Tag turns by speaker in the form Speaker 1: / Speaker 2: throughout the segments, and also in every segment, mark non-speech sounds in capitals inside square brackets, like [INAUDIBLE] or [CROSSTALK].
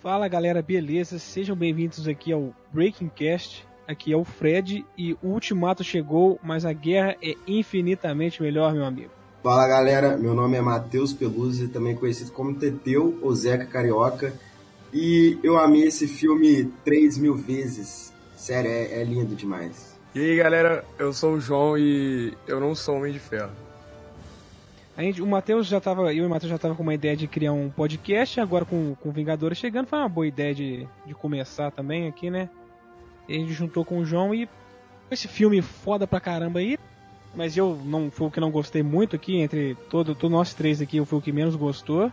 Speaker 1: Fala galera, beleza? Sejam bem-vindos aqui ao Breaking Cast. Aqui é o Fred e o ultimato chegou, mas a guerra é infinitamente melhor, meu amigo.
Speaker 2: Fala galera, meu nome é Matheus Peluzzi, também conhecido como Teteu ou Zeca Carioca, e eu amei esse filme 3 mil vezes. Sério, é, é lindo demais.
Speaker 3: E aí galera, eu sou o João e eu não sou homem de ferro.
Speaker 1: A gente, o Matheus já tava, eu e o Matheus já tava com uma ideia de criar um podcast, agora com, com o Vingadores chegando, foi uma boa ideia de, de começar também aqui, né? E a gente juntou com o João e esse filme foda pra caramba aí, mas eu não foi o que não gostei muito aqui, entre todo, todo nós três aqui, eu fui o que menos gostou.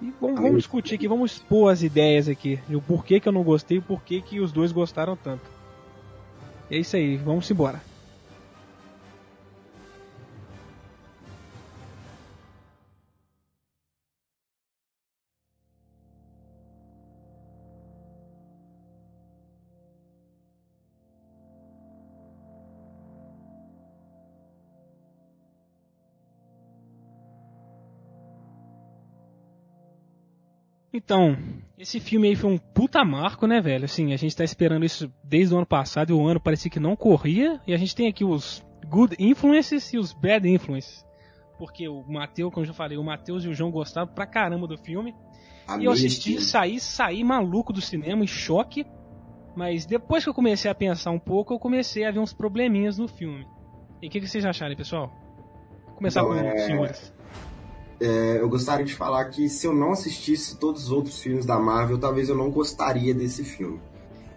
Speaker 1: E vamos, vamos discutir aqui, vamos expor as ideias aqui, do porquê que eu não gostei e porquê que os dois gostaram tanto. É isso aí, vamos embora. Então, esse filme aí foi um puta marco, né, velho? Assim, a gente tá esperando isso desde o ano passado e o ano parecia que não corria. E a gente tem aqui os good influences e os bad influences. Porque o Matheus, como eu já falei, o Matheus e o João gostaram pra caramba do filme. e eu assisti, saí, saí maluco do cinema, em choque. Mas depois que eu comecei a pensar um pouco, eu comecei a ver uns probleminhas no filme. E o que, que vocês acharam, aí, pessoal? Vou começar
Speaker 2: Não,
Speaker 1: com
Speaker 2: é-
Speaker 1: os senhores.
Speaker 2: É, eu gostaria de falar que se eu não assistisse todos os outros filmes da Marvel, talvez eu não gostaria desse filme.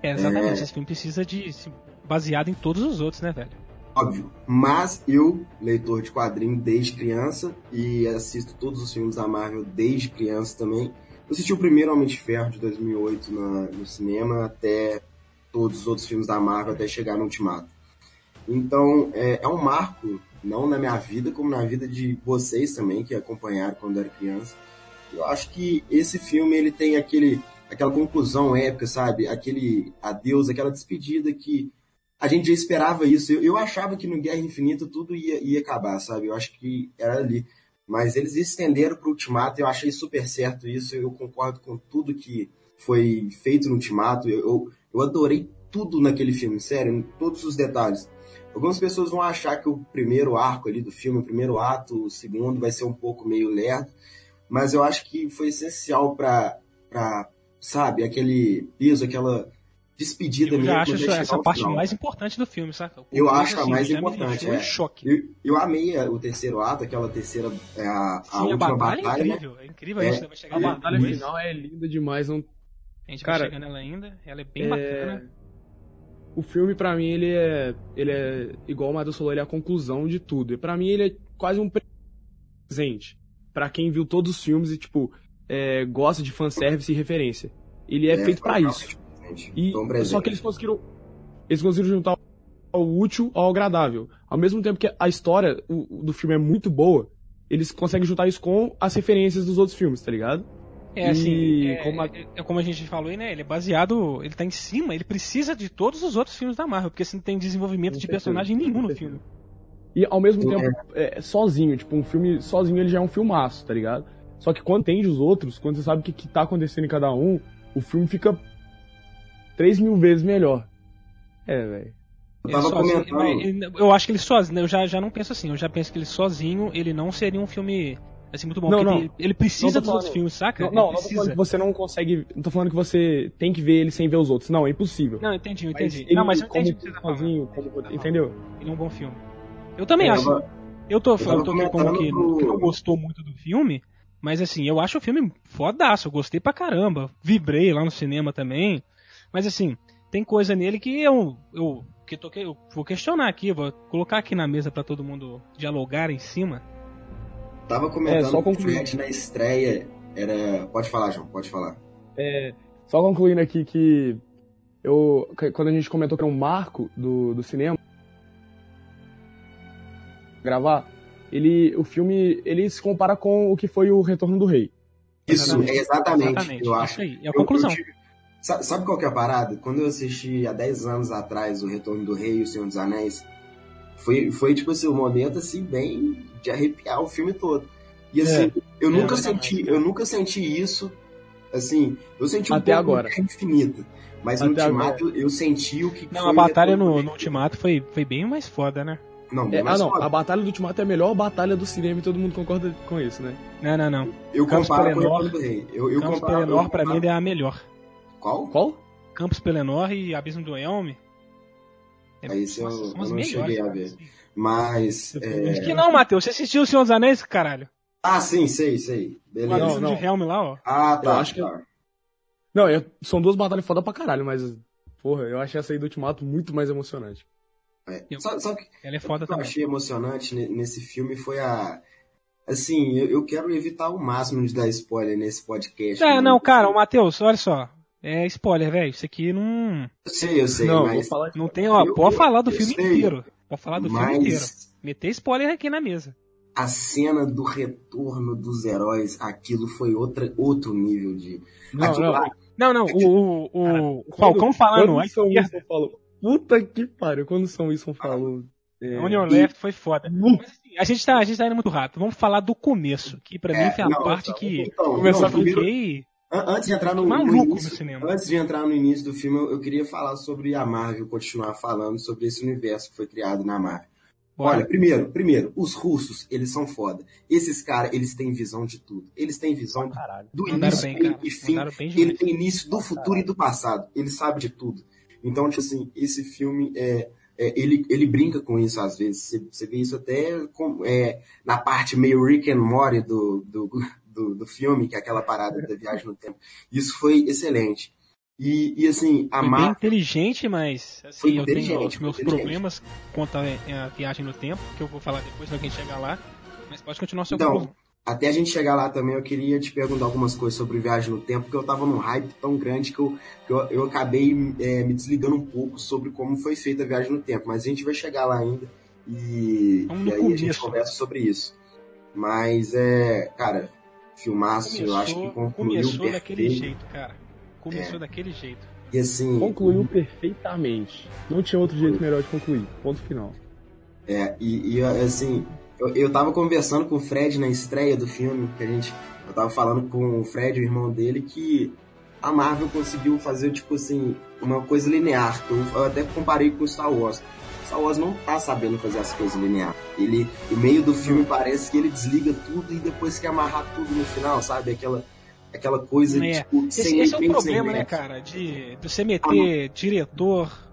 Speaker 1: É, exatamente, esse filme precisa de. se- baseado em todos os outros, né, velho?
Speaker 2: Óbvio. Mas eu, leitor de quadrinho desde criança, e assisto todos os filmes da Marvel desde criança também. Eu assisti o primeiro Homem de Ferro de 2008 na- no cinema, até todos os outros filmes da Marvel, até chegar no Ultimato. Então, é, é um marco, não na minha vida, como na vida de vocês também, que acompanharam quando era criança. Eu acho que esse filme, ele tem aquele, aquela conclusão épica, sabe? Aquele adeus, aquela despedida que a gente já esperava isso. Eu, eu achava que no Guerra Infinita tudo ia, ia acabar, sabe? Eu acho que era ali. Mas eles estenderam pro Ultimato, eu achei super certo isso. Eu concordo com tudo que foi feito no Ultimato. Eu, eu, eu adorei tudo naquele filme, sério, em todos os detalhes. Algumas pessoas vão achar que o primeiro arco ali do filme, o primeiro ato, o segundo, vai ser um pouco meio lerdo. Mas eu acho que foi essencial pra, pra sabe, aquele peso, aquela despedida
Speaker 1: Eu
Speaker 2: mesmo.
Speaker 1: já acho
Speaker 2: até
Speaker 1: isso-
Speaker 2: chegar
Speaker 1: essa
Speaker 2: ao
Speaker 1: parte
Speaker 2: final.
Speaker 1: mais importante do filme, saca?
Speaker 2: Eu
Speaker 1: Porque,
Speaker 2: acho a mais
Speaker 1: já me
Speaker 2: importante,
Speaker 1: deixou em
Speaker 2: é.
Speaker 1: assim, um choque.
Speaker 2: Eu, eu amei é, o terceiro ato, aquela terceira. é, A, a
Speaker 1: Sim,
Speaker 2: última
Speaker 1: a
Speaker 2: batalha.
Speaker 1: batalha, é
Speaker 2: né?
Speaker 1: incrível. É incrível
Speaker 2: É.
Speaker 1: isso, né? Vai chegar
Speaker 3: A
Speaker 1: lá
Speaker 3: batalha
Speaker 1: depois,
Speaker 3: final é linda demais, não
Speaker 1: A gente
Speaker 3: Cara,
Speaker 1: vai chegando nela ainda. Ela é bem
Speaker 3: É,
Speaker 1: bacana.
Speaker 3: O filme, pra mim, ele é. Ele é. Igual o Matheus falou, ele é a conclusão de tudo. E pra mim, ele é quase um presente. Pra quem viu todos os filmes e, tipo, é, gosta de fanservice e referência. Ele é, feito pra isso.
Speaker 2: Gente,
Speaker 3: E,
Speaker 2: foi um presente.
Speaker 3: só que eles conseguiram. Eles conseguiram juntar o útil ao agradável. Ao mesmo tempo que a história o- o do filme é muito boa, eles conseguem juntar isso com as referências dos outros filmes, tá ligado?
Speaker 1: É assim,
Speaker 3: e
Speaker 1: é,
Speaker 3: como
Speaker 1: como
Speaker 3: a-
Speaker 1: a... É, como a gente falou aí, né? Ele é baseado, ele tá em cima, ele precisa de todos os outros filmes da Marvel, porque assim não tem desenvolvimento
Speaker 3: Com
Speaker 1: de
Speaker 3: certeza,
Speaker 1: personagem
Speaker 3: com
Speaker 1: nenhum no
Speaker 3: certeza.
Speaker 1: filme.
Speaker 3: E ao mesmo
Speaker 2: É.
Speaker 3: tempo, é, sozinho, tipo, um filme sozinho ele já é um filmaço, tá ligado? Só que quando entende os outros, quando você sabe o que, que tá acontecendo em cada um, o filme fica 3 mil vezes melhor. É, velho.
Speaker 2: Eu
Speaker 1: Ele
Speaker 2: tava
Speaker 1: sozinho-
Speaker 2: comentando.
Speaker 1: É mas- assim, é, eu acho que ele sozinho, eu já, já não penso assim, eu já penso que ele sozinho, ele não seria um filme assim muito bom.
Speaker 3: Não,
Speaker 1: porque
Speaker 3: não.
Speaker 1: Ele, ele precisa
Speaker 3: Não tô
Speaker 1: dos outros
Speaker 3: falando-
Speaker 1: filmes, saca?
Speaker 3: Não, não,
Speaker 1: ele
Speaker 3: não tô falando
Speaker 1: precisa.
Speaker 3: que você não consegue. Não tô falando que você tem que ver ele sem ver os outros. Não, é impossível.
Speaker 1: Não, entendi, eu entendi.
Speaker 3: ele,
Speaker 1: não, mas eu
Speaker 3: como
Speaker 1: entendi o que você tá falando.
Speaker 3: sozinho, como- entendeu?
Speaker 1: Ele é um bom filme. Eu também
Speaker 2: eu
Speaker 1: acho.
Speaker 2: tava-
Speaker 1: Eu tô,
Speaker 2: É, Eu tava
Speaker 1: eu tô aqui como que,
Speaker 2: comentando
Speaker 1: que
Speaker 2: pro-
Speaker 1: não gostou muito do filme, mas assim, eu acho o filme fodaço, eu gostei pra caramba. Vibrei lá no cinema também. Mas assim, tem coisa nele que eu. eu que tô, que- eu vou questionar aqui, vou colocar aqui na mesa pra todo mundo dialogar em cima.
Speaker 2: Tava
Speaker 3: É,
Speaker 2: comentando
Speaker 3: só
Speaker 2: com o
Speaker 3: concluir.
Speaker 2: Fred na estreia. Era. Pode falar, João, pode falar.
Speaker 3: É, só concluindo aqui que eu que- quando a gente comentou que é um marco do, do cinema gravar, ele o filme ele se compara com o que foi o Retorno do Rei.
Speaker 2: Isso,
Speaker 1: Exatamente.
Speaker 2: é exatamente, eu
Speaker 1: isso
Speaker 2: acho.
Speaker 1: aí, é a
Speaker 2: Eu-
Speaker 1: conclusão.
Speaker 2: eu tive- Sa- Sabe qual que é a parada? Quando eu assisti há 10 anos atrás o Retorno do Rei e o Senhor dos Anéis, foi, foi tipo assim, um momento assim, bem de arrepiar o filme todo. E assim, eu
Speaker 3: É,
Speaker 2: nunca
Speaker 3: exatamente,
Speaker 2: senti, eu nunca senti isso Assim, eu senti um
Speaker 4: Até
Speaker 2: pouco
Speaker 4: agora.
Speaker 2: de infinita. Mas no
Speaker 4: Até
Speaker 2: Ultimato eu senti o que
Speaker 1: Não,
Speaker 2: foi
Speaker 1: a batalha
Speaker 2: Retorno
Speaker 1: no,
Speaker 2: de-
Speaker 1: no Ultimato foi, foi bem mais foda, né?
Speaker 2: Não,
Speaker 4: É, ah,
Speaker 2: mas
Speaker 4: não.
Speaker 2: foda.
Speaker 4: A batalha do Ultimato é a melhor batalha do cinema e todo mundo concorda com isso, né?
Speaker 1: Não, não, não.
Speaker 2: eu
Speaker 1: Campos
Speaker 2: comparo com o
Speaker 1: Pelennor-
Speaker 2: Retorno do Rei. Eu, eu
Speaker 1: Campos
Speaker 2: comparo,
Speaker 1: Pelennor,
Speaker 2: eu
Speaker 1: pra mim,
Speaker 2: comparo-
Speaker 1: ele é a melhor.
Speaker 2: Qual?
Speaker 4: Qual?
Speaker 1: Campos Pelennor e Abismo do Elme. É,
Speaker 2: Aí isso eu-
Speaker 1: nossa,
Speaker 2: eu não cheguei a
Speaker 1: cara.
Speaker 2: ver. Mas. é,
Speaker 1: Acho que não, Matheus. Você assistiu O Senhor dos Anéis, caralho?
Speaker 2: Ah, sim, sei, sei.
Speaker 1: O
Speaker 2: Beleza.
Speaker 1: Abismo
Speaker 4: não.
Speaker 1: de Helm lá, ó.
Speaker 2: Ah, tá.
Speaker 4: Eu acho que-
Speaker 2: tá.
Speaker 4: Não, eu- são duas batalhas foda pra caralho, mas. Porra, eu achei essa aí do Ultimato muito mais emocionante.
Speaker 2: É.
Speaker 1: Eu-
Speaker 2: Sabe, sabe o que
Speaker 1: Ela é foda
Speaker 2: eu
Speaker 1: também.
Speaker 2: achei emocionante ne- nesse filme foi a. Assim, eu, eu quero evitar o máximo de dar spoiler nesse podcast.
Speaker 1: Ah,
Speaker 2: né?
Speaker 1: não, cara, o Matheus, olha só. É spoiler, velho. Isso aqui não.
Speaker 2: Eu sei, eu sei,
Speaker 4: não, vou
Speaker 2: mas.
Speaker 4: falar.
Speaker 1: Não tem, ó.
Speaker 2: Eu-
Speaker 1: pode falar do
Speaker 2: eu
Speaker 1: filme
Speaker 2: sei.
Speaker 1: inteiro. Pode falar do filme inteiro.
Speaker 2: Mas
Speaker 1: Meter spoiler aqui na mesa.
Speaker 2: a cena do retorno dos heróis, aquilo foi outra, outro nível de.
Speaker 4: Não,
Speaker 2: aquilo
Speaker 4: não.
Speaker 2: lá,
Speaker 1: Não,
Speaker 2: É
Speaker 1: não, o, o, o, o Falcão
Speaker 4: Quando
Speaker 1: falando.
Speaker 4: o
Speaker 1: "I
Speaker 4: Sam
Speaker 1: fear
Speaker 4: Wilson falou. Puta que pariu, quando o Sam Wilson falou. É...
Speaker 1: On Your Left foi foda. Mas assim, a gente, tá, a gente tá indo muito rápido. Vamos falar do começo, que pra mim
Speaker 2: É,
Speaker 1: foi a
Speaker 2: não,
Speaker 1: parte
Speaker 2: então,
Speaker 1: que
Speaker 2: então,
Speaker 1: começou
Speaker 2: não,
Speaker 1: a
Speaker 2: primeiro-
Speaker 1: fiquei
Speaker 2: an- antes de entrar no, no
Speaker 1: maluco no
Speaker 2: início,
Speaker 1: cinema.
Speaker 2: Antes de entrar no início do filme, eu eu queria falar sobre a Marvel, continuar falando sobre esse universo que foi criado na Marvel.
Speaker 1: Bora.
Speaker 2: Olha, primeiro, primeiro, os russos, eles são foda. Esses caras, eles têm visão de tudo. Eles têm visão
Speaker 4: Caralho.
Speaker 2: do
Speaker 1: Ah, mandaram
Speaker 2: início
Speaker 1: bem, cara.
Speaker 2: e fim.
Speaker 1: Mandaram bem
Speaker 2: Ele
Speaker 1: demais.
Speaker 2: tem início do futuro e do passado. Ele sabe de tudo. Então, tipo assim, esse filme é, é, ele, ele brinca com isso às vezes. Você, você vê isso até com- é, na parte meio Rick and Morty do, do, do, do filme, que é aquela parada da viagem no tempo. Isso foi excelente. E, e assim, a
Speaker 1: Foi bem
Speaker 2: Marvel.
Speaker 1: inteligente, mas
Speaker 2: Foi
Speaker 1: assim, eu tenho
Speaker 2: inteligente,
Speaker 1: os meus
Speaker 2: foi inteligente.
Speaker 1: problemas quanto a, a viagem no tempo, que eu vou falar depois quando a gente chegar lá. Mas pode continuar seu
Speaker 2: Então,
Speaker 1: conclusão.
Speaker 2: Até a gente chegar lá também, eu queria te perguntar algumas coisas sobre Viagem no Tempo, porque eu tava num hype tão grande que eu, que eu, eu acabei é, me desligando um pouco sobre como foi feita a Viagem no Tempo. Mas a gente vai chegar lá ainda e,
Speaker 1: Vamos
Speaker 2: e
Speaker 1: no
Speaker 2: aí a gente
Speaker 1: começo.
Speaker 2: conversa sobre isso. Mas, é, cara, filmaço, eu acho que
Speaker 1: Começou,
Speaker 2: concluiu É.
Speaker 1: começou daquele
Speaker 2: perfeito.
Speaker 1: jeito, cara. Começou daquele jeito.
Speaker 2: E assim,
Speaker 4: Concluiu perfeitamente. Não tinha outro jeito melhor de concluir. Ponto final.
Speaker 2: É, e, e, assim, eu, eu tava conversando com o Fred na estreia do filme, que a gente. Eu tava falando com o Fred, o irmão dele, que a Marvel conseguiu fazer, tipo assim, uma coisa linear. que Eu, eu até comparei com o Star Wars. Star Wars não tá sabendo fazer as coisas linear. Ele, o meio do filme
Speaker 1: Hum.
Speaker 2: parece que ele desliga tudo e depois quer amarrar tudo no final, sabe? Aquela, aquela coisa
Speaker 1: É.
Speaker 2: tipo,
Speaker 1: Esse, esse é o
Speaker 2: meio sem
Speaker 1: problema, né,
Speaker 2: método.
Speaker 1: cara? De, de você meter diretor.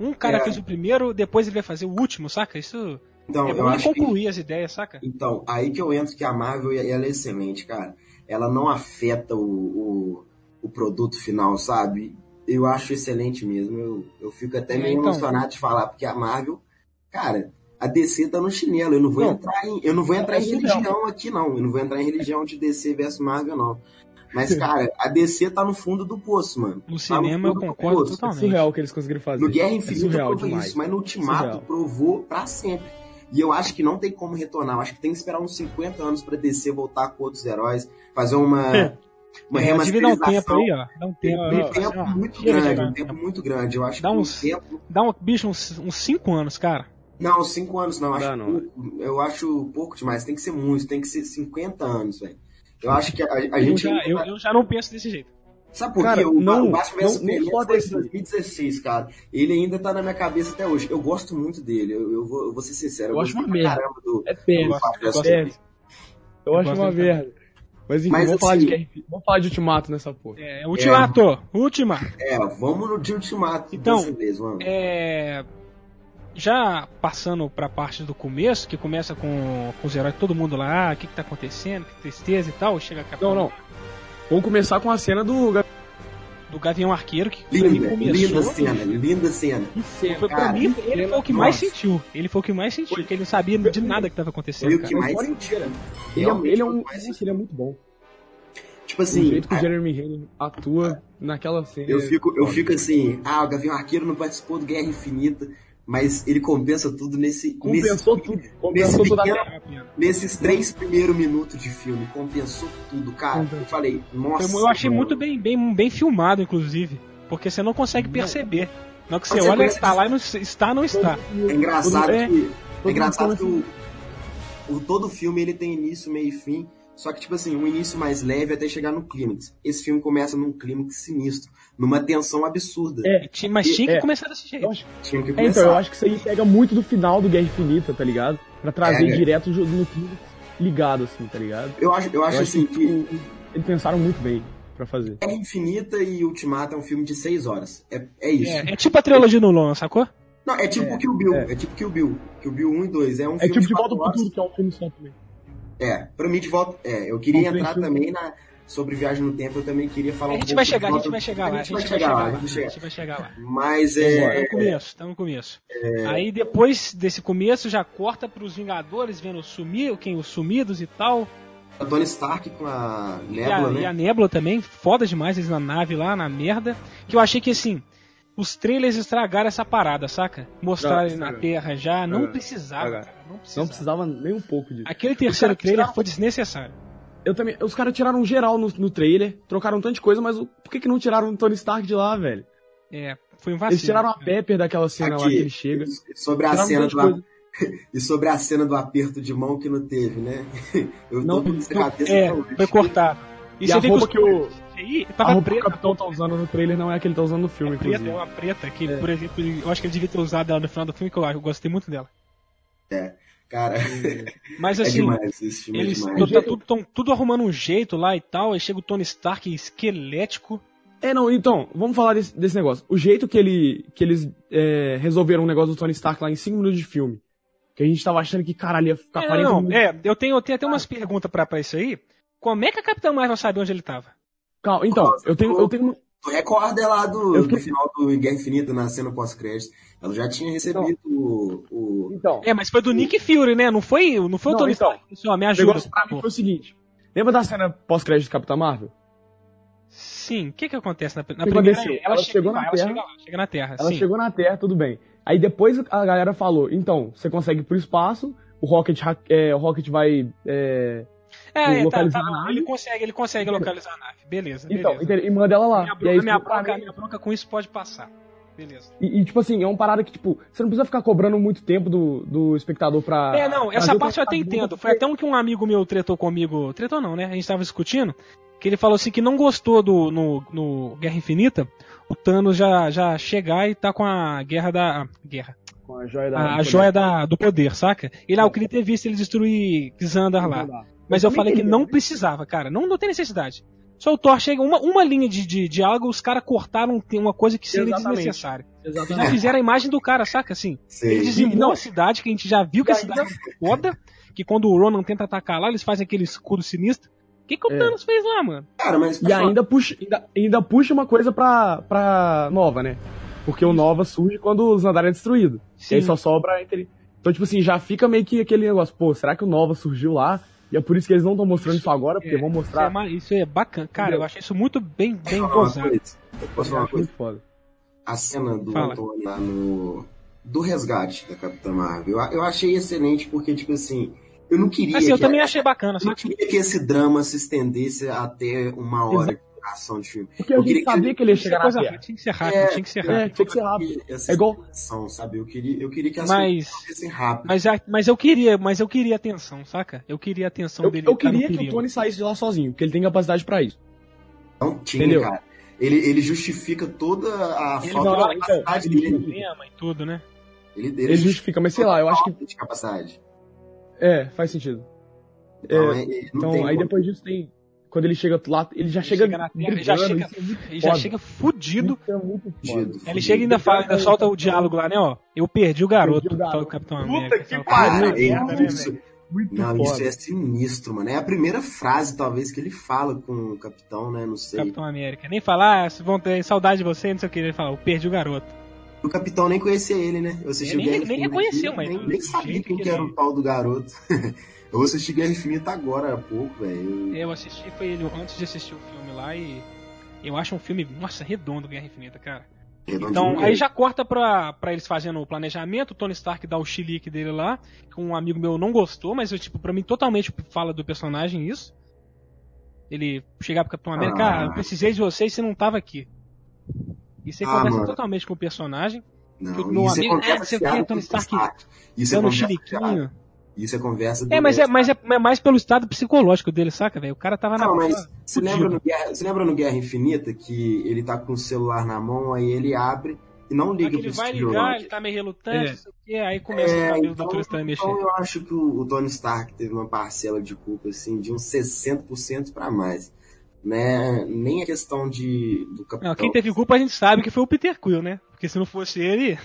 Speaker 1: Um cara
Speaker 2: Ah, É.
Speaker 1: fez o primeiro, depois ele vai fazer o último, saca? Isso
Speaker 2: Então,
Speaker 1: é
Speaker 2: eu
Speaker 1: bom de
Speaker 2: acho que
Speaker 1: concluir as ideias, saca?
Speaker 2: Então, aí que eu entro que a Marvel ela é excelente, cara. Ela não afeta o, o, o produto final, sabe? Eu acho excelente mesmo. Eu, eu fico até
Speaker 1: É,
Speaker 2: meio
Speaker 1: então.
Speaker 2: emocionado de falar, porque a Marvel, cara, a DC tá no chinelo. Eu não vou
Speaker 4: Não.
Speaker 2: entrar em, eu não vou entrar em
Speaker 4: Não.
Speaker 2: religião aqui, não. Eu não vou entrar em religião de DC versus Marvel, não. Mas, cara, a DC tá no fundo do poço, mano.
Speaker 1: No cinema eu
Speaker 2: tudo
Speaker 1: concordo
Speaker 2: curioso.
Speaker 4: É
Speaker 1: totalmente.
Speaker 4: surreal o que eles conseguiram fazer.
Speaker 2: No Guerra
Speaker 4: é
Speaker 2: Infinita
Speaker 4: surreal
Speaker 2: provou
Speaker 4: demais.
Speaker 2: isso, mas no Ultimato
Speaker 4: Surreal.
Speaker 2: provou pra sempre. E eu acho que não tem como retornar. Eu acho que tem que esperar uns 50 anos pra descer, voltar com outros heróis,
Speaker 1: [LAUGHS]
Speaker 2: fazer uma, uma
Speaker 1: É, devia dar um tempo
Speaker 2: remasterização.
Speaker 1: aí, ó. Dá um tempo.
Speaker 4: ó,
Speaker 2: Um
Speaker 1: aí,
Speaker 2: tempo
Speaker 1: ó.
Speaker 2: muito
Speaker 1: Chega de
Speaker 2: grande,
Speaker 1: dar
Speaker 2: um tempo muito grande. Eu acho
Speaker 1: Dá
Speaker 2: que um
Speaker 1: uns-
Speaker 2: tempo.
Speaker 1: Dá um bicho uns, uns cinco anos, cara.
Speaker 2: Não, 5 anos não, eu acho
Speaker 4: Dá, não.
Speaker 2: pouco. Eu acho pouco demais. Tem que ser muito, tem que ser 50 anos, velho. Eu acho que a, a
Speaker 1: Eu
Speaker 2: gente.
Speaker 1: já, eu, eu já não penso desse jeito.
Speaker 2: Sabe por
Speaker 4: Cara,
Speaker 2: quê? O,
Speaker 4: não-
Speaker 2: o Batman vs
Speaker 4: não- não
Speaker 2: Superman
Speaker 4: pode
Speaker 2: foi em
Speaker 4: ser.
Speaker 2: 2016, cara. Ele ainda tá na minha cabeça até hoje. Eu gosto muito dele, eu, eu vou, eu vou ser sincero.
Speaker 4: Eu acho uma
Speaker 2: gosto pra
Speaker 4: merda.
Speaker 2: Caramba do,
Speaker 4: É
Speaker 2: do
Speaker 4: péssimo.
Speaker 2: Batman
Speaker 4: Eu
Speaker 2: vs
Speaker 4: gosto
Speaker 2: Superman.
Speaker 4: dele. Eu acho
Speaker 1: Eu gosto
Speaker 4: uma
Speaker 1: dele
Speaker 4: merda. Mas enfim,
Speaker 2: Mas,
Speaker 4: vamos, falar de
Speaker 2: assim,
Speaker 4: Guerra Infinita. vamos falar de Ultimato nessa porra.
Speaker 1: É, ultimato! Ultima!
Speaker 2: É, vamos no de Ultimato
Speaker 1: Então,
Speaker 2: dessa vez, mano.
Speaker 1: É, já passando pra parte do começo, que começa com, com os heróis, todo mundo lá, ah, o que, que tá acontecendo, que tristeza e tal. Chega a
Speaker 4: Não,
Speaker 1: capitão
Speaker 4: não. Vamos começar com a cena do
Speaker 1: do Gavião Arqueiro, que pra mim
Speaker 2: Linda,
Speaker 1: começou.
Speaker 2: linda cena, linda cena.
Speaker 1: Foi, pra
Speaker 2: cara.
Speaker 1: mim, ele foi o que mais
Speaker 2: Nossa.
Speaker 1: sentiu. Ele foi o que mais sentiu, porque ele não sabia de nada que tava
Speaker 2: Foi
Speaker 1: acontecendo,
Speaker 2: o que
Speaker 1: cara.
Speaker 2: mais
Speaker 4: Agora
Speaker 2: senti.
Speaker 4: Ele é,
Speaker 2: Realmente
Speaker 4: ele é
Speaker 2: foi
Speaker 4: um.
Speaker 2: o que mais
Speaker 4: Nossa, ele é muito bom.
Speaker 2: Tipo
Speaker 4: Sim, o
Speaker 2: assim,
Speaker 4: jeito que o é. Jeremy Renner atua naquela cena.
Speaker 2: eu fico, eu fico assim, ah, o Gavião Arqueiro não participou do Guerra Infinita, mas ele compensa tudo nesse.
Speaker 4: Compensou
Speaker 2: nesse,
Speaker 4: tudo. Compensou
Speaker 2: nesse
Speaker 4: toda a
Speaker 2: pequeno-
Speaker 1: Ah,
Speaker 4: guerra.
Speaker 2: Nesses três primeiros minutos de filme, compensou tudo, cara. Eu falei, nossa.
Speaker 1: Eu, eu achei
Speaker 2: mano.
Speaker 1: muito bem, bem, bem filmado, inclusive. Porque você não consegue
Speaker 4: Não.
Speaker 1: perceber. Na hora que você
Speaker 2: Você
Speaker 1: olha,
Speaker 2: conhece-
Speaker 1: está lá e não está, não está.
Speaker 2: É engraçado
Speaker 4: É,
Speaker 2: que.
Speaker 4: mundo
Speaker 2: É
Speaker 4: fala
Speaker 2: engraçado que o, o todo filme ele tem início, meio e fim. Só que, tipo assim, um início mais leve até chegar no clímax. Esse filme começa num clímax sinistro, numa tensão absurda.
Speaker 1: É, ti- mas
Speaker 2: E-
Speaker 1: tinha que
Speaker 3: é.
Speaker 1: começar desse jeito.
Speaker 3: Eu acho-
Speaker 2: Tinha que
Speaker 3: É,
Speaker 2: começar.
Speaker 3: então, eu acho que isso aí pega muito do final do Guerra Infinita, tá ligado? Pra trazer
Speaker 2: Pega.
Speaker 3: direto jo- no clímax ligado, assim, tá ligado?
Speaker 2: eu acho, eu acho,
Speaker 3: eu acho
Speaker 2: assim que É,
Speaker 3: que, tipo, eles pensaram muito bem pra fazer.
Speaker 2: Guerra Infinita e Ultimato é um filme de seis horas. É, é isso.
Speaker 1: É, é tipo a trilogia do Nolan, sacou?
Speaker 2: Não, é tipo Kill Bill. É. tipo Kill Bill. Kill Bill 1 e 2. É um
Speaker 3: É
Speaker 2: filme
Speaker 3: tipo de volta
Speaker 2: quatro
Speaker 3: pro
Speaker 2: horas.
Speaker 3: futuro, que é um filme só também.
Speaker 2: É, pra mim de volta. É, eu queria
Speaker 3: Conflito.
Speaker 2: entrar também na, sobre viagem no tempo, eu também queria falar
Speaker 1: A
Speaker 2: um pouco.
Speaker 1: gente vai
Speaker 2: de
Speaker 1: chegar, a
Speaker 2: Volta-
Speaker 1: gente vai chegar lá.
Speaker 2: A gente vai chegar lá, a gente vai
Speaker 1: A
Speaker 2: chegar.
Speaker 1: gente vai chegar lá.
Speaker 2: Mas
Speaker 1: Tá
Speaker 2: é.
Speaker 1: no começo, tá no começo. Aí depois desse começo já corta pros Vingadores vendo sumir, quem os sumidos e tal.
Speaker 2: A Tony Stark com a
Speaker 1: E
Speaker 2: Nebula,
Speaker 1: a, e a
Speaker 2: né?
Speaker 1: Nebula também, foda demais eles na nave lá, na merda. Que eu achei que assim, os trailers estragaram essa parada, saca?
Speaker 3: Não,
Speaker 1: Mostraram ele na
Speaker 3: estragaram.
Speaker 1: Terra já, não
Speaker 3: Estragaram.
Speaker 1: precisava,
Speaker 3: Estragaram.
Speaker 1: cara, não precisava.
Speaker 3: Não precisava nem um pouco disso.
Speaker 1: Aquele terceiro
Speaker 3: Os caras
Speaker 1: trailer
Speaker 3: tiraram-
Speaker 1: foi desnecessário.
Speaker 3: Eu também, os caras tiraram geral no, no trailer, trocaram tanta coisa, mas o- por que que não tiraram o Tony Stark de lá, velho?
Speaker 1: É, foi um vacilo.
Speaker 3: Eles tiraram a Pepper daquela cena lá
Speaker 2: Aqui.
Speaker 3: que ele chega.
Speaker 2: Sobre a
Speaker 3: Tiraram
Speaker 2: cena
Speaker 3: um
Speaker 2: do.
Speaker 3: monte de
Speaker 2: a- E sobre a cena do aperto de mão que não teve, né? [LAUGHS] Eu
Speaker 3: Não,
Speaker 2: tô com essa cabeça
Speaker 1: É,
Speaker 2: até hoje.
Speaker 1: foi cortado.
Speaker 3: E a roupa é que o-
Speaker 1: Aí,
Speaker 3: A
Speaker 1: tava
Speaker 3: roupa que o
Speaker 1: preta.
Speaker 3: Capitão tá usando no trailer não é a que ele tá usando no filme,
Speaker 1: preta, é
Speaker 3: inclusive.
Speaker 1: uma preta, que,
Speaker 3: É.
Speaker 1: por exemplo, eu acho que ele devia ter usado ela no final do filme, que eu, eu gostei muito dela.
Speaker 2: Cara,
Speaker 1: Mas
Speaker 2: é
Speaker 1: assim,
Speaker 2: demais esse filme,
Speaker 1: eles
Speaker 2: é
Speaker 1: estão
Speaker 2: demais.
Speaker 1: tudo, tão tudo arrumando um jeito lá e tal, aí chega o Tony Stark esquelético.
Speaker 3: É, não, então, vamos falar desse, desse negócio. O jeito que, ele, que eles é, resolveram o negócio do Tony Stark lá em 5 minutos de filme. Que a gente tava achando que, caralho, ia ficar
Speaker 1: É,
Speaker 3: 40
Speaker 1: não,
Speaker 3: minutos.
Speaker 1: é, eu tenho, eu tenho até umas
Speaker 3: Ah.
Speaker 1: perguntas pra, pra isso aí. Como é que a Capitã Marvel sabia onde ele tava?
Speaker 3: Calma, então,
Speaker 2: Nossa,
Speaker 3: eu tenho, eu tenho uma-
Speaker 2: Tu recorda é lá do,
Speaker 3: Eu tô-
Speaker 2: do final do Guerra Infinita, na cena pós-crédito. Ela já tinha recebido o, o-
Speaker 3: Então,
Speaker 1: É, mas foi do Nick Fury, né? Não foi, não foi o
Speaker 3: Não,
Speaker 1: Tony
Speaker 3: então,
Speaker 1: Stark. Assim, ó, me
Speaker 3: o
Speaker 1: ajuda.
Speaker 3: negócio pra mim
Speaker 1: pô.
Speaker 3: foi o seguinte. Lembra da cena pós-crédito de Capitão Marvel?
Speaker 1: Sim, o que que acontece na, na
Speaker 3: que
Speaker 1: primeira?
Speaker 3: aconteceu?
Speaker 1: Ela,
Speaker 3: Ela
Speaker 1: chega,
Speaker 3: chegou
Speaker 1: lá,
Speaker 3: na
Speaker 1: ela
Speaker 3: Terra.
Speaker 1: chega lá, chega na Terra,
Speaker 3: Ela
Speaker 1: sim.
Speaker 3: chegou na Terra, tudo bem. Aí depois a galera falou, então, você consegue ir pro espaço, o Rocket, ha- é, o Rocket vai... é,
Speaker 1: é, é, tá,
Speaker 3: localizar
Speaker 1: tá,
Speaker 3: a nave.
Speaker 1: ele consegue, ele consegue localizar a nave. Beleza,
Speaker 3: então,
Speaker 1: beleza.
Speaker 3: entende? e manda ela lá.
Speaker 1: Minha
Speaker 3: E, aí,
Speaker 1: bronca, minha
Speaker 3: pra
Speaker 1: bronca-
Speaker 3: mim-
Speaker 1: minha bronca com isso pode passar. Beleza.
Speaker 3: e- e, tipo assim, é uma parada que, tipo, você não precisa ficar cobrando muito tempo do, do espectador pra...
Speaker 1: É, não,
Speaker 3: pra
Speaker 1: essa
Speaker 3: ver o
Speaker 1: parte eu até
Speaker 3: Capitão
Speaker 1: entendo.
Speaker 3: Marvel.
Speaker 1: Foi até um que um amigo meu tretou comigo. Tretou não, né? A gente tava discutindo. Que ele falou assim que não gostou do no, no Guerra Infinita o Thanos já, já chegar e tá com a guerra da. a Guerra.
Speaker 3: Com a joia da...
Speaker 1: A, a joia da, do poder, saca? Ele, ah, eu queria ter visto ele destruir Xandar lá. Mas
Speaker 3: é
Speaker 1: eu falei que não precisava, cara. Não, não tem necessidade. Só o Thor chega. Uma, uma linha de, de diálogo, os caras cortaram tem uma coisa que seria
Speaker 3: Exatamente.
Speaker 1: desnecessária. Já
Speaker 3: Exatamente.
Speaker 1: fizeram a imagem do cara, saca? Assim. Ele
Speaker 2: Sei.
Speaker 1: dizimou
Speaker 3: Não.
Speaker 1: a cidade, que a gente já viu que a
Speaker 3: E
Speaker 1: cidade é foda, que quando o Ronan tenta atacar lá, eles fazem aquele escudo sinistro. O que, que o
Speaker 3: É.
Speaker 1: Thanos fez lá, mano?
Speaker 2: Cara, mas
Speaker 3: E ainda puxa, ainda, ainda puxa uma coisa pra, pra Nova, né? Porque o Nova surge quando o Zandar é destruído. E aí só sobra entre... Então, tipo assim, já fica meio que aquele negócio, pô, será que o Nova surgiu lá? E é por isso que eles não estão mostrando isso agora, porque
Speaker 1: É,
Speaker 3: vão
Speaker 1: isso, é,
Speaker 3: mostrar...
Speaker 1: ma- isso é bacana. Cara,
Speaker 3: Entendeu?
Speaker 1: eu achei isso muito bem, bem
Speaker 2: Posso falar uma
Speaker 1: gozado.
Speaker 2: coisa? Eu
Speaker 1: é
Speaker 2: Posso falar uma
Speaker 3: Acho
Speaker 2: coisa?
Speaker 3: muito foda.
Speaker 2: A cena do
Speaker 1: Fala.
Speaker 2: Antônio lá no. Do resgate da Capitã Marvel. Eu, eu achei excelente porque, tipo assim, eu não queria.
Speaker 1: Assim, eu
Speaker 2: que-
Speaker 1: também achei bacana,
Speaker 2: eu não
Speaker 1: saca?
Speaker 2: queria que esse drama se estendesse até uma hora de duração de filme.
Speaker 3: Porque a
Speaker 2: Eu queria
Speaker 3: gente
Speaker 2: que-
Speaker 3: sabia que ele ia chegar na
Speaker 1: Coisa
Speaker 3: Terra.
Speaker 1: rápida, tinha que ser rápido, tinha que ser rápido.
Speaker 3: É, tinha que ser rápido.
Speaker 2: Essa
Speaker 3: É igual...
Speaker 2: ação, sabe? Eu queria, eu queria que
Speaker 3: assim,
Speaker 2: as coisas
Speaker 1: Mas,
Speaker 2: acontecessem rápido.
Speaker 1: mas, a- mas eu queria, mas eu queria atenção, saca? Eu queria a atenção
Speaker 3: Eu,
Speaker 1: dele. tá
Speaker 3: eu
Speaker 1: no
Speaker 3: queria que o
Speaker 1: perigo.
Speaker 3: Tony saísse de lá sozinho, porque ele tem capacidade pra isso.
Speaker 2: Não tinha,
Speaker 3: Entendeu?
Speaker 2: cara. Ele, ele justifica toda a
Speaker 1: Ele
Speaker 2: falta
Speaker 1: não,
Speaker 2: de
Speaker 1: então,
Speaker 2: capacidade
Speaker 3: ele-
Speaker 2: dele.
Speaker 1: problema e tudo, né?
Speaker 2: Ele, ele
Speaker 3: é, Ele justifica, mas sei lá, eu acho que.
Speaker 2: falta de capacidade.
Speaker 3: É, faz sentido.
Speaker 2: Então, é, não
Speaker 3: Então,
Speaker 2: tem
Speaker 3: aí
Speaker 2: como.
Speaker 3: depois disso tem. Quando ele chega lá, ele já
Speaker 1: Ele
Speaker 3: chega.
Speaker 1: chega na Terra, ele já
Speaker 3: brigando,
Speaker 1: chega-
Speaker 3: isso é muito
Speaker 1: Ele já
Speaker 3: foda.
Speaker 1: chega fudido
Speaker 3: Isso é muito foda.
Speaker 2: Fudido,
Speaker 1: Ele
Speaker 2: fudido.
Speaker 1: chega e ainda, fala, ainda solta o
Speaker 3: Perdi o
Speaker 1: diálogo lá, né, ó. Eu perdi o garoto,
Speaker 3: Perdi o garoto.
Speaker 1: fala o Capitão
Speaker 3: Puta
Speaker 1: América.
Speaker 3: que
Speaker 1: fala o Capitão
Speaker 2: Cara,
Speaker 3: pariu,
Speaker 1: América,
Speaker 3: merda,
Speaker 2: ele,
Speaker 1: né,
Speaker 2: isso,
Speaker 1: velho?
Speaker 3: Muito
Speaker 2: Não,
Speaker 3: foda.
Speaker 2: isso é sinistro, mano. É a primeira frase, talvez, que ele fala com o capitão, né? Não sei.
Speaker 1: Capitão América. Nem falar, ah, se vão ter saudade de você, não sei o que. Ele fala, eu perdi o garoto.
Speaker 2: O capitão nem conhecia ele, né? Eu assisti
Speaker 1: Ele É, nem-
Speaker 2: Guerra
Speaker 1: nem
Speaker 2: Infinita
Speaker 1: reconheceu,
Speaker 2: aqui,
Speaker 1: mas
Speaker 2: Nem,
Speaker 1: do
Speaker 2: nem
Speaker 1: jeito
Speaker 2: sabia quem
Speaker 1: que
Speaker 2: que era
Speaker 1: ele-
Speaker 2: o tal do garoto. [LAUGHS] eu assisti Guerra Infinita agora, há pouco, velho.
Speaker 1: Eu assisti, foi ele antes de assistir o filme lá e. Eu acho um filme, nossa, redondo Guerra Infinita, cara. Então,
Speaker 2: é.
Speaker 1: aí já corta pra, pra eles fazendo o planejamento, o Tony Stark dá o chilique dele lá, que um amigo meu não gostou, mas eu, tipo, pra mim totalmente fala do personagem isso. Ele chegar pro Capitão América,
Speaker 2: Ah.
Speaker 1: ah, eu precisei de você e você não tava aqui. Isso aí
Speaker 2: Ah,
Speaker 1: conversa
Speaker 2: mano.
Speaker 1: totalmente com o personagem,
Speaker 2: Não,
Speaker 1: que o meu
Speaker 2: isso
Speaker 1: amigo-
Speaker 2: acontece
Speaker 1: Ah, você
Speaker 2: fiado
Speaker 1: vê,
Speaker 2: com
Speaker 1: Tony
Speaker 2: o Stark.
Speaker 1: Stark
Speaker 2: Isso
Speaker 1: dando um
Speaker 2: acontece fiado.
Speaker 1: chiliquinho.
Speaker 2: Isso é conversa do
Speaker 1: É, mas é, mas é é mais pelo estado psicológico dele, saca, velho? O cara tava na.
Speaker 2: Não, mas
Speaker 1: porra,
Speaker 2: você
Speaker 1: fudido.
Speaker 2: lembra, no Guerra, você lembra no Guerra Infinita que ele tá com o celular na mão, aí ele abre e não
Speaker 1: Só
Speaker 2: liga
Speaker 1: que
Speaker 2: pro
Speaker 1: ele vai
Speaker 2: Steve
Speaker 1: ligar,
Speaker 2: Rogers.
Speaker 1: ele tá meio relutante,
Speaker 4: É.
Speaker 1: não sei o quê, aí começa o cabelo do Tony Stark a mexer.
Speaker 2: então eu acho que o, o Tony Stark teve uma parcela de culpa assim de uns 60% pra mais, né? Nem a questão de do capitão.
Speaker 1: Não, quem teve um culpa a gente sabe que foi o Peter Quill, né? Porque se não fosse ele.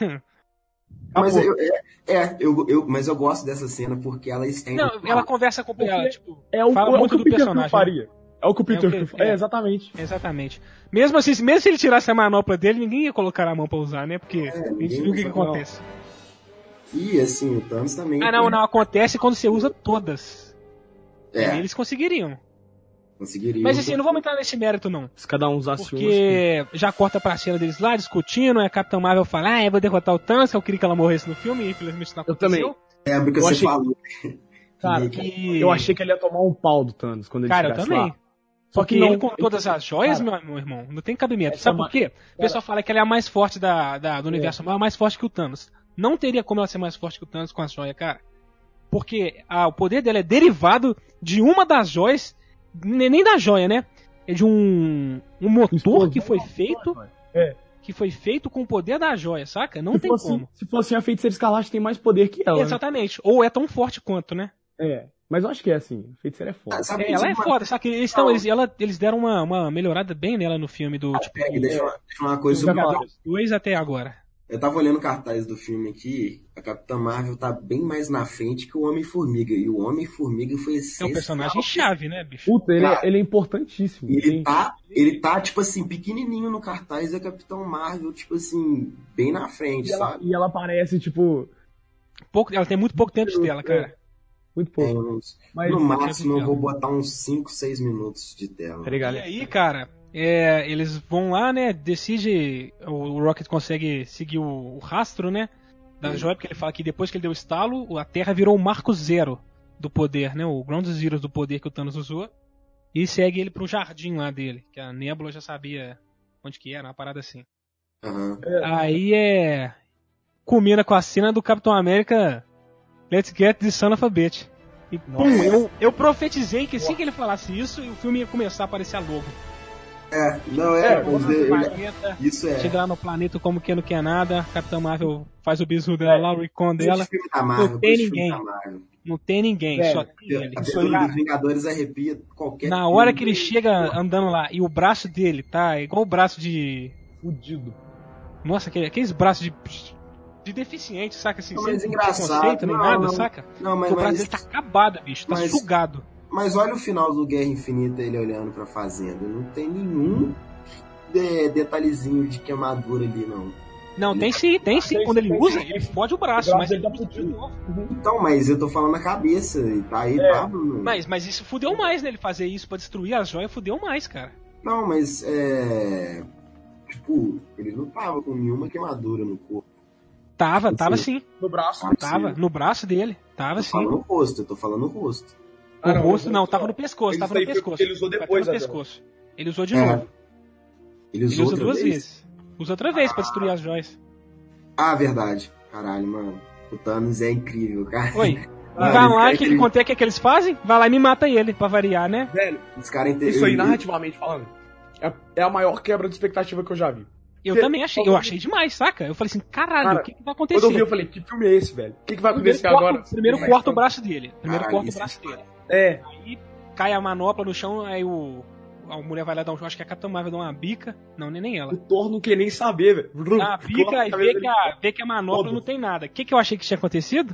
Speaker 2: mas
Speaker 1: acabou.
Speaker 2: eu, é, é, eu, eu- mas eu gosto dessa cena porque ela estende.
Speaker 1: Não, ela conversa com o
Speaker 4: Porque-
Speaker 1: ela, tipo.
Speaker 4: É o,
Speaker 1: Fala
Speaker 4: é o
Speaker 1: muito
Speaker 4: que o
Speaker 1: do
Speaker 4: Peter Quill
Speaker 1: personagem,
Speaker 4: faria. É o que o Peter
Speaker 1: que-
Speaker 4: Quill faria.
Speaker 1: é.
Speaker 4: É, exatamente.
Speaker 1: Exatamente. Mesmo assim, mesmo se ele tirasse a manopla dele, ninguém ia colocar a mão pra usar, né? Porque a gente
Speaker 2: É, ninguém
Speaker 1: viu o que, que
Speaker 2: usa,
Speaker 1: acontece.
Speaker 2: E assim, o Thanos também.
Speaker 1: Ah, não, não. Acontece quando você usa todas.
Speaker 2: É,
Speaker 1: Eles conseguiriam.
Speaker 2: conseguiria.
Speaker 1: Mas assim, não vamos entrar nesse mérito, não.
Speaker 4: Se cada um usasse um.
Speaker 1: Porque já corta pra cena deles lá, discutindo, aí a Capitão Marvel fala, ah, eu vou derrotar o Thanos, que eu queria que ela morresse no filme, e infelizmente não
Speaker 4: Eu também.
Speaker 1: aconteceu.
Speaker 2: Lembra que
Speaker 4: Eu
Speaker 2: É, você
Speaker 4: achei-
Speaker 2: falou.
Speaker 4: Cara,
Speaker 1: E-
Speaker 4: eu achei que ele ia tomar um pau do Thanos quando ele
Speaker 1: Cara, eu
Speaker 4: chegasse
Speaker 1: também.
Speaker 4: lá.
Speaker 1: Só que
Speaker 4: não-
Speaker 1: ele com todas as joias,
Speaker 4: Cara,
Speaker 1: meu, meu irmão, não tem cabimento.
Speaker 4: Essa
Speaker 1: Sabe
Speaker 4: ma- É.
Speaker 1: por quê? O pessoal fala que ela é a mais forte da, da- do universo Marvel, mais forte que o Thanos. Não teria como ela ser mais forte que o Thanos com a joia, cara. Porque ah, o poder dela é derivado de uma das joias, ne- nem da joia, né? É de um, um motor
Speaker 4: Explosão
Speaker 1: que foi
Speaker 4: da
Speaker 1: feito, que foi feito com o poder da joia, saca? Não
Speaker 4: É. se,
Speaker 1: tem
Speaker 4: fosse,
Speaker 1: como.
Speaker 4: se fosse a Feiticeira Escarlate, tem mais poder que ela. né?
Speaker 1: Exatamente. Ou é tão forte quanto, né?
Speaker 4: É. Mas eu acho que é assim. A Feiticeira é foda.
Speaker 2: Ah, sabe,
Speaker 1: É, ela é
Speaker 2: uma-
Speaker 1: foda, só que eles, tão, eles, ela- eles deram uma, uma melhorada bem nela no filme do tipo. um
Speaker 2: Pega, deixa, eu- deixa eu falar uma coisa
Speaker 4: Joga
Speaker 2: sobre a
Speaker 4: lá.
Speaker 1: Vingadores 2 até agora.
Speaker 2: Eu tava olhando o cartaz do filme aqui, a Capitã Marvel tá bem mais na frente que o Homem-Formiga. E o Homem-Formiga foi
Speaker 1: É
Speaker 2: essencial.
Speaker 1: um personagem chave, né, bicho?
Speaker 4: Puta, ele, é-
Speaker 2: Cara.
Speaker 4: ele é importantíssimo. assim.
Speaker 2: E Ele
Speaker 4: Sim.
Speaker 2: tá, ele tá, tipo assim, pequenininho no cartaz e a Capitão Marvel, tipo assim, bem na frente,
Speaker 4: E ela,
Speaker 2: sabe?
Speaker 4: e ela parece, tipo,
Speaker 1: Pouco, ela tem muito pouco tempo de tela, cara.
Speaker 4: muito
Speaker 2: Tem
Speaker 4: pouco.
Speaker 2: uns-
Speaker 4: Mas.
Speaker 2: no máximo eu
Speaker 1: Capitão.
Speaker 2: vou botar uns 5, 6 minutos de tela.
Speaker 4: Peraí,
Speaker 1: E
Speaker 4: galera.
Speaker 1: aí, cara, é, eles vão lá, né? Decide. O, o Rocket consegue seguir o, o rastro, né? Da
Speaker 2: Sim.
Speaker 1: joia, porque ele fala que depois que ele deu o estalo, o- a Terra virou o marco zero do poder, né? O Ground Zero do poder que o Thanos usou. E segue ele pro jardim lá dele, que a Nebula já sabia onde que era, uma parada assim.
Speaker 2: Aham.
Speaker 1: Aí é. Culmina com a cena do Capitão América Let's Get the Son of a Bitch. E pum,
Speaker 4: Nossa.
Speaker 1: eu, eu profetizei que assim que ele falasse isso, o filme ia começar a aparecer a logo.
Speaker 2: É, não,
Speaker 4: É,
Speaker 2: é, mas
Speaker 1: Lá no
Speaker 2: eu- eu-
Speaker 1: planeta,
Speaker 2: isso é.
Speaker 1: Chega lá no planeta como que não quer nada, Capitão Marvel faz o bisu dela lá, o recon dela,
Speaker 2: Esse filme da Marvel,
Speaker 1: não tem
Speaker 2: esse filme
Speaker 1: ninguém.
Speaker 2: da Marvel.
Speaker 1: não tem ninguém,
Speaker 4: Velho,
Speaker 1: só tem ele.
Speaker 2: A
Speaker 1: Isso
Speaker 2: abertura
Speaker 1: aí,
Speaker 2: dos Vingadores arrepia qualquer.
Speaker 1: Na hora
Speaker 2: filme.
Speaker 1: que ele chega andando lá e o braço dele tá igual o braço de.
Speaker 4: Fudido.
Speaker 1: Nossa, aquele- aqueles braços de. de deficiente, saca? Assim,
Speaker 2: Não,
Speaker 1: sem
Speaker 2: mas engraçado,
Speaker 1: preconceito nem
Speaker 2: não,
Speaker 1: nada,
Speaker 2: não.
Speaker 1: saca?
Speaker 2: Não, mas,
Speaker 1: Porque o braço
Speaker 2: mas,
Speaker 1: dele tá acabado, bicho. Tá
Speaker 2: mas-
Speaker 1: sugado.
Speaker 2: mas olha o final do Guerra Infinita ele olhando pra fazenda. Não tem nenhum é, detalhezinho de queimadura ali, não.
Speaker 1: Não, tem sim, tem sim.
Speaker 4: Tem
Speaker 1: Quando
Speaker 4: sim,
Speaker 1: ele
Speaker 4: tem
Speaker 1: usa,
Speaker 4: sim.
Speaker 1: ele fode o braço.
Speaker 4: O braço
Speaker 1: mas
Speaker 4: dele
Speaker 1: ele
Speaker 4: tá
Speaker 1: usa de
Speaker 4: fudido.
Speaker 1: novo.
Speaker 2: Então, mas eu tô falando na cabeça, e tá aí, tá, Bruno?
Speaker 1: É, Mas, mas isso fudeu mais, né? Ele fazer isso pra destruir a joia fudeu mais, cara.
Speaker 2: Não, mas é. Tipo, ele não tava com nenhuma queimadura no corpo.
Speaker 1: Tava,
Speaker 2: Sim.
Speaker 1: tava sim.
Speaker 4: No braço.
Speaker 2: sabe?
Speaker 1: Tava.
Speaker 2: Sim.
Speaker 1: No braço dele. Tava
Speaker 2: Tô
Speaker 1: sim.
Speaker 2: falando o rosto, eu tô falando o rosto.
Speaker 1: O
Speaker 4: Ah, não,
Speaker 1: rosto,
Speaker 4: o
Speaker 1: não,
Speaker 4: rosto
Speaker 1: tava
Speaker 4: não.
Speaker 1: no pescoço.
Speaker 4: Isso
Speaker 1: Tava
Speaker 4: daí
Speaker 1: no
Speaker 4: foi
Speaker 1: pescoço.
Speaker 4: porque ele usou
Speaker 1: Bateu
Speaker 4: depois,
Speaker 1: no
Speaker 4: Adão.
Speaker 1: pescoço. Ele usou de
Speaker 2: É,
Speaker 1: novo. Ele
Speaker 2: Ele usou
Speaker 1: usa
Speaker 2: outra
Speaker 1: duas
Speaker 2: vez?
Speaker 1: vezes. Usa outra vez pra destruir as joias.
Speaker 2: Ah, verdade. Caralho, mano. O Thanos é incrível, cara.
Speaker 1: Oi.
Speaker 2: Ah,
Speaker 1: Vai
Speaker 2: esse
Speaker 1: lá,
Speaker 2: cara
Speaker 1: o que, que
Speaker 2: tem-
Speaker 1: acontece? O que é que eles fazem? Vai lá e me mata ele, pra variar, né?
Speaker 4: Velho,
Speaker 2: Os caras entendem.
Speaker 4: isso aí, narrativamente falando, é, é a maior quebra de expectativa que eu já vi.
Speaker 1: Eu
Speaker 4: Porque-
Speaker 1: também achei. Eu achei demais, saca? Eu falei assim, caralho,
Speaker 4: Cara,
Speaker 1: o que, que vai
Speaker 4: Quando
Speaker 1: acontecer?
Speaker 4: eu vi, eu falei, que filme é esse, velho? O que, que vai
Speaker 1: Primeiro,
Speaker 4: acontecer
Speaker 1: corta,
Speaker 4: agora?
Speaker 1: primeiro
Speaker 2: Vai,
Speaker 1: corta o
Speaker 2: então.
Speaker 1: braço dele. Primeiro
Speaker 2: Caralho,
Speaker 1: corta o
Speaker 2: isso
Speaker 1: braço
Speaker 2: é
Speaker 1: dele.
Speaker 4: É,
Speaker 1: Aí cai a manopla no chão, aí o. A mulher vai lá dar um. Acho que a Capitã Marvel dá uma bica. Não, nem, nem
Speaker 4: o
Speaker 1: ela.
Speaker 4: Thor não quer nem saber, velho. Vrum,
Speaker 1: Dá uma
Speaker 4: corta
Speaker 1: bica
Speaker 4: a
Speaker 1: e
Speaker 4: cabeça
Speaker 1: vê que,
Speaker 4: dele.
Speaker 1: a, vê que a manopla não tem nada. O que, que eu achei que tinha acontecido?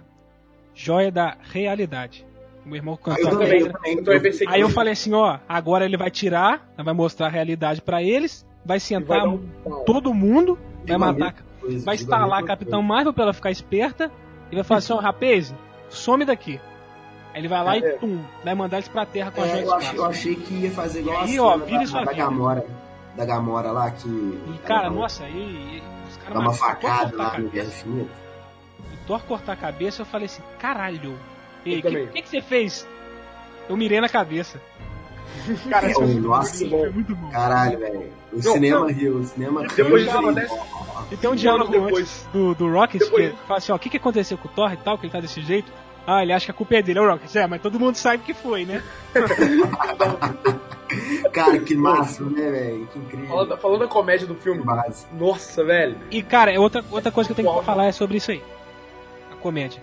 Speaker 1: Joia da realidade. O meu irmão
Speaker 2: Ah, eu
Speaker 1: cantou a
Speaker 2: também,
Speaker 1: pedra.
Speaker 2: eu também.
Speaker 4: Eu também pensei que-
Speaker 1: Aí eu falei assim, ó, agora ele vai tirar, vai mostrar a realidade pra eles, vai
Speaker 4: E vai
Speaker 1: sentar
Speaker 4: dar um pau.
Speaker 1: todo mundo, vai
Speaker 2: Digo a
Speaker 1: matar
Speaker 2: mesma coisa,
Speaker 1: vai
Speaker 2: digo a
Speaker 1: instalar a
Speaker 2: mesma
Speaker 1: Capitão
Speaker 2: coisa.
Speaker 1: Marvel pra ela ficar esperta e vai falar assim, ó, rapaz, some daqui. Aí ele vai lá
Speaker 4: É.
Speaker 1: e tum, vai mandar eles pra terra com a
Speaker 2: É,
Speaker 1: joia
Speaker 2: eu, achei, eu
Speaker 1: espaço.
Speaker 2: achei que ia fazer igual
Speaker 1: E
Speaker 2: a
Speaker 1: aí,
Speaker 2: cena
Speaker 1: ó,
Speaker 2: da-
Speaker 1: vira sua
Speaker 2: da,
Speaker 1: vida.
Speaker 2: Gamora. Da Gamora lá que.
Speaker 1: E
Speaker 2: ela
Speaker 1: cara,
Speaker 2: dá um-
Speaker 1: nossa, aí e- os caras
Speaker 2: Dá uma
Speaker 1: mataram.
Speaker 2: facada
Speaker 1: Thor cortar a
Speaker 2: lá no Guerra
Speaker 1: cabeça.
Speaker 2: Infinita.
Speaker 1: O Thor cortar a cabeça, eu falei assim, caralho.
Speaker 4: Eu
Speaker 1: Ei, o que,
Speaker 4: também.
Speaker 1: que, que você fez? Eu mirei na cabeça.
Speaker 2: [LAUGHS] Cara,
Speaker 1: isso é muito
Speaker 2: nossa,
Speaker 1: bom, foi muito bom.
Speaker 2: Caralho, velho. O
Speaker 4: Não,
Speaker 2: cinema
Speaker 4: não.
Speaker 2: riu, o cinema
Speaker 4: Depois
Speaker 2: riu,
Speaker 4: disso
Speaker 2: velho.
Speaker 4: acontece.
Speaker 1: E tem um
Speaker 4: Um ano
Speaker 1: diálogo
Speaker 4: depois.
Speaker 1: antes do, do Rocket
Speaker 4: Depois-
Speaker 1: que fala assim, ó, o que, que aconteceu com o Thor e tal, que ele tá desse jeito? Ah, ele acha que a culpa é dele. É o Rocket. É, mas todo mundo sabe que foi, né?
Speaker 2: [LAUGHS] Cara, que massa, né, velho? Que incrível.
Speaker 3: Falando, falando da comédia do
Speaker 1: um.
Speaker 3: filme.
Speaker 2: Que base.
Speaker 3: Nossa, velho.
Speaker 1: E, cara, é outra, outra coisa que eu tenho que falar é sobre isso aí. A comédia.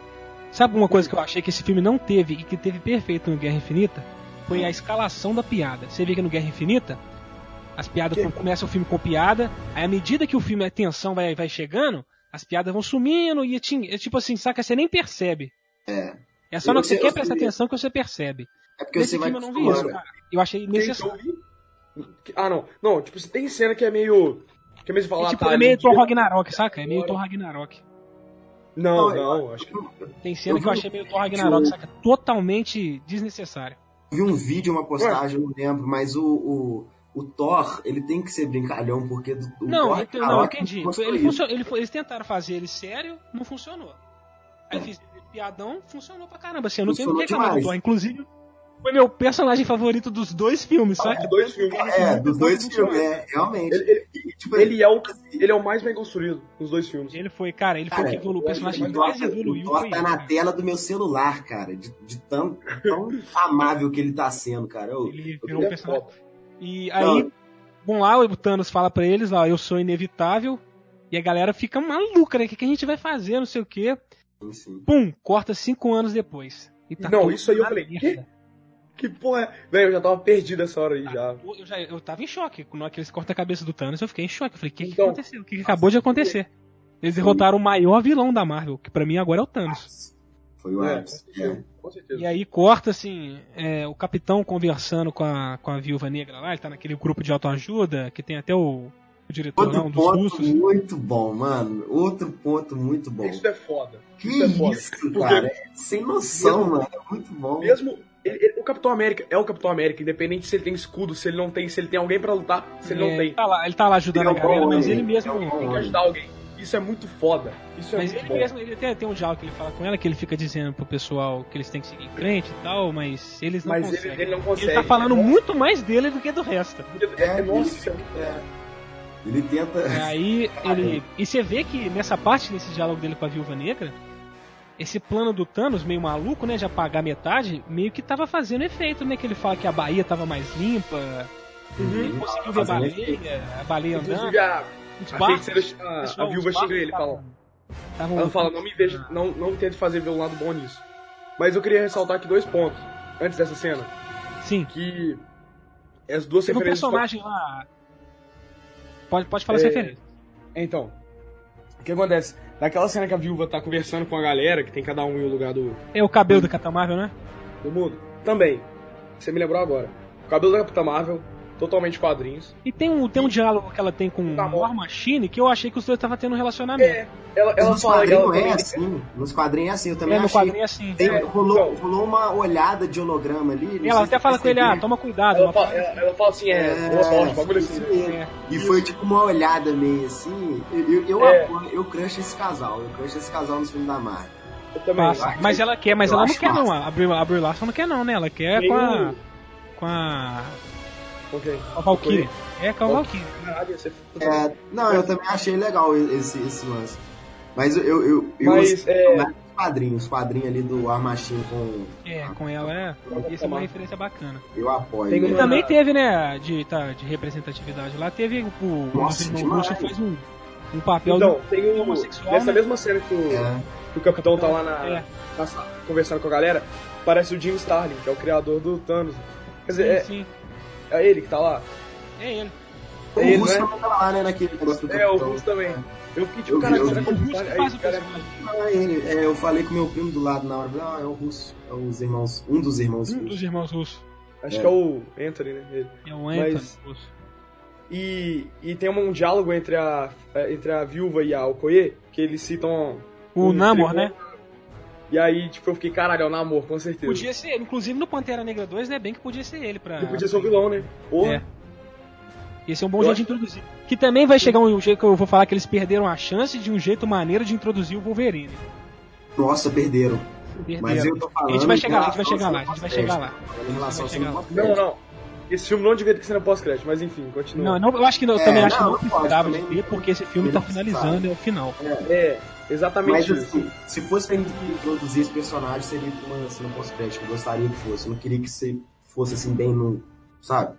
Speaker 1: Sabe uma coisa que eu achei que esse filme não teve e que teve perfeito no Guerra Infinita? Foi a escalação da piada. Você vê que no Guerra Infinita, as piadas come- começam o filme com piada, aí à medida que o filme, a tensão vai, vai chegando, as piadas vão sumindo e ti- é tipo assim, saca? Você nem percebe.
Speaker 2: É.
Speaker 1: É só
Speaker 2: Eu
Speaker 1: na hora que você
Speaker 2: sei,
Speaker 1: quer
Speaker 2: eu
Speaker 1: prestar
Speaker 2: sei.
Speaker 1: atenção que você percebe.
Speaker 2: É porque
Speaker 1: Nesse
Speaker 2: você vai
Speaker 1: filme eu não vi isso,
Speaker 2: acostumando.
Speaker 1: cara. Eu achei necessário.
Speaker 3: Ah, não. Não, tipo, se tem cena que é meio. Que é meio
Speaker 1: É,
Speaker 3: falar,
Speaker 1: tipo,
Speaker 3: tá,
Speaker 1: é meio
Speaker 3: não
Speaker 1: Thor
Speaker 3: devia-
Speaker 1: Ragnarok, saca? É meio Thor Ragnarok.
Speaker 3: Não,
Speaker 2: Não,
Speaker 3: não, acho que.
Speaker 1: Tem cena
Speaker 2: Eu
Speaker 1: que eu
Speaker 2: vi um
Speaker 1: achei meio Thor Ragnarok, saca? Totalmente desnecessário.
Speaker 2: vi um vídeo, uma postagem, eu não lembro, mas o, o, o Thor, ele tem que ser brincalhão, porque do, o
Speaker 1: Não,
Speaker 2: Um Thor,
Speaker 1: ent- não,
Speaker 2: Ragnarok
Speaker 1: entendi.
Speaker 2: mostrou
Speaker 1: Ele
Speaker 2: isso.
Speaker 1: funcio- ele fu- eles tentaram fazer ele sério, não funcionou. Aí fiz piadão, funcionou pra caramba. Assim, eu não tenho o que
Speaker 2: Funcionou
Speaker 1: reclamar do
Speaker 2: demais.
Speaker 1: Thor. Inclusive, foi meu personagem favorito dos dois filmes, saca?
Speaker 3: Dos dois filmes.
Speaker 2: É, dos dois
Speaker 1: Funcionou.
Speaker 2: filmes, é, realmente.
Speaker 3: Ele, ele,
Speaker 2: E, tipo,
Speaker 3: ele é o, ele é o mais bem construído nos dois filmes.
Speaker 1: Ele foi, cara, ele foi
Speaker 2: Cara,
Speaker 1: o que evoluiu, o
Speaker 3: eu acho
Speaker 1: personagem
Speaker 3: que
Speaker 2: O
Speaker 1: que
Speaker 2: Thor,
Speaker 1: mais evoluiu.
Speaker 2: o Thor
Speaker 1: foi
Speaker 2: tá
Speaker 1: ele,
Speaker 2: na
Speaker 1: cara.
Speaker 2: tela do meu celular, cara, de, de tão, tão amável que ele tá sendo, cara. Eu-
Speaker 1: Ele
Speaker 3: Ele
Speaker 1: é um
Speaker 3: é
Speaker 1: personagem.
Speaker 3: foda.
Speaker 1: E aí,
Speaker 2: Ah.
Speaker 1: bom, lá o Thanos fala pra eles, ó, eu sou inevitável. E a galera fica maluca, né? O que, que a gente vai fazer? Não sei o quê.
Speaker 2: sim.
Speaker 1: Pum, corta cinco anos depois. E tá
Speaker 3: Não,
Speaker 1: tudo
Speaker 3: isso aí eu
Speaker 1: na
Speaker 3: falei,
Speaker 1: merda.
Speaker 3: quê? Que porra é. Velho, eu já tava perdido essa hora aí já.
Speaker 1: Eu, eu já, eu tava em choque. Quando aqueles corta a cabeça do Thanos, eu fiquei em choque. Eu falei, o que, que
Speaker 3: Então,
Speaker 1: aconteceu? O que, que acabou de acontecer? Eles derrotaram o maior vilão da Marvel, que pra mim agora é o Thanos.
Speaker 2: Foi o
Speaker 3: É,
Speaker 2: ápice. É.
Speaker 3: Com certeza.
Speaker 1: E aí corta, assim, é, o capitão conversando com a, com a viúva negra lá, ele tá naquele grupo de autoajuda, que tem até o, o diretor lá,
Speaker 2: Outro
Speaker 1: um dos
Speaker 2: ponto
Speaker 1: russos.
Speaker 2: muito bom, mano. Outro ponto muito bom.
Speaker 3: Isso é foda.
Speaker 2: que
Speaker 3: isso é foda.
Speaker 2: isso,
Speaker 3: Porque-
Speaker 2: cara. É Sem noção,
Speaker 3: Mesmo-
Speaker 2: mano. É muito bom.
Speaker 3: Mesmo. ele- ele- o Capitão América é o Capitão América, independente se ele tem escudo, se ele não tem, se ele tem alguém pra lutar, se ele
Speaker 1: É,
Speaker 3: não tem.
Speaker 1: Tá lá, ele tá lá ajudando
Speaker 2: Ele é
Speaker 1: a
Speaker 2: um
Speaker 1: galera,
Speaker 2: bom
Speaker 1: mas
Speaker 2: homem,
Speaker 1: ele mesmo.
Speaker 2: ele é um bom
Speaker 3: Tem que ajudar alguém. Isso é muito foda. Isso é
Speaker 1: mas
Speaker 3: muito
Speaker 1: ele
Speaker 3: bom.
Speaker 1: mesmo, ele até tem um diálogo que ele fala com ela, que ele fica dizendo pro pessoal que eles têm que seguir em frente e tal, mas eles não
Speaker 3: Mas ele,
Speaker 1: conseguem.
Speaker 3: ele não consegue. né?
Speaker 1: Ele tá falando muito mais dele do que do resto.
Speaker 3: É,
Speaker 2: É,
Speaker 1: um
Speaker 3: nossa, isso é
Speaker 2: Ele tenta.
Speaker 1: Aí ele. E você vê que nessa parte, nesse diálogo dele com a viúva negra, esse plano do Thanos, meio maluco, né? De apagar metade, meio que tava fazendo efeito, né? Que ele fala que a Bahia tava mais limpa, ele conseguiu ver
Speaker 2: fazendo
Speaker 1: baleia, a baleia andando,
Speaker 3: Uhum.
Speaker 1: os
Speaker 3: Inclusive, a, a
Speaker 1: barcos,
Speaker 3: feiticeira- a- a
Speaker 1: pessoal, os
Speaker 3: viúva
Speaker 1: barcos
Speaker 3: xinga ele, fala.
Speaker 1: tavam-
Speaker 3: Ela fala, não me vejo,
Speaker 1: Ah.
Speaker 3: não, não tento fazer ver o lado bom nisso. Mas eu queria ressaltar aqui dois pontos, antes dessa cena,
Speaker 1: Sim.
Speaker 3: que as duas
Speaker 1: Teve um
Speaker 3: referências...
Speaker 1: personagem lá. Pode, pode falar
Speaker 3: É.
Speaker 1: essa referência.
Speaker 3: Então, o que acontece? Naquela cena que a viúva tá conversando com a galera, que tem cada um em um lugar do,
Speaker 1: É o cabelo do Capitão Marvel, né?
Speaker 3: do mundo, também, você me lembrou agora, o cabelo da Capitã Marvel, totalmente quadrinhos,
Speaker 1: E tem um, tem um diálogo que ela tem com
Speaker 3: Tá
Speaker 1: o
Speaker 3: bom.
Speaker 1: War Machine que eu achei que os dois estavam tendo um relacionamento.
Speaker 3: é, ela,
Speaker 2: Mas
Speaker 3: ela
Speaker 2: nos
Speaker 3: fala que ela
Speaker 2: quadrinhos é
Speaker 3: também-
Speaker 2: assim. Nos quadrinhos é assim, eu também
Speaker 1: É, no
Speaker 2: achei.
Speaker 1: quadrinho é assim.
Speaker 2: Tem- um
Speaker 1: é.
Speaker 2: rolou, rolou uma olhada de holograma ali. não
Speaker 1: Ela
Speaker 2: sei se
Speaker 1: até fala com ele, ah,
Speaker 2: perceberam.
Speaker 1: toma cuidado.
Speaker 3: ela
Speaker 1: uma
Speaker 3: fala,
Speaker 1: parada
Speaker 3: ela- ela fala assim, é, boa sorte, bagulho assim.
Speaker 2: isso mesmo.
Speaker 1: É.
Speaker 2: E foi tipo uma olhada meio assim. Eu, eu, eu,
Speaker 3: É.
Speaker 2: apoio- eu crush esse casal. Eu crush esse casal nos filmes da Marvel.
Speaker 3: Eu também,
Speaker 1: Passa.
Speaker 2: acho-
Speaker 1: Mas ela quer, mas
Speaker 2: eu
Speaker 1: ela não
Speaker 2: acho
Speaker 1: quer não.
Speaker 2: massa.
Speaker 1: A Brie, a Brie Larson não quer não, né? Ela quer
Speaker 3: Meio-
Speaker 1: com a... Com a...
Speaker 3: Ok.
Speaker 1: Com a Valkyrie. É, com a Valkyrie.
Speaker 3: Caralho, ia ser
Speaker 2: É, não, eu também achei legal esse, esse lance. Mas eu, eu, eu, eu assim,
Speaker 3: Mas, é,
Speaker 2: os quadrinhos, os quadrinhos ali do Armachinho com.
Speaker 1: É, com ela é... Isso é uma referência bacana.
Speaker 2: Eu apoio.
Speaker 3: Tem
Speaker 2: né?
Speaker 1: E
Speaker 3: uma-
Speaker 1: também teve, né, de, tá, de representatividade lá, teve o... o
Speaker 2: Nossa,
Speaker 1: o
Speaker 2: demais.
Speaker 1: Russo fez um, um papel...
Speaker 3: Então, tem o.
Speaker 1: homossexual,
Speaker 3: Nessa
Speaker 1: né?
Speaker 3: mesma cena que o,
Speaker 2: É,
Speaker 3: que o capitão tá lá na,
Speaker 1: É,
Speaker 3: na sala conversando com a galera, parece o Jim Starlin, que é o criador do Thanos. Quer dizer, é,
Speaker 1: sim,
Speaker 3: é ele que tá lá.
Speaker 1: é ele.
Speaker 3: É ele,
Speaker 2: o Russo
Speaker 3: né?
Speaker 2: não tava lá, né, naquele negócio do
Speaker 3: É, o
Speaker 2: Capitão.
Speaker 3: Russo também. Eu fiquei tipo,
Speaker 2: Eu vi,
Speaker 3: caraca,
Speaker 2: eu
Speaker 3: será
Speaker 2: vi.
Speaker 3: que
Speaker 1: O
Speaker 3: é o
Speaker 1: Russo que
Speaker 3: Jim Starlin?
Speaker 1: faz
Speaker 3: Aí,
Speaker 1: o
Speaker 3: cara,
Speaker 1: personagem.
Speaker 2: Ah, ele. É, eu falei com meu primo do lado na hora. falei, Ah, é o Russo. É os irmãos. Um dos irmãos.
Speaker 1: Um dos
Speaker 2: russos.
Speaker 1: irmãos russos.
Speaker 3: Acho que é o Anthony, né? ele.
Speaker 1: É o
Speaker 3: Mas-
Speaker 1: Anthony Russo.
Speaker 3: E, e tem um diálogo entre a, é, entre a viúva e a Okoye, que eles citam.
Speaker 1: O
Speaker 3: um
Speaker 1: Namor,
Speaker 3: tribunal.
Speaker 1: né?
Speaker 3: E aí, tipo, eu fiquei, caralho, é o Namor, com certeza.
Speaker 1: Podia ser ele. Inclusive no Pantera Negra 2, né? Bem que podia ser ele pra.
Speaker 3: Ele podia ser o vilão, né? Ou
Speaker 1: É. Esse é um bom
Speaker 3: Eu
Speaker 1: jeito
Speaker 3: acho-
Speaker 1: de introduzir. Que também vai chegar um jeito que eu vou falar que eles perderam a chance de um jeito maneiro de introduzir o Wolverine.
Speaker 2: Nossa, perderam.
Speaker 1: Perderam.
Speaker 2: Mas eu tô falando.
Speaker 1: a gente vai
Speaker 2: em
Speaker 1: chegar lá, a gente vai
Speaker 2: relação
Speaker 1: chegar
Speaker 2: ao
Speaker 1: lá, a gente vai
Speaker 2: cinema
Speaker 1: chegar lá.
Speaker 2: pós-crédito. Em relação assim, ao
Speaker 1: vai chegar
Speaker 2: cinema
Speaker 1: lá.
Speaker 3: Não,
Speaker 2: pós-crédito.
Speaker 3: não. Esse filme não devia ter cena pós-crédito, mas enfim, continua.
Speaker 1: Não, não, eu acho que não, eu também
Speaker 2: É,
Speaker 1: acho que
Speaker 2: não,
Speaker 1: não
Speaker 2: não pode,
Speaker 1: precisava de
Speaker 2: também
Speaker 1: ter, porque esse filme
Speaker 2: não
Speaker 1: tá
Speaker 2: precisava.
Speaker 1: finalizando, é o final.
Speaker 3: É, Exatamente
Speaker 2: Mas
Speaker 3: isso.
Speaker 2: assim, se fosse pra introduzir esse personagem, seria pra uma cena pós-crédito. Eu gostaria que fosse. Eu não queria que você fosse assim bem no. Sabe?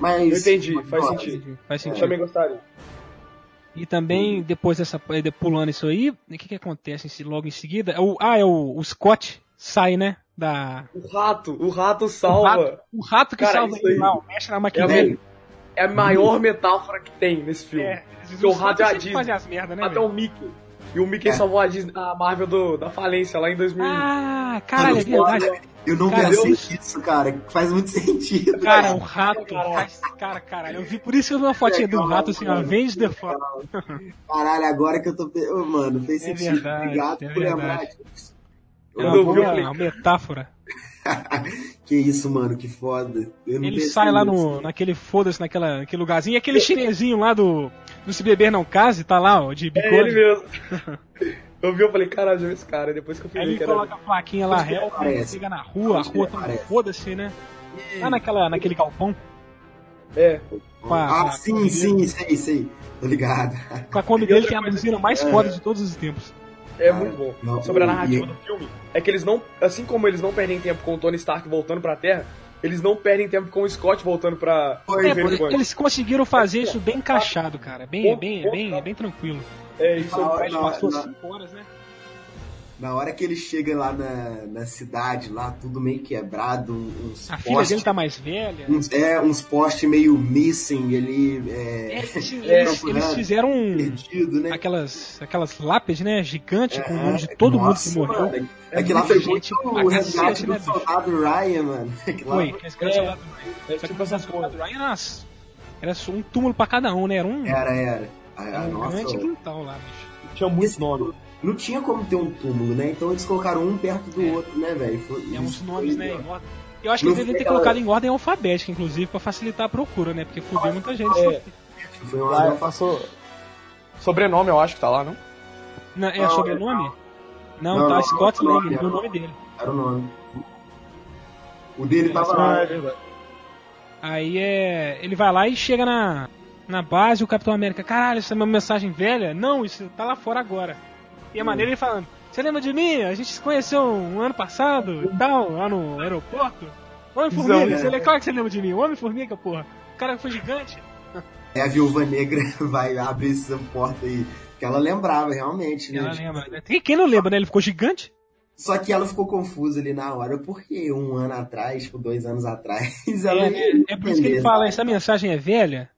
Speaker 2: Mas.
Speaker 3: Eu entendi, É. faz
Speaker 2: Nossa,
Speaker 3: sentido.
Speaker 1: Faz
Speaker 3: Eu
Speaker 1: sentido.
Speaker 3: também gostaria.
Speaker 1: E
Speaker 3: Uhum.
Speaker 1: também, depois dessa. eh, de- Pulando isso aí, o que, que acontece em se- logo em seguida? É o- ah, é o, o Scott sai, né? Da.
Speaker 3: O rato, o rato salva.
Speaker 1: O rato que
Speaker 3: Cara,
Speaker 1: salva
Speaker 3: isso
Speaker 1: o
Speaker 3: aí-
Speaker 1: animal, mexe na
Speaker 3: É a,
Speaker 1: maquininha.
Speaker 2: Velho.
Speaker 3: me- é a maior metáfora que tem nesse filme.
Speaker 1: eles
Speaker 3: Porque o
Speaker 1: não
Speaker 3: rato é a
Speaker 1: sabem
Speaker 3: Disney.
Speaker 1: fazer as merda, né?
Speaker 3: Até
Speaker 1: velho?
Speaker 3: o Mickey. E o Mickey
Speaker 2: É.
Speaker 3: salvou a, Disney- a Marvel do- da falência lá em 2000.
Speaker 1: Ah, caralho, é
Speaker 2: Mano,
Speaker 1: verdade.
Speaker 2: Eu não
Speaker 1: Cara,
Speaker 2: pensei
Speaker 1: Deus.
Speaker 2: nisso, cara. Faz muito [LAUGHS] sentido.
Speaker 1: Cara,
Speaker 3: é
Speaker 1: o rato.
Speaker 3: Caralho.
Speaker 1: faz- Cara, caralho, eu vi por isso que eu vi uma fotinha do
Speaker 3: É,
Speaker 2: Legal,
Speaker 1: rato assim, ó.
Speaker 2: mano.
Speaker 1: Vende the fuck.
Speaker 2: [LAUGHS] Caralho, agora que eu tô. pe- Ô, mano, fez
Speaker 1: É
Speaker 2: sentido.
Speaker 1: verdade,
Speaker 2: Obrigado
Speaker 1: é
Speaker 2: por lembrar
Speaker 1: verdade.
Speaker 2: disso.
Speaker 1: É
Speaker 2: Eu
Speaker 1: uma
Speaker 2: não
Speaker 3: vi,
Speaker 2: vou-
Speaker 3: eu
Speaker 1: boa-
Speaker 3: falei,
Speaker 1: uma metáfora.
Speaker 2: Que isso, mano, que foda. Eu não
Speaker 1: Ele
Speaker 2: pensei
Speaker 1: sai lá
Speaker 2: nisso.
Speaker 1: no, naquele foda-se, naquela, naquele lugarzinho. E
Speaker 3: É,
Speaker 1: aquele chinesinho lá do, do Se Beber Não Case, tá lá, ó, de
Speaker 3: é ele
Speaker 1: bigode.
Speaker 3: mesmo. [LAUGHS] eu vi, eu falei, caralho, já vi esse cara. Depois que eu fui
Speaker 1: Aí
Speaker 3: ver que
Speaker 1: ele
Speaker 3: era.
Speaker 1: coloca a plaquinha lá,
Speaker 2: Onde que
Speaker 1: réu,
Speaker 2: aparece?
Speaker 1: chega na rua, a
Speaker 2: Onde que
Speaker 1: rua tá
Speaker 2: aparece? É.
Speaker 1: foda-se, né?
Speaker 3: E-
Speaker 1: Lá naquela, naquele galpão,
Speaker 3: É,
Speaker 1: com a-
Speaker 2: Ah,
Speaker 1: com a-
Speaker 2: sim, sim, sei, sei. Tô ligado.
Speaker 1: com a Kombi
Speaker 3: E
Speaker 1: dele
Speaker 3: outra
Speaker 1: tem a
Speaker 3: coisa-
Speaker 1: música mais
Speaker 2: é
Speaker 1: foda de todos os tempos.
Speaker 3: é
Speaker 2: Ah,
Speaker 3: muito bom.
Speaker 2: não,
Speaker 3: Sobre a
Speaker 2: e-
Speaker 3: narrativa do filme, é que eles não. Assim como eles não perdem tempo com o Tony Stark voltando pra Terra, eles não perdem tempo com o Scott voltando pra.
Speaker 2: Foi,
Speaker 3: pra
Speaker 1: É,
Speaker 2: foi,
Speaker 3: Infinity
Speaker 1: porque
Speaker 3: War.
Speaker 1: eles conseguiram fazer isso bem encaixado, cara. Bem,
Speaker 3: Ponto,
Speaker 1: bem,
Speaker 3: ponto,
Speaker 1: bem,
Speaker 3: cara.
Speaker 1: bem tranquilo.
Speaker 3: É, isso
Speaker 2: Na hora-
Speaker 3: faz
Speaker 2: na
Speaker 3: parte
Speaker 1: Passou
Speaker 3: do-
Speaker 2: não.
Speaker 1: 5 horas, né?
Speaker 2: Na hora que ele chega lá na, na cidade, lá tudo meio quebrado, um, uns
Speaker 1: A filha dele
Speaker 2: postes.
Speaker 1: tá mais velha.
Speaker 2: Uns, é, uns postes meio missing ali, é,
Speaker 1: É, eles,
Speaker 3: É,
Speaker 1: eles-
Speaker 2: procurando.
Speaker 1: eles fizeram um-
Speaker 2: perdido, né?
Speaker 1: aquelas, aquelas lápides, né? Gigante com o nome de
Speaker 2: É,
Speaker 1: todo
Speaker 2: nossa,
Speaker 1: mundo que morreu.
Speaker 2: Mano,
Speaker 3: É
Speaker 2: aquilo lá
Speaker 1: muita
Speaker 2: foi
Speaker 1: gente
Speaker 2: muito
Speaker 1: pra
Speaker 2: o resgate
Speaker 1: cacete,
Speaker 2: do
Speaker 1: né, bicho?
Speaker 2: soldado Ryan, mano. [LAUGHS] Aquilo lá
Speaker 1: Foi, aqueles caras
Speaker 3: É,
Speaker 1: lá do-
Speaker 3: É
Speaker 1: Só que
Speaker 3: tipo essas coisas.
Speaker 1: do Ryan, nossa, era só um túmulo pra cada um, né? Era um,
Speaker 2: Era, era. A, a
Speaker 1: era um
Speaker 2: É, nossa,
Speaker 1: grande quintal lá, bicho.
Speaker 3: Tinha muito nome.
Speaker 2: não tinha como ter um túmulo, né? Então eles colocaram um perto do
Speaker 1: É.
Speaker 2: outro, né, velho? Foi-
Speaker 1: É uns
Speaker 2: isso
Speaker 1: nomes,
Speaker 2: foi-
Speaker 1: né? Em ordem. Eu acho que
Speaker 2: Não
Speaker 1: eles
Speaker 2: foi
Speaker 1: devem ter
Speaker 2: aquela-
Speaker 1: colocado em ordem alfabética, inclusive, pra facilitar a procura, né? Porque fudeu muita gente.
Speaker 3: É.
Speaker 2: Foi uma
Speaker 3: Ah,
Speaker 2: ah,
Speaker 3: é, passou. Sobrenome, eu acho que tá lá, não?
Speaker 1: Na- é
Speaker 2: Não,
Speaker 1: sobrenome? Não,
Speaker 2: Não,
Speaker 1: tá
Speaker 2: não,
Speaker 1: Scott
Speaker 2: não,
Speaker 1: Lang,
Speaker 2: não.
Speaker 1: o nome dele.
Speaker 2: era o nome. O dele tava
Speaker 3: Ah,
Speaker 2: lá.
Speaker 3: é verdade.
Speaker 1: Aí é. Ele vai lá e chega na, na base e o Capitão América, caralho, essa é uma mensagem velha? Não, isso tá lá fora agora.
Speaker 2: Hum.
Speaker 1: E a maneira ele falando, você lembra de mim? A gente se conheceu um ano passado e tal, lá no aeroporto. Homem-Formiga,
Speaker 2: Visão,
Speaker 1: você é claro que você lembra de mim, Homem-Formiga, porra. O cara foi gigante.
Speaker 2: É a viúva negra [LAUGHS] vai abrir essa porta aí. Que ela lembrava, realmente, né?
Speaker 1: Ela
Speaker 2: Tipo,
Speaker 1: lembra. né? Quem- Quem não lembra, né? Ele ficou gigante?
Speaker 2: Só que ela ficou confusa ali na hora, porque um ano atrás, tipo, dois anos atrás, [LAUGHS] ela
Speaker 1: É,
Speaker 2: ia
Speaker 1: é por isso que ele
Speaker 2: entender,
Speaker 1: fala,
Speaker 2: sabe?
Speaker 1: essa mensagem é velha?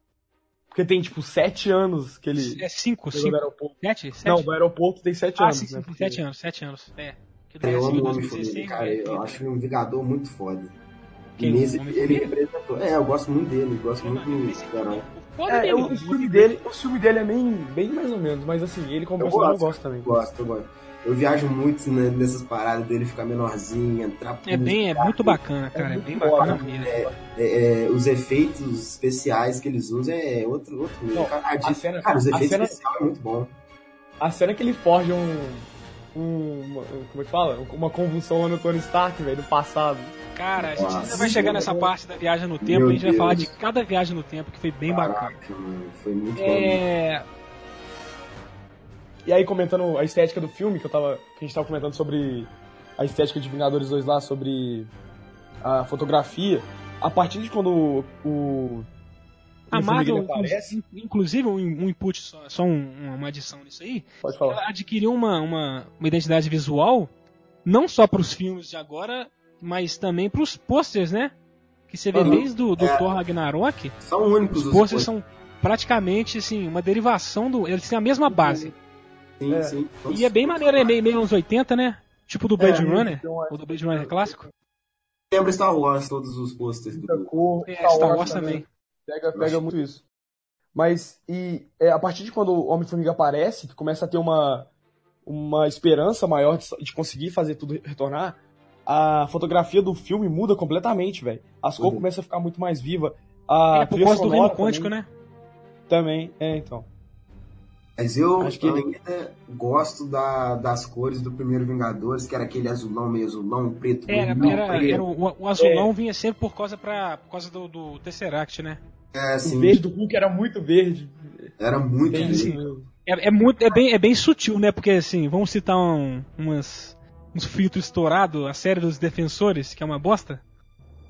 Speaker 3: Porque tem, tipo, sete anos que ele.
Speaker 1: É 5,
Speaker 3: Chegou do
Speaker 1: 5,
Speaker 3: aeroporto.
Speaker 1: 7?
Speaker 3: Não, do aeroporto tem sete
Speaker 1: Ah,
Speaker 3: anos,
Speaker 1: sim,
Speaker 3: né?
Speaker 1: sim,
Speaker 3: Porque-
Speaker 1: 7 anos, 7 anos. É. Que
Speaker 2: Cara, eu amo o homem
Speaker 1: 2016,
Speaker 2: formiga, cara. Eu
Speaker 1: né?
Speaker 2: acho ele um vingador muito foda. E
Speaker 1: Quem?
Speaker 2: nesse,
Speaker 1: Homem
Speaker 2: ele
Speaker 1: Formiga?
Speaker 2: representou. É, eu gosto muito dele, gosto muito do herói.
Speaker 1: Foda
Speaker 3: É,
Speaker 1: dele.
Speaker 3: eu- o filme dele, o filme dele é bem, bem mais ou menos, mas assim, ele como
Speaker 2: Eu
Speaker 3: personagem eu
Speaker 2: gosto.
Speaker 3: gosto também.
Speaker 2: Eu gosto, eu gosto. Eu viajo muito né, nessas paradas dele ficar menorzinho, entrar
Speaker 1: É
Speaker 2: por-
Speaker 1: bem, é muito bacana, cara. É,
Speaker 3: muito
Speaker 1: bem
Speaker 3: foda,
Speaker 1: bacana
Speaker 3: né?
Speaker 1: mesmo.
Speaker 2: é, é, Os efeitos especiais que eles usam é outro. outro nível.
Speaker 3: Não,
Speaker 2: cara, a
Speaker 3: A
Speaker 2: gente-
Speaker 3: cena,
Speaker 2: cara, os
Speaker 3: a
Speaker 2: efeitos
Speaker 3: cena-
Speaker 2: especiais é muito bom.
Speaker 3: a cena que ele forja um. um uma, como é que fala? Uma convulsão lá no Tony Stark, velho, no passado.
Speaker 1: Cara, a gente ainda
Speaker 2: Nossa,
Speaker 1: vai chegar
Speaker 2: meu
Speaker 1: nessa
Speaker 3: Deus.
Speaker 1: parte da viagem no tempo,
Speaker 2: Meu
Speaker 1: a gente vai falar de
Speaker 2: Deus.
Speaker 1: cada viagem no tempo, que foi bem bacana.
Speaker 2: Caraca, mano, foi muito bom.
Speaker 1: É.
Speaker 3: E aí, comentando a estética do filme, que eu tava. que a gente tava comentando sobre a estética de Vingadores 2 lá, sobre a fotografia. A partir de quando o. o
Speaker 1: A
Speaker 3: o Formiga,
Speaker 1: Marvel,
Speaker 3: ele aparece,
Speaker 1: in- inclusive, um um input, só, só um- uma adição nisso aí,
Speaker 3: pode falar.
Speaker 1: ela adquiriu uma, uma, uma identidade visual, não só pros filmes de agora, mas também pros posters, né? Que você vê
Speaker 3: Uhum.
Speaker 2: Aham.
Speaker 1: desde do, do
Speaker 2: É.
Speaker 1: Thor Ragnarok,
Speaker 2: São únicos
Speaker 1: os
Speaker 2: os
Speaker 1: posters são praticamente, assim, uma derivação do... Eles têm a
Speaker 3: Uhum.
Speaker 1: mesma base.
Speaker 2: Sim,
Speaker 3: é.
Speaker 2: sim.
Speaker 1: E é bem maneiro, é meio, meio anos 80, né? Tipo do Blade
Speaker 3: É,
Speaker 1: Runner,
Speaker 3: tem uma-
Speaker 1: ou do Blade
Speaker 3: é,
Speaker 1: Runner clássico.
Speaker 2: Lembra Star Wars, todos os posters do.
Speaker 3: muita cor,
Speaker 1: É, Star Wars também.
Speaker 3: Pega,
Speaker 2: Eu
Speaker 3: pega
Speaker 2: acho
Speaker 3: muito isso. Mas, e é, a partir de quando o Homem-Formiga aparece, que começa a ter uma, uma esperança maior de, de conseguir fazer tudo retornar, a fotografia do filme muda completamente, velho. As cores
Speaker 2: Uhum.
Speaker 3: começam a ficar muito mais viva. A
Speaker 1: é por
Speaker 3: trilha
Speaker 1: causa do
Speaker 3: sonora
Speaker 1: reino quântico,
Speaker 3: também,
Speaker 1: né?
Speaker 3: Também, é, então.
Speaker 2: Mas eu
Speaker 3: Acho que ele-
Speaker 2: ainda gosto da- das cores do primeiro Vingadores, que era aquele azulão, meio azulão, preto,
Speaker 1: É, Era,
Speaker 3: Uhum.
Speaker 2: branco,
Speaker 1: era,
Speaker 2: preto.
Speaker 1: era o, o azulão vinha sempre por causa, pra, por causa do, do Tesseract, né?
Speaker 2: É,
Speaker 3: O
Speaker 2: assim,
Speaker 3: verde do Hulk era muito verde.
Speaker 2: era muito
Speaker 3: Tem
Speaker 1: Sim.
Speaker 2: lindo.
Speaker 3: isso mesmo.
Speaker 1: É, é muito, é, bem, é bem sutil, né? Porque, assim, vamos citar um, umas, uns filtros estourados, a série dos Defensores, que é uma bosta.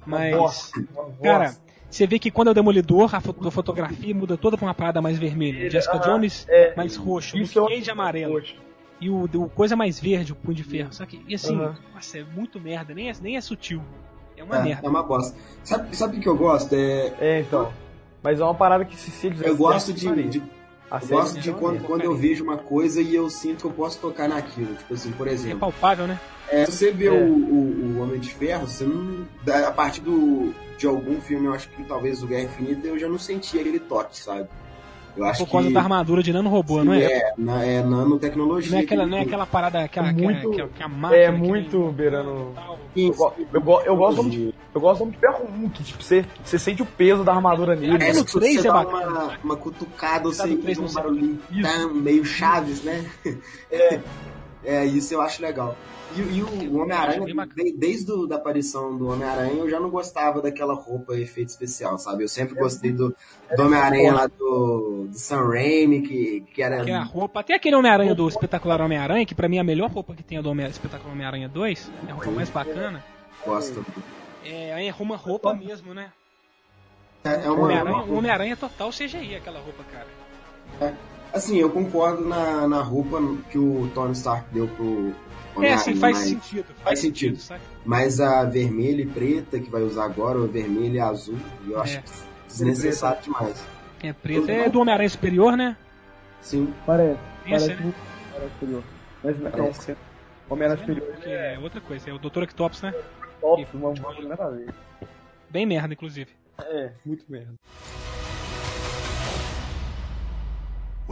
Speaker 1: Mas,
Speaker 3: Nossa, uma bosta.
Speaker 1: cara, você vê que quando é o Demolidor, a, foto- a fotografia muda toda pra uma parada mais vermelha. O Jessica
Speaker 3: Aham,
Speaker 1: Jones,
Speaker 3: é.
Speaker 1: mais roxo.
Speaker 3: Isso é
Speaker 1: Isso
Speaker 3: uma-
Speaker 1: Cage, amarelo. E o, o coisa mais verde, o Punho de Ferro. Só que, e assim,
Speaker 3: Aham.
Speaker 1: nossa, é muito merda. Nem é, nem é sutil. É uma
Speaker 2: É,
Speaker 1: merda.
Speaker 2: é uma bosta. Sabe, sabe o que eu gosto? É,
Speaker 3: É, então. Mas é uma parada que se se
Speaker 2: eu gosto de, de-
Speaker 3: a
Speaker 2: eu
Speaker 3: série
Speaker 2: gosto
Speaker 3: não
Speaker 2: de
Speaker 3: é
Speaker 2: quando,
Speaker 3: mesmo.
Speaker 2: quando eu vejo uma coisa e eu sinto que eu posso tocar naquilo. Tipo assim, por
Speaker 1: É
Speaker 2: exemplo,
Speaker 1: palpável, né?
Speaker 2: é, se você vê
Speaker 3: É.
Speaker 2: o, o, o Homem de Ferro, você não, da- a partir do, de algum filme, eu acho que talvez o Guerra Infinita, eu já não senti aquele toque, sabe? Eu acho
Speaker 1: Por causa
Speaker 2: que
Speaker 1: da armadura de nanorobô, não é?
Speaker 2: é, na, é nanotecnologia.
Speaker 1: Não é aquela,
Speaker 2: aquele
Speaker 1: não é
Speaker 2: tudo.
Speaker 1: aquela parada, aquela,
Speaker 3: Muito-
Speaker 1: aquela, aquela, aquela máquina.
Speaker 3: É
Speaker 1: aquele
Speaker 3: muito beirando.
Speaker 1: tal.
Speaker 3: Eu, go- eu, go- eu gosto muito de- eu gosto muito de ferro 1, que tipo, você, você sente o peso da armadura nele.
Speaker 1: É,
Speaker 2: É,
Speaker 1: no
Speaker 2: se
Speaker 1: três
Speaker 2: você
Speaker 1: é
Speaker 2: dá
Speaker 1: bacana.
Speaker 2: uma, uma cutucada,
Speaker 1: Tá no
Speaker 2: você
Speaker 1: três
Speaker 2: tem um
Speaker 1: não
Speaker 2: barulhinho
Speaker 1: sei.
Speaker 2: tá meio chaves, né? [LAUGHS] É, isso eu acho legal. E, e o Homem-Aranha,
Speaker 1: É bem bacana.
Speaker 2: de- desde o- da aparição do Homem-Aranha, eu já não gostava daquela roupa efeito especial, sabe? Eu sempre
Speaker 1: É,
Speaker 2: gostei do, do Homem-Aranha lá do, do Sam Raimi, que, que era...
Speaker 1: Aquela é roupa. Até aquele Homem-Aranha do Espetacular Homem-Aranha, que pra mim é a melhor roupa que tem a do Homem Espetacular Homem-Aranha 2. É a roupa mais bacana.
Speaker 2: Gosto.
Speaker 1: É, é uma roupa mesmo, né?
Speaker 2: É, é
Speaker 1: O
Speaker 2: uma-
Speaker 1: Homem-Aranha
Speaker 2: uma-
Speaker 1: o Homem-Aranha é total CGI, aquela roupa, cara.
Speaker 2: Assim, eu concordo na, na roupa que o Tony Stark deu pro
Speaker 1: É,
Speaker 2: Homem-Aranha,
Speaker 1: assim, faz
Speaker 2: mas-
Speaker 1: sentido. Faz,
Speaker 2: sentido.
Speaker 1: saca?
Speaker 2: Mas a vermelha e preta que vai usar agora, ou vermelha e azul, eu
Speaker 1: É.
Speaker 2: acho desnecessário demais.
Speaker 1: É preto. É do Homem-Aranha Superior, né?
Speaker 2: Sim,
Speaker 3: Parece,
Speaker 1: Esse,
Speaker 3: muito Homem-Aranha superior. Mas não,
Speaker 2: Parece.
Speaker 3: Homem-Aranha superior
Speaker 1: Porque é outra coisa. É o Dr. Octopus, né?
Speaker 3: é top, uma uma- nada a ver.
Speaker 1: Bem merda, inclusive.
Speaker 3: É, muito merda.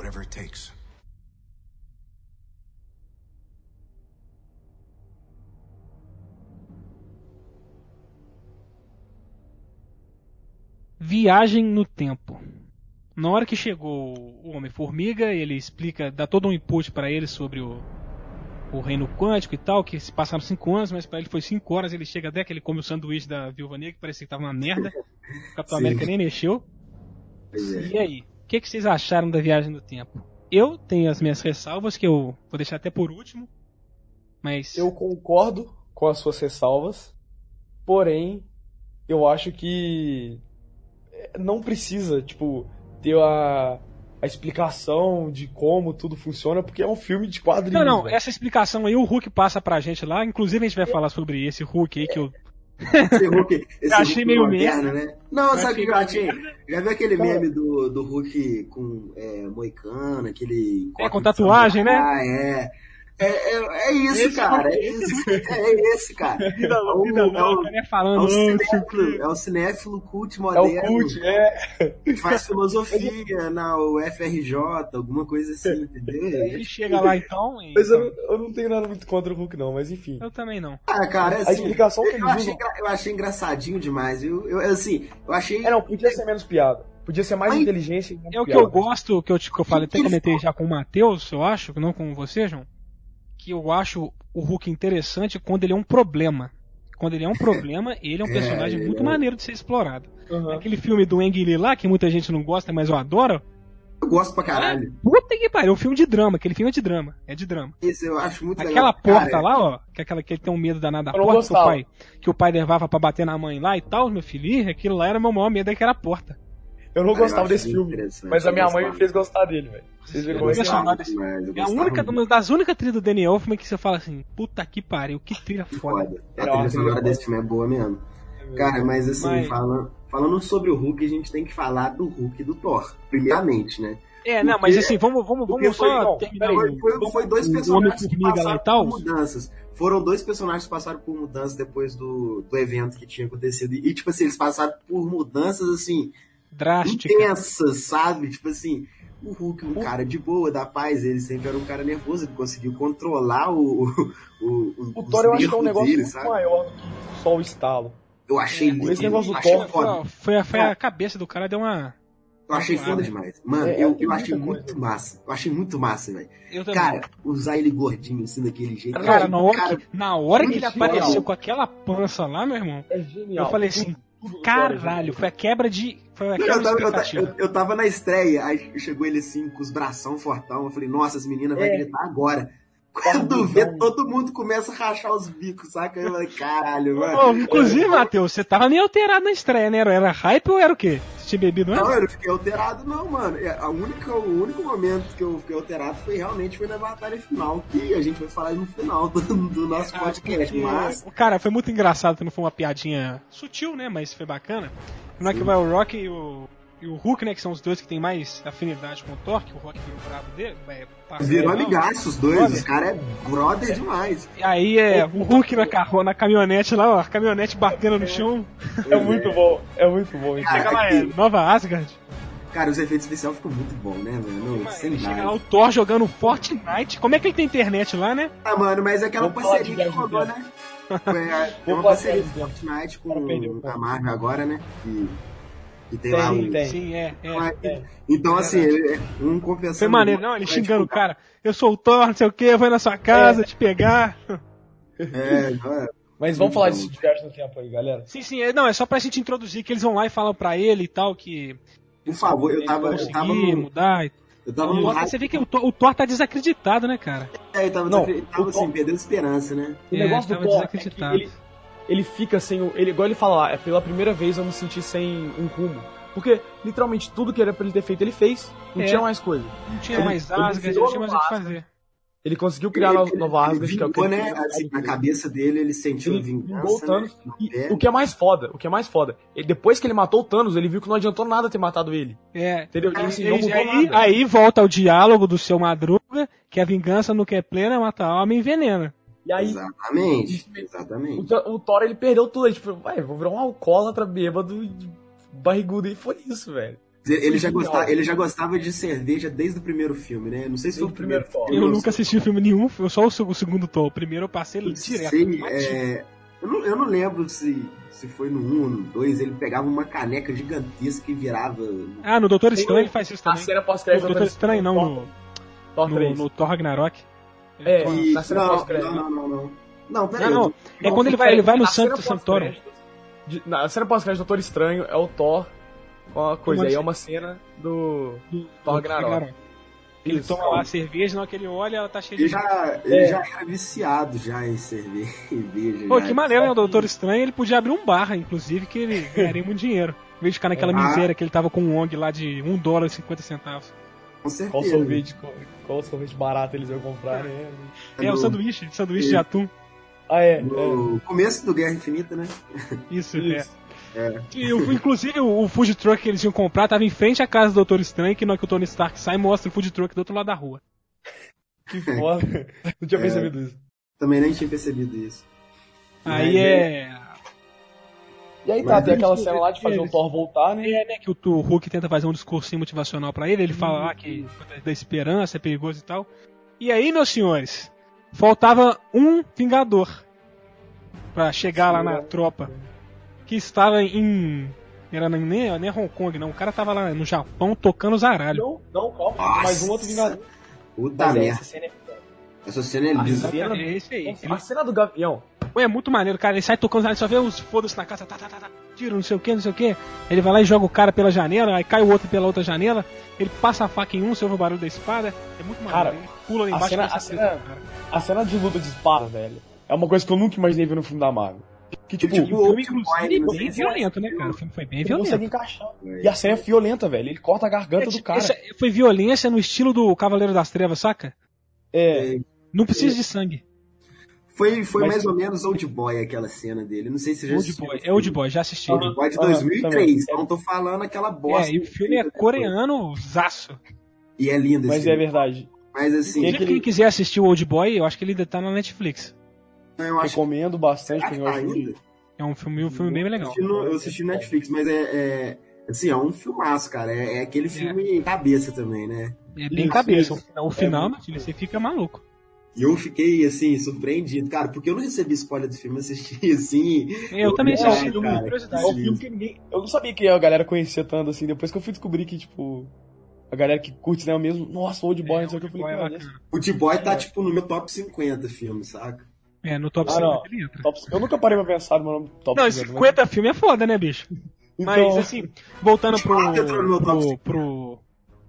Speaker 5: Whatever it takes.
Speaker 1: Viagem no tempo. Na hora que chegou o Homem-Formiga, ele explica, dá todo um input pra ele sobre o, o reino quântico e tal, que se passaram 5 anos, mas pra ele foi 5 horas, ele chega até que ele come o sanduíche da Viúva Negra, que parecia que tava uma merda. O Capitão
Speaker 2: Sim.
Speaker 1: América nem mexeu.
Speaker 2: pois é.
Speaker 1: [LAUGHS] E aí, o que, que vocês acharam da viagem no tempo? Eu tenho as minhas ressalvas, que eu vou deixar até por último, mas
Speaker 3: Eu concordo com as suas ressalvas, porém, eu acho que é, não precisa, tipo, ter a, a explicação de como tudo funciona, porque é um filme de quadrinhos.
Speaker 1: Não, não,
Speaker 3: velho.
Speaker 1: essa explicação aí o Hulk passa pra gente lá, inclusive a gente vai falar sobre esse Hulk aí que eu
Speaker 2: Esse Hulk, esse
Speaker 1: achei
Speaker 2: Hulk
Speaker 1: meio
Speaker 2: moderno, né? Não,
Speaker 1: Eu
Speaker 2: sabe o que eu
Speaker 1: achei
Speaker 2: achei? Já viu aquele
Speaker 3: Cara.
Speaker 2: meme do, do Hulk com é, moicana, aquele...
Speaker 1: É, com tatuagem, né?
Speaker 2: Ah, é. É, é, é isso,
Speaker 1: Esse
Speaker 2: cara. É isso. É esse, cara. É
Speaker 1: [LAUGHS]
Speaker 2: o,
Speaker 1: Vida
Speaker 2: é o,
Speaker 1: louca, né?
Speaker 2: é
Speaker 1: Falando. "Ah,
Speaker 2: o cinéfilo, é o cinéfilo cult
Speaker 3: É
Speaker 2: moderno.
Speaker 3: o cult, é.
Speaker 2: que
Speaker 1: [LAUGHS]
Speaker 2: Faz filosofia na UFRJ, alguma coisa assim, entendeu?
Speaker 1: Ele chega lá então e.
Speaker 3: Mas eu, não- eu não tenho nada muito contra o Hulk, não, mas enfim.
Speaker 1: Eu também não.
Speaker 2: Ah, cara, é
Speaker 3: A
Speaker 2: assim,
Speaker 3: explicação que eles
Speaker 2: Eu achei,
Speaker 3: usam.
Speaker 2: engra- eu achei engraçadinho demais, viu? Eu, eu, assim, eu achei.
Speaker 3: É, não, podia ser menos piada. Podia ser mais
Speaker 2: Mas-
Speaker 3: inteligência e menos
Speaker 1: um É o que
Speaker 3: piada.
Speaker 1: eu gosto, que eu, te- que eu falei, até comentei já com o Matheus, eu acho, não com você, João, que eu acho o Hulk interessante quando ele é um problema. Quando ele é um problema, ele é um
Speaker 2: É,
Speaker 1: personagem
Speaker 2: ele
Speaker 1: muito
Speaker 2: é um-
Speaker 1: maneiro de ser explorado.
Speaker 3: Aham.
Speaker 1: Aquele filme do Ang Lee lá, que muita gente não gosta, mas eu adoro.
Speaker 2: Eu gosto pra caralho.
Speaker 1: Puta que pariu, é um filme de drama, aquele filme é de drama, é de drama.
Speaker 2: Esse eu acho muito
Speaker 1: Aquela
Speaker 2: legal.
Speaker 1: porta
Speaker 2: Cara,
Speaker 1: lá, ó, que, aquela, que ele tem um medo danado da
Speaker 3: Eu não
Speaker 1: porta que o,
Speaker 3: gostava.
Speaker 1: pai, que o pai levava pra bater na mãe lá e tal, meu filho, ih, aquilo lá era o meu maior medo, é que era a porta.
Speaker 3: Eu não
Speaker 2: Cara, eu
Speaker 3: gostava
Speaker 2: acho
Speaker 3: desse
Speaker 2: muito
Speaker 3: filme,
Speaker 2: interessante,
Speaker 3: mas a
Speaker 2: eu
Speaker 3: minha mãe
Speaker 2: gostava.
Speaker 3: me fez gostar dele, velho. Vocês
Speaker 1: Eu
Speaker 3: viram
Speaker 2: Eu
Speaker 3: como é que
Speaker 1: gostava.
Speaker 3: é?
Speaker 2: gostava demais. Eu
Speaker 1: É a
Speaker 2: gostava
Speaker 1: única,
Speaker 2: muito.
Speaker 1: uma das únicas trilhas do Danny Elfman que você fala assim, puta que pariu, que trilha foda.
Speaker 2: Foda. A
Speaker 3: Era
Speaker 2: trilha
Speaker 3: uma
Speaker 2: sonora
Speaker 3: trilha
Speaker 2: desse filme é boa mesmo. Cara, mas assim,
Speaker 1: Mas-
Speaker 2: Falando, falando sobre o Hulk, a gente tem que falar do Hulk e do Thor, primeiramente, né?
Speaker 1: É, não, mas assim, vamos, vamos,
Speaker 2: Porque
Speaker 1: vamos só
Speaker 3: não,
Speaker 1: terminar.
Speaker 3: peraí,
Speaker 2: Foi, um, foi- foi dois
Speaker 1: é o
Speaker 2: personagens que
Speaker 1: Homem-Formiga lá
Speaker 2: passaram
Speaker 1: e tal?
Speaker 2: por mudanças. Foram dois personagens que passaram por mudanças depois do, do evento que tinha acontecido. E, tipo assim, eles passaram por mudanças, assim,
Speaker 1: Drástica.
Speaker 2: intensas, sabe? Tipo assim, o Hulk, um cara de boa, da paz, ele sempre era um cara nervoso, ele conseguiu controlar o. O, o,
Speaker 3: O
Speaker 2: os
Speaker 3: Thor eu acho que é um
Speaker 2: nervos
Speaker 3: negócio
Speaker 2: dele,
Speaker 3: muito
Speaker 2: sabe?
Speaker 3: maior do que só o estalo.
Speaker 2: Eu achei lindo.
Speaker 3: Esse negócio do
Speaker 2: eu achei
Speaker 3: Thor, é
Speaker 1: Foi,
Speaker 2: foda.
Speaker 1: a- foi a- foi a cabeça do cara, deu uma.
Speaker 2: Eu achei foda
Speaker 1: né?
Speaker 2: demais. Mano,
Speaker 3: É,
Speaker 2: eu,
Speaker 3: tem
Speaker 2: eu
Speaker 3: muita
Speaker 2: achei
Speaker 3: coisa.
Speaker 2: muito massa. Eu achei muito massa, velho.
Speaker 1: Eu também.
Speaker 2: Cara, usar ele gordinho assim daquele jeito.
Speaker 1: Cara, na hora,
Speaker 2: cara,
Speaker 1: que, na hora que ele
Speaker 2: muito
Speaker 1: apareceu
Speaker 2: legal.
Speaker 1: com aquela pança lá, meu irmão,
Speaker 3: É genial.
Speaker 1: eu falei assim,
Speaker 3: tudo do Thor,
Speaker 1: Caralho,
Speaker 3: gente.
Speaker 1: foi a quebra de. Foi a
Speaker 2: Não,
Speaker 1: quebra
Speaker 2: eu, tava,
Speaker 1: de
Speaker 2: eu ta-
Speaker 1: expectativa.
Speaker 2: eu- eu tava na estreia, aí chegou ele assim, com os bração fortão. Eu falei, nossa, as meninas
Speaker 1: É.
Speaker 2: vai gritar agora. Quando vê, todo mundo começa a rachar os bicos, saca? Eu falei, caralho,
Speaker 1: Ô,
Speaker 2: mano.
Speaker 1: inclusive, Matheus, você tava meio alterado na estreia, né? Era, era hype ou era o quê? Você tinha bebido
Speaker 2: Não,
Speaker 1: antes?
Speaker 2: eu não fiquei alterado, não, mano. É, A única, o único momento que eu fiquei alterado foi realmente foi na batalha final, que a gente vai falar no final do, do nosso
Speaker 1: Ah,
Speaker 2: podcast.
Speaker 1: porque-
Speaker 2: Mas,
Speaker 1: Cara, foi muito engraçado, que não foi uma piadinha sutil, né? Mas foi bacana. Não é que vai o Rock e o, e o Hulk, né? Que são os dois que tem mais afinidade com o Thor, que o Rock virou brabo dele. É, parceiro,
Speaker 2: virou
Speaker 1: não.
Speaker 2: amigaço os dois,
Speaker 1: Olha.
Speaker 2: os caras é brother demais.
Speaker 1: E aí é o Hulk na, carro, na caminhonete lá, ó, a caminhonete batendo no chão.
Speaker 3: É muito bom, é muito bom. gente.
Speaker 1: Chega lá, é
Speaker 2: Ah, aqui-
Speaker 1: Nova Asgard.
Speaker 2: Cara, os efeitos especiais ficam muito bons, né, mano? Não, Sem
Speaker 1: Chega
Speaker 2: nada.
Speaker 1: lá o Thor jogando Fortnite. Como é que ele tem internet lá, né?
Speaker 2: Ah, mano, mas é aquela
Speaker 3: Vamos falar de
Speaker 2: parceria que
Speaker 3: viagem
Speaker 2: rolou,
Speaker 3: no
Speaker 2: né?
Speaker 3: [LAUGHS]
Speaker 2: Foi a- é
Speaker 3: Vou
Speaker 2: uma
Speaker 3: falar
Speaker 2: parceria
Speaker 3: de
Speaker 2: do
Speaker 3: viagem
Speaker 2: Fortnite
Speaker 3: Cara, perdeu.
Speaker 2: com a Marvel agora, né? E, e tem,
Speaker 3: Tem,
Speaker 2: lá um...
Speaker 3: tem.
Speaker 1: Sim, é. é.
Speaker 2: Então, assim, ele, é um compensando...
Speaker 1: Foi maneiro, não, ele
Speaker 2: Mas,
Speaker 1: xingando o
Speaker 2: tipo,
Speaker 1: cara. Eu sou o Thor, não sei o que, eu vou na sua casa te pegar.
Speaker 2: É, não é-
Speaker 3: Mas vamos falar disso de viagem no tempo aí, galera.
Speaker 1: Sim, sim, é, não, é só pra gente introduzir que eles vão lá e falam pra ele e tal, que
Speaker 2: Por favor, eu tava, eu tava
Speaker 1: conseguir
Speaker 2: no.
Speaker 1: mudar. E...
Speaker 2: Eu tava
Speaker 1: O
Speaker 2: no
Speaker 1: Thor,
Speaker 2: hype, é,
Speaker 1: você vê que o Thor, o Thor tá desacreditado, né, cara?
Speaker 2: eu tava,
Speaker 3: Não,
Speaker 2: desacre- tava
Speaker 3: o
Speaker 2: assim,
Speaker 3: Thor-
Speaker 2: perdendo esperança, né?
Speaker 3: O
Speaker 1: É,
Speaker 3: negócio
Speaker 1: tava
Speaker 3: do Thor é que
Speaker 1: desacreditado.
Speaker 3: ele, ele fica sem o. Ele, igual ele fala lá, é pela primeira vez eu me senti sem um rumo. Porque, literalmente, tudo que era pra ele ter feito, ele fez. Não
Speaker 1: É.
Speaker 3: tinha mais coisa.
Speaker 1: Não tinha
Speaker 3: Ele-
Speaker 1: mais
Speaker 3: ele né?
Speaker 1: Asgard,
Speaker 3: virou
Speaker 1: não tinha mais o que
Speaker 3: Asgard.
Speaker 1: fazer.
Speaker 3: Ele conseguiu criar
Speaker 2: Ele-
Speaker 3: Nova- Nova
Speaker 2: Ele
Speaker 3: Asgard, que é o que
Speaker 2: vingou,
Speaker 3: ele
Speaker 2: né? Assim, na cabeça dele, ele sentiu
Speaker 3: Ele
Speaker 2: vingança.
Speaker 3: vingou o Thanos.
Speaker 2: né?
Speaker 3: E
Speaker 2: É.
Speaker 3: o que é mais foda, o que é mais foda. ele- depois que ele matou o Thanos, ele viu que não adiantou nada ter matado ele.
Speaker 1: É.
Speaker 3: Entendeu?
Speaker 1: Aí,
Speaker 3: Ele assim, se jogou
Speaker 1: aí, aí volta o diálogo do seu Madruga, que a vingança não quer plena, mata a alma e envenena.
Speaker 3: E aí
Speaker 2: Exatamente.
Speaker 3: o,
Speaker 2: Exatamente.
Speaker 3: Tha- o Thor ele perdeu tudo. Ele, tipo, vai, vou virar um alcoólatra bêbado e barrigudo. E foi isso, velho.
Speaker 2: Ele já, gostava, ele já gostava de cerveja desde o primeiro filme, né? Não sei se foi o primeiro
Speaker 3: Thor.
Speaker 2: Eu
Speaker 1: Eu
Speaker 2: não
Speaker 1: nunca assisti filme nenhum, eu só o seg- o segundo Thor. O primeiro eu passei
Speaker 2: Eu
Speaker 1: direto.
Speaker 2: sei,
Speaker 1: né? mas-
Speaker 2: é, eu, não, eu não lembro se, se foi no 1 ou no 2. Ele pegava uma caneca gigantesca e virava.
Speaker 1: Ah, no Doutor
Speaker 3: Tem
Speaker 1: Estranho
Speaker 3: o-
Speaker 1: ele faz isso
Speaker 3: A
Speaker 1: também.
Speaker 3: cena
Speaker 1: No
Speaker 3: pós-crédito.
Speaker 1: Doutor Tá Estranho não,
Speaker 3: é, Thor,
Speaker 1: no,
Speaker 3: Thor
Speaker 1: no,
Speaker 3: 3.
Speaker 1: no Thor Ragnarok.
Speaker 3: É,
Speaker 1: Thor-
Speaker 2: E,
Speaker 3: na cena
Speaker 2: não,
Speaker 3: pós-crédito.
Speaker 2: não, não, não, não. Não,
Speaker 1: Não,
Speaker 2: peraí.
Speaker 1: tá não. É quando ele vai, ele vai no Santo Santorum.
Speaker 3: De- Na cena pós-crédito do Doutor Estranho é o Thor com a coisa. Aí é uma cena do.
Speaker 1: do
Speaker 3: Thor
Speaker 1: do
Speaker 3: Ragnarok.
Speaker 1: Ele
Speaker 3: Isso.
Speaker 1: toma lá a cerveja, na hora que ele olha, ela tá cheia
Speaker 2: Ele
Speaker 1: de.
Speaker 2: já, ele
Speaker 3: É.
Speaker 2: já era viciado já em cerveja.
Speaker 1: Pô,
Speaker 2: já.
Speaker 1: que maneiro, né? O Doutor Estranho, ele podia abrir um bar, inclusive, que ele ganharia muito dinheiro. Em vez de ficar naquela
Speaker 2: Ah.
Speaker 1: miséria que ele tava com um ONG lá de 1 dólar e 50 centavos.
Speaker 2: Com certeza.
Speaker 3: Qual sorvete, qual, qual sorvete barato eles iam comprar, né?
Speaker 1: É, o
Speaker 2: No-
Speaker 1: sanduíche, sanduíche
Speaker 2: É.
Speaker 1: de atum.
Speaker 3: Ah, é. é.
Speaker 2: No começo do Guerra Infinita, né?
Speaker 1: Isso,
Speaker 3: Isso.
Speaker 1: é. E o- inclusive, o, o food truck que eles iam comprar tava em frente à casa do Doutor Estranho, que na hora que o Tony Stark sai, mostra o food truck do outro lado da rua.
Speaker 3: Que [LAUGHS] foda. Não tinha percebido isso.
Speaker 2: Também nem tinha percebido isso.
Speaker 1: Aí é.
Speaker 3: E aí tá,
Speaker 2: Mas
Speaker 3: tem aquela
Speaker 1: isso-
Speaker 3: cena lá de fazer o Thor voltar, né?
Speaker 1: É, né, que o, o Hulk tenta fazer um discursinho motivacional pra ele, ele fala lá que da esperança é perigoso e tal. E aí, meus senhores, faltava um Vingador pra chegar lá na tropa, que estava em... Era nem, nem nem Hong Kong, não. O cara tava lá no Japão tocando os aralhos.
Speaker 3: Não, não, calma.
Speaker 2: Nossa.
Speaker 3: Mais um outro Vingador.
Speaker 2: Puta
Speaker 3: Mas é,
Speaker 2: merda.
Speaker 3: essa cena é...
Speaker 2: Essa cena é
Speaker 3: Ah,
Speaker 2: linda.
Speaker 3: isso cena-
Speaker 1: É isso aí.
Speaker 3: Nossa,
Speaker 1: Ele
Speaker 3: A cena do Gavião.
Speaker 1: Pô, é muito maneiro, cara. Ele sai tocando os aralhos, só vê uns foda-se na casa, tá, tá, tá, tá, tiro, não sei o que, não sei o que. Ele vai lá e joga o cara pela janela, aí cai o outro pela outra janela. Ele passa a faca em um, você ouve o barulho da espada. É muito maneiro.
Speaker 3: Cara,
Speaker 1: ele pula lá
Speaker 3: a
Speaker 1: embaixo
Speaker 3: cena-
Speaker 1: pra
Speaker 3: a
Speaker 1: você-
Speaker 3: cena-
Speaker 1: cara.
Speaker 3: A cena de luta de espada, velho. É uma coisa que eu nunca imaginei ver no filme da Marvel. Que, tipo,
Speaker 1: E o um filme, inclusive, foi
Speaker 2: é
Speaker 1: bem violento, né, cara? O filme foi bem
Speaker 3: ele consegue
Speaker 1: violento. É
Speaker 3: encaixar. E a cena é violenta, velho. Ele corta a garganta do cara.
Speaker 1: Essa- foi violência no estilo do Cavaleiro das Trevas, saca?
Speaker 3: É,
Speaker 1: Não precisa de sangue.
Speaker 2: Foi, foi
Speaker 3: Mas-
Speaker 2: mais ou menos Old Boy aquela cena dele. Não sei se você já
Speaker 1: Old
Speaker 2: assistiu
Speaker 1: Boy.
Speaker 2: o
Speaker 1: É Old
Speaker 2: filme.
Speaker 1: Boy, já assisti.
Speaker 2: Old Boy de
Speaker 3: Aham,
Speaker 2: 2003.
Speaker 3: também.
Speaker 2: Não Então, tô falando aquela bosta.
Speaker 1: É, e o filme é coreano, zaço.
Speaker 2: E é lindo esse
Speaker 3: mas é
Speaker 2: filme.
Speaker 3: verdade.
Speaker 2: Mas assim,
Speaker 3: Tem
Speaker 1: Inclusive, quem
Speaker 3: aquele-
Speaker 1: quiser assistir o Old Boy, eu acho que ele ainda tá na Netflix.
Speaker 2: então, eu acho que
Speaker 3: Recomendo bastante
Speaker 2: Será
Speaker 3: pra
Speaker 2: que
Speaker 3: quem
Speaker 2: tá
Speaker 3: gosta de-
Speaker 2: ainda?
Speaker 1: É um filme, um filme bem legal.
Speaker 2: assisti no- eu assisti no Netflix, mas é, é- Assim, é um filmaço, cara. É, é aquele filme cabeça também, né?
Speaker 1: É bem
Speaker 3: Isso,
Speaker 1: cabeça.
Speaker 3: isso.
Speaker 1: O final, o final,
Speaker 3: É muito
Speaker 1: meu filho, você fica maluco.
Speaker 2: E eu fiquei, assim, surpreendido, cara, porque eu não recebi spoiler do filme, eu assisti, [LAUGHS] assim.
Speaker 1: Eu também
Speaker 3: É,
Speaker 1: assisti
Speaker 3: cara,
Speaker 1: do
Speaker 2: cara,
Speaker 3: É
Speaker 1: curiosidade.
Speaker 3: um filme que ninguém. Eu não sabia que a galera conhecia tanto assim. Depois que eu fui descobrir que, tipo, a galera que curte, né? O mesmo. Nossa, Old Boy, não sei o é que. Eu falei,
Speaker 1: É, Boy é
Speaker 3: cara,
Speaker 1: bacana.
Speaker 2: O T-Boy tá, tipo, no meu top 50 filme, saca?
Speaker 1: É, no top
Speaker 3: Ah,
Speaker 1: 50
Speaker 3: não.
Speaker 1: ele entra.
Speaker 3: Top- Eu nunca parei pra pensar no meu nome top.
Speaker 1: Não,
Speaker 3: 50, mas-
Speaker 1: 50 filme é foda, né, bicho? Mas
Speaker 3: Então,
Speaker 1: assim, voltando pro.
Speaker 2: Ah, entrou no meu top
Speaker 1: pro,
Speaker 2: 50.
Speaker 1: pro-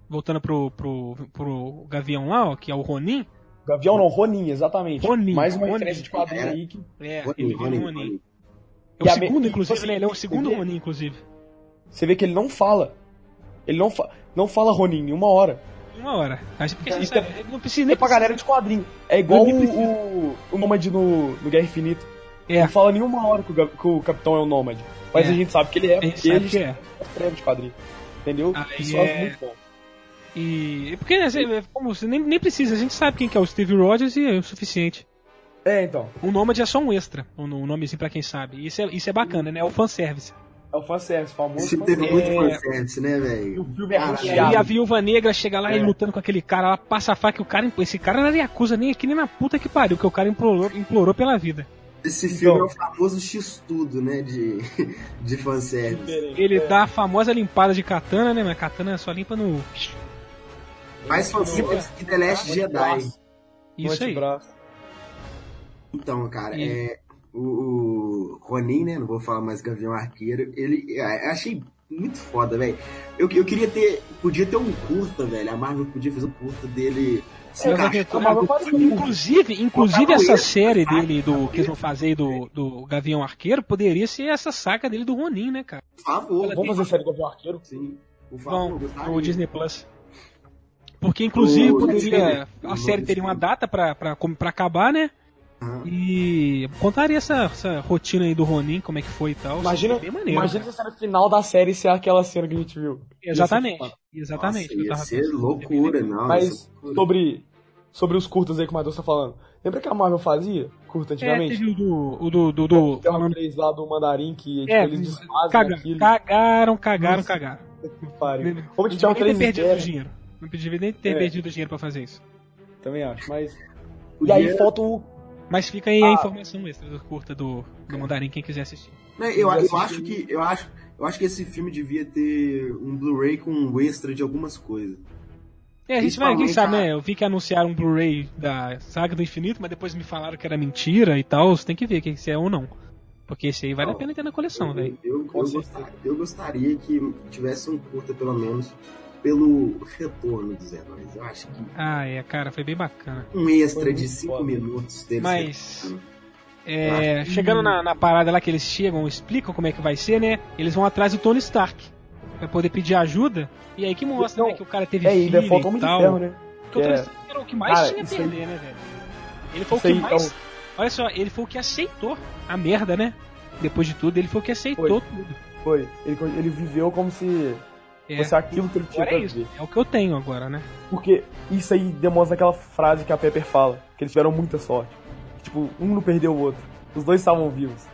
Speaker 1: voltando pro, pro, pro Gavião lá, ó, que é o Ronin.
Speaker 3: Gavião não, Ronin, exatamente.
Speaker 1: Ronin,
Speaker 3: Mais uma
Speaker 1: Ronin.
Speaker 3: referência de quadrinho
Speaker 2: Era.
Speaker 3: aí que
Speaker 1: É,
Speaker 2: Ronin,
Speaker 1: ele vira
Speaker 2: Ronin,
Speaker 1: o Ronin.
Speaker 2: Ronin.
Speaker 1: É
Speaker 3: E
Speaker 1: o
Speaker 3: a
Speaker 1: segundo,
Speaker 3: me-
Speaker 1: inclusive,
Speaker 3: você-
Speaker 1: né? Ele é o segundo
Speaker 3: entendeu?
Speaker 1: Ronin, inclusive.
Speaker 3: Você vê que ele não fala. Ele não, fa- não fala Ronin em uma hora.
Speaker 1: Uma hora. Acho que
Speaker 3: Isso
Speaker 1: isso é- não precisa
Speaker 3: É
Speaker 1: nem
Speaker 3: pra galera de quadrinho. É igual
Speaker 1: Ronin precisa.
Speaker 3: o, o, o Nômade no, no Guerra Infinita.
Speaker 1: É.
Speaker 3: Não fala nenhuma hora que o, Ga- que o Capitão é o Nômade. Mas
Speaker 1: É.
Speaker 3: a gente sabe que ele é,
Speaker 1: A gente
Speaker 3: porque
Speaker 1: sabe
Speaker 3: ele
Speaker 1: que é.
Speaker 3: escreve de quadrinho. Entendeu?
Speaker 1: Ah,
Speaker 3: Isso
Speaker 1: é.
Speaker 3: é muito bom.
Speaker 1: E. é Porque né, você- é como você nem, nem precisa, a gente sabe quem que é o Steve Rogers e é o suficiente.
Speaker 3: É, então.
Speaker 1: O Nômade é só um extra, o um nomezinho pra quem sabe. Isso é, isso é bacana, né? É o fanservice.
Speaker 3: É o fanservice, o famoso
Speaker 2: Esse filme teve
Speaker 3: fanservice.
Speaker 2: muito
Speaker 1: É.
Speaker 2: fanservice, né,
Speaker 3: E
Speaker 2: velho?
Speaker 3: o filme é
Speaker 2: Caralho.
Speaker 1: E aí a
Speaker 3: recheado.
Speaker 1: viúva negra chega lá e
Speaker 3: É.
Speaker 1: lutando com aquele cara, ela passa a faca e o cara. Esse cara não era acusa nem aqui nem na puta que pariu, que o cara implorou, implorou pela vida.
Speaker 2: Esse
Speaker 3: Então.
Speaker 2: filme é o famoso X-Tudo, né? De, [LAUGHS] de fanservice.
Speaker 1: Ele
Speaker 3: É.
Speaker 1: dá a famosa limpada de katana, né? Mas katana só limpa no.
Speaker 2: Mais
Speaker 1: Então,
Speaker 2: fanservice
Speaker 1: é
Speaker 2: que The Last Jedi.
Speaker 1: Isso aí.
Speaker 3: Antebraço.
Speaker 2: Então, cara,
Speaker 1: E-
Speaker 2: é, o, o Ronin, né? Não vou falar mais Gavião Arqueiro. Ele, é, eu achei muito foda, velho. Eu, eu queria ter. Podia ter um curta, velho. A Marvel podia fazer um curta dele. se
Speaker 1: É,
Speaker 2: encaixando
Speaker 1: Gavião,
Speaker 2: no
Speaker 3: Marvel faz
Speaker 2: filme.
Speaker 1: Inclusive, inclusive
Speaker 2: Botar no
Speaker 1: essa
Speaker 2: extra,
Speaker 1: série
Speaker 2: saca?
Speaker 1: dele do que eles vão fazer aí do, do Gavião Arqueiro poderia ser essa saca dele do Ronin, né, cara?
Speaker 2: Por favor,
Speaker 3: Vamos fazer série do Gavião Arqueiro?
Speaker 2: Sim. Por favor,
Speaker 1: Bom,
Speaker 2: gostaria.
Speaker 1: o Disney Plus. Porque inclusive
Speaker 2: O
Speaker 1: poderia
Speaker 2: Disney.
Speaker 1: a série teria uma data pra, pra, pra acabar, né?
Speaker 2: Aham.
Speaker 1: E contaria essa, essa rotina aí do Ronin, como é que foi e tal.
Speaker 3: Imagina,
Speaker 1: Seria bem maneiro,
Speaker 3: imagina
Speaker 1: cara.
Speaker 3: se a cena final da série ser aquela cena que a gente viu.
Speaker 1: Exatamente.
Speaker 2: Nossa,
Speaker 1: Exatamente. eu
Speaker 2: ia
Speaker 1: tava
Speaker 2: ser
Speaker 1: pensando.
Speaker 2: loucura,
Speaker 3: né?
Speaker 2: não. ia ser
Speaker 3: Mas
Speaker 2: loucura.
Speaker 3: sobre, sobre os curtas aí que o Matheus tá falando. Lembra que a Marvel fazia curta
Speaker 1: É,
Speaker 3: antigamente?
Speaker 1: teve o do. O do, do, do-
Speaker 3: Tem uma três lá do Mandarim que tipo,
Speaker 1: É,
Speaker 3: eles desfazem
Speaker 1: caga-
Speaker 3: aquilo.
Speaker 1: cagaram, cagaram,
Speaker 3: Nossa.
Speaker 1: cagaram.
Speaker 3: que pariu.
Speaker 1: Não
Speaker 3: Como que tinha
Speaker 1: devia ter
Speaker 3: três
Speaker 1: perdido o
Speaker 3: ideias,
Speaker 1: dinheiro. Não devia nem ter
Speaker 3: É.
Speaker 1: perdido o dinheiro pra fazer isso.
Speaker 3: Também acho, mas... E
Speaker 2: Podia-
Speaker 3: aí falta o...
Speaker 1: Mas fica aí a
Speaker 3: Ah.
Speaker 1: informação extra do curta do, do Mandarim, quem quiser assistir.
Speaker 2: Né, eu, eu
Speaker 3: Esse
Speaker 2: acho
Speaker 3: filme-
Speaker 2: que eu acho, eu acho que esse filme devia ter um Blu-ray com um extra de algumas coisas.
Speaker 1: É, a gente vai, quem
Speaker 2: Principalmente
Speaker 1: sabe,
Speaker 2: a-
Speaker 1: né? Eu vi que anunciaram um Blu-ray da Saga do Infinito, mas depois me falaram que era mentira e tal. Você tem que ver quem se é ou não. Porque esse aí vale a
Speaker 2: Não,
Speaker 1: pena ter na coleção,
Speaker 3: Hum.
Speaker 2: eu,
Speaker 1: velho.
Speaker 2: eu, eu,
Speaker 3: né? Com certeza.
Speaker 2: gostaria, eu gostaria que tivesse um curta, pelo menos, pelo retorno dos heróis. Eu acho que
Speaker 1: Ah, é, cara, foi bem bacana.
Speaker 2: um extra
Speaker 3: Foi
Speaker 2: de
Speaker 3: muito
Speaker 2: 5
Speaker 3: foda.
Speaker 2: minutos deles.
Speaker 1: Mas.
Speaker 2: né?
Speaker 1: é, chegando na, na parada lá que eles chegam, explicam como é que vai ser, né? Eles vão atrás do Tony Stark. Pra poder pedir ajuda. E aí que mostra,
Speaker 3: Não,
Speaker 1: né, que o cara teve
Speaker 3: É, ainda
Speaker 1: filho
Speaker 3: falta o Homem
Speaker 1: e
Speaker 3: de
Speaker 1: tal.
Speaker 3: Ferro, né?
Speaker 1: Porque o
Speaker 3: É.
Speaker 1: Tony Stark era o que mais
Speaker 3: Cara,
Speaker 1: tinha a
Speaker 3: isso é,
Speaker 1: perder, né, velho? Ele foi o
Speaker 3: Isso
Speaker 1: que
Speaker 3: aí é
Speaker 1: mais. Olha só, ele foi o que aceitou a merda, né? Depois de tudo, ele foi o que aceitou tudo.
Speaker 3: Foi. Ele, ele viveu como se
Speaker 1: É.
Speaker 3: fosse aquilo que Tá ele tinha
Speaker 1: Agora é
Speaker 3: pra
Speaker 1: isso.
Speaker 3: viver.
Speaker 1: É o que eu tenho agora, né?
Speaker 3: Porque isso aí demonstra aquela frase que a Pepper fala, que eles tiveram muita sorte. Tipo, um não perdeu o outro. Os dois estavam vivos.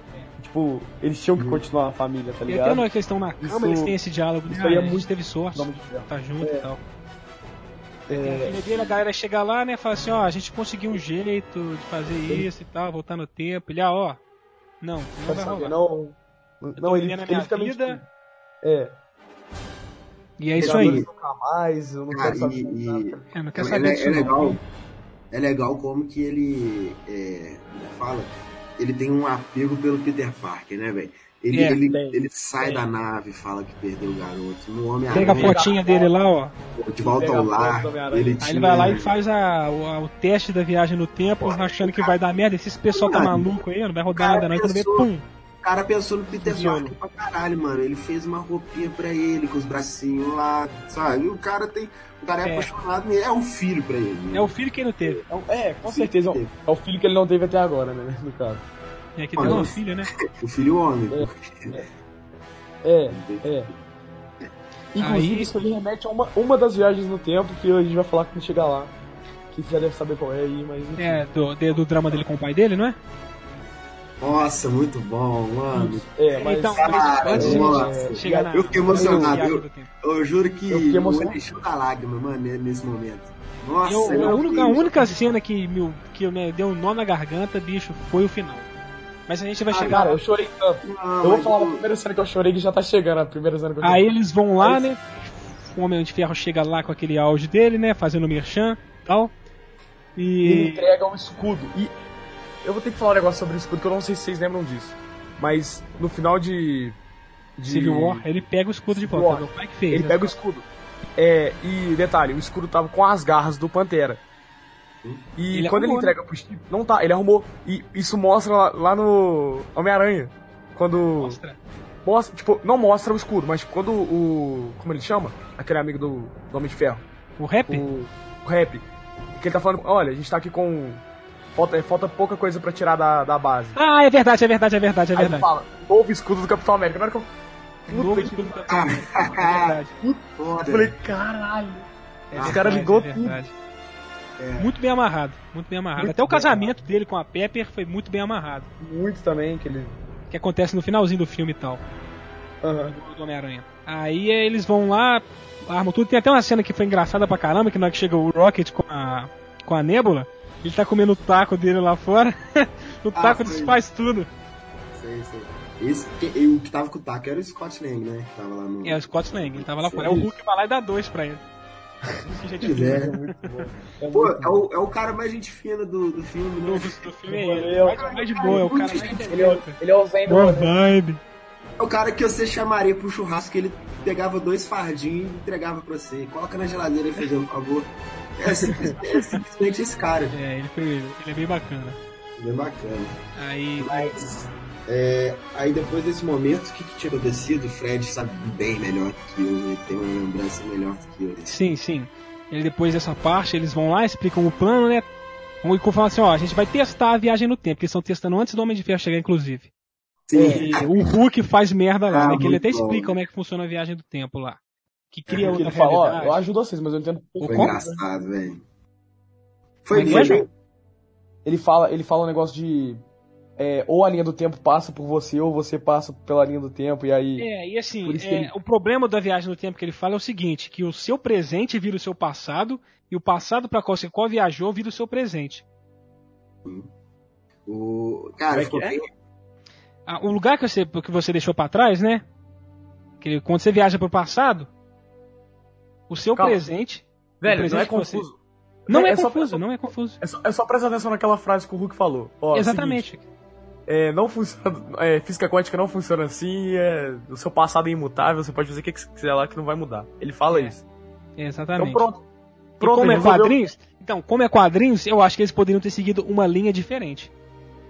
Speaker 3: Tipo, eles tinham que continuar a família, tá
Speaker 1: E até
Speaker 3: ligado?
Speaker 1: na questão na cama,
Speaker 3: Isso-
Speaker 1: eles têm esse diálogo.
Speaker 3: isso
Speaker 1: né?
Speaker 3: aí é
Speaker 1: a gente
Speaker 3: muito-
Speaker 1: teve sorte,
Speaker 3: Nome de Deus.
Speaker 1: tá junto e tal.
Speaker 3: É,
Speaker 1: E aí a galera chega lá, né, fala assim, ó, a gente conseguiu um jeito de fazer isso e tal, voltar no tempo. Ele, ah, ó, não, não
Speaker 3: quer
Speaker 1: vai
Speaker 3: saber,
Speaker 1: rolar.
Speaker 3: não.
Speaker 1: tô
Speaker 3: Não, ele,
Speaker 1: vivendo a
Speaker 3: ele
Speaker 1: minha
Speaker 3: fica meio
Speaker 1: vida.
Speaker 3: tipo, É,
Speaker 1: E é isso
Speaker 3: jogadores
Speaker 1: aí.
Speaker 3: Nunca mais, eu não
Speaker 2: Cara,
Speaker 3: quero saber.
Speaker 2: Ah, e-
Speaker 3: mais
Speaker 2: e-
Speaker 3: nada.
Speaker 1: Eu não
Speaker 2: É,
Speaker 1: quero
Speaker 2: é-
Speaker 1: saber
Speaker 3: um?
Speaker 1: disso
Speaker 2: é
Speaker 1: não.
Speaker 2: legal, é legal como que ele é, como fala, ele tem um apego pelo Peter Parker, né, velho? Ele,
Speaker 1: É,
Speaker 2: ele,
Speaker 3: tem,
Speaker 2: ele sai
Speaker 3: tem.
Speaker 2: da nave e fala que perdeu o garoto. No
Speaker 1: Pega a
Speaker 3: Pega a
Speaker 2: Homem-Aranha,
Speaker 1: fotinha dele lá, ó.
Speaker 2: de volta
Speaker 3: pega
Speaker 2: ao
Speaker 3: a foto
Speaker 2: lar,
Speaker 3: do Homem-Aranha.
Speaker 2: ele
Speaker 1: Aí
Speaker 2: tinha... um
Speaker 1: ele vai lá e faz a, o, o teste da viagem no tempo, achando que vai dar merda. Esse pessoal tá maluco aí, não vai rodar nada, não. E Quando vê, pum.
Speaker 2: O cara pensou no Peter
Speaker 1: Funciona.
Speaker 2: Parker pra caralho, mano. Ele fez uma roupinha pra ele, com os bracinhos lá, sabe? E o cara tem. O cara é,
Speaker 1: É.
Speaker 2: apaixonado, né? é um filho pra ele. né?
Speaker 1: É o filho que ele não teve.
Speaker 3: É um- É, com
Speaker 2: Sim,
Speaker 3: certeza. é um-
Speaker 2: teve.
Speaker 3: É o filho que ele não teve até agora, né? No caso.
Speaker 1: É que teve
Speaker 2: Olha.
Speaker 1: um filho, né?
Speaker 2: O filho homem.
Speaker 3: É, é. Inclusive,
Speaker 1: Aí-
Speaker 3: isso aí remete a uma, uma das viagens no tempo que a gente vai falar quando chegar lá. Que você já deve saber qual é aí, mas. enfim.
Speaker 1: É, do, de- do drama dele com o pai dele, não é?
Speaker 2: Nossa, muito bom, mano.
Speaker 3: É, mas.
Speaker 1: Então,
Speaker 2: Cara,
Speaker 1: antes de
Speaker 2: nossa.
Speaker 1: gente chegar na.
Speaker 2: Eu fiquei emocionado.
Speaker 1: na-
Speaker 2: Eu, eu juro que
Speaker 3: Eu fiquei
Speaker 2: o olho
Speaker 3: emocionado.
Speaker 2: encheu da lágrima, mano, ne- nesse momento. Nossa, é um
Speaker 1: Eu- a,
Speaker 2: eu
Speaker 1: única, a
Speaker 2: fiquei-
Speaker 1: única cena que, meu, que né, deu um nó na garganta, bicho, foi o final. Mas a gente vai
Speaker 2: Ah,
Speaker 1: chegar.
Speaker 3: Cara, eu chorei tanto.
Speaker 2: Não,
Speaker 3: Eu vou
Speaker 2: mas
Speaker 3: falar da
Speaker 2: eu-
Speaker 3: primeira cena que eu chorei que já tá chegando, a primeira cena que eu chorei.
Speaker 1: Aí eles vão lá, né? O Homem de Ferro chega lá com aquele auge dele, né? Fazendo merchan e tal. E.
Speaker 3: Ele entrega um escudo. E Eu vou ter que falar um negócio sobre isso, porque eu não sei se vocês lembram disso. Mas no final de. de
Speaker 1: Civil War, ele pega o escudo de
Speaker 3: Civil
Speaker 1: volta.
Speaker 3: War.
Speaker 1: Meu pai que fez.
Speaker 3: Ele
Speaker 1: né?
Speaker 3: pega o escudo. É, e detalhe, o escudo tava com as garras do Pantera. E
Speaker 1: Ele
Speaker 3: quando
Speaker 1: arrumou, né?
Speaker 3: ele entrega pro Steve, não tá, ele arrumou. E isso mostra lá, lá no Homem-Aranha. Quando.
Speaker 1: Mostra.
Speaker 3: Mostra, tipo, não mostra o escudo, mas tipo, quando o. Como ele chama? Aquele amigo do, do Homem de Ferro.
Speaker 1: O rap?
Speaker 3: O, o rap. Que ele tá falando, olha, a gente tá aqui com. Falta, é, falta pouca coisa pra tirar da, da base.
Speaker 1: Ah, é verdade, é verdade, é verdade, é
Speaker 3: Aí ele
Speaker 1: verdade.
Speaker 3: fala, novo escudo do Capitão América. Na hora que eu.
Speaker 1: Novo
Speaker 3: Puta que-
Speaker 1: escudo do Capitão
Speaker 3: [LAUGHS]
Speaker 1: América. É verdade.
Speaker 3: eu
Speaker 2: Foda.
Speaker 3: falei, caralho. Esse
Speaker 1: É
Speaker 3: cara
Speaker 1: verdade,
Speaker 3: ligou
Speaker 1: é
Speaker 3: tudo. É.
Speaker 1: verdade. Muito bem amarrado, muito bem amarrado.
Speaker 3: Muito
Speaker 1: Até o
Speaker 3: bem
Speaker 1: casamento dele com a Pepper foi muito bem amarrado.
Speaker 3: Muito também, que ele.
Speaker 1: Que acontece no finalzinho do filme e tal.
Speaker 3: Aham.
Speaker 1: do Homem-Aranha. Aí eh, eles vão lá, armam tudo. Tem até uma cena que foi engraçada pra caramba, que na hora que chega o Rocket com a, com a Nebula, ele tá comendo o taco dele lá fora. [LAUGHS] o
Speaker 2: Ah,
Speaker 1: taco
Speaker 2: foi.
Speaker 1: desfaz tudo.
Speaker 2: Sei, sei. Esse, que, e o que tava com o Taco era o Scott Lang, né? Que tava lá no.
Speaker 1: É, o Scott Lang, ele tava lá fora. É
Speaker 2: Sim.
Speaker 1: o Hulk vai lá e dá dois pra ele. Que gente assim,
Speaker 2: Pois
Speaker 1: fina
Speaker 2: é.
Speaker 3: Muito bom. É
Speaker 2: Pô,
Speaker 3: muito
Speaker 2: é o, é o cara mais gente fina do, do filme,
Speaker 1: do,
Speaker 2: né?
Speaker 1: do filme é
Speaker 3: Ele
Speaker 1: ele.
Speaker 3: é o
Speaker 1: Mas é mais de boa, é o cara mais
Speaker 3: bom. Ele, é- ele é o Zen do
Speaker 1: Boa
Speaker 3: rolê.
Speaker 1: vibe.
Speaker 2: É o cara que você chamaria pro churrasco que ele pegava dois fardinhos e entregava pra você. Coloca na geladeira e feijão, por favor. É, simples- é simplesmente esse cara.
Speaker 1: É, ele, foi, ele é bem bacana.
Speaker 2: É Bem bacana.
Speaker 1: Aí
Speaker 2: Mas, é, aí depois desse momento, o que, que tinha acontecido? O Fred sabe bem melhor que eu, ele tem uma lembrança melhor que eu.
Speaker 1: Sim, sim. E aí depois dessa parte, eles vão lá, explicam o plano, né? E falam assim, ó, a gente vai testar a viagem no tempo, que eles estão testando antes do Homem de Ferro chegar, inclusive.
Speaker 2: Sim,
Speaker 1: E o Hulk faz merda lá,
Speaker 2: Ah,
Speaker 1: né? Que ele
Speaker 2: muito
Speaker 1: até
Speaker 2: bom. É,
Speaker 1: explica como é que funciona a viagem do tempo lá. Que cria
Speaker 3: Que
Speaker 1: outra
Speaker 3: ele fala, né? ó,
Speaker 1: realidade.
Speaker 3: eu ajudo vocês, mas eu entendo
Speaker 1: Foi
Speaker 2: foi
Speaker 1: como?
Speaker 2: engraçado, velho. Foi,
Speaker 1: Mas
Speaker 2: foi
Speaker 1: veja,
Speaker 2: bem- né?
Speaker 3: Ele fala, ele fala um negócio de. é, ou a linha do tempo passa por você, ou você passa pela linha do tempo, e aí.
Speaker 1: É, e assim,
Speaker 3: Por isso
Speaker 1: é,
Speaker 3: que ele-
Speaker 1: o problema da viagem no tempo que ele fala é o seguinte, que o seu presente vira o seu passado, e o passado pra qual você qual viajou vira o seu presente.
Speaker 2: o... Cara,
Speaker 3: Como é
Speaker 2: ficou
Speaker 3: que é?
Speaker 2: bem
Speaker 1: Ah, o lugar que você, que você deixou pra trás, né? Que quando você viaja pro passado, o seu
Speaker 3: Calma.
Speaker 1: presente
Speaker 3: Velho, não
Speaker 1: presente
Speaker 3: é
Speaker 1: que você-
Speaker 3: confuso.
Speaker 1: Não é,
Speaker 3: É, é só-
Speaker 1: confuso, não é confuso.
Speaker 3: É só, é só prestar atenção naquela frase que o Hulk falou. Ó,
Speaker 1: Exatamente.
Speaker 3: seguinte, é, não funciona. é, física quântica não funciona assim, é, o seu passado é imutável, você pode fazer o que você quiser lá que não vai mudar. Ele fala
Speaker 1: É,
Speaker 3: isso.
Speaker 1: Exatamente.
Speaker 3: Então pronto.
Speaker 1: E
Speaker 3: Pronto,
Speaker 1: como
Speaker 3: ele
Speaker 1: é
Speaker 3: resolveu.
Speaker 1: quadrinhos, então, como é quadrinhos, eu acho que eles poderiam ter seguido uma linha diferente.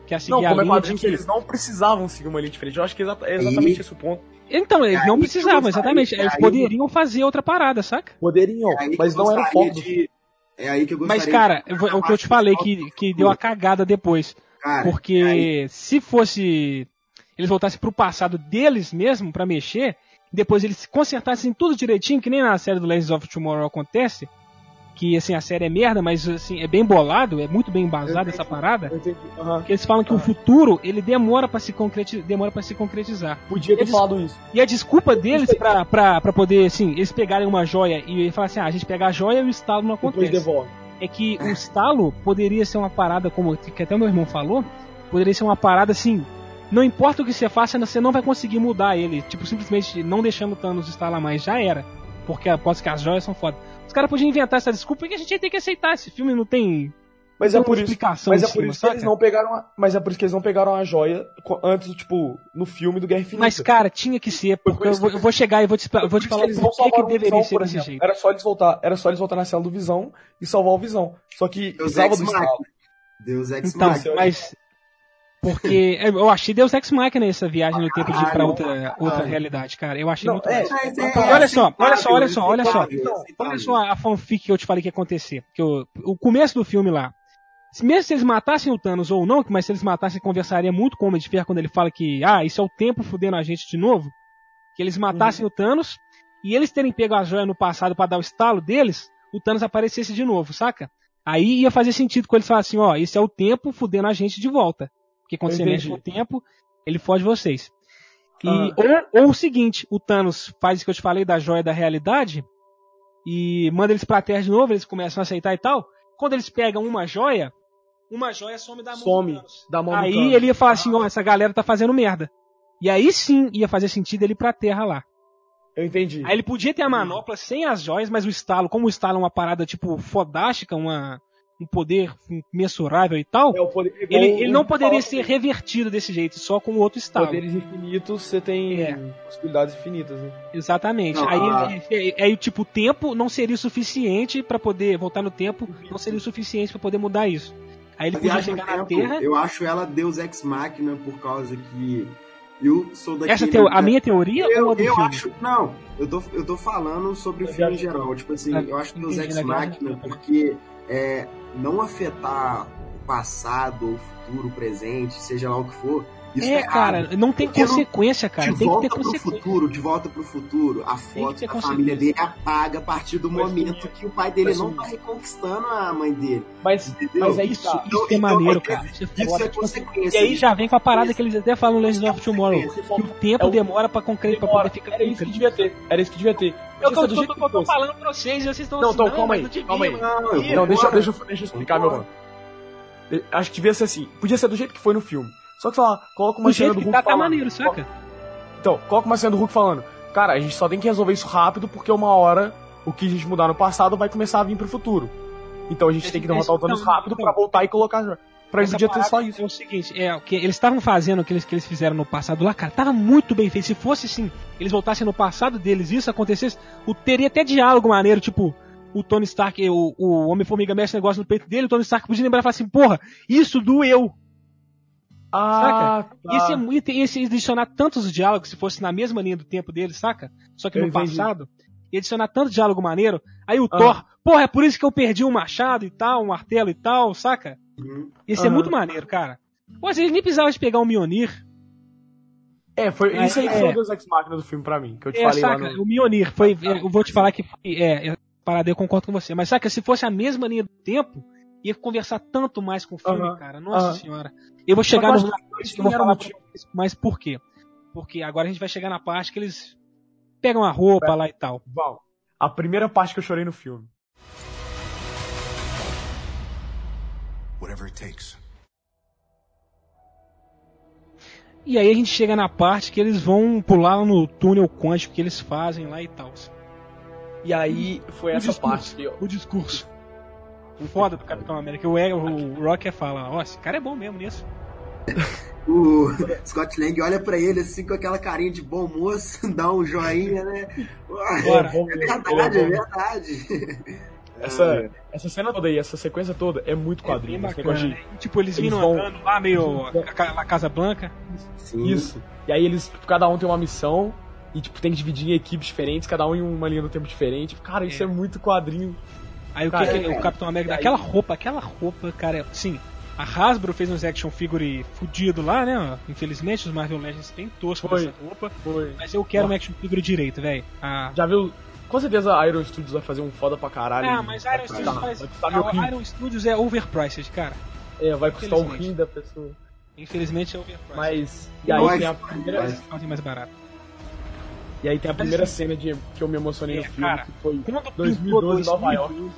Speaker 1: Que a seguir
Speaker 3: Não,
Speaker 1: a
Speaker 3: como é
Speaker 1: linha
Speaker 3: quadrinho,
Speaker 1: de
Speaker 3: que
Speaker 1: que-
Speaker 3: eles não precisavam seguir uma linha diferente. Eu acho que é exata- é exatamente
Speaker 2: E-
Speaker 3: esse o ponto.
Speaker 1: Então, eles
Speaker 2: Aí
Speaker 1: não
Speaker 2: que
Speaker 1: precisavam,
Speaker 2: eu
Speaker 1: exatamente.
Speaker 2: gostaria,
Speaker 1: Eles
Speaker 2: aí eu-
Speaker 1: poderiam fazer outra parada, saca?
Speaker 3: Poderiam,
Speaker 2: É aí que
Speaker 3: mas
Speaker 2: eu
Speaker 3: não era o
Speaker 2: gostaria
Speaker 3: foco.
Speaker 2: de- É aí que eu gostaria
Speaker 1: Mas, cara,
Speaker 2: de-
Speaker 1: eu vou- é o que eu te falei que, que deu a cagada depois.
Speaker 2: Cara, aí-
Speaker 1: Porque se fosse. Eles voltassem pro passado deles mesmo pra mexer, depois eles consertassem tudo direitinho, que nem na série do Legends of Tomorrow acontece. Que assim, a série é merda, mas assim, é bem bolado, é muito bem embasado
Speaker 2: Eu
Speaker 1: essa parada.
Speaker 3: Eu entendi. Aham.
Speaker 1: Porque eles falam que o futuro, ele demora pra se, concreti demora pra se concretizar.
Speaker 3: Podia ter
Speaker 1: Eles-
Speaker 3: falado isso.
Speaker 1: E a desculpa deles pra, pra, pra poder, assim, eles pegarem uma joia e falar assim, ah, a gente pega a joia e o estalo não
Speaker 3: Depois
Speaker 1: acontece
Speaker 3: devolve.
Speaker 1: é que o estalo poderia ser uma parada, como que até o meu irmão falou, poderia ser uma parada assim. Não importa o que você faça, você não vai conseguir mudar ele. Tipo, simplesmente não deixando o Thanos estalar mais, já era. Porque aposto que as joias são foda. Os caras podiam inventar essa desculpa e a gente ia ter que aceitar. Esse filme não tem,
Speaker 3: Mas
Speaker 1: não
Speaker 3: é
Speaker 1: tem
Speaker 3: por
Speaker 1: uma
Speaker 3: isso.
Speaker 1: explicação.
Speaker 3: Mas
Speaker 1: em
Speaker 3: é por
Speaker 1: cima,
Speaker 3: isso que eles
Speaker 1: saca?
Speaker 3: não pegaram a, Mas é por isso que eles não pegaram a joia co- antes, tipo, no filme do Guerra Infinita.
Speaker 1: Mas, cara, tinha que ser.
Speaker 3: Foi
Speaker 1: Porque
Speaker 3: por
Speaker 1: eu
Speaker 3: isso
Speaker 1: vou, eu vou chegar e vou te, eu
Speaker 3: Por
Speaker 1: vou te
Speaker 3: isso
Speaker 1: falar
Speaker 3: eles
Speaker 1: por
Speaker 3: não
Speaker 1: que, que
Speaker 3: salvaram o
Speaker 1: deveria
Speaker 3: Visão,
Speaker 1: ser
Speaker 3: por
Speaker 1: desse
Speaker 3: exemplo.
Speaker 1: jeito.
Speaker 3: Era só eles voltar, era só eles voltar na cela do Visão e salvar o Visão. Só que
Speaker 2: Deus
Speaker 3: precisava
Speaker 2: Ex
Speaker 3: do
Speaker 2: Machina.
Speaker 3: estalo.
Speaker 2: Deus Ex
Speaker 1: Então,
Speaker 2: Machina.
Speaker 1: mas. Porque é, eu achei Deus Ex Machina essa viagem no tempo de ir pra
Speaker 2: Caralho,
Speaker 1: outra, outra
Speaker 2: caralho.
Speaker 1: realidade, cara. Eu achei
Speaker 3: Ah, Não,
Speaker 1: muito
Speaker 3: é,
Speaker 1: massa.
Speaker 2: Mas assim,
Speaker 1: então,
Speaker 3: Olha
Speaker 1: olha só, olha só, olha só, olha só.
Speaker 2: aceitável,
Speaker 3: Então,
Speaker 2: aceitável.
Speaker 1: Olha só a fanfic que eu te falei que ia acontecer. Que eu- o começo do filme lá. Se- Mesmo se eles matassem o Thanos ou não, mas se eles matassem, conversaria muito com o Homem de Ferro quando ele fala que, ah, isso é o tempo fudendo a gente de novo. Que eles matassem
Speaker 3: Uhum.
Speaker 1: o Thanos e eles terem pego a joia no passado pra dar o estalo deles, o Thanos aparecesse de novo, saca? Aí ia fazer sentido quando eles falassem assim, ó, isso é o tempo fudendo a gente de volta. Porque quando
Speaker 3: Eu
Speaker 1: você mexe
Speaker 3: entendi.
Speaker 1: com o tempo, ele foge vocês. E,
Speaker 3: Ah.
Speaker 1: ou, ou o seguinte, o Thanos faz o que eu te falei da joia da realidade e manda eles pra Terra de novo, eles começam a aceitar e tal. Quando eles pegam uma joia, uma joia some da mão
Speaker 3: Some
Speaker 1: do Thanos.
Speaker 3: da mão do
Speaker 1: Tá Aí
Speaker 3: Thanos.
Speaker 1: ele ia falar assim, ó, essa galera tá fazendo merda. E aí sim ia fazer sentido ele ir pra Terra lá.
Speaker 3: Eu entendi.
Speaker 1: Aí ele podia ter a manopla sem as joias, mas o estalo, como o estalo é uma parada tipo fodástica, uma, um poder mensurável e tal,
Speaker 3: É, o poder, igual
Speaker 1: ele,
Speaker 3: o-
Speaker 1: ele não
Speaker 3: o-
Speaker 1: poderia
Speaker 3: falar-
Speaker 1: ser revertido desse jeito, só com outro estado.
Speaker 3: Poderes infinitos, você tem
Speaker 1: É.
Speaker 3: possibilidades infinitas, né?
Speaker 1: Exatamente.
Speaker 2: Não,
Speaker 1: aí,
Speaker 2: a-
Speaker 1: aí, aí, tipo, o tempo não seria o suficiente pra poder voltar no tempo, não seria o suficiente pra poder mudar isso. Aí ele
Speaker 2: A
Speaker 1: podia
Speaker 2: viagem no
Speaker 1: chegar na
Speaker 2: tempo,
Speaker 1: Terra.
Speaker 2: eu acho ela Deus Ex Machina por causa que eu sou daquele...
Speaker 1: Essa teo- a minha teoria
Speaker 2: Eu,
Speaker 1: ou a do
Speaker 2: eu
Speaker 1: filme?
Speaker 2: acho. Não, eu tô, eu tô falando sobre o filme em geral. Tipo assim,
Speaker 1: Ah,
Speaker 2: eu acho que Deus
Speaker 1: entendi,
Speaker 2: Ex
Speaker 1: na viagem do
Speaker 2: Machina
Speaker 1: tempo.
Speaker 2: porque é, não afetar o passado, o futuro, o presente, seja lá o que for, isso tá
Speaker 1: é,
Speaker 2: errado.
Speaker 1: cara, não tem
Speaker 2: Porque não-
Speaker 1: consequência, cara. Tem
Speaker 2: de
Speaker 1: que ter
Speaker 2: volta pro
Speaker 1: consequência.
Speaker 2: futuro, de volta pro futuro, a
Speaker 1: que
Speaker 2: foto
Speaker 1: ter
Speaker 2: da família dele apaga a partir do
Speaker 3: Vai
Speaker 2: momento
Speaker 3: sumir.
Speaker 2: que o pai dele
Speaker 3: Vai
Speaker 2: não
Speaker 3: sumir.
Speaker 2: tá reconquistando a mãe dele.
Speaker 3: Mas,
Speaker 2: Entendeu?
Speaker 3: mas aí que
Speaker 1: Isso,
Speaker 3: tá.
Speaker 1: isso
Speaker 2: Então-
Speaker 1: é
Speaker 2: então,
Speaker 1: maneiro,
Speaker 2: é-
Speaker 1: cara. Isso é
Speaker 2: Isso
Speaker 1: foda.
Speaker 2: é
Speaker 1: Tipo assim,
Speaker 2: consequência.
Speaker 1: e aí já vem com a parada
Speaker 2: isso-
Speaker 1: que eles até falam no Legends of Tomorrow.
Speaker 2: Isso é
Speaker 1: Que o tempo
Speaker 3: É o-
Speaker 1: demora pra, concre... pra poder ficar
Speaker 3: Era isso que
Speaker 1: concreto.
Speaker 3: devia ter. Era isso que devia ter.
Speaker 1: Eu tô,
Speaker 3: Isso é do
Speaker 1: tô-
Speaker 3: jeito
Speaker 1: tô-
Speaker 3: que
Speaker 1: tô
Speaker 3: fosse.
Speaker 1: falando pra vocês e vocês estão
Speaker 3: Não,
Speaker 1: assim,
Speaker 3: então, calma
Speaker 1: mas
Speaker 3: aí,
Speaker 1: não devia,
Speaker 3: calma aí.
Speaker 1: mano.
Speaker 2: Não, eu
Speaker 3: Não, deixa,
Speaker 2: concordo.
Speaker 3: deixa, deixa eu explicar, meu mano. Eu Acho que devia ser assim. Podia ser do jeito que foi no filme. Só que, sei lá, coloca uma
Speaker 1: Do
Speaker 3: cena
Speaker 1: jeito
Speaker 3: do
Speaker 1: que
Speaker 3: Hulk
Speaker 1: tá, tá
Speaker 3: falando.
Speaker 1: maneiro, saca?
Speaker 3: Então, coloca uma cena do Hulk falando. Cara, a gente só tem que resolver isso rápido porque uma hora o que a gente mudar no passado vai começar a vir pro futuro. Então a gente
Speaker 1: Esse-
Speaker 3: tem que derrotar o Thanos
Speaker 1: esse- não,
Speaker 3: rápido
Speaker 1: não.
Speaker 3: pra voltar e colocar. Pra ele
Speaker 1: Essa
Speaker 3: podia ter só
Speaker 1: parada
Speaker 3: isso.
Speaker 1: É o seguinte, é o que eles estavam fazendo o que eles, que eles fizeram no passado lá, cara, tava muito bem feito. Se fosse assim, eles voltassem no passado deles, isso acontecesse, o, teria até diálogo maneiro, tipo, o Tony Stark, o, o Homem-Formiga mexe um negócio no peito dele, o Tony Stark podia lembrar e falar assim, porra, isso doeu.
Speaker 3: Ah, tá.
Speaker 1: Esse é muito, esse adicionar tantos diálogos, se fosse na mesma linha do tempo dele, saca? Só que
Speaker 3: Eu
Speaker 1: no
Speaker 3: entendi.
Speaker 1: passado, e adicionar tanto diálogo maneiro, aí o
Speaker 3: Ah.
Speaker 1: Thor, porra, é por isso que eu perdi um machado e tal, um martelo e tal, saca?
Speaker 2: Uhum.
Speaker 1: Isso é
Speaker 3: Aham.
Speaker 1: muito maneiro, cara. Pô, vocês nem precisavam de pegar um Mionir.
Speaker 3: É, foi isso aí que
Speaker 1: É.
Speaker 3: foi o Deus Ex Machina do filme pra mim, que eu te
Speaker 1: É,
Speaker 3: falei lá
Speaker 1: saca?
Speaker 3: no...
Speaker 1: O Mionir foi. é, eu vou te falar que foi- é, é, parada, eu concordo com você. Mas saca, se fosse a mesma linha do tempo, ia conversar tanto mais com o filme,
Speaker 3: Aham,
Speaker 1: cara. Nossa
Speaker 3: aham.
Speaker 1: senhora. Eu vou chegar
Speaker 3: eu
Speaker 1: nos
Speaker 3: acho
Speaker 1: fatores
Speaker 3: isso
Speaker 1: que eu vou
Speaker 3: não era
Speaker 1: falar pra
Speaker 3: motivo.
Speaker 1: vocês, mas por quê? Porque agora a gente vai chegar na parte que eles pegam a roupa lá e tal.
Speaker 3: Bom, a primeira parte que eu chorei no filme.
Speaker 5: Whatever it takes.
Speaker 1: E aí a gente chega na parte que eles vão pular no túnel quântico que eles fazem lá e tal.
Speaker 3: E aí foi
Speaker 1: O
Speaker 3: essa
Speaker 1: discurso.
Speaker 3: parte que eu...
Speaker 1: O discurso. Foda do Capitão América. O, o Rocker fala, ó, esse cara é bom mesmo nisso.
Speaker 2: O [LAUGHS] Scott Lang olha pra ele assim com aquela carinha de bom moço, [LAUGHS] dá um joinha,
Speaker 3: [LAUGHS]
Speaker 2: né?
Speaker 1: Bora.
Speaker 3: bom
Speaker 2: É
Speaker 3: mesmo, ele é
Speaker 2: verdade,
Speaker 3: bom
Speaker 2: é
Speaker 1: né?
Speaker 3: mesmo.
Speaker 2: verdade.
Speaker 3: Essa, essa cena toda aí, essa sequência toda é muito quadrinho.
Speaker 1: bem
Speaker 3: esse
Speaker 1: bacana,
Speaker 3: negócio de-
Speaker 1: né? E, Tipo, eles
Speaker 3: eles
Speaker 1: vindo
Speaker 3: vão-
Speaker 1: andando lá, meio
Speaker 3: eles vão-
Speaker 1: a ca- a Casa Blanca.
Speaker 2: Sim.
Speaker 3: Isso. E aí eles, tipo, cada um tem uma missão e tipo tem que dividir em equipes diferentes, cada um em uma linha do tempo diferente. Cara, isso
Speaker 1: É.
Speaker 3: é, muito quadrinho.
Speaker 1: Aí o que,
Speaker 3: Cara, é
Speaker 1: que o Capitão América dá?
Speaker 3: aí-
Speaker 1: Aquela roupa, aquela roupa, cara. é- Sim, a Hasbro fez uns action figure fudido lá, né? Infelizmente, os Marvel Legends têm tosco
Speaker 3: Foi.
Speaker 1: essa roupa.
Speaker 3: Foi.
Speaker 1: Mas eu quero um action figure direito, velho. Ah,
Speaker 3: Já viu? Com certeza a Iron Studios vai fazer um foda pra caralho.
Speaker 1: ah,
Speaker 3: e
Speaker 1: mas
Speaker 3: vai
Speaker 1: Iron
Speaker 3: custar-
Speaker 1: Studios faz.
Speaker 3: Vai custar Tá, meu
Speaker 1: a-
Speaker 3: rim.
Speaker 1: Iron Studios é overpriced, cara.
Speaker 3: É, vai custar o
Speaker 1: Infelizmente.
Speaker 3: rim da pessoa.
Speaker 1: Infelizmente é overpriced.
Speaker 3: Mas. E aí,
Speaker 2: Nós-
Speaker 3: tem a primeira,
Speaker 2: nós-
Speaker 1: Fazem mais barato.
Speaker 3: e aí tem a
Speaker 1: Mas
Speaker 3: primeira
Speaker 1: assim-
Speaker 3: cena de, que eu me emocionei
Speaker 1: É,
Speaker 3: no filme,
Speaker 1: cara,
Speaker 3: que foi.
Speaker 1: Quando
Speaker 3: 2012,
Speaker 1: pintou
Speaker 3: Nova York.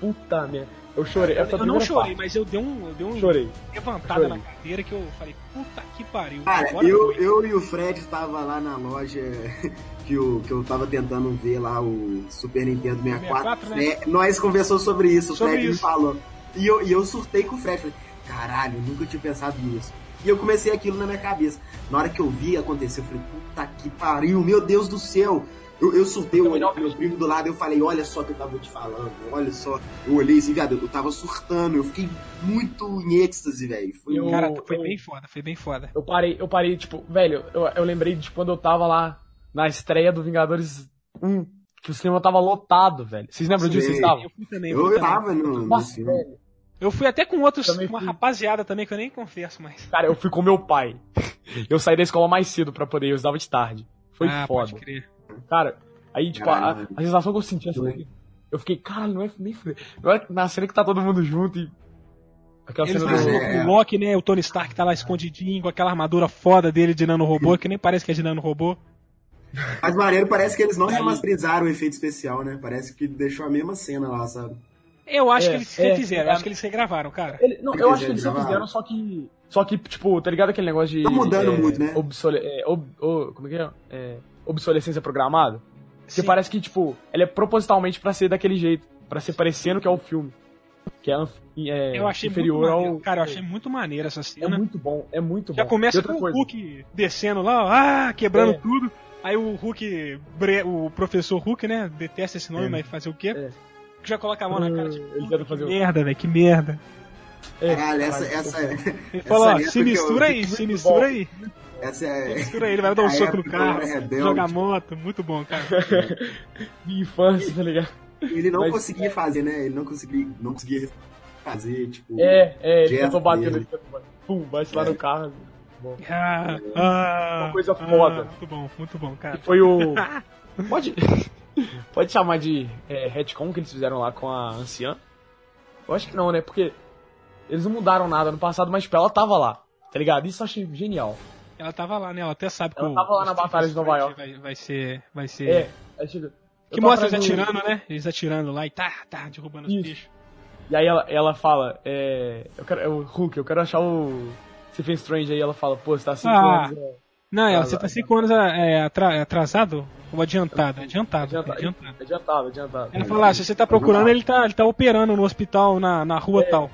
Speaker 3: Puta merda. Eu chorei. Essa é
Speaker 1: Eu
Speaker 3: primeira
Speaker 1: não chorei,
Speaker 3: parte.
Speaker 1: mas eu dei um, eu dei um
Speaker 3: Chorei.
Speaker 1: levantada
Speaker 3: Chorei.
Speaker 1: na cadeira que eu falei, puta que pariu.
Speaker 2: Cara,
Speaker 1: agora
Speaker 2: eu,
Speaker 1: foi.
Speaker 2: eu e o Fred tava lá na loja [LAUGHS] que, o, que eu tava tentando ver lá o Super Nintendo 64.
Speaker 1: 64, né?
Speaker 2: É, Nós conversamos sobre isso, o
Speaker 1: Sobre
Speaker 2: Fred me
Speaker 1: isso.
Speaker 2: falou. E eu, e eu surtei com o Fred. Falei, caralho, nunca tinha pensado nisso. E eu comecei aquilo na minha cabeça. Na hora que eu vi acontecer, eu falei, puta que pariu, meu Deus do céu. Eu, eu surtei, eu olhei pro meu primo do lado eu falei, olha só o que eu tava te falando, olha só. Eu olhei assim, viado, eu tava surtando, eu fiquei muito em êxtase, velho. Foi
Speaker 3: Eu-
Speaker 1: Cara, foi
Speaker 3: eu-
Speaker 1: bem foda, foi bem foda.
Speaker 3: Eu parei, eu parei, tipo, velho, eu, eu lembrei de quando eu tava lá na estreia do Vingadores 1, que o cinema tava lotado, velho. Vocês lembram disso?
Speaker 2: Sim.
Speaker 3: Vocês estavam?
Speaker 1: Eu fui também, eu
Speaker 2: Eu,
Speaker 1: fui
Speaker 2: eu
Speaker 1: também.
Speaker 2: tava no, no
Speaker 3: Nossa,
Speaker 2: filme.
Speaker 3: velho.
Speaker 1: Eu fui até com outros,
Speaker 3: Também
Speaker 1: uma
Speaker 3: fui.
Speaker 1: rapaziada também que eu nem confesso mais.
Speaker 3: Cara, eu fui com meu pai. [LAUGHS] Eu saí da escola mais cedo pra poder, eu estudava de tarde. Foi
Speaker 1: ah,
Speaker 3: foda.
Speaker 1: pode crer.
Speaker 3: Cara, aí, tipo, a,
Speaker 2: Caralho.
Speaker 3: a sensação que eu senti essa daqui, eu fiquei, caralho, não é nem fudeu. Agora, na cena que tá todo mundo junto e. Aquela
Speaker 1: Eles
Speaker 3: cena
Speaker 2: Mas
Speaker 1: lançam
Speaker 3: do.
Speaker 2: é-
Speaker 1: o Loki, né? O Tony Stark tá lá escondidinho com aquela armadura foda dele de nanorobô, que nem parece que é de nanorobô.
Speaker 2: Mas maneiro parece que eles não remasterizaram o efeito especial, né? Parece que deixou a mesma cena lá, sabe?
Speaker 1: Eu acho
Speaker 3: É,
Speaker 1: que eles
Speaker 3: é,
Speaker 1: refizeram, eu
Speaker 3: é.
Speaker 1: acho que eles regravaram, cara.
Speaker 3: Ele- não, eu acho que eles só
Speaker 2: Eles
Speaker 3: fizeram, só que. Só que, tipo, tá ligado aquele negócio de.
Speaker 2: Tá mudando
Speaker 3: é,
Speaker 2: muito, né?
Speaker 3: obsole- é, ob- o- como é que é? É, Obsolescência programada. Porque
Speaker 1: Sim.
Speaker 3: parece que, tipo, ela é propositalmente pra ser daquele jeito. Pra ser parecendo que é o filme. que é, anf- é
Speaker 1: eu achei
Speaker 3: inferior
Speaker 1: muito
Speaker 3: ao.
Speaker 1: maneiro. Cara, eu achei muito maneiro essa
Speaker 3: É
Speaker 1: cena.
Speaker 3: muito bom, é muito
Speaker 1: Já
Speaker 3: bom.
Speaker 1: começa
Speaker 3: E outra
Speaker 1: com o
Speaker 3: coisa,
Speaker 1: Hulk descendo lá, ó, ah, quebrando
Speaker 3: É.
Speaker 1: tudo. Aí o Hulk, bre- o professor Hulk, né? Detesta esse nome,
Speaker 3: É.
Speaker 1: mas fazer o quê?
Speaker 3: É.
Speaker 1: Já coloca a mão na cara, tipo,
Speaker 3: Eles
Speaker 1: puta,
Speaker 3: devem
Speaker 1: que
Speaker 3: fazer o-
Speaker 1: merda, velho, que merda.
Speaker 3: é,
Speaker 2: Caralho, Ah, essa, essa,
Speaker 1: Ele
Speaker 2: Essa
Speaker 1: fala, ó,
Speaker 2: época
Speaker 1: se mistura
Speaker 2: eu-
Speaker 1: aí, se mistura aí.
Speaker 2: essa é.
Speaker 1: Mistura aí, ele vai dar um
Speaker 2: a
Speaker 1: soco no
Speaker 2: época eu era
Speaker 1: carro,
Speaker 2: rebelde.
Speaker 1: joga moto, muito bom, cara.
Speaker 2: [LAUGHS]
Speaker 3: minha infância, tá ligado?
Speaker 2: Ele não
Speaker 3: Mas-
Speaker 2: conseguia fazer, né? Ele não conseguia, não conseguia fazer, tipo.
Speaker 3: É, é, ele
Speaker 2: Jeff
Speaker 3: tentou bater
Speaker 2: dele.
Speaker 3: ele tentou- Pum, bate lá
Speaker 2: É.
Speaker 3: no carro. Bom.
Speaker 1: Ah, ah,
Speaker 3: Uma coisa
Speaker 1: ah,
Speaker 3: foda.
Speaker 1: muito bom, muito bom,
Speaker 3: E [LAUGHS]
Speaker 1: cara.
Speaker 3: foi o. Pode. [LAUGHS] Pode chamar de é, retcon que eles fizeram lá com a anciã? Eu acho que não, né? Porque eles não mudaram nada no passado, mas tipo, ela tava lá, tá ligado? Isso eu achei genial.
Speaker 1: Ela tava lá, né? Ela até sabe
Speaker 3: Ela
Speaker 1: que o-
Speaker 3: tava lá na
Speaker 1: o Steve
Speaker 3: Batalha de Nova
Speaker 1: Strange
Speaker 3: York.
Speaker 1: Vai, vai ser. Vai ser.
Speaker 3: É, aí chega. eu
Speaker 1: que
Speaker 3: tô
Speaker 1: mostra eles
Speaker 3: atrás do-
Speaker 1: atirando, né? Eles atirando lá e tá, tá, derrubando os
Speaker 3: Isso.
Speaker 1: bichos.
Speaker 3: E aí ela, ela fala, é. Eu quero. É o Hulk, eu quero achar o. Stephen Strange aí, ela fala, pô, você tá cinco
Speaker 1: Ah.
Speaker 3: anos. é,
Speaker 1: Não, ela,
Speaker 3: Ah,
Speaker 1: você tá
Speaker 3: lá,
Speaker 1: 5 anos é, atra- atrasado? Ou adiantado? Adiantado.
Speaker 3: Adiantado.
Speaker 1: Adiantado.
Speaker 3: Adiantado, adiantado.
Speaker 1: Ela fala, ah, se você tá procurando, ele tá, ele tá operando no hospital, na, na rua
Speaker 3: É.
Speaker 1: tal.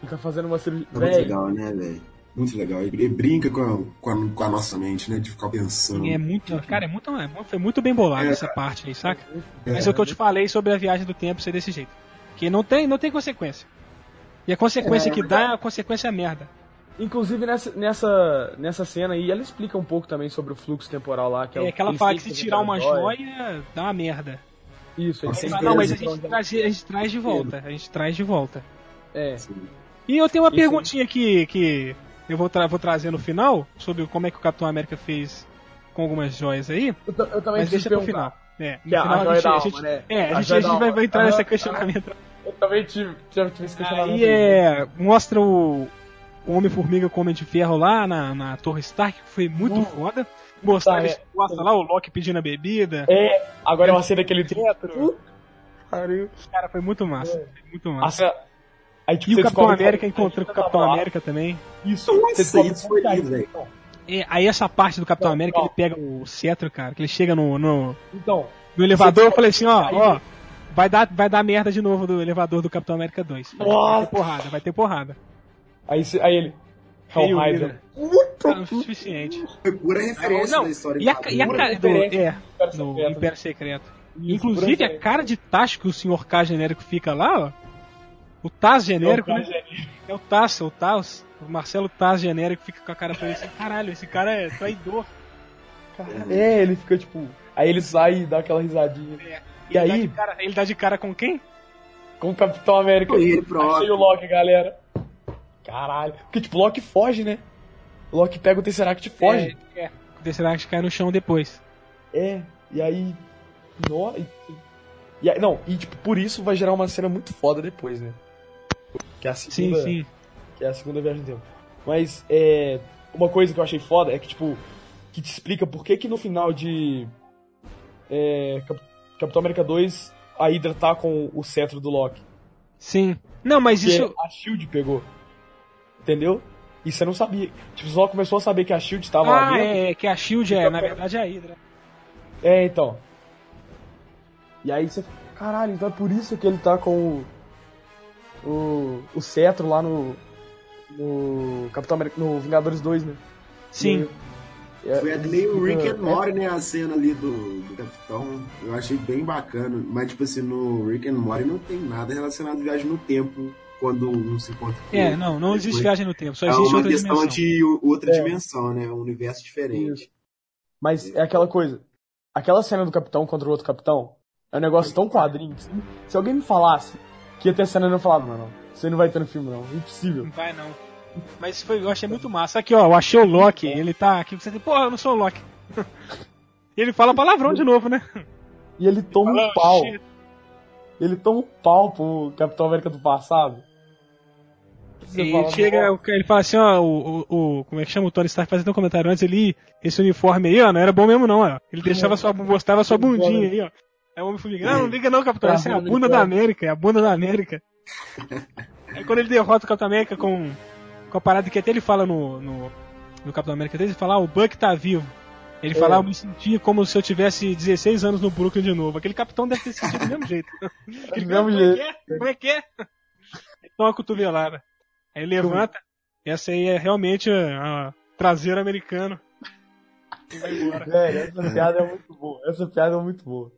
Speaker 3: Ele tá fazendo uma cirurgia.
Speaker 2: Muito
Speaker 3: Véi,
Speaker 2: legal, né, velho? Muito legal. Ele brinca com a, com, a, com a nossa mente, né? De ficar pensando.
Speaker 1: É muito, cara, é muito, é muito- foi muito bem bolado
Speaker 2: Uhum. É,
Speaker 1: essa parte aí, saca?
Speaker 2: É.
Speaker 1: Mas é o que eu te falei sobre a viagem do tempo ser desse jeito. Que não tem, não tem consequência. E a consequência que dá é a consequência merda.
Speaker 3: Inclusive nessa, nessa, nessa cena aí, ela explica um pouco também sobre o fluxo temporal lá. Que
Speaker 1: É
Speaker 3: o-
Speaker 1: aquela
Speaker 3: eles
Speaker 1: fala
Speaker 3: têm
Speaker 1: que se
Speaker 3: fazer
Speaker 1: tirar uma
Speaker 3: aquela
Speaker 1: joia, dá uma merda.
Speaker 2: Nossa,
Speaker 3: Isso, eles têm
Speaker 1: Ah,
Speaker 3: que-
Speaker 2: Certeza,
Speaker 1: não, mas a
Speaker 3: então,
Speaker 1: gente, traz, a gente traz de volta. A gente traz de volta.
Speaker 3: É,
Speaker 2: Assim.
Speaker 1: E eu tenho uma
Speaker 3: Isso.
Speaker 1: perguntinha que, que eu vou, tra- vou trazer no final sobre como é que o Capitão América fez com algumas joias aí.
Speaker 3: eu, ta- eu também
Speaker 1: Mas deixa
Speaker 3: preciso
Speaker 1: pro
Speaker 3: perguntar.
Speaker 1: final. É, no
Speaker 3: Que a
Speaker 1: final
Speaker 3: joia da
Speaker 1: a
Speaker 3: alma,
Speaker 1: gente,
Speaker 3: né?
Speaker 1: é, a
Speaker 3: A
Speaker 1: gente, a
Speaker 3: joia da
Speaker 1: gente vai,
Speaker 3: alma.
Speaker 1: vai entrar nesse
Speaker 3: Aham,
Speaker 1: questionamento.
Speaker 3: Eu também tive, tive, tive esse questionamento.
Speaker 1: Aí é, mostra o, o Homem-Formiga com o Homem de Ferro lá na, na Torre Stark, que foi muito
Speaker 3: Uh,
Speaker 1: foda. Mostrar
Speaker 3: tá,
Speaker 1: eles
Speaker 3: é.
Speaker 1: mostra lá, o Loki pedindo a bebida.
Speaker 3: É, agora é É. uma cena que ele tem. Uh, pariu.
Speaker 1: Cara, foi muito massa. Foi muito
Speaker 3: A
Speaker 1: massa.
Speaker 3: cena- Aí, tipo,
Speaker 1: E
Speaker 3: você
Speaker 1: o Capitão
Speaker 3: descobre que-
Speaker 1: América encontrou com o Capitão
Speaker 3: tava lá.
Speaker 1: América também.
Speaker 3: Isso,
Speaker 2: Nossa,
Speaker 3: você descobre
Speaker 2: isso foi
Speaker 3: que tá
Speaker 2: lindo,
Speaker 3: aí.
Speaker 2: velho.
Speaker 1: É, aí essa parte do Capitão
Speaker 3: Não,
Speaker 1: América,
Speaker 3: não.
Speaker 1: ele pega o cetro, cara, que ele chega no- no,
Speaker 3: Então,
Speaker 1: no elevador, eu falei assim, ó,
Speaker 3: Aí.
Speaker 1: ó, vai dar, vai dar merda de novo do elevador do Capitão América 2. Vai
Speaker 3: Nossa.
Speaker 1: ter porrada, vai ter porrada.
Speaker 3: então, aí, você- aí ele.
Speaker 1: Aí o
Speaker 3: Hellraiser.
Speaker 1: Miller, tá o suficiente.
Speaker 2: Foi pura referência
Speaker 1: Não,
Speaker 2: da história tá
Speaker 1: E
Speaker 2: de
Speaker 1: a, ca- e a
Speaker 2: Padura.
Speaker 1: cara do, é,
Speaker 3: Império
Speaker 1: do
Speaker 3: Secreto.
Speaker 1: Império Secreto.
Speaker 3: né? Isso, é
Speaker 1: Inclusive, é
Speaker 3: Império
Speaker 1: a cara de Taz que o Sr. K genérico fica lá, ó, o Taz genérico,
Speaker 3: Secreto.
Speaker 1: né? É o Taz, é o Taz, o Marcelo Taz genérico fica com a cara pra ele assim, caralho, esse cara é traidor.
Speaker 3: É, ele fica tipo. Aí ele sai e dá aquela risadinha. E
Speaker 1: Ele É, dá
Speaker 3: aí?
Speaker 1: de cara- ele dá de cara com quem?
Speaker 3: Com o Capitão América.
Speaker 2: Com ele próprio.
Speaker 3: Achei o Loki, galera. Caralho. Porque, tipo, o Loki foge, né? O Loki pega o Tesseract e foge.
Speaker 1: É, é. O Tesseract cai no chão depois.
Speaker 3: É. E aí. No... E, e aí, não, e tipo, por isso vai gerar uma cena muito foda depois, né? Que é a
Speaker 1: Sim,
Speaker 3: segunda,
Speaker 1: sim.
Speaker 3: Que é a segunda viagem do tempo. Mas, é. Uma coisa que eu achei foda é que, tipo, que te explica por que que no final de. É, Cap- Capitão América 2, a Hydra tá com o cetro do Loki.
Speaker 1: Sim. Não, mas
Speaker 3: Porque
Speaker 1: isso...
Speaker 3: a Shield pegou. Entendeu? E você não sabia. Tipo, só começou a saber que a Shield tava lá
Speaker 1: Ah,
Speaker 3: dentro.
Speaker 1: é, é, que a Shield é, na verdade, é a Hydra.
Speaker 3: É, então. E aí você. Caralho, então é por isso que ele tá com o. O, o cetro lá no. No. Capitão América. No Vingadores 2, né?
Speaker 1: Sim.
Speaker 3: É,
Speaker 2: Foi até meio Rick and Morty, né? A cena ali do, do Capitão. Eu achei bem bacana. Mas, tipo assim, no Rick and Morty não tem nada relacionado a viagem no tempo quando um se encontra com
Speaker 1: É,
Speaker 2: outro.
Speaker 1: não, não existe viagem no tempo, só
Speaker 2: É
Speaker 1: existe
Speaker 2: uma
Speaker 1: outra
Speaker 2: questão
Speaker 1: dimensão.
Speaker 2: de o- outra
Speaker 3: É.
Speaker 2: dimensão, né? Um universo diferente.
Speaker 3: Mas é aquela coisa. Aquela cena do Capitão contra o outro Capitão é um negócio tão quadrinho. que se- Se alguém me falasse que ia ter cena, eu não falava, não, não. Isso aí não vai ter no filme, não. Impossível.
Speaker 1: Não vai, não. Mas foi, eu achei muito massa. Aqui, ó, eu achei o Loki, ele tá aqui, você tem, porra, eu não sou o Loki. [LAUGHS] E ele fala palavrão de novo, né?
Speaker 3: E ele toma
Speaker 1: Fala,
Speaker 3: um pau.
Speaker 1: "Shit".
Speaker 3: Ele toma um pau pro Capitão América do passado. Você
Speaker 1: E
Speaker 3: fala,
Speaker 1: chega,
Speaker 3: "Nossa,
Speaker 1: o cara- ele fala assim, ó, o, o, o- como é que chama o Tony Stark fazendo um comentário antes ali, esse uniforme aí, ó, não era bom mesmo não, ó. Ele
Speaker 3: é.
Speaker 1: deixava sua, mostrava sua bundinha aí, ó. Aí o homem formiga, não, não liga não, Capitão,
Speaker 3: Tá
Speaker 1: essa é a bunda da América, é a bunda da
Speaker 3: [LAUGHS]
Speaker 1: América. Aí quando ele derrota o Capitão América com, com a parada que até ele fala no, no, no Capitão América 3, ele fala, ah, o Buck tá vivo. Ele
Speaker 3: É.
Speaker 1: fala, "Ah, eu me senti como se eu tivesse 16 anos no Brooklyn de novo. Aquele capitão deve ter se sentido do mesmo jeito.
Speaker 3: Do mesmo jeito.
Speaker 1: Como é que é? Como é que é? toma a cotovelada. né? Aí levanta, essa aí é realmente a, a traseira americano. E [LAUGHS] vai embora.
Speaker 3: Velho, essa piada é muito boa. Essa piada é muito boa.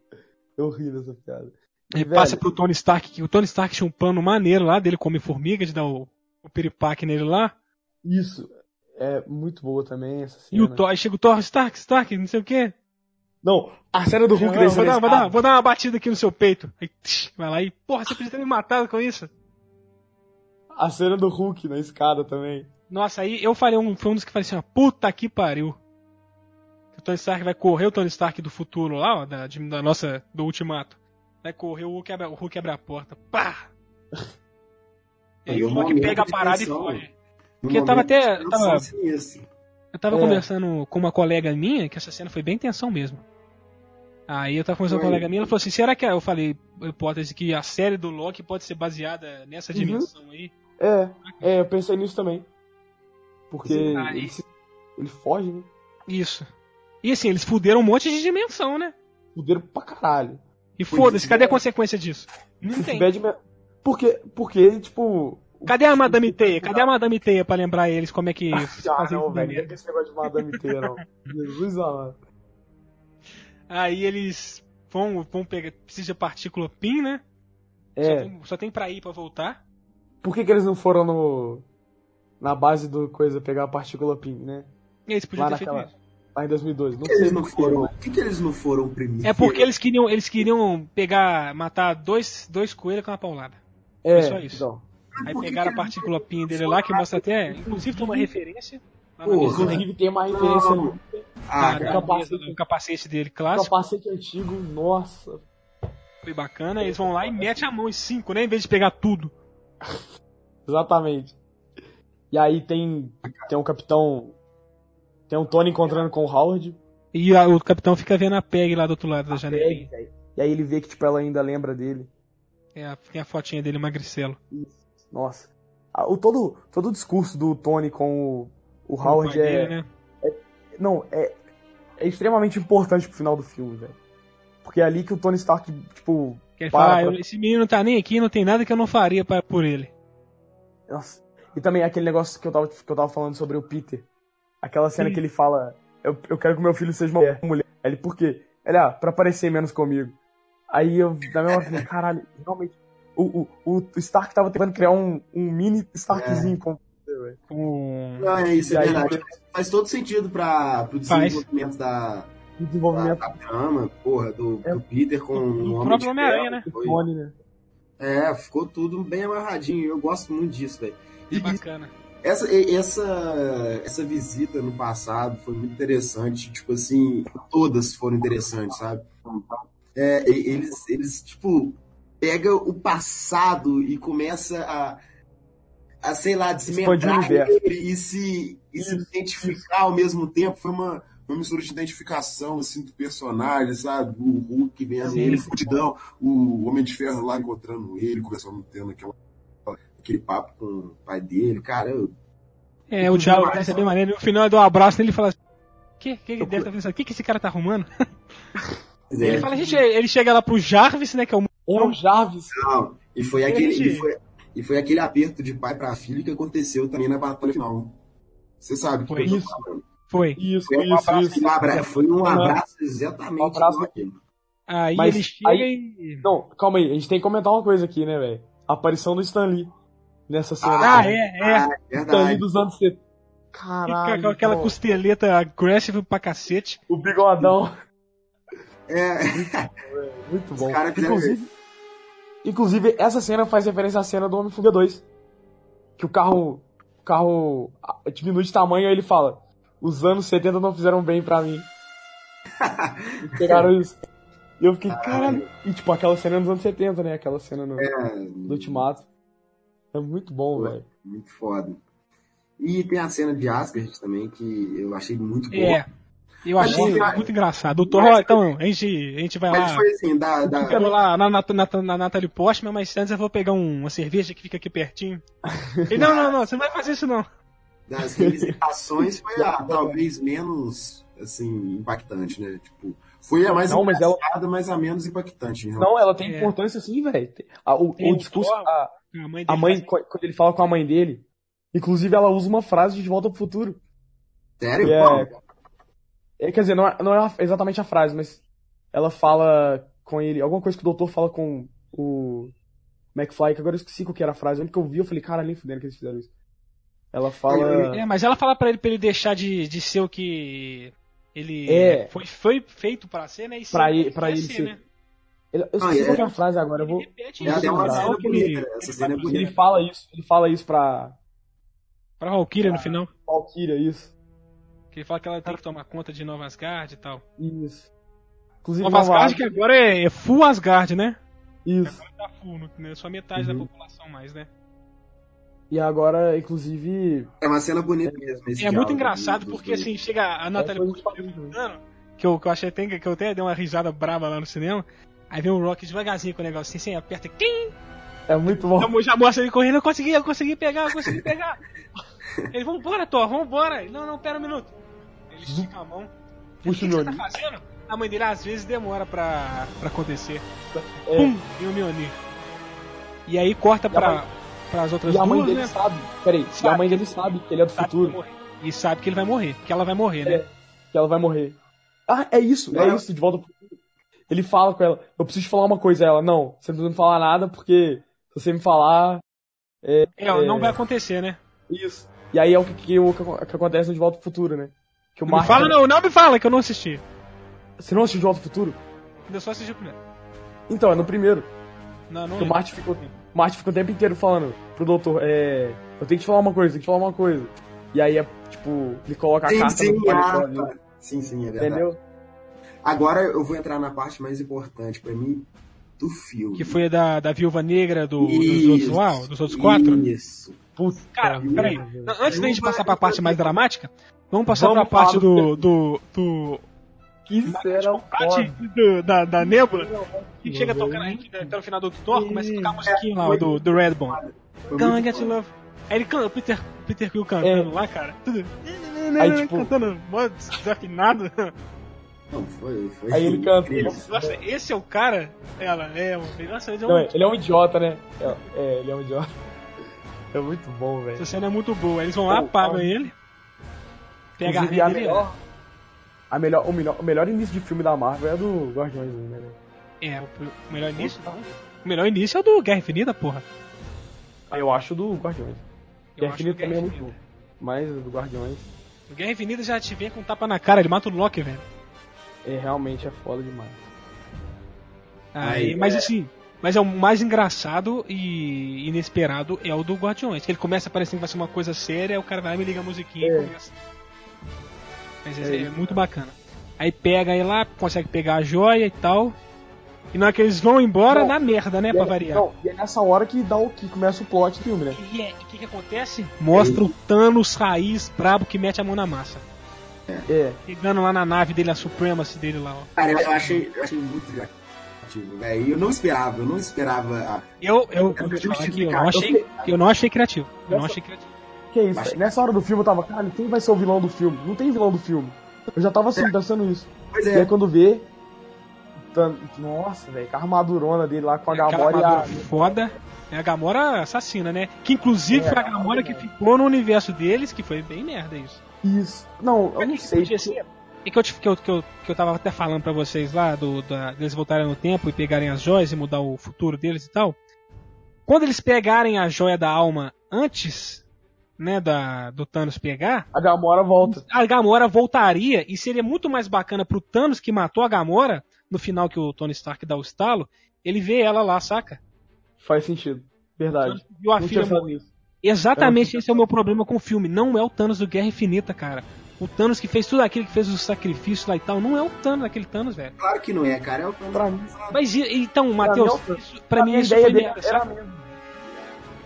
Speaker 3: Eu ri dessa piada.
Speaker 1: Ele
Speaker 3: velho.
Speaker 1: passa pro Tony Stark, que o Tony Stark tinha um plano maneiro lá, dele comer formiga, de dar o, o piripaque nele lá.
Speaker 3: Isso. É muito boa também essa
Speaker 1: E
Speaker 3: cena.
Speaker 1: o Thor, aí chega o Thor, Stark, Stark, não sei o quê.
Speaker 3: Não, a cena do Hulk
Speaker 1: Ah,
Speaker 3: desse
Speaker 1: vou, dar, vou, dar,
Speaker 3: arrestado.
Speaker 1: vou dar uma batida aqui no seu peito. Aí, tch, vai lá e, porra, você podia ter me matado com isso.
Speaker 3: A cena do Hulk na escada também.
Speaker 1: Nossa, aí eu falei um, foi um dos que falei assim, ó, puta que pariu. O Tony Stark vai correr o Tony Stark do futuro lá, ó, da, de- da nossa, do ultimato. Vai correr, o Hulk abre, o Hulk abre a porta. Pá! E aí
Speaker 2: Aí
Speaker 1: o
Speaker 2: é um
Speaker 1: Hulk
Speaker 2: momento
Speaker 1: pega a
Speaker 2: de
Speaker 1: parada e
Speaker 2: tensão,
Speaker 1: foge.
Speaker 2: No
Speaker 1: Porque tava
Speaker 2: momento de
Speaker 1: até-
Speaker 2: tensão
Speaker 1: tava-
Speaker 2: sinistra.
Speaker 1: Eu tava
Speaker 3: É.
Speaker 1: conversando com uma colega minha, que essa cena foi bem tensão mesmo. Aí eu tava conversando com uma
Speaker 2: Foi.
Speaker 1: colega minha, ela falou assim, será que a- eu falei, a hipótese que a série do Loki pode ser baseada nessa
Speaker 3: Uhum.
Speaker 1: dimensão aí?
Speaker 3: É, é, eu pensei nisso também. Porque
Speaker 2: Sim,
Speaker 1: aí.
Speaker 3: ele, se- ele foge, né?
Speaker 1: Isso. E assim, eles fuderam um monte de dimensão, né?
Speaker 3: Fuderam pra caralho.
Speaker 1: E foda-se, cadê a consequência disso? Não
Speaker 3: Se
Speaker 1: tem.
Speaker 3: tiver de... me- Porque, porque, tipo...
Speaker 1: Cadê a Madame Teia? Cadê a Madame Teia pra lembrar eles como é que
Speaker 3: Ah,
Speaker 1: fazem
Speaker 3: não,
Speaker 1: isso
Speaker 3: velho. Não
Speaker 1: primeiro?
Speaker 3: tem esse negócio de madame inteira,
Speaker 1: [LAUGHS]
Speaker 3: não. Jesus, amado.
Speaker 1: Aí eles vão, vão pegar, precisa de partícula PIN, né? Só,
Speaker 3: É,
Speaker 1: tem, só tem pra ir e pra voltar.
Speaker 3: por que que eles não foram no... Na base do coisa, pegar a partícula PIN, né?
Speaker 1: E eles podiam
Speaker 3: Lá
Speaker 1: ter feito
Speaker 3: naquela-
Speaker 1: isso.
Speaker 3: Lá em 2002. Não
Speaker 2: Por que eles
Speaker 3: sei
Speaker 2: não
Speaker 3: por quê,
Speaker 2: foram?
Speaker 3: mas-
Speaker 2: Por que, que eles não foram primeiro?
Speaker 1: É porque eles queriam, eles queriam pegar, matar dois, dois coelhos com uma paulada.
Speaker 3: É,
Speaker 1: só isso.
Speaker 3: então.
Speaker 1: Aí
Speaker 2: Por que é
Speaker 1: pegaram a
Speaker 2: que eles-
Speaker 1: partícula PIN dele lá, que mostra até, inclusive tem uma referência. Lá na
Speaker 2: Porra.
Speaker 1: mesa, né?
Speaker 3: Inclusive tem uma referência
Speaker 2: Não.
Speaker 3: ali.
Speaker 2: Ah,
Speaker 1: Na
Speaker 2: cara.
Speaker 1: mesa, né? O capacete dele clássico.
Speaker 3: Capacete antigo, nossa.
Speaker 1: Foi bacana, eles vão lá e metem a mão em cinco, né? Em vez de pegar tudo.
Speaker 3: Exatamente. E aí tem, tem um capitão. Tem um Tony encontrando com o Howard.
Speaker 1: E a- o capitão fica vendo a PEG lá do outro lado da janelinha.
Speaker 3: E aí ele vê que, tipo, ela ainda lembra dele.
Speaker 1: É, a- tem a fotinha dele magricelo.
Speaker 3: Nossa. Ah, O, todo, todo o discurso do Tony com o, o
Speaker 1: Com
Speaker 3: Howard
Speaker 1: pai
Speaker 3: é.
Speaker 1: dele, né?
Speaker 3: Não, é, é extremamente importante pro final do filme, velho. Porque é ali que o Tony Stark, tipo.
Speaker 1: Que ele
Speaker 3: Para,
Speaker 1: fala, ah, eu-
Speaker 3: para.
Speaker 1: esse menino não tá nem aqui, não tem nada que eu não faria pra, por ele.
Speaker 3: Nossa. E também aquele negócio que eu tava, que eu tava falando sobre o Peter. Aquela cena que ele fala: eu, eu quero que meu filho seja uma mulher." mulher. Aí Ele, por quê? Ele, ah, pra parecer menos comigo. Aí eu, da mesma forma, [LAUGHS] caralho, realmente. O, o, o Stark tava tentando criar um, um mini Starkzinho com o Peter, É. velho.
Speaker 1: Com...
Speaker 2: Não, é isso,
Speaker 3: E
Speaker 2: é
Speaker 3: aí,
Speaker 2: verdade. Faz todo sentido para o
Speaker 1: Faz.
Speaker 2: desenvolvimento da,
Speaker 3: o
Speaker 2: da,
Speaker 3: desenvolvimento
Speaker 2: da trama, porra, do,
Speaker 3: É.
Speaker 2: do Peter com
Speaker 1: Do- do
Speaker 2: o Homem
Speaker 1: próprio
Speaker 2: de
Speaker 1: Homem-Aranha,
Speaker 2: Ferro,
Speaker 1: né?
Speaker 3: do
Speaker 2: foi-
Speaker 3: Tony, né?
Speaker 2: É, ficou tudo bem amarradinho. Eu gosto muito disso, velho.
Speaker 1: É
Speaker 2: E
Speaker 1: bacana.
Speaker 2: essa, e- essa, essa visita no passado foi muito interessante. Tipo assim, todas foram interessantes, sabe? É, e- eles, eles, tipo, pega o passado e começa a, a sei lá,
Speaker 3: Expandir o
Speaker 2: desmembrar
Speaker 3: universo.
Speaker 2: ele e se, e se identificar ao mesmo tempo. Foi uma, uma mistura de identificação, assim, do personagem, sabe? O Hulk vendo
Speaker 1: Sim.
Speaker 2: ele fudidão, o Homem de Ferro lá encontrando ele, conversando, tendo aquela, aquele papo com o pai dele. Cara, eu,
Speaker 1: É, o diálogo dessa é bem maneiro. E no final eu dou um abraço nele e fala assim, que, que, que deve tá pensando? O que, que esse cara tá arrumando? Ele
Speaker 2: é,
Speaker 1: fala, gente, ele chega lá pro Jarvis, né? Que é o
Speaker 3: É o Jarvis.
Speaker 2: não, Então, e foi aquele...
Speaker 1: Gente.
Speaker 2: E foi, e foi aquele aperto de pai pra filho que aconteceu também na batalha final. Você sabe o que
Speaker 1: Foi
Speaker 2: eu tô
Speaker 3: isso.
Speaker 2: falando.
Speaker 1: Foi.
Speaker 3: Isso,
Speaker 2: Foi um abraço, um abra- foi um abraço exatamente
Speaker 3: Um abraço.
Speaker 2: igual aquele.
Speaker 1: Aí
Speaker 3: Mas
Speaker 1: ele chega
Speaker 3: aí-
Speaker 1: e.
Speaker 3: Não, calma aí, a gente tem que comentar uma coisa aqui, né, velho? A aparição do Stan Lee nessa cena.
Speaker 1: Ah, é, é.
Speaker 3: Stan Lee
Speaker 2: Verdade.
Speaker 3: dos anos 70.
Speaker 1: Fica
Speaker 3: Caralho.
Speaker 1: com aquela
Speaker 3: pô.
Speaker 1: costeleta aggressiva pra cacete.
Speaker 3: O bigodão.
Speaker 2: É, [LAUGHS]
Speaker 3: Muito
Speaker 2: os
Speaker 3: bom.
Speaker 2: caras quiseram ver.
Speaker 3: Inclusive, inclusive, essa cena faz referência à cena do Homem-Formiga 2. Que o carro, o carro ah, diminui de tamanho e ele fala: Os anos 70 não fizeram bem pra mim. Pegaram isso. E eu fiquei, caralho. E tipo, aquela cena nos anos 70, né? Aquela cena no,
Speaker 2: É.
Speaker 3: do Ultimato. É muito bom, velho.
Speaker 2: Muito foda. E tem a cena de Asgard também, que eu achei muito boa.
Speaker 1: É. Eu
Speaker 2: Mas
Speaker 1: achei
Speaker 2: assim,
Speaker 1: muito engraçado. O Thor,
Speaker 2: mas-
Speaker 1: ó, então, a gente, a gente vai
Speaker 3: ah.
Speaker 2: Mas
Speaker 1: lá.
Speaker 2: foi assim, da. da-
Speaker 1: Eu vou lá na, na, na, na Natalie Postman, mas antes eu vou pegar um- uma cerveja que fica aqui
Speaker 3: [LAUGHS]
Speaker 1: pertinho. Ele, não, não, não, você não vai fazer isso não.
Speaker 2: das
Speaker 3: [LAUGHS]
Speaker 2: revisitações foi a talvez menos assim, impactante, né? Tipo, Foi a mais
Speaker 3: Não, mas ela-
Speaker 2: engraçada, mas a menos impactante. em relação-
Speaker 3: Não, ela tem
Speaker 1: É.
Speaker 3: importância sim, velho. A- O,
Speaker 1: Tem
Speaker 3: o
Speaker 1: um
Speaker 3: discurso,
Speaker 1: solo.
Speaker 3: a,
Speaker 1: A mãe,
Speaker 3: a
Speaker 1: dele
Speaker 3: mãe,
Speaker 1: faz-
Speaker 3: co- quando ele fala com a mãe dele, inclusive ela usa uma frase de De Volta pro Futuro.
Speaker 2: Sério?
Speaker 3: É.
Speaker 2: Paulo?
Speaker 3: É, quer dizer, não é, não é exatamente a frase, mas ela fala com ele, alguma coisa que o doutor fala com o McFly, que agora eu esqueci qual que era a frase. Onde que eu vi, eu falei, cara, nem fudendo que eles fizeram isso. Ela fala...
Speaker 1: É, mas ela fala pra ele pra ele deixar de, de ser o que ele
Speaker 3: É.
Speaker 1: foi, foi feito pra ser, né? E ser
Speaker 3: Pra
Speaker 1: o que
Speaker 3: ele- pra
Speaker 1: quer
Speaker 3: ele ser. Eu eu
Speaker 2: Ah,
Speaker 3: esqueci
Speaker 2: é.
Speaker 3: qual que é a frase agora, eu vou...
Speaker 1: Ele repete
Speaker 3: É
Speaker 1: isso
Speaker 3: até
Speaker 1: no
Speaker 3: uma
Speaker 1: final
Speaker 2: cena
Speaker 1: que
Speaker 2: bonita,
Speaker 1: ele-
Speaker 2: né? Essa
Speaker 1: ele
Speaker 2: cena é
Speaker 1: faz pra-
Speaker 3: Ele
Speaker 2: bonita.
Speaker 3: fala isso, ele fala isso pra
Speaker 1: Pra Valkyria
Speaker 3: Ah.
Speaker 1: no final.
Speaker 3: Valkyria, isso.
Speaker 1: Que ele fala que ela tem que tomar conta de Nova Asgard e tal.
Speaker 3: Isso. Inclusive,
Speaker 1: Nova Asgard que agora é, é full Asgard, né?
Speaker 3: Isso.
Speaker 1: Tá full, né? Só metade
Speaker 3: Uhum.
Speaker 1: da população mais, né?
Speaker 3: E agora, inclusive...
Speaker 2: É uma cena bonita mesmo. esse
Speaker 1: É muito
Speaker 3: um
Speaker 2: diálogo
Speaker 1: engraçado
Speaker 2: dos
Speaker 1: porque
Speaker 2: dois.
Speaker 1: assim, chega a
Speaker 3: ela
Speaker 1: Natalie
Speaker 3: foi é muito
Speaker 1: Portman
Speaker 3: feliz, né?
Speaker 1: cantando, que eu, que eu achei até, que eu até dei uma risada brava lá no cinema. Aí vem o Rock devagarzinho com o negócio assim, assim aperta. Quem?
Speaker 3: É muito bom.
Speaker 1: Já mostra ele correndo, eu consegui, eu consegui pegar, eu consegui [LAUGHS] pegar. ele, vambora, Thor, vambora. Ele, não, não, pera um minuto. Ele estica a mão. Ele,
Speaker 3: Puxa
Speaker 1: o
Speaker 3: o
Speaker 1: que, que você tá
Speaker 3: Mjolnir."
Speaker 1: fazendo? A mãe dele às vezes demora pra, pra acontecer.
Speaker 3: É.
Speaker 1: Pum! E o Mjolnir. E aí corta pra,
Speaker 3: mãe-
Speaker 1: pras outras
Speaker 3: E a mãe
Speaker 1: duas,
Speaker 3: dele
Speaker 1: né?
Speaker 3: sabe. Peraí, e a
Speaker 1: Sabe.
Speaker 3: mãe dele sabe que ele é do
Speaker 1: Sabe que
Speaker 3: futuro,
Speaker 1: vai morrer. E sabe que ele vai morrer, que ela vai morrer, né?
Speaker 3: que ela vai morrer. Ah, é isso, é,
Speaker 2: É.
Speaker 3: isso, de volta pro futuro. Ele fala com ela, eu preciso te falar uma coisa a ela. Não, você não precisa me falar nada, porque se você me falar.
Speaker 1: É, ó, não
Speaker 3: É.
Speaker 1: vai acontecer, né?
Speaker 3: Isso. E aí é o que, que, o que acontece no De Volta pro Futuro, né? Que o
Speaker 1: Não me
Speaker 3: Mark.
Speaker 1: fala, não, não me fala que eu não assisti.
Speaker 3: Você não assistiu De Volta pro Futuro?
Speaker 1: Ainda só assisti o primeiro.
Speaker 3: Então, é no primeiro.
Speaker 1: Não, não.
Speaker 3: Que o
Speaker 1: lembro.
Speaker 3: Marty ficou, o Marty ficou o tempo inteiro falando pro doutor, é. Eu tenho que te falar uma coisa, tenho que te falar uma coisa. E aí é, tipo, ele coloca a
Speaker 2: Sim,
Speaker 3: carta
Speaker 2: sim,
Speaker 3: no paletó,
Speaker 2: ah, tá. Sim, sim, é verdade.
Speaker 3: entendeu?
Speaker 2: Agora eu vou entrar na parte mais importante pra mim do filme.
Speaker 1: Que foi a da, da viúva negra do, dos
Speaker 2: Isso.
Speaker 1: outros lá, dos outros quatro.
Speaker 2: Isso.
Speaker 3: Puta.
Speaker 1: Cara,
Speaker 3: merda.
Speaker 1: peraí. Não, Antes da gente passar pra parte mais dramática, vamos passar
Speaker 3: Vamos
Speaker 1: pra parte
Speaker 3: falar
Speaker 1: do. do. do.
Speaker 3: Que será
Speaker 1: parte
Speaker 3: foda.
Speaker 1: do- da, da Nebula, que
Speaker 3: Não,
Speaker 1: chega
Speaker 3: velho.
Speaker 1: tocando aí, que até o final do Thor, começa a tocar a
Speaker 2: Sim.
Speaker 1: musiquinha lá
Speaker 2: Foi-
Speaker 1: do, do Redbone.
Speaker 2: Foi
Speaker 1: Come
Speaker 2: muito
Speaker 1: and get
Speaker 2: bom.
Speaker 1: your love. Aí ele canta, Peter, Peter Quill cantando lá, cara. Tudo.
Speaker 3: É. Aí,
Speaker 1: [LAUGHS]
Speaker 3: tipo-
Speaker 1: Cantando mó
Speaker 3: [LAUGHS]
Speaker 1: desafinado.
Speaker 2: Não, foi, foi
Speaker 3: Aí ele canta.
Speaker 2: incrível.
Speaker 1: Nossa, esse é o cara? Ela, é, um- nossa, ele é um
Speaker 3: Não, ele é um idiota, né? É, é, ele é um idiota. É muito bom, velho.
Speaker 1: Essa cena é muito boa. Eles vão lá,
Speaker 3: Pô,
Speaker 1: pagam
Speaker 3: tá.
Speaker 1: ele. Pega a
Speaker 3: Inclusive, a
Speaker 1: arma dele.
Speaker 3: melhor, a melhor, o melhor, o melhor início de filme da Marvel é a do Guardiões, né? velho?
Speaker 1: É, o melhor início.
Speaker 3: Então.
Speaker 1: O melhor início é o do Guerra Infinita, porra.
Speaker 3: Ah, Eu acho do Guardiões.
Speaker 1: Eu
Speaker 3: Guerra
Speaker 1: acho
Speaker 3: Infinita
Speaker 1: do Guerra
Speaker 3: também é muito bom.
Speaker 1: Infinita.
Speaker 3: Mas o do Guardiões
Speaker 1: O Guerra Infinita já te vem com um tapa na cara, ele mata o Loki, velho.
Speaker 3: é, realmente é foda demais.
Speaker 1: Aí,
Speaker 2: Aí,
Speaker 1: mas assim. Mas é o mais engraçado e inesperado é o do Guardiões. Que ele começa parecendo que vai ser uma coisa séria, o cara vai lá e me liga a musiquinha e começa. Mas é,
Speaker 3: É
Speaker 1: é muito bacana. Aí pega aí lá, consegue pegar a joia e tal. E na hora que eles vão embora,
Speaker 3: Não.
Speaker 1: dá merda, né?
Speaker 3: E
Speaker 1: Pra
Speaker 3: é-
Speaker 1: variar.
Speaker 3: não, e é nessa hora que dá o que começa o plot do filme, né?
Speaker 1: E é- e o que, que acontece? Mostra o Thanos raiz brabo que mete a mão na massa.
Speaker 3: É.
Speaker 1: Chegando lá na nave dele, a Supremacy dele lá, ó.
Speaker 2: Cara, eu achei, eu achei muito criativo, velho. Eu não esperava, eu não esperava. a-
Speaker 1: Eu, eu, eu,
Speaker 2: quero
Speaker 1: te falar que eu,
Speaker 2: justificar,
Speaker 1: não
Speaker 2: eu
Speaker 1: achei, eu não achei criativo. Eu não
Speaker 3: Nessa-
Speaker 1: achei criativo.
Speaker 3: Que é isso?
Speaker 2: Mas-
Speaker 3: Nessa hora do filme eu tava, cara, quem vai ser o vilão do filme? Não tem vilão do filme. Eu já tava assim, pensando isso.
Speaker 2: Pois
Speaker 3: E aí
Speaker 2: é,
Speaker 3: quando vê. tá- Nossa, velho, com a armadurona dele lá com a
Speaker 1: É Aquela
Speaker 3: Gamora e a.
Speaker 1: armadura foda. É a Gamora assassina, né? Que inclusive
Speaker 3: É,
Speaker 1: foi a
Speaker 3: a
Speaker 1: Gamora
Speaker 3: Gamora
Speaker 1: que ficou no universo deles, que foi bem merda isso.
Speaker 3: Isso. Não, eu não sei.
Speaker 1: Podia ser- E que eu, te- que, eu, que, eu, que eu tava até falando pra vocês lá, do, da- deles voltarem no tempo e pegarem as joias e mudar o futuro deles e tal. Quando eles pegarem a joia da alma antes, né, da, do Thanos pegar,
Speaker 3: A Gamora volta.
Speaker 1: a Gamora voltaria e seria muito mais bacana pro Thanos que matou a Gamora, no final que o Tony Stark dá o estalo, ele vê ela lá, saca?
Speaker 3: Faz sentido. Verdade.
Speaker 1: Viu a
Speaker 3: Não
Speaker 1: filha
Speaker 3: tinha
Speaker 1: morrer.
Speaker 3: falado nisso.
Speaker 1: Exatamente esse é o meu problema com o filme. Não é o Thanos do Guerra Infinita, cara. O Thanos que fez tudo aquilo, que fez os sacrifícios lá e tal, não é o Thanos, aquele Thanos, velho.
Speaker 2: claro que não é, cara. É o
Speaker 3: Pra mim,
Speaker 1: Mas e- então,
Speaker 3: mim é
Speaker 1: Matheus,
Speaker 3: o Thanos.
Speaker 1: isso- pra mim
Speaker 3: a
Speaker 1: isso
Speaker 3: ideia
Speaker 1: foi
Speaker 3: dele
Speaker 1: merda,
Speaker 3: era
Speaker 1: sabe?
Speaker 3: mesmo.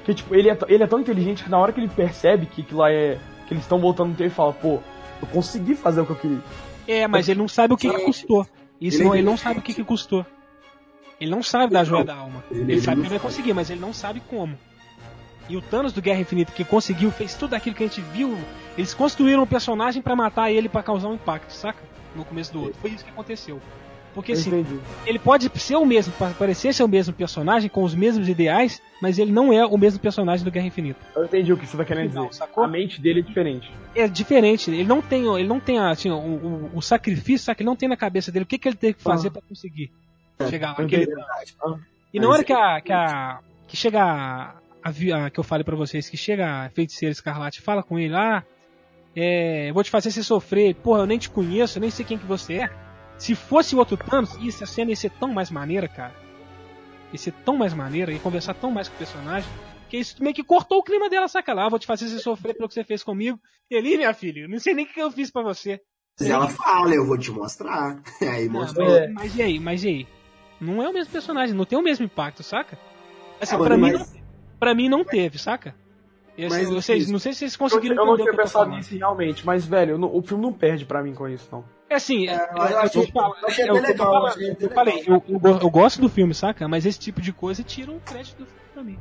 Speaker 3: Que tipo, ele é, t- ele é tão inteligente que na hora que ele percebe que, que lá é. que eles estão voltando no tempo, ele fala, pô, eu consegui fazer o que eu queria.
Speaker 1: É, mas ele não sabe o que, que
Speaker 2: Sim.
Speaker 1: custou. Isso
Speaker 2: Ele
Speaker 1: não-
Speaker 2: é
Speaker 1: ele não sabe o que, que custou. Ele não sabe da joia
Speaker 2: Não.
Speaker 1: da alma.
Speaker 2: Ele-
Speaker 1: Ele,
Speaker 2: ele
Speaker 1: sabe
Speaker 2: não
Speaker 1: que ele vai
Speaker 2: sabe.
Speaker 1: conseguir, mas ele não sabe como. E o Thanos do Guerra Infinita que conseguiu, fez tudo aquilo que a gente viu. Eles construíram um personagem pra matar ele pra causar um impacto, saca? No começo do outro. Foi isso que aconteceu. Porque
Speaker 3: Eu
Speaker 1: assim,
Speaker 3: entendi.
Speaker 1: ele pode ser o mesmo, pa- parecer ser o mesmo personagem, com os mesmos ideais, mas ele não é o mesmo personagem do Guerra Infinita.
Speaker 3: Eu entendi o que você tá querendo dizer.
Speaker 1: Não, sacou?
Speaker 3: A mente dele é diferente.
Speaker 1: É diferente, ele não tem, ele não tem assim, o, o- o sacrifício, sabe, que ele não tem na cabeça dele, o que, que ele tem que fazer pra conseguir chegar lá.
Speaker 3: Ah. É, eu
Speaker 1: aquele-
Speaker 3: entendi.
Speaker 1: E na
Speaker 2: Mas é
Speaker 1: hora que a, que a- que chega a, a vi- a que eu falei pra vocês, que chega a feiticeira escarlate, fala com ele lá, é, eu vou te fazer você sofrer, porra, eu nem te conheço, eu nem sei quem que você é. Se fosse o outro Thanos, isso, a cena ia ser tão mais maneira, cara. Ia ser tão mais maneira, ia conversar tão mais com o personagem, que isso meio que cortou o clima dela, saca lá, eu vou te fazer você sofrer pelo que você fez comigo. Ele, minha filha, eu não sei nem o que eu fiz pra você.
Speaker 2: Mas ela fala, eu vou te mostrar. [LAUGHS] Aí mostrou.
Speaker 1: Não, mas, mas e aí, mas e aí? Não é o mesmo personagem, não tem o mesmo impacto, saca? Assim,
Speaker 2: Ah,
Speaker 1: pra mim
Speaker 2: mas-
Speaker 1: não Pra mim não teve, saca? Eu,
Speaker 2: Mas
Speaker 1: eu sei-
Speaker 2: isso-
Speaker 1: não sei se vocês
Speaker 3: Eu,
Speaker 1: conseguiram
Speaker 3: eu não
Speaker 1: entender
Speaker 3: tinha
Speaker 1: o que eu tô
Speaker 3: pensado
Speaker 1: falando.
Speaker 3: nisso realmente, mas, velho, eu não- o filme não perde pra mim com isso, não.
Speaker 1: É assim, é,
Speaker 2: eu
Speaker 1: eu- eu
Speaker 2: achei-
Speaker 1: te falo,
Speaker 2: eu achei
Speaker 1: é
Speaker 2: até
Speaker 1: o que eu tô
Speaker 2: legal, eu
Speaker 1: falando.
Speaker 2: achei até
Speaker 1: Eu falei, eu, eu go- eu gosto do filme, saca? Mas esse tipo de coisa tira um crédito do filme pra mim.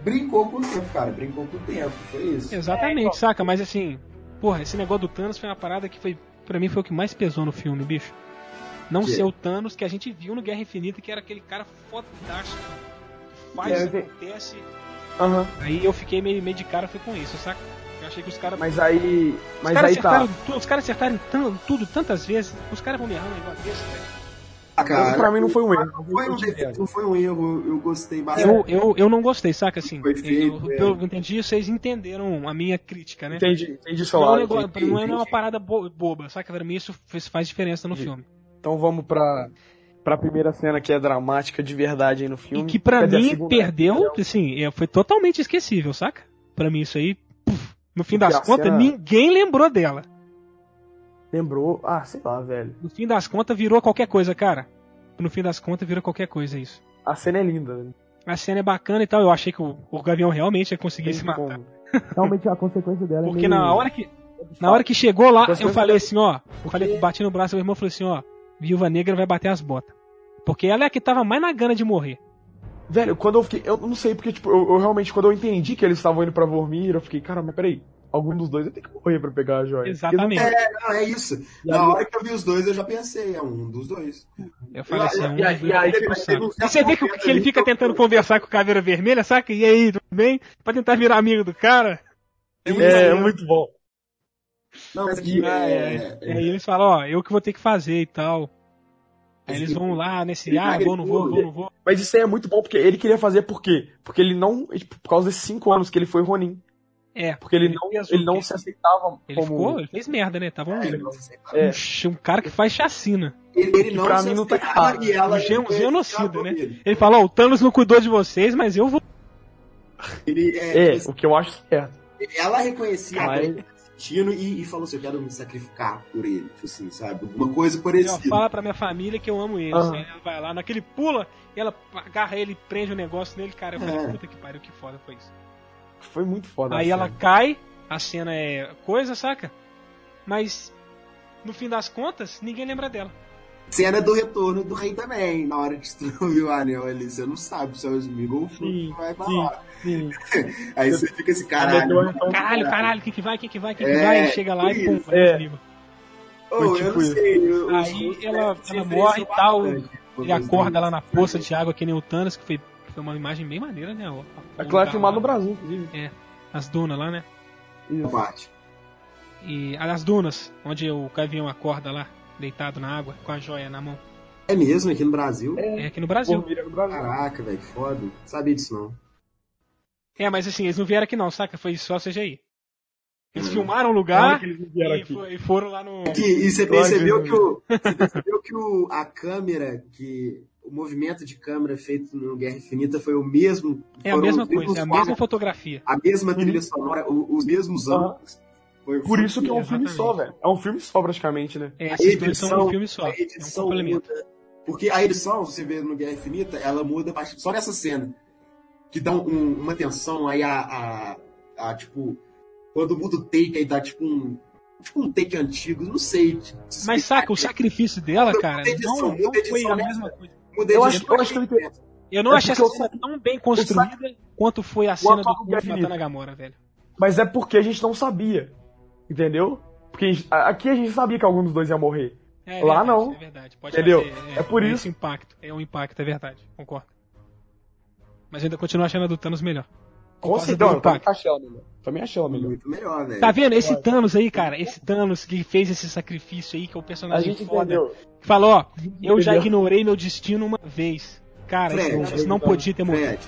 Speaker 2: Brincou com o tempo, cara. Brincou com o tempo. Foi isso.
Speaker 1: Exatamente, saca? Mas assim, porra, esse negócio do Thanos foi uma parada que foi, pra mim, foi o que mais pesou no filme, bicho. Não
Speaker 2: Que?
Speaker 1: ser o Thanos que a gente viu no Guerra Infinita, que era aquele cara fodástico. que
Speaker 3: É,
Speaker 1: Faz,
Speaker 3: eu vi-
Speaker 1: acontece.
Speaker 3: Aham.
Speaker 1: Aí eu fiquei meio, meio de cara foi com isso, saca? Eu achei que os caras
Speaker 3: Mas aí.
Speaker 1: Os
Speaker 3: Mas
Speaker 1: caras
Speaker 3: aí tá.
Speaker 1: acertaram, tu- os caras acertaram tan- tudo tantas vezes, os caras vão me errar um negócio desse, velho.
Speaker 2: Ah, cara,
Speaker 3: pra mim não foi um erro.
Speaker 2: Não foi, um defeito, não foi um erro. Eu gostei bastante.
Speaker 1: Eu, eu, eu não gostei, saca? Assim,
Speaker 2: Foi feio,
Speaker 1: eu, pelo que eu entendi, vocês entenderam a minha crítica, né?
Speaker 3: Entendi, entendi seu
Speaker 1: Não, é um
Speaker 3: lado.
Speaker 1: negócio-
Speaker 2: entendi,
Speaker 1: não é uma
Speaker 2: entendi.
Speaker 1: parada bo- boba, saca? Pra mim isso fez- faz diferença no filme.
Speaker 3: Então vamos pra, pra primeira cena que é dramática de verdade aí no filme.
Speaker 1: E que pra
Speaker 3: Quer dizer, a
Speaker 1: mim
Speaker 3: segunda-
Speaker 1: perdeu, assim, é, foi totalmente esquecível, saca? Pra mim isso aí, puf, no fim
Speaker 3: Porque
Speaker 1: das
Speaker 3: a
Speaker 1: contas,
Speaker 3: cena-
Speaker 1: ninguém lembrou dela.
Speaker 3: Lembrou. Ah, sei lá, velho.
Speaker 1: No fim das contas, virou qualquer coisa, cara. No fim das contas, virou qualquer coisa isso.
Speaker 3: A cena é linda. né?
Speaker 1: A cena é bacana e tal, eu achei que o, o Gavião realmente ia
Speaker 3: Tem
Speaker 1: conseguir se matar.
Speaker 3: como. Realmente a consequência dela é
Speaker 1: Porque na hora que na hora que chegou lá, eu falei assim, ó, eu falei, bati no braço do meu irmão, e falei assim, ó, Viúva Negra vai bater as botas. Porque ela é a que tava mais na gana de morrer.
Speaker 3: Velho, quando eu fiquei. Eu não sei, porque, tipo, eu, eu realmente, quando eu entendi que eles estavam indo pra Vormir, eu fiquei, cara, mas peraí, algum dos dois vai ter que morrer pra pegar a joia.
Speaker 1: Exatamente.
Speaker 2: Não, é isso. Na hora que eu vi os dois, eu já pensei. É um dos dois.
Speaker 1: Eu falei assim, é um
Speaker 3: E aí- e aí-
Speaker 1: Espírito
Speaker 3: mas
Speaker 1: Santo. E você vê que, que ele
Speaker 3: então.
Speaker 1: fica tentando conversar com o Caveira Vermelha, saca? E aí, tudo bem? Pra tentar virar amigo do cara.
Speaker 3: Porque- É, muito bom.
Speaker 2: Não, mas
Speaker 3: E-
Speaker 2: é,
Speaker 1: E Ah, aí eles falam, ó, eu que vou ter que fazer e tal. Aí eles vão lá nesse,
Speaker 2: Ele
Speaker 1: ah,
Speaker 2: caga
Speaker 1: vou, não
Speaker 2: ele
Speaker 1: vou,
Speaker 2: tudo.
Speaker 1: vou, não vou.
Speaker 3: Mas isso aí é muito bom, porque ele queria fazer por quê? Porque ele não. Tipo, por causa desses cinco anos que ele foi Ronin.
Speaker 1: É,
Speaker 3: Porque ele não,
Speaker 1: fez o
Speaker 3: ele
Speaker 1: quê?
Speaker 3: não se aceitava
Speaker 1: Ele
Speaker 3: como.
Speaker 1: ficou, ele fez merda, né? Tava um,
Speaker 2: ele não se aceitava.
Speaker 3: É.
Speaker 1: um ch- um cara que faz chacina.
Speaker 2: Ele, ele não
Speaker 3: pra
Speaker 2: se
Speaker 3: mim não tá
Speaker 2: aceitava
Speaker 3: errado.
Speaker 2: e ela-
Speaker 1: Um gen- um genocida, né?
Speaker 2: Ele,
Speaker 1: Ele fala, ó, o Thanos não cuidou de vocês, mas eu vou.
Speaker 2: ele, é,
Speaker 3: É, o que eu acho certo.
Speaker 2: Ela reconhecia a
Speaker 3: Mas-
Speaker 2: dor que ela tava sentindo e, e falou assim, eu quero me sacrificar por ele. Tipo assim, sabe? Alguma coisa
Speaker 1: Ele, ó,
Speaker 2: parecida.
Speaker 1: fala pra minha família que eu amo eles.
Speaker 3: Aham.
Speaker 1: Aí Ela vai lá, naquele pula, e ela agarra ele, prende o negócio nele, cara. Eu falei,
Speaker 2: É.
Speaker 1: puta que pariu, que foda foi isso.
Speaker 3: Foi muito foda.
Speaker 1: Aí
Speaker 3: a
Speaker 1: ela
Speaker 3: cena.
Speaker 1: cai, a cena é coisa, saca? Mas no fim das contas, ninguém lembra dela.
Speaker 2: Cena do retorno do rei também, na hora [LAUGHS] de destruir o anel ali. Você não sabe se é o Smigo ou o Fluke
Speaker 3: Sim,
Speaker 2: que vai pra
Speaker 3: sim.
Speaker 2: lá.
Speaker 1: assim,
Speaker 3: Sim.
Speaker 2: Aí você fica assim,
Speaker 3: Meteu
Speaker 2: caralho.
Speaker 3: um tom-
Speaker 1: Caralho, caralho, quem que vai, quem que vai, quem que
Speaker 2: É,
Speaker 1: vai? Ele chega lá e pum,
Speaker 2: isso,
Speaker 1: vai
Speaker 3: é.
Speaker 1: pro livro.
Speaker 2: Oh,
Speaker 3: Foi
Speaker 2: eu
Speaker 3: tipo
Speaker 2: não
Speaker 3: isso.
Speaker 2: sei. eu-
Speaker 1: Aí
Speaker 2: os russos é
Speaker 1: ela-
Speaker 2: devem
Speaker 1: ela
Speaker 2: se
Speaker 1: morre e
Speaker 2: influenciar
Speaker 1: tal,
Speaker 2: bastante.
Speaker 1: Ele acorda lá na poça de água que nem o Thanos, que foi, foi uma imagem bem maneira, né? ó.
Speaker 3: Aquilo é filmado no
Speaker 1: lá,
Speaker 3: Brasil, inclusive.
Speaker 1: As dunas lá, né?
Speaker 3: Isso.
Speaker 2: Bate.
Speaker 1: E as dunas, onde o Gavião acorda lá, deitado na água, com a joia na mão.
Speaker 2: É mesmo aqui no Brasil?
Speaker 1: É aqui no Brasil.
Speaker 3: Vormir é no Brasil.
Speaker 2: Caraca, velho, que foda. Não sabia disso não.
Speaker 1: É, mas assim, eles não vieram aqui não, saca? Foi só CGI. Eles
Speaker 2: Hum.
Speaker 1: filmaram o
Speaker 3: Claro
Speaker 1: lugar
Speaker 3: que eles não vieram
Speaker 1: e,
Speaker 3: aqui.
Speaker 1: fo- e foram lá no.
Speaker 2: Que- e você
Speaker 3: Claro que
Speaker 2: percebeu
Speaker 3: não.
Speaker 2: que, o, você percebeu que o, a câmera, que o movimento de câmera feito no Guerra Infinita foi o mesmo.
Speaker 1: É a
Speaker 2: foram
Speaker 1: mesma
Speaker 2: os mesmos
Speaker 1: coisa, é a
Speaker 2: quadros,
Speaker 1: mesma fotografia.
Speaker 2: a mesma trilha sonora, o- os mesmos
Speaker 3: Aham.
Speaker 2: ângulos. Foi-
Speaker 3: Uhum. Por
Speaker 2: foi-
Speaker 3: isso que é um filme só, velho. É um filme só, praticamente, né?
Speaker 1: É,
Speaker 2: A
Speaker 1: esses dois são
Speaker 2: edição-
Speaker 1: um filme só.
Speaker 2: a
Speaker 1: É um
Speaker 2: edição
Speaker 1: complemento.
Speaker 2: muda. Porque a edição, você vê no Guerra Infinita, ela muda a partir- só nessa cena. Que dá um- uma tensão, aí a, a- a, tipo. Quando muda o take, aí dá tipo um. Tipo um take antigo, não sei. te- te
Speaker 1: Mas saca, o
Speaker 2: explicar.
Speaker 1: sacrifício dela,
Speaker 2: Muda
Speaker 1: cara,
Speaker 2: edição,
Speaker 1: não,
Speaker 2: muda
Speaker 1: não foi
Speaker 2: edição,
Speaker 1: a
Speaker 2: né?
Speaker 1: mesma coisa.
Speaker 2: Muda
Speaker 3: Eu
Speaker 2: a
Speaker 3: acho-
Speaker 2: edição.
Speaker 3: eu acho que ele
Speaker 1: Eu não
Speaker 3: É
Speaker 1: achei essa
Speaker 3: porque
Speaker 1: cena tão bem construída quanto foi a cena
Speaker 3: atual
Speaker 1: do
Speaker 3: Guerra
Speaker 1: Hulk
Speaker 3: Infinita.
Speaker 1: matando a Gamora, velho.
Speaker 3: Mas é porque a gente não sabia. Entendeu? Porque a gente- a- aqui a gente sabia que algum dos dois ia morrer.
Speaker 1: É
Speaker 3: Lá
Speaker 1: verdade,
Speaker 3: não.
Speaker 1: É verdade. Pode
Speaker 3: Entendeu?
Speaker 1: fazer,
Speaker 3: É por
Speaker 1: esse
Speaker 3: isso.
Speaker 1: impacto. É um impacto, é verdade. Concordo. Mas ainda continuo achando a do Thanos melhor.
Speaker 3: Com
Speaker 1: causa do
Speaker 3: certeza, não, pra mim
Speaker 1: impacto.
Speaker 3: achei ela melhor. Pra mim achei ela melhor.
Speaker 2: é Muito melhor, velho.
Speaker 1: Tá vendo? Esse Thanos aí, cara, esse Thanos que fez esse sacrifício aí, que é o
Speaker 3: A
Speaker 1: personagem
Speaker 3: gente
Speaker 1: foda.
Speaker 3: entendeu.
Speaker 1: Que falou, ó, eu já
Speaker 3: Entendeu?
Speaker 1: ignorei meu destino uma vez. Cara,
Speaker 2: Fred,
Speaker 1: isso, isso não
Speaker 3: Fred,
Speaker 1: podia ter morrido.
Speaker 2: Fred,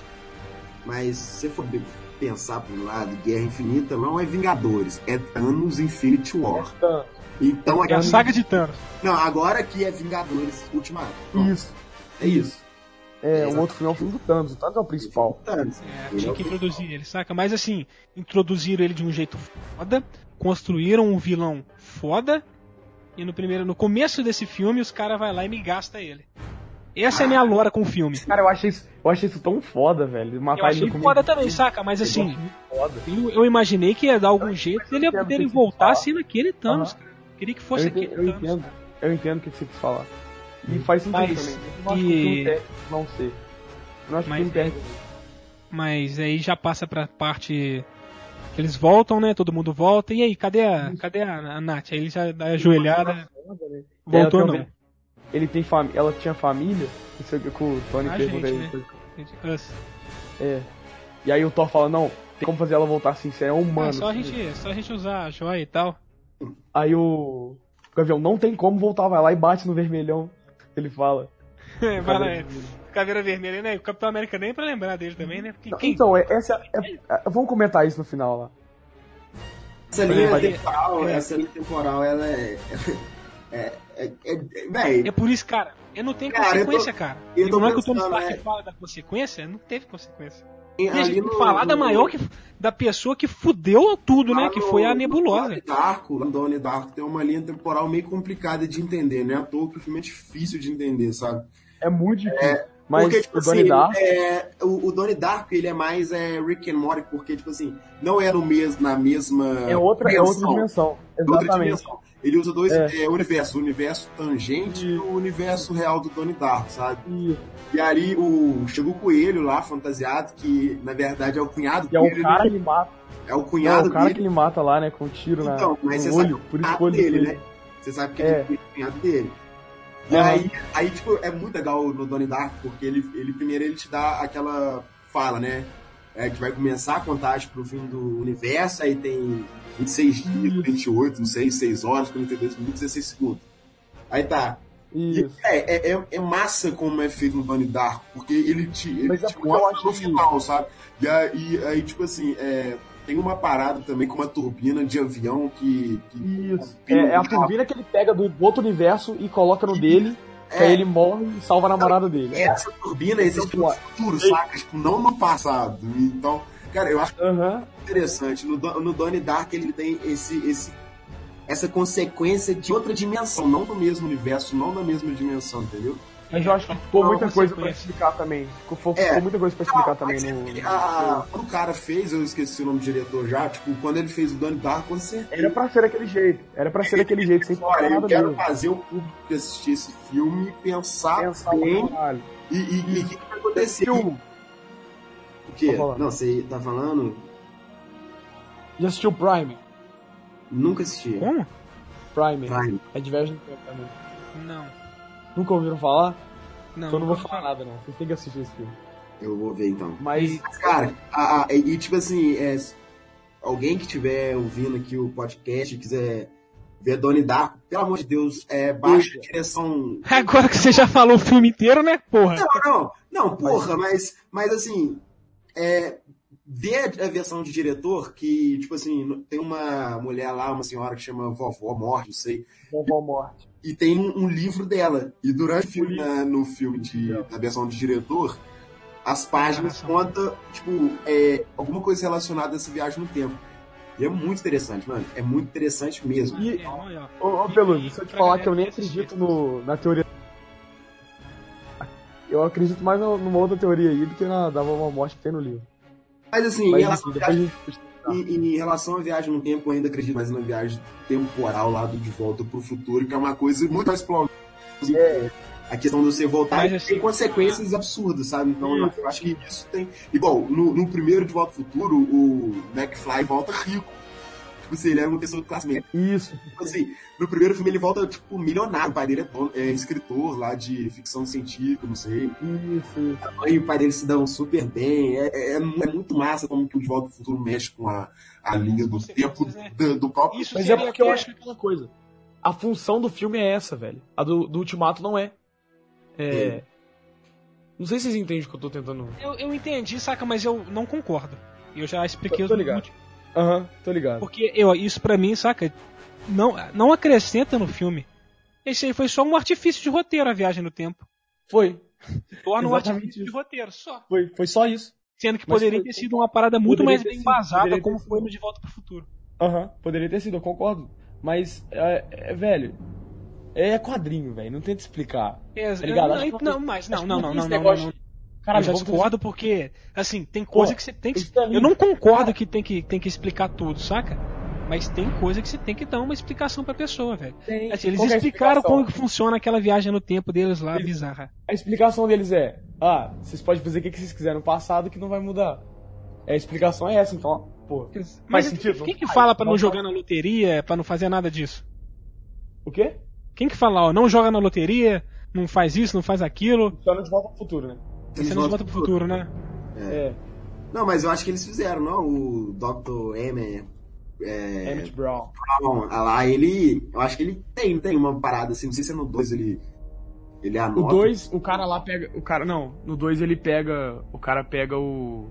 Speaker 2: mas se você for be- pensar por um lado, Guerra Infinita não é Vingadores, é Thanos Infinity War.
Speaker 3: Tá,
Speaker 2: Então
Speaker 1: É a saga de Thanos.
Speaker 2: Não, agora que é Vingadores Ultimato. Pronto,
Speaker 3: Isso.
Speaker 2: É isso.
Speaker 3: É, o outro filme é o filme do Thanos. O Thanos é o principal.
Speaker 2: Thanos.
Speaker 1: É,
Speaker 2: Ele é
Speaker 1: tinha
Speaker 2: o
Speaker 1: que introduzir ele, saca? Mas assim, introduziram ele de um jeito foda, construíram um vilão foda, e no primeiro, no começo desse filme, os caras vai lá e me gasta ele. Essa é a minha lora com o filme.
Speaker 3: Cara, eu achei isso, eu achei isso tão foda, velho. Matar
Speaker 1: Eu achei
Speaker 3: ele no
Speaker 1: foda
Speaker 3: começo.
Speaker 1: também, saca? Mas
Speaker 3: tá Eu
Speaker 1: assim,
Speaker 3: achei muito foda.
Speaker 1: eu, eu imaginei que ia dar algum jeito dele,
Speaker 3: entendo o que
Speaker 1: dele
Speaker 3: você
Speaker 1: voltar
Speaker 3: fala.
Speaker 1: sendo aquele é Thanos,
Speaker 3: Aham.
Speaker 1: cara. Queria que fosse
Speaker 3: eu entendo,
Speaker 1: aquele
Speaker 3: eu
Speaker 1: Thanos.
Speaker 3: entendo, eu entendo o que você quis falar. E faz sentido
Speaker 1: Mas-
Speaker 3: também. Uhum. Eu não acho
Speaker 1: e-
Speaker 3: que o filme perde por não ser. Eu não acho
Speaker 1: Mas- é-
Speaker 3: que o filme perde.
Speaker 1: Mas aí já passa pra parte que eles voltam, né? Todo mundo volta. E aí, cadê a, cadê a, a Nath? Aí ele já dá a
Speaker 3: É,
Speaker 1: ajoelhada.
Speaker 3: né?
Speaker 1: Voltou
Speaker 3: Ela
Speaker 1: não.
Speaker 3: tem uma- É, Ele tem fami... Ela tinha família? Não sei o que que o Tony
Speaker 1: A
Speaker 3: pergunta
Speaker 1: gente,
Speaker 3: aí.
Speaker 1: né? Gente, us.
Speaker 3: É. E aí o Thor fala, não, tem como fazer ela voltar assim, você é humano.
Speaker 1: É só a gente, só a gente usar a joia e tal.
Speaker 3: Aí o... o Gavião, não tem como voltar, vai lá e bate no vermelhão. Ele fala.
Speaker 1: [LAUGHS] Vai lá, é. Caveira vermelha, né? O Capitão América nem pra lembrar dele também, né? Porque quem-
Speaker 3: Então, é- essa é- é- Vamos comentar isso no final lá.
Speaker 2: Essa linha
Speaker 1: Vai.
Speaker 2: temporal,
Speaker 1: é.
Speaker 2: essa linha temporal, ela é. [LAUGHS] É. é, é, é
Speaker 1: É
Speaker 2: velho,
Speaker 1: por isso, cara. Eu não tenho
Speaker 2: Cara,
Speaker 1: consequência,
Speaker 2: eu tô-
Speaker 1: cara.
Speaker 2: eu
Speaker 1: E
Speaker 2: tô
Speaker 1: como é que o Tom
Speaker 2: pensando,
Speaker 1: Stark
Speaker 2: é.
Speaker 1: fala da consequência? Não teve consequência. E a
Speaker 2: ali
Speaker 1: gente
Speaker 2: no-
Speaker 1: tem que falar da
Speaker 2: no-
Speaker 1: maior que. Da pessoa que fudeu tudo, né?
Speaker 2: lá
Speaker 1: Que
Speaker 2: no-
Speaker 1: foi a
Speaker 2: No
Speaker 1: nebulosa.
Speaker 2: Donnie Darko, lá no Donnie Darko tem uma linha temporal meio complicada de entender, né? À toa que o filme é difícil de entender, sabe?
Speaker 3: É muito difícil. Mas
Speaker 2: porque, tipo
Speaker 3: o Donnie
Speaker 2: assim,
Speaker 3: Darko-
Speaker 2: é, o, o Donnie Darko, ele é mais é, Rick and Morty, porque, tipo assim, não era o mesmo, na mesma...
Speaker 3: é outra, é outra dimensão.
Speaker 2: outra
Speaker 3: Exatamente.
Speaker 2: dimensão. Ele usa dois
Speaker 3: É.
Speaker 2: é, universos, o universo tangente e o universo real do Donnie Darko, sabe?
Speaker 3: E,
Speaker 2: E aí o, chegou o coelho lá, fantasiado, que na verdade é o cunhado
Speaker 3: e é
Speaker 2: dele, né?
Speaker 3: o cara que mata.
Speaker 2: É o
Speaker 3: É
Speaker 2: cunhado
Speaker 3: o cara que
Speaker 2: dele,
Speaker 3: ele mata lá, né? Com um tiro na-
Speaker 2: Então, mas
Speaker 3: no
Speaker 2: você
Speaker 3: olho.
Speaker 2: sabe o
Speaker 3: Por
Speaker 2: tato
Speaker 3: escolha
Speaker 2: dele,
Speaker 3: dele.
Speaker 2: né? você sabe que
Speaker 3: É.
Speaker 2: é, o cunhado dele. E
Speaker 3: Aham.
Speaker 2: aí, aí, tipo, é muito legal no Donnie Darko, porque ele, ele primeiro ele te dá aquela fala, né? É, que vai começar a contagem pro fim do universo, aí tem 26 dias, 28, não sei, 6 horas, 42 minutos, 16 segundos. Aí tá,
Speaker 3: Isso.
Speaker 2: é, é- é, é massa como é feito no Donnie Dark, porque ele te, ele
Speaker 3: Mas é
Speaker 2: te
Speaker 3: porque eu
Speaker 2: mostra
Speaker 3: acho
Speaker 2: no
Speaker 3: que-
Speaker 2: final, sabe? E aí, aí, tipo assim, é, tem uma parada também com uma turbina de avião que. que
Speaker 3: Isso. É, é a turbina que ele pega do outro universo e coloca no dele, que aí ele morre e salva a namorada dele.
Speaker 2: é, essa
Speaker 3: Então,
Speaker 2: turbina existe no futuro, saca? Tipo, não no passado. Então, cara, eu acho
Speaker 3: Aham.
Speaker 2: interessante. No, Don- no Donnie Dark ele tem esse, esse, essa consequência de outra dimensão, não do mesmo universo, não da mesma dimensão, entendeu?
Speaker 3: Mas eu acho que ficou
Speaker 1: Não,
Speaker 3: muita coisa pra
Speaker 1: consequência.
Speaker 3: explicar também. Ficou, ficou
Speaker 2: É.
Speaker 3: muita coisa pra explicar também
Speaker 2: Mas é
Speaker 3: no.
Speaker 2: porque a- quando o cara fez, eu esqueci o nome do diretor já, tipo, quando ele fez o Donnie Darko, com certeza.
Speaker 3: Era pra ser daquele jeito. Era pra ser daquele jeito, É, sem falar
Speaker 2: Olha, É eu
Speaker 3: nada
Speaker 2: quero
Speaker 3: dele.
Speaker 2: fazer o público que assistir esse filme pensar
Speaker 3: Pensar
Speaker 2: bem
Speaker 3: pra caralho.
Speaker 2: e e- e o que, que vai acontecer.
Speaker 3: Assistiu-
Speaker 2: O quê?
Speaker 3: Pode falar.
Speaker 2: Não, você tá falando?
Speaker 3: Já assistiu Prime?
Speaker 2: Nunca assisti.
Speaker 1: Como?
Speaker 3: Prime.
Speaker 2: Prime.
Speaker 3: É divergente também.
Speaker 1: Não.
Speaker 3: Nunca ouviram falar?
Speaker 1: Não.
Speaker 3: então eu não vou
Speaker 1: nunca
Speaker 3: falar nada, não. Vocês têm que assistir esse filme.
Speaker 2: Eu vou ver então.
Speaker 3: Mas.
Speaker 2: Mas, cara, a- a- e, e, tipo assim, é, s- alguém que estiver ouvindo aqui o podcast e quiser ver Donnie Darko, pelo amor de Deus, é, baixa a direção
Speaker 1: [LAUGHS] Agora que você já falou o filme inteiro, né, porra?
Speaker 2: Não, não, não, porra, mas, mas assim, é, vê a a versão de diretor que, tipo assim, tem uma mulher lá, uma senhora que chama Vovó Morte, não sei,
Speaker 3: Vovó Morte.
Speaker 2: e tem um, um livro dela. E durante o filme, na- no filme de, da versão de diretor, as páginas
Speaker 1: Narração.
Speaker 2: contam, tipo, é, alguma coisa relacionada a essa viagem no tempo. E é muito interessante, mano. É muito interessante mesmo.
Speaker 3: E-
Speaker 1: É, olha, ó.
Speaker 3: Ô, ô Peluso, deixa eu te falar que eu nem acredito no, na teoria. Eu acredito mais no- numa outra teoria aí do que na da vovó morte que tem no livro.
Speaker 2: Mas assim, em
Speaker 3: Mas
Speaker 2: relação
Speaker 3: assim,
Speaker 2: à
Speaker 3: depois a gente.
Speaker 2: E, e em relação à viagem no tempo, eu ainda acredito mais na viagem temporal lá do De Volta pro Futuro, que é uma coisa muito mais plausível. A questão de você voltar
Speaker 1: Mas,
Speaker 2: tem
Speaker 1: assim, Hum.
Speaker 2: consequências absurdas, sabe? Então eu acho que isso tem. E bom, no, no primeiro De Volta pro Futuro, o McFly volta rico. Tipo assim, ele era uma pessoa de classe média.
Speaker 3: Isso.
Speaker 2: Tipo assim, no primeiro filme ele volta, tipo, milionário. O pai dele é, dono- é escritor lá de ficção científica, não sei.
Speaker 3: Isso, isso.
Speaker 2: A mãe e o pai dele se dão super bem. É, é- é mu- é muito massa como que o De Volta ao Futuro mexe com a, a linha do tempo do, do próprio...
Speaker 1: Isso
Speaker 3: Mas é
Speaker 1: seria
Speaker 3: porque eu
Speaker 1: até-
Speaker 3: acho que é aquela coisa. A função do filme é essa, velho. A do, do Ultimato não é. É. Não sei se vocês entendem o que eu tô tentando.
Speaker 1: Eu, eu entendi, saca, mas eu não concordo. E Eu já expliquei
Speaker 3: Eu
Speaker 1: os
Speaker 3: tô ligado.
Speaker 1: motivos.
Speaker 3: Aham, tô ligado.
Speaker 1: Porque eu, isso pra mim, saca, não, não acrescenta no filme. Esse aí foi só um artifício de roteiro a viagem no tempo.
Speaker 3: Foi,
Speaker 1: Torna um
Speaker 3: Exatamente
Speaker 1: artifício de
Speaker 3: isso.
Speaker 1: roteiro, só.
Speaker 3: foi, foi só isso.
Speaker 1: Sendo que
Speaker 3: Mas
Speaker 1: poderia
Speaker 3: foi-
Speaker 1: ter sido uma parada muito
Speaker 3: poderia
Speaker 1: mais
Speaker 3: ter
Speaker 1: bem
Speaker 3: sido,
Speaker 1: embasada
Speaker 3: poderia
Speaker 1: como
Speaker 3: ter
Speaker 1: foi no De Volta pro Futuro.
Speaker 3: Aham, poderia ter sido, eu concordo. Mas, é, é, velho, é quadrinho, velho, não tenta explicar.
Speaker 1: É,
Speaker 3: Tá ligado?
Speaker 1: não,
Speaker 3: Acho que-
Speaker 1: não, mas não,
Speaker 3: acho que
Speaker 1: não, não,
Speaker 3: tem
Speaker 1: não,
Speaker 3: esse
Speaker 1: não,
Speaker 3: negócio
Speaker 1: não.
Speaker 3: de-
Speaker 1: Cara, eu
Speaker 3: Caralho,
Speaker 1: já
Speaker 3: vamos fazer-
Speaker 1: discordo porque, assim, tem coisa
Speaker 3: Pô,
Speaker 1: que você tem que.
Speaker 3: isso tá lindo.
Speaker 1: Eu não concordo que tem que, tem que explicar tudo, saca? Mas tem coisa que você tem que dar uma explicação pra pessoa, velho.
Speaker 3: Tem-
Speaker 1: Assim, eles
Speaker 3: qual que é a
Speaker 1: explicaram
Speaker 3: explicação?
Speaker 1: como que funciona aquela viagem no tempo deles lá,
Speaker 3: Isso.
Speaker 1: bizarra.
Speaker 3: A explicação deles é: ah, vocês podem fazer o que que vocês quiserem no passado que não vai mudar. É, A explicação é essa, então, ó, pô.
Speaker 1: Mas
Speaker 3: sentido?
Speaker 1: quem que
Speaker 3: Faz.
Speaker 1: fala pra não
Speaker 3: Não
Speaker 1: jogar na loteria, pra não fazer nada disso?
Speaker 3: O quê?
Speaker 1: Quem que fala, ó, não joga na loteria, não faz isso, não faz aquilo,
Speaker 3: Só não de volta pro futuro, né?
Speaker 1: você não se volta pro futuro, né?
Speaker 3: É.
Speaker 2: Não, mas eu acho que eles fizeram, não? O Dr. Emmer é,
Speaker 3: Emmett Brown.
Speaker 2: Brown, ah lá, ele. Eu acho que ele tem, tem uma parada assim. Não sei se é no 2 ele. Ele anota.
Speaker 3: O 2, o cara lá pega. O cara, não. No 2 ele pega. O cara pega o.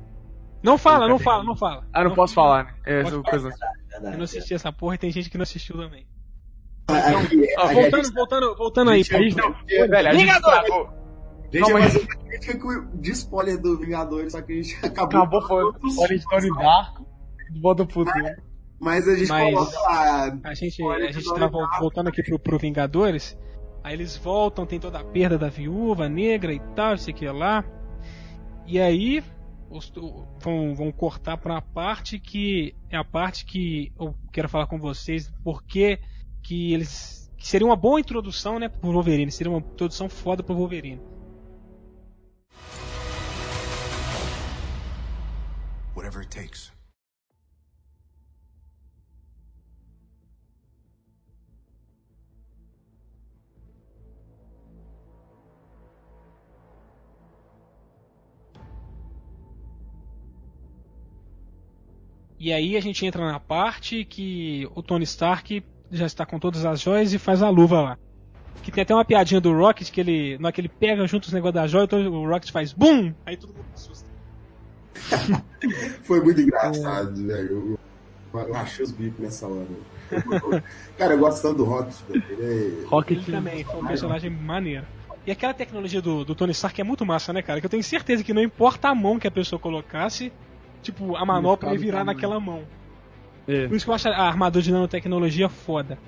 Speaker 1: Não fala, não fala, não fala.
Speaker 3: Ah, não posso falar, né? É,
Speaker 1: Pode
Speaker 3: essa coisa.
Speaker 1: Eu não assisti essa porra e tem gente que não assistiu também.
Speaker 2: Aqui,
Speaker 3: Ah,
Speaker 2: a gente-
Speaker 1: Voltando, voltando, voltando aí.
Speaker 2: é, a gente
Speaker 1: Paulo.
Speaker 2: não-
Speaker 3: Velho, a gente
Speaker 1: Vingadores!
Speaker 3: travou.
Speaker 2: a gente
Speaker 3: Não,
Speaker 2: vai
Speaker 3: mas-
Speaker 2: fazer uma crítica com- de spoiler do Vingadores, só que a gente [LAUGHS] acabou.
Speaker 3: Acabou falando
Speaker 2: Todos os
Speaker 3: Olha Tony Darko. De volta pro futuro.
Speaker 2: Mas a gente
Speaker 1: Mas-
Speaker 2: coloca lá.
Speaker 1: A gente,
Speaker 2: Olha
Speaker 1: a
Speaker 2: que
Speaker 1: gente
Speaker 2: nome
Speaker 1: tá vol- voltando aqui pro, pro Vingadores. Aí eles voltam, tem toda a perda da viúva negra e tal, não sei o que lá. E aí os- o- vão, vão cortar pra uma parte que é a parte que eu quero falar com vocês, porque que eles. que seria uma boa introdução, né, pro Wolverine. Seria uma introdução foda pro Wolverine.
Speaker 5: Whatever it takes.
Speaker 1: E aí a gente entra na parte que o Tony Stark já está com todas as joias e faz a luva lá. Que tem até uma piadinha do Rocket que ele. Na hora que ele pega junto os negócios da joia, o Tony- o Rocket faz BUM! Aí todo mundo se assusta.
Speaker 2: Foi muito engraçado, velho. Eu, eu achei os bicos nessa hora. [LAUGHS] Cara, eu gosto tanto do Rock. velho. Ele é-
Speaker 1: Ele
Speaker 3: Rocket
Speaker 1: também foi um personagem maneiro. E aquela tecnologia do, do Tony Stark é muito massa, né, cara? Que eu tenho certeza que não importa a mão que a pessoa colocasse, tipo, a manopla
Speaker 3: ficava
Speaker 1: ia virar
Speaker 3: tamanho.
Speaker 1: naquela mão.
Speaker 3: É.
Speaker 1: Por isso que eu acho a armadura de nanotecnologia foda.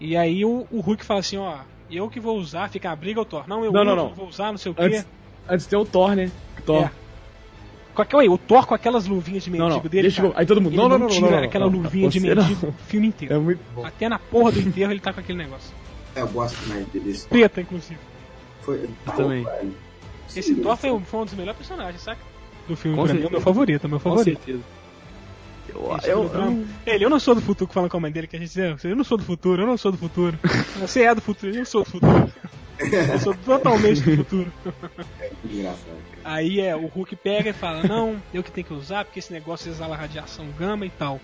Speaker 1: E aí o, o Hulk fala assim, ó, eu que vou usar, fica a briga, eu Thor. Não, eu
Speaker 3: Não,
Speaker 1: uso,
Speaker 3: não, não.
Speaker 1: vou usar, não sei o quê.
Speaker 3: Antes, antes tem o Thor, né? Thor.
Speaker 1: É. Com aquela, o Thor com aquelas luvinhas de
Speaker 3: Não,
Speaker 1: mendigo
Speaker 3: não.
Speaker 1: tipo, dele.
Speaker 3: Deixa eu...
Speaker 1: cara,
Speaker 3: Aí todo mundo.
Speaker 1: ele
Speaker 3: Não, não, não, não,
Speaker 1: tira
Speaker 3: não, não.
Speaker 1: aquela
Speaker 3: não,
Speaker 1: luvinha de
Speaker 3: você não.
Speaker 1: mendigo o filme inteiro.
Speaker 3: [LAUGHS] É muito bom.
Speaker 1: Até na porra do enterro ele tá com aquele negócio.
Speaker 2: Eu gosto mais dele. Esse Thor
Speaker 1: Preta, inclusive.
Speaker 2: Foi. Tá,
Speaker 3: também.
Speaker 2: velho.
Speaker 1: Esse
Speaker 2: Sim,
Speaker 1: Thor foi um, foi um dos melhores personagens, saca? Do filme,
Speaker 3: Com
Speaker 1: pra mim, é
Speaker 3: certeza.
Speaker 1: o meu favorito, é o meu
Speaker 3: Com
Speaker 1: favorito.
Speaker 3: certeza. Eu,
Speaker 1: Esse
Speaker 3: eu,
Speaker 1: do Brown. Ele, eu não sou do futuro, falando com a mãe dele, que a gente diz, eu não sou do futuro, eu não sou do
Speaker 3: [LAUGHS]
Speaker 1: futuro. Você é do futuro, eu não sou do futuro. Eu sou totalmente do futuro.
Speaker 2: muito engraçado.
Speaker 1: Aí é, o Hulk pega e fala, não, eu que tenho que usar, porque esse negócio exala radiação gama e tal.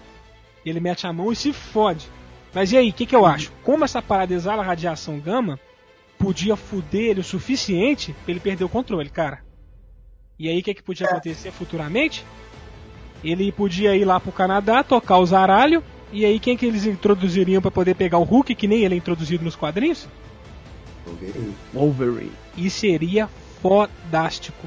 Speaker 1: Ele mete a mão e se fode. Mas e aí, o que, que eu acho? Como essa parada exala radiação gama, podia fuder ele o suficiente pra ele perder o controle, cara. E aí o que, que podia acontecer futuramente? Ele podia ir lá pro Canadá, tocar os aralho, e aí quem que eles introduziriam pra poder pegar o Hulk, que nem ele é introduzido nos quadrinhos?
Speaker 2: Wolverine.
Speaker 3: Wolverine.
Speaker 1: E seria fodástico.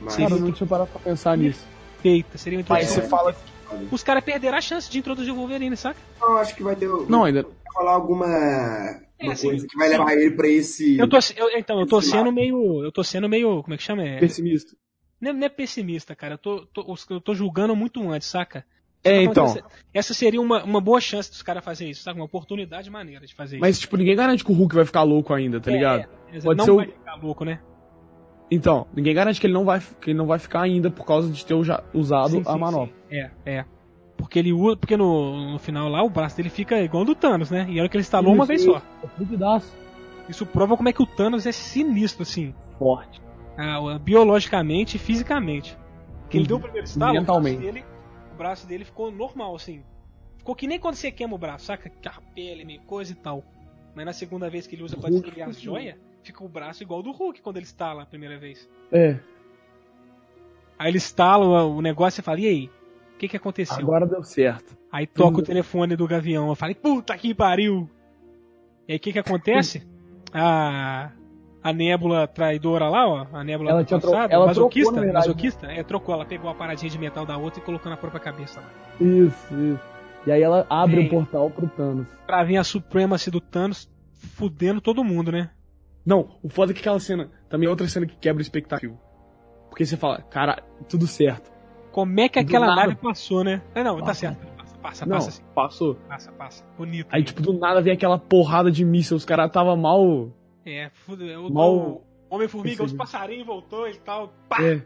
Speaker 2: Mas,
Speaker 1: Sim.
Speaker 3: Cara, eu não tinha parado pra pensar nisso.
Speaker 1: Feita, seria uma
Speaker 3: Mas
Speaker 1: introdução
Speaker 3: você fala.
Speaker 1: os caras perderam a chance de introduzir o Wolverine, saca?
Speaker 2: eu acho que vai ter.
Speaker 3: Não, ainda.
Speaker 2: Vai falar alguma uma
Speaker 1: assim,
Speaker 2: coisa que vai levar ele pra esse.
Speaker 1: Eu tô, se- eu- então, eu tô
Speaker 2: Sim.
Speaker 1: sendo meio. Eu tô sendo meio. Como é que chama? É,
Speaker 3: Pessimista.
Speaker 1: não, é, não é pessimista, cara. Eu tô, tô- os- eu tô julgando muito antes, saca?
Speaker 3: É, então.
Speaker 1: Essa, essa seria uma, uma boa chance dos caras fazerem isso, saca? Uma oportunidade maneira de fazer
Speaker 3: Mas, tipo, ninguém garante que o Hulk vai ficar louco ainda, tá
Speaker 1: É,
Speaker 3: ligado?
Speaker 1: isso. Mas
Speaker 3: pode
Speaker 1: não
Speaker 3: ser o-
Speaker 1: vai ficar louco, né?
Speaker 3: Então, ninguém garante que ele não vai, que ele não vai ficar ainda por causa de ter uja- usado
Speaker 1: Sim, sim,
Speaker 3: a manopla.
Speaker 1: sim. É, é. Porque ele usa. Porque no, no final lá o braço dele fica igual ao do Thanos, né? E era que ele estalou uma vez só.
Speaker 6: É duvidaço.
Speaker 1: Isso prova como é que o Thanos é sinistro, assim.
Speaker 6: Forte.
Speaker 1: ah, biologicamente e fisicamente. Que ele deu o primeiro estalo, o braço,
Speaker 3: Uhum. Mentalmente.
Speaker 1: dele, o braço dele ficou normal, assim. Ficou que nem quando você queima o braço, saca? Que a pele, meio coisa e tal. Mas na segunda vez que ele usa pra
Speaker 3: Hulk
Speaker 1: destruir as
Speaker 3: continua.
Speaker 1: joias, fica o braço igual ao do Hulk quando ele estala a primeira vez.
Speaker 3: É.
Speaker 1: Aí ele estala o o negócio e fala, e aí? O que que aconteceu?
Speaker 3: Agora deu certo.
Speaker 1: Aí toca o telefone do Gavião. Eu falei, puta que pariu! E aí o que que acontece? A. A nébula traidora lá, ó. A nébula
Speaker 6: Ela
Speaker 1: do
Speaker 6: tinha tro-
Speaker 1: passado,
Speaker 6: ela
Speaker 1: masoquista,
Speaker 6: trocou, na verdade,
Speaker 1: masoquista, é, trocou, ela pegou a paradinha de metal da outra e colocou na própria cabeça lá.
Speaker 6: Isso, isso. E aí ela abre
Speaker 1: Bem.
Speaker 6: o portal pro Thanos.
Speaker 1: Pra vir a supremacy do Thanos fudendo todo mundo, né?
Speaker 3: Não, o foda é que aquela cena. Também é outra cena que quebra o expectativa. Porque você fala, cara, tudo certo.
Speaker 1: Como é que aquela
Speaker 3: nada.
Speaker 1: nave passou, né? É, não, tá
Speaker 6: Passa.
Speaker 1: certo. Passa, passa,
Speaker 3: Não,
Speaker 1: passa, assim,
Speaker 3: passou.
Speaker 1: passa, passa. Bonito.
Speaker 3: Aí, tipo, do nada vem aquela porrada de míssil. Os caras tava mal.
Speaker 1: É, fude... o
Speaker 3: Mal-
Speaker 1: o Homem-Formiga, os
Speaker 3: Percebi.
Speaker 1: passarinhos voltou e tal. Pá!
Speaker 3: É.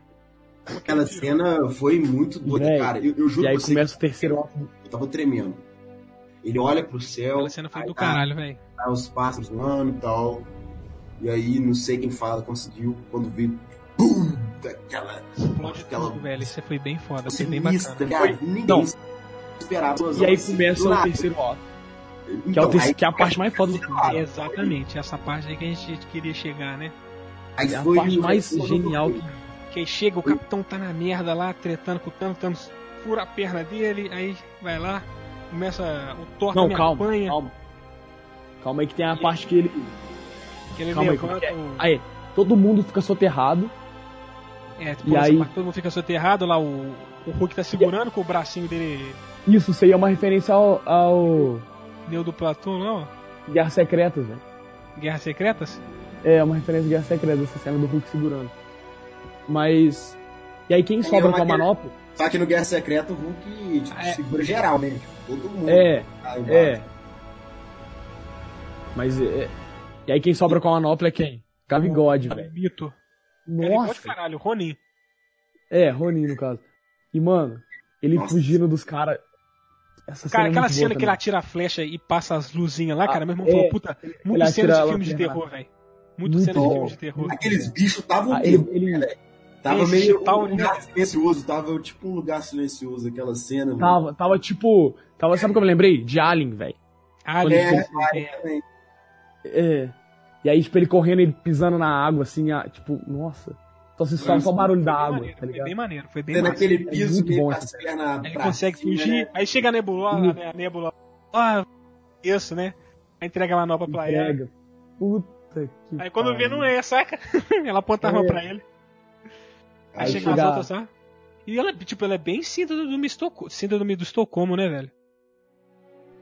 Speaker 2: Aquela cena foi muito doida,
Speaker 6: Véi,
Speaker 2: cara. Eu, eu
Speaker 3: E
Speaker 2: juro
Speaker 3: aí
Speaker 2: pra você
Speaker 3: começa o terceiro ato.
Speaker 2: que eu tava tremendo. Ele olha pro céu,
Speaker 1: Aquela cena foi
Speaker 2: aí
Speaker 1: do
Speaker 2: tá-
Speaker 1: caralho, velho.
Speaker 2: tá os pássaros voando e tal. E aí, não sei quem fala, conseguiu. Quando vi, BUM! Aquela
Speaker 1: Explode
Speaker 2: Aquela-
Speaker 1: tudo, velho. Isso foi bem foda, foi bem bacana.
Speaker 2: sinistra, cara.
Speaker 3: Foi-
Speaker 2: Ninguém
Speaker 3: não.
Speaker 2: esperava. duas
Speaker 3: E aí
Speaker 2: horas do
Speaker 3: começa o
Speaker 2: nada.
Speaker 3: terceiro ato. Que é,
Speaker 2: Então,
Speaker 3: o terceiro,
Speaker 2: aí-
Speaker 3: que é a parte mais foda do filme.
Speaker 1: É exatamente, essa parte aí que a gente queria chegar, né?
Speaker 2: aí
Speaker 3: É a
Speaker 2: foi
Speaker 3: parte
Speaker 2: o-
Speaker 3: mais
Speaker 2: foi o-
Speaker 3: genial que
Speaker 1: Que aí chega, o capitão tá na merda lá, tretando com o Thanos, Thanos fura a perna dele, aí vai lá, começa o Thor
Speaker 3: Não,
Speaker 1: me
Speaker 3: calma,
Speaker 1: apanha,
Speaker 3: calma. Calma aí que tem a parte que ele.
Speaker 1: que ele
Speaker 3: Calma aí, como é
Speaker 1: levanta
Speaker 3: que é?
Speaker 1: o...
Speaker 3: Aí, todo mundo fica soterrado.
Speaker 1: É, tipo,
Speaker 3: E
Speaker 1: nessa
Speaker 3: aí-
Speaker 1: parte todo mundo fica soterrado lá, o, o Hulk tá segurando com o bracinho dele,
Speaker 3: Isso, isso aí é uma referência ao, ao
Speaker 1: deu do Platão lá, ó,
Speaker 3: Guerra Secretas, né? velho.
Speaker 1: Guerras Secretas.
Speaker 3: É, uma referência à Guerra Secretas, essa cena do Hulk segurando. Mas. E aí quem sobra com a manopla?
Speaker 2: Só que no Guerra Secreta o Hulk tipo,
Speaker 1: É.
Speaker 2: segura geral, né? Tipo, todo mundo.
Speaker 3: É,
Speaker 2: tá embaixo.
Speaker 3: é. Mas é. E aí quem sobra com a manopla é quem? Gavigode, velho.
Speaker 1: Mito. Cara, ele pode
Speaker 3: Tá Nossa!
Speaker 1: caralho, Ronin.
Speaker 3: É, Ronin, no caso. E, mano, ele
Speaker 2: Nossa.
Speaker 3: fugindo dos caras. Essa
Speaker 1: Cara,
Speaker 3: é
Speaker 1: aquela
Speaker 3: muito boa
Speaker 1: cena que ele
Speaker 3: também.
Speaker 1: atira a flecha e passa as luzinhas lá,
Speaker 3: Ah,
Speaker 1: cara, meu irmão
Speaker 3: é,
Speaker 1: falou, puta, muito cena de
Speaker 3: atira assim, né? a
Speaker 1: filme de
Speaker 3: lanterna.
Speaker 1: terror, velho. Muito
Speaker 3: Muito
Speaker 1: cena de
Speaker 3: bom.
Speaker 1: filme de terror.
Speaker 2: Aqueles bichos estavam
Speaker 3: Ah, ele, ele
Speaker 2: Tava
Speaker 1: Esse
Speaker 2: meio
Speaker 1: tal,
Speaker 3: né?
Speaker 2: um lugar silencioso, tava tipo um lugar silencioso aquela cena. né? mano.
Speaker 3: tava, tava tipo. Tava, sabe como eu me lembrei? De Alien, velho.
Speaker 1: Ah,
Speaker 3: Quando
Speaker 1: é,
Speaker 3: ele
Speaker 1: é,
Speaker 2: Também.
Speaker 3: É. E aí, tipo, ele correndo, ele pisando na água, assim, a- tipo, nossa. Só se escutava só o barulho da
Speaker 1: Foi
Speaker 3: água,
Speaker 1: maneiro,
Speaker 3: tá
Speaker 1: é, foi
Speaker 3: ligado?
Speaker 1: bem maneiro, foi bem
Speaker 2: Tendo
Speaker 1: maneiro.
Speaker 2: aquele piso
Speaker 3: É muito
Speaker 2: meio
Speaker 3: bom,
Speaker 2: passear na
Speaker 1: Ele
Speaker 2: pra
Speaker 1: consegue
Speaker 2: cima,
Speaker 1: fugir,
Speaker 2: né?
Speaker 1: aí chega a nebulosa,
Speaker 3: Hum.
Speaker 1: né? A nébula. Ah, isso, né? Aí entrega a manopla pra ela.
Speaker 3: Entrega. Puta que.
Speaker 1: Aí quando vê,
Speaker 3: pariu.
Speaker 1: não é, saca? [LAUGHS] ela aponta a arma pra ele. Aí,
Speaker 3: É. Aí
Speaker 1: chega,
Speaker 3: chega-
Speaker 1: as outras lá. E ela, tipo, ela é bem síndrome do, Mistoco... síndrome do Estocolmo, né, velho?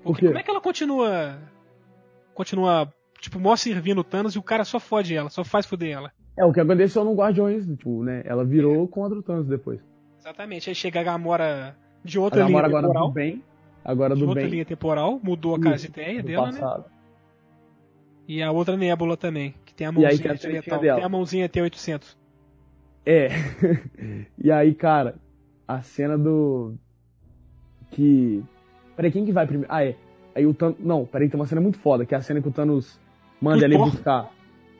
Speaker 3: Por
Speaker 1: Porque
Speaker 3: quê?
Speaker 1: como é que ela continua. Continua, tipo, mó servindo o Thanos e o cara só fode ela, só faz foder ela.
Speaker 3: É, o que aconteceu no Guardiões, tipo, né? Ela virou contra o Thanos depois.
Speaker 1: Exatamente. Aí chega a Gamora de outra
Speaker 3: Ela mora
Speaker 1: linha
Speaker 3: agora
Speaker 1: temporal.
Speaker 3: do bem. Agora
Speaker 1: de
Speaker 3: do
Speaker 1: outra
Speaker 3: bem.
Speaker 1: linha temporal, mudou a casa de
Speaker 3: Isso,
Speaker 1: ideia
Speaker 3: do
Speaker 1: dela, né?
Speaker 3: passado.
Speaker 1: E a outra nébula também, que tem a
Speaker 3: E
Speaker 1: mãozinha
Speaker 3: aí tem a
Speaker 1: de
Speaker 3: tretinha
Speaker 1: metal.
Speaker 3: dela.
Speaker 1: Tem a mãozinha T800.
Speaker 3: É. [LAUGHS] e aí, cara, a cena do. Que. Peraí, quem que vai primeiro? Ah, é. Aí o Thanos. Não, peraí, tem uma cena muito foda, que é a cena que o Thanos manda
Speaker 1: O
Speaker 3: ele
Speaker 1: Thor.
Speaker 3: buscar.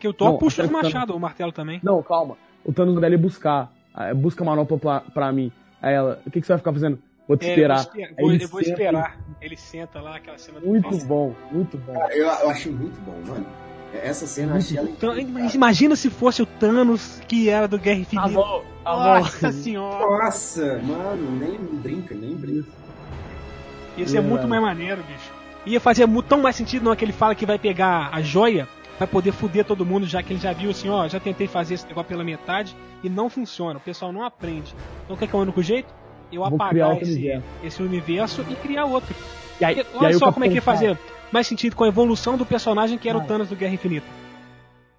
Speaker 1: Que o Thor
Speaker 3: Não,
Speaker 1: puxa
Speaker 3: acho
Speaker 1: o
Speaker 3: que tá-
Speaker 1: machado, o martelo também.
Speaker 3: Não, calma. O Thanos manda ele buscar. Ah, é, Busca a manopla pra, pra mim. Aí ela, o que, que você vai ficar fazendo? Vou te
Speaker 1: É, eu vou
Speaker 3: esperar.
Speaker 1: esper-
Speaker 3: Aí
Speaker 1: vou-
Speaker 3: ele
Speaker 1: eu vou
Speaker 3: senta
Speaker 1: esperar. Ele senta lá, aquela cena do
Speaker 3: Muito
Speaker 1: Nossa,
Speaker 3: bom, muito bom.
Speaker 2: Cara, Eu, eu achei muito bom, mano. É, Essa cena eu achei ela
Speaker 1: o
Speaker 3: Então,
Speaker 1: Thanos-
Speaker 2: incrível,
Speaker 1: mas Então, imagina se fosse o Thanos que era do Guerra Infinita.
Speaker 3: bom,
Speaker 1: Nossa senhora!
Speaker 2: cara. Nossa, mano, nem brinca, nem brinca.
Speaker 1: Ia ser
Speaker 3: É.
Speaker 1: muito mais maneiro, bicho. Ia fazer mu- tão mais sentido na hora que ele fala que vai pegar a joia, vai poder fuder todo mundo, já que ele já viu assim, ó, já tentei fazer esse negócio pela metade e não funciona, o pessoal não aprende. Então o que é, que é o único jeito? Eu
Speaker 3: Vou criar
Speaker 1: apagar
Speaker 3: outro
Speaker 1: esse
Speaker 3: universo.
Speaker 1: esse universo e criar outro.
Speaker 3: E aí,
Speaker 1: Porque
Speaker 3: e
Speaker 1: olha
Speaker 3: aí o
Speaker 1: só como é que ia
Speaker 3: Capitão
Speaker 1: fazer. Mais sentido com a evolução do personagem que era o
Speaker 3: Vai.
Speaker 1: Thanos do Guerra Infinita.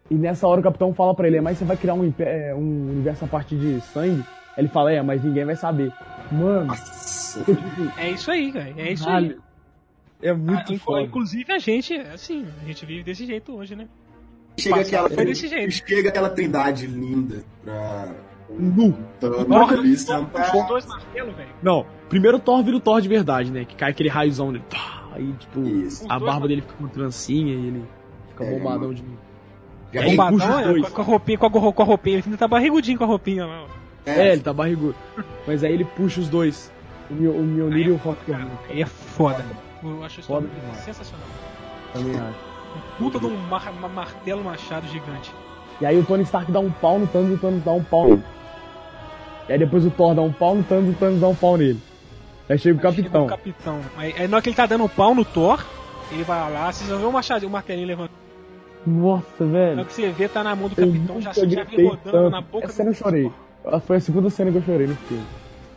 Speaker 3: E nessa hora o capitão fala pra ele, mas você vai criar um, impé- é, um universo a partir de sangue? Ele fala, é, mas ninguém vai saber. Mano,
Speaker 2: Nossa.
Speaker 3: eu, tipo,
Speaker 1: É isso aí, cara. É isso aí.
Speaker 3: caralho, é muito
Speaker 1: Ah, inc-
Speaker 3: foda.
Speaker 1: inclusive a gente, assim, a gente vive desse jeito hoje, né?
Speaker 3: É.
Speaker 2: Chega aquela,
Speaker 1: Foi desse jeito.
Speaker 2: chega aquela trindade linda pra é
Speaker 3: Nu.
Speaker 2: Thanos ali sentado.
Speaker 1: dois martelos, velho.
Speaker 3: Não, primeiro o Thor vira o Thor de verdade, né? Que cai aquele raiozão nele. Pá, aí, tipo,
Speaker 2: Isso.
Speaker 3: a barba dele fica com trancinha e ele fica
Speaker 2: É,
Speaker 3: bombadão de
Speaker 2: Já
Speaker 3: Aí
Speaker 2: é,
Speaker 3: puxa os
Speaker 1: Bombadão, é,
Speaker 3: dois.
Speaker 1: com a roupinha, com a, gorro- com a roupinha. Ele ainda tá barrigudinho com a roupinha lá. ó.
Speaker 3: É,
Speaker 2: é,
Speaker 3: ele tá barrigudo. Mas aí ele puxa os dois. O meu, o meu e o Rock Hammer.
Speaker 1: Aí é foda. Eu acho isso
Speaker 3: Foda demais.
Speaker 1: sensacional.
Speaker 3: Também acho.
Speaker 1: Puta de um mar- ma- martelo machado gigante.
Speaker 6: E aí o Tony Stark dá um pau no Thanos e o Thanos dá um pau nele. E aí depois o Thor dá um pau no Thanos e o Thanos dá um pau nele. Aí chega o
Speaker 1: Aí
Speaker 3: Um
Speaker 1: chega
Speaker 6: Capitão.
Speaker 1: o um capitão. Aí, aí na hora que ele tá dando um pau no Thor, ele vai lá, vocês vão ver o machado, o martelinho levantando.
Speaker 6: Nossa,
Speaker 1: Na hora
Speaker 6: velho.
Speaker 1: que você vê, tá na mão do
Speaker 6: Eu
Speaker 1: capitão, já,
Speaker 6: nunca
Speaker 1: já vem
Speaker 6: gritei
Speaker 1: rodando
Speaker 6: tanto.
Speaker 1: na boca
Speaker 6: Essa
Speaker 1: do
Speaker 6: cena eu chorei. Foi a segunda cena que eu chorei no filme.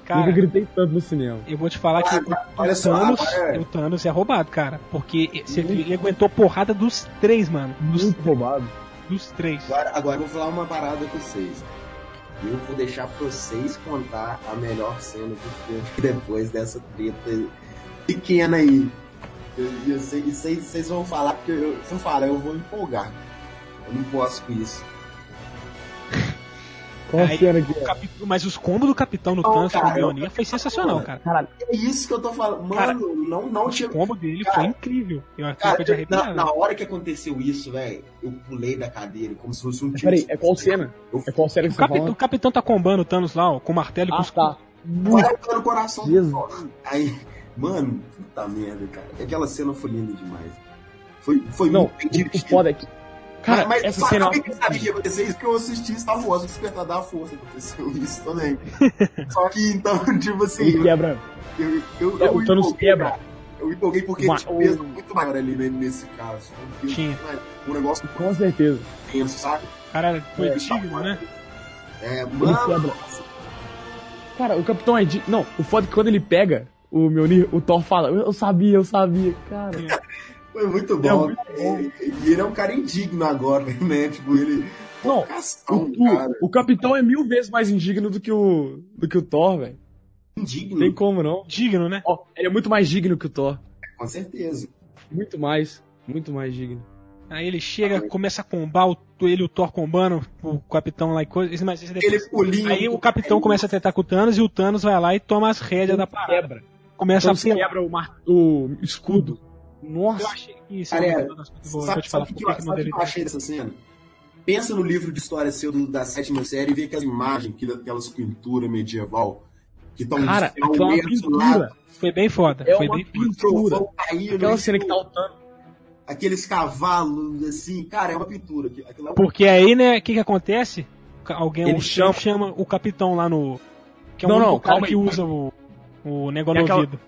Speaker 1: Cara,
Speaker 6: Nunca gritei tanto no cinema.
Speaker 1: eu vou te falar que o
Speaker 2: olha só,
Speaker 1: Thanos,
Speaker 2: agora é-
Speaker 1: o Thanos é roubado, cara. Porque você viu, ele aguentou porrada dos três, mano. Dos,
Speaker 6: Muito roubado.
Speaker 1: dos três.
Speaker 2: agora, agora eu vou falar uma parada com vocês. Eu vou deixar pra vocês contar a melhor cena do filme [LAUGHS] depois dessa treta pequena aí. Eu, eu sei, isso aí vocês vão falar, porque eu, se eu falar, eu vou empolgar. Eu não posso com isso.
Speaker 6: Qual a
Speaker 1: Aí-
Speaker 6: cena que é?
Speaker 1: O capi- Mas os combos do capitão no Thanos com o
Speaker 2: cara,
Speaker 1: Mjolnir foi sensacional, cara.
Speaker 2: É isso que eu tô falando. Mano,
Speaker 1: Cara,
Speaker 2: não, não
Speaker 1: O
Speaker 2: tinha.
Speaker 1: combo dele
Speaker 2: Cara,
Speaker 1: foi incrível. Eu até
Speaker 2: Cara,
Speaker 1: foi de
Speaker 2: na,
Speaker 1: arrepiar.
Speaker 2: na hora que aconteceu isso, velho, eu pulei da cadeira como se fosse um tiro.
Speaker 3: Peraí, é qual cena? É qual cena que
Speaker 1: O,
Speaker 3: você tá
Speaker 1: capi- o
Speaker 3: falando?
Speaker 1: capitão tá combando o Thanos lá, ó, com o martelo e com
Speaker 3: Ah,
Speaker 1: os
Speaker 3: tá.
Speaker 2: Vai no coração do
Speaker 6: Jesus.
Speaker 2: Thor. Aí, mano, puta merda, cara. Aquela cena foi linda demais. Foi, foi
Speaker 3: Não, o,
Speaker 2: muito bem
Speaker 3: o
Speaker 2: divertido.
Speaker 3: foda é que... Cara,
Speaker 2: mas,
Speaker 3: essa
Speaker 2: mas
Speaker 3: cena...
Speaker 2: sabe que eu sabia que ia acontecer isso? Porque eu assisti Star Wars, o Despertar da Força, aconteceu isso também.
Speaker 3: [LAUGHS]
Speaker 2: Só que, então, [LAUGHS] tipo assim,
Speaker 3: Ele quebra.
Speaker 2: eu, eu, eu,
Speaker 3: É, o Thanos
Speaker 2: empolguei,
Speaker 3: quebra.
Speaker 2: cara. Eu empolguei porque
Speaker 3: Ma-
Speaker 2: tinha um peso muito maior ali né, nesse caso. Um peso
Speaker 1: Tinha.
Speaker 2: muito maior. Um negócio
Speaker 3: Com certeza.
Speaker 2: tenso, sabe?
Speaker 1: Cara, foi
Speaker 2: É,
Speaker 1: digno, né?
Speaker 2: É,
Speaker 3: Ele
Speaker 2: mano,
Speaker 3: quebra. Cara, o Capitão é... De... Não, o foda é que quando ele pega o meu o Thor fala, eu eu sabia, eu sabia. Cara,
Speaker 2: foi muito bom. E, e ele é um cara indigno agora, [LAUGHS] né? Tipo, ele.
Speaker 3: Não,
Speaker 2: Cascão,
Speaker 3: o, o- o Capitão é mil vezes mais indigno do que o, do que o Thor, velho.
Speaker 2: Indigno,
Speaker 3: Não
Speaker 1: Hum.
Speaker 3: tem como, não.
Speaker 1: Digno, né?
Speaker 3: Ó, ele é muito mais digno que o Thor.
Speaker 2: com certeza.
Speaker 3: Muito mais. Muito mais digno.
Speaker 1: Aí ele
Speaker 2: Tá
Speaker 1: chega, começa a combar o, ele e o Thor combando, o capitão lá e coisa. isso- Mas isso depois-
Speaker 2: Aquele pulinho.
Speaker 1: Aí o capitão começa a tentar com o Thanos e o Thanos vai lá e toma as rédeas é da parada.
Speaker 3: Quebra.
Speaker 2: Então
Speaker 1: Começa a
Speaker 3: Thanos
Speaker 1: pelar.
Speaker 3: quebra o, mar- o escudo.
Speaker 1: Eu
Speaker 3: Nossa.
Speaker 1: achei que isso
Speaker 2: Galera,
Speaker 1: é uma das coisas boas. Vou
Speaker 2: Sabe,
Speaker 1: te falar
Speaker 2: sabe,
Speaker 1: por
Speaker 2: que,
Speaker 1: que
Speaker 2: eu-
Speaker 1: que
Speaker 2: sabe
Speaker 1: mandou
Speaker 2: o que
Speaker 1: ele
Speaker 2: eu achei dessa cena? Pensa no livro de história seu do- da sétima série e vê aquelas imagens, aqui daquelas pinturas medieval que estão
Speaker 3: Cara, aquilo é uma pintura.
Speaker 1: Foi bem foda.
Speaker 3: É
Speaker 1: foi
Speaker 3: uma
Speaker 1: bem foda.
Speaker 3: pintura. Aquela cena que tá
Speaker 2: tá...
Speaker 3: lutando.
Speaker 2: Aqueles cavalos, assim, cara, é uma pintura. Aquilo aquilo é uma
Speaker 1: Porque aí, né, o que que acontece? Ca- Alguém
Speaker 3: Ele
Speaker 1: um
Speaker 3: chama-
Speaker 1: chama... o capitão lá no. Que é o
Speaker 3: Não,
Speaker 1: único
Speaker 3: não,
Speaker 1: cara
Speaker 3: calma
Speaker 1: que
Speaker 3: aí.
Speaker 1: usa o, o negócio
Speaker 3: É
Speaker 1: no
Speaker 3: aquela-
Speaker 1: ouvido.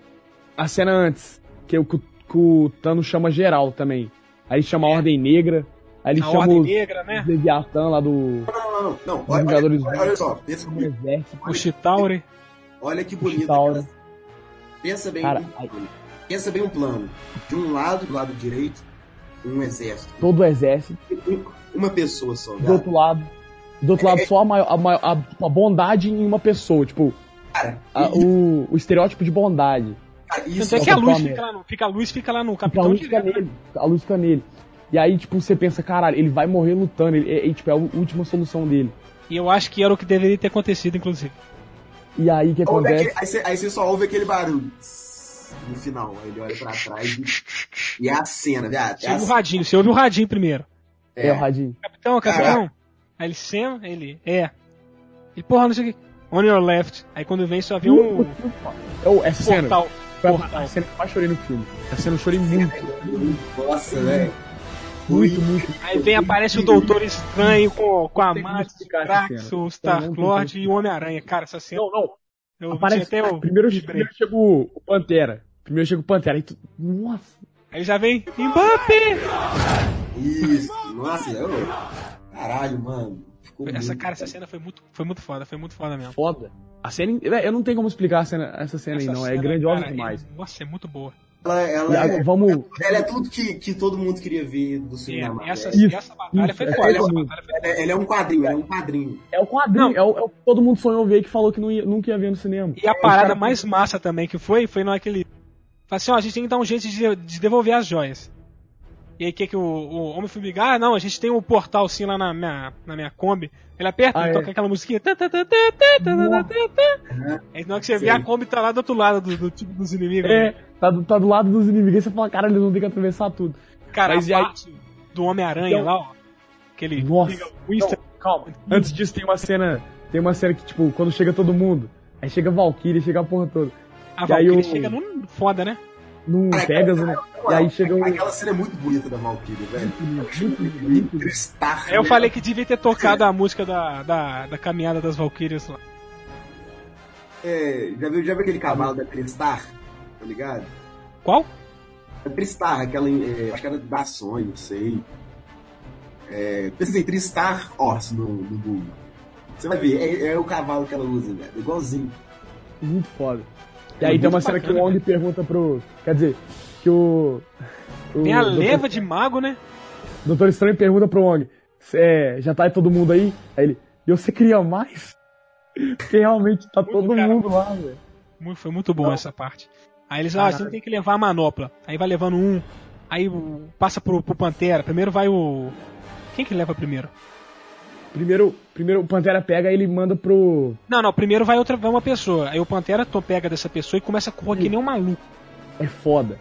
Speaker 3: A cena antes. Que o, que o Thanos chama geral também. Aí chama a Ordem Negra. Aí ele
Speaker 1: É. A
Speaker 3: chama
Speaker 1: Ordem
Speaker 3: os
Speaker 1: Negra, né?
Speaker 3: Leviatã lá do
Speaker 2: Não, não, não. Olha,
Speaker 3: Vingadores
Speaker 2: olha, olha, olha só, pensa
Speaker 3: do
Speaker 2: comigo.
Speaker 3: Exército.
Speaker 1: O Chitauri.
Speaker 2: Olha que bonito.
Speaker 3: Tauro.
Speaker 2: cara. Pensa bem,
Speaker 3: Cara,
Speaker 2: um plano. pensa bem um plano. De um lado, do lado direito, um exército.
Speaker 6: Todo o exército.
Speaker 2: Um- uma pessoa só.
Speaker 6: Do outro lado. Do outro lado, só a, maior, a, maior, a, a bondade em uma pessoa. Tipo,
Speaker 2: Cara,
Speaker 3: Ah, o, o estereótipo de bondade.
Speaker 2: cara, isso
Speaker 1: Tanto é que a
Speaker 6: Capitão
Speaker 1: luz
Speaker 6: América.
Speaker 1: fica lá no, fica, a luz fica lá no
Speaker 6: Tipo, a
Speaker 1: capitão
Speaker 6: luz fica
Speaker 1: direto. né?
Speaker 6: nele. A luz fica nele. E aí, tipo, você pensa, caralho, ele vai morrer lutando. Ele, é, é, tipo, é a última solução dele.
Speaker 1: E eu acho que era o que deveria ter acontecido, inclusive.
Speaker 6: E aí, o é que
Speaker 2: Ouve
Speaker 6: acontece?
Speaker 2: aquele- aí, você, aí você só ouve aquele barulho. tss, No final, aí ele olha pra trás e, e é a cena, viado. É, a
Speaker 1: Chega o
Speaker 2: cena.
Speaker 1: radinho, você ouve o radinho primeiro.
Speaker 6: É,
Speaker 2: é.
Speaker 6: o Radinho.
Speaker 1: Capitão, capitão. Aí ele senta, ele é. Ele, porra, não sei o que. On your left. Aí quando vem só vem um
Speaker 6: É
Speaker 3: Eu, essa cena.
Speaker 1: portal.
Speaker 3: Foi a, a cena que eu mais chorei no filme. Essa cena eu chorei muito.
Speaker 2: É, Nossa, velho.
Speaker 3: Muito, muito.
Speaker 1: Aí vem, aparece o Doutor Estranho com, com a
Speaker 3: Tem que
Speaker 1: Max, o
Speaker 3: explicar essa
Speaker 1: Drax,
Speaker 3: cena.
Speaker 1: o
Speaker 3: Tem muito
Speaker 1: Star-Lord e o Homem-Aranha. Cara, essa cena.
Speaker 3: Não, não.
Speaker 1: um, Eu
Speaker 3: Aparece,
Speaker 1: tinha até o.
Speaker 3: primeiro,
Speaker 1: vibrei.
Speaker 3: primeiro chega o o Pantera. Primeiro chega o Pantera. Aí tu, nossa.
Speaker 1: Aí já vem. Mbappé!
Speaker 2: Isso. Nossa, eu, caralho, mano. Ficou
Speaker 1: Essa,
Speaker 2: muito,
Speaker 1: cara, essa cena foi muito, foi muito foda, foi muito foda mesmo.
Speaker 3: Foda. A cena. velho, Eu não tenho como explicar a cena- essa cena
Speaker 1: Essa
Speaker 3: aí, não. É
Speaker 1: cena,
Speaker 3: grandiosa
Speaker 1: cara,
Speaker 3: demais.
Speaker 1: é- nossa, é muito boa.
Speaker 2: Ela, ela
Speaker 3: E
Speaker 2: é,
Speaker 3: agora, vamos.
Speaker 2: ela é tudo que, que todo mundo queria ver do
Speaker 1: É,
Speaker 2: cinema.
Speaker 1: essa,
Speaker 2: velho.
Speaker 3: Isso,
Speaker 1: essa batalha
Speaker 3: isso,
Speaker 1: foi
Speaker 3: é
Speaker 1: foda. Essa
Speaker 3: isso.
Speaker 1: batalha foi
Speaker 2: Ela, é- ela é um quadrinho, ela é um quadrinho.
Speaker 3: É o quadrinho.
Speaker 1: Não.
Speaker 3: É o, é o que todo mundo sonhou ver e que falou que não ia, nunca ia ver no cinema.
Speaker 1: E a parada mais massa também que foi, foi naquele. Fala assim, ó, a gente tem que dar um jeito de, de devolver as joias. E aí o que que o, o homem formiga? Ah, não, a gente tem um portal sim lá na minha, na minha Kombi. Ele aperta
Speaker 7: Ah,
Speaker 1: e
Speaker 7: é.
Speaker 1: toca aquela musiquinha. Tá, tá, tá, tá, tá, tá, tá, tá, tá. Aí na hora que você vê,
Speaker 2: Sei.
Speaker 1: a Kombi tá lá do outro lado do, do tipo dos inimigos.
Speaker 3: É, tá do, tá do lado dos inimigos. Aí você fala, cara, eles vão ter que atravessar tudo.
Speaker 1: Cara,
Speaker 7: Mas
Speaker 1: a
Speaker 7: e aí-
Speaker 1: parte do Homem-Aranha lá, ó. Aquele.
Speaker 3: Nossa.
Speaker 1: o Insta...
Speaker 3: Calma. Antes disso, tem uma cena. Tem uma cena que, tipo, quando chega todo mundo, aí chega a Valkyrie, chega a porra toda.
Speaker 1: A
Speaker 3: E aí
Speaker 1: Valkyrie
Speaker 3: o-
Speaker 1: chega num foda, né?
Speaker 3: Num
Speaker 2: Cara,
Speaker 3: Pegasus, né? E aí chega um.
Speaker 2: Aquela cena é muito bonita da Valkyrie, velho. né? Tristar.
Speaker 1: Aí eu falei que devia ter tocado a música da, da, da caminhada das Valkyrias lá.
Speaker 2: É, já, viu, já viu aquele cavalo da Tristar? Tá ligado?
Speaker 1: Qual?
Speaker 2: É Tristar, aquela. É, acho que era da Sony, não sei. É, pesquisei Tristar Horse no, no Google. Você vai ver, é, é o cavalo que ela usa, velho. É Igualzinho.
Speaker 3: Muito foda. E aí tem uma cena que o Wong pergunta pro. Quer dizer, que o. o
Speaker 1: Tem a
Speaker 3: Dr.
Speaker 1: leva de mago, né?
Speaker 3: Doutor Estranho pergunta pro Wong: "Cê- já tá aí todo mundo aí? Aí ele, eu você queria mais? [LAUGHS] Porque realmente tá todo
Speaker 1: cara.
Speaker 3: mundo lá, velho.
Speaker 1: Mu- Foi muito bom essa parte. Aí eles, ah, você tem que levar a manopla. Aí vai levando um. Aí o- passa pro, pro Pantera. Primeiro vai o. Quem que leva primeiro?
Speaker 3: Primeiro, primeiro o Pantera pega e ele manda pro.
Speaker 1: Não, não, primeiro vai outra, vai uma pessoa. Aí o Pantera to- pega dessa pessoa e começa a correr que nem um maluco.
Speaker 3: É foda.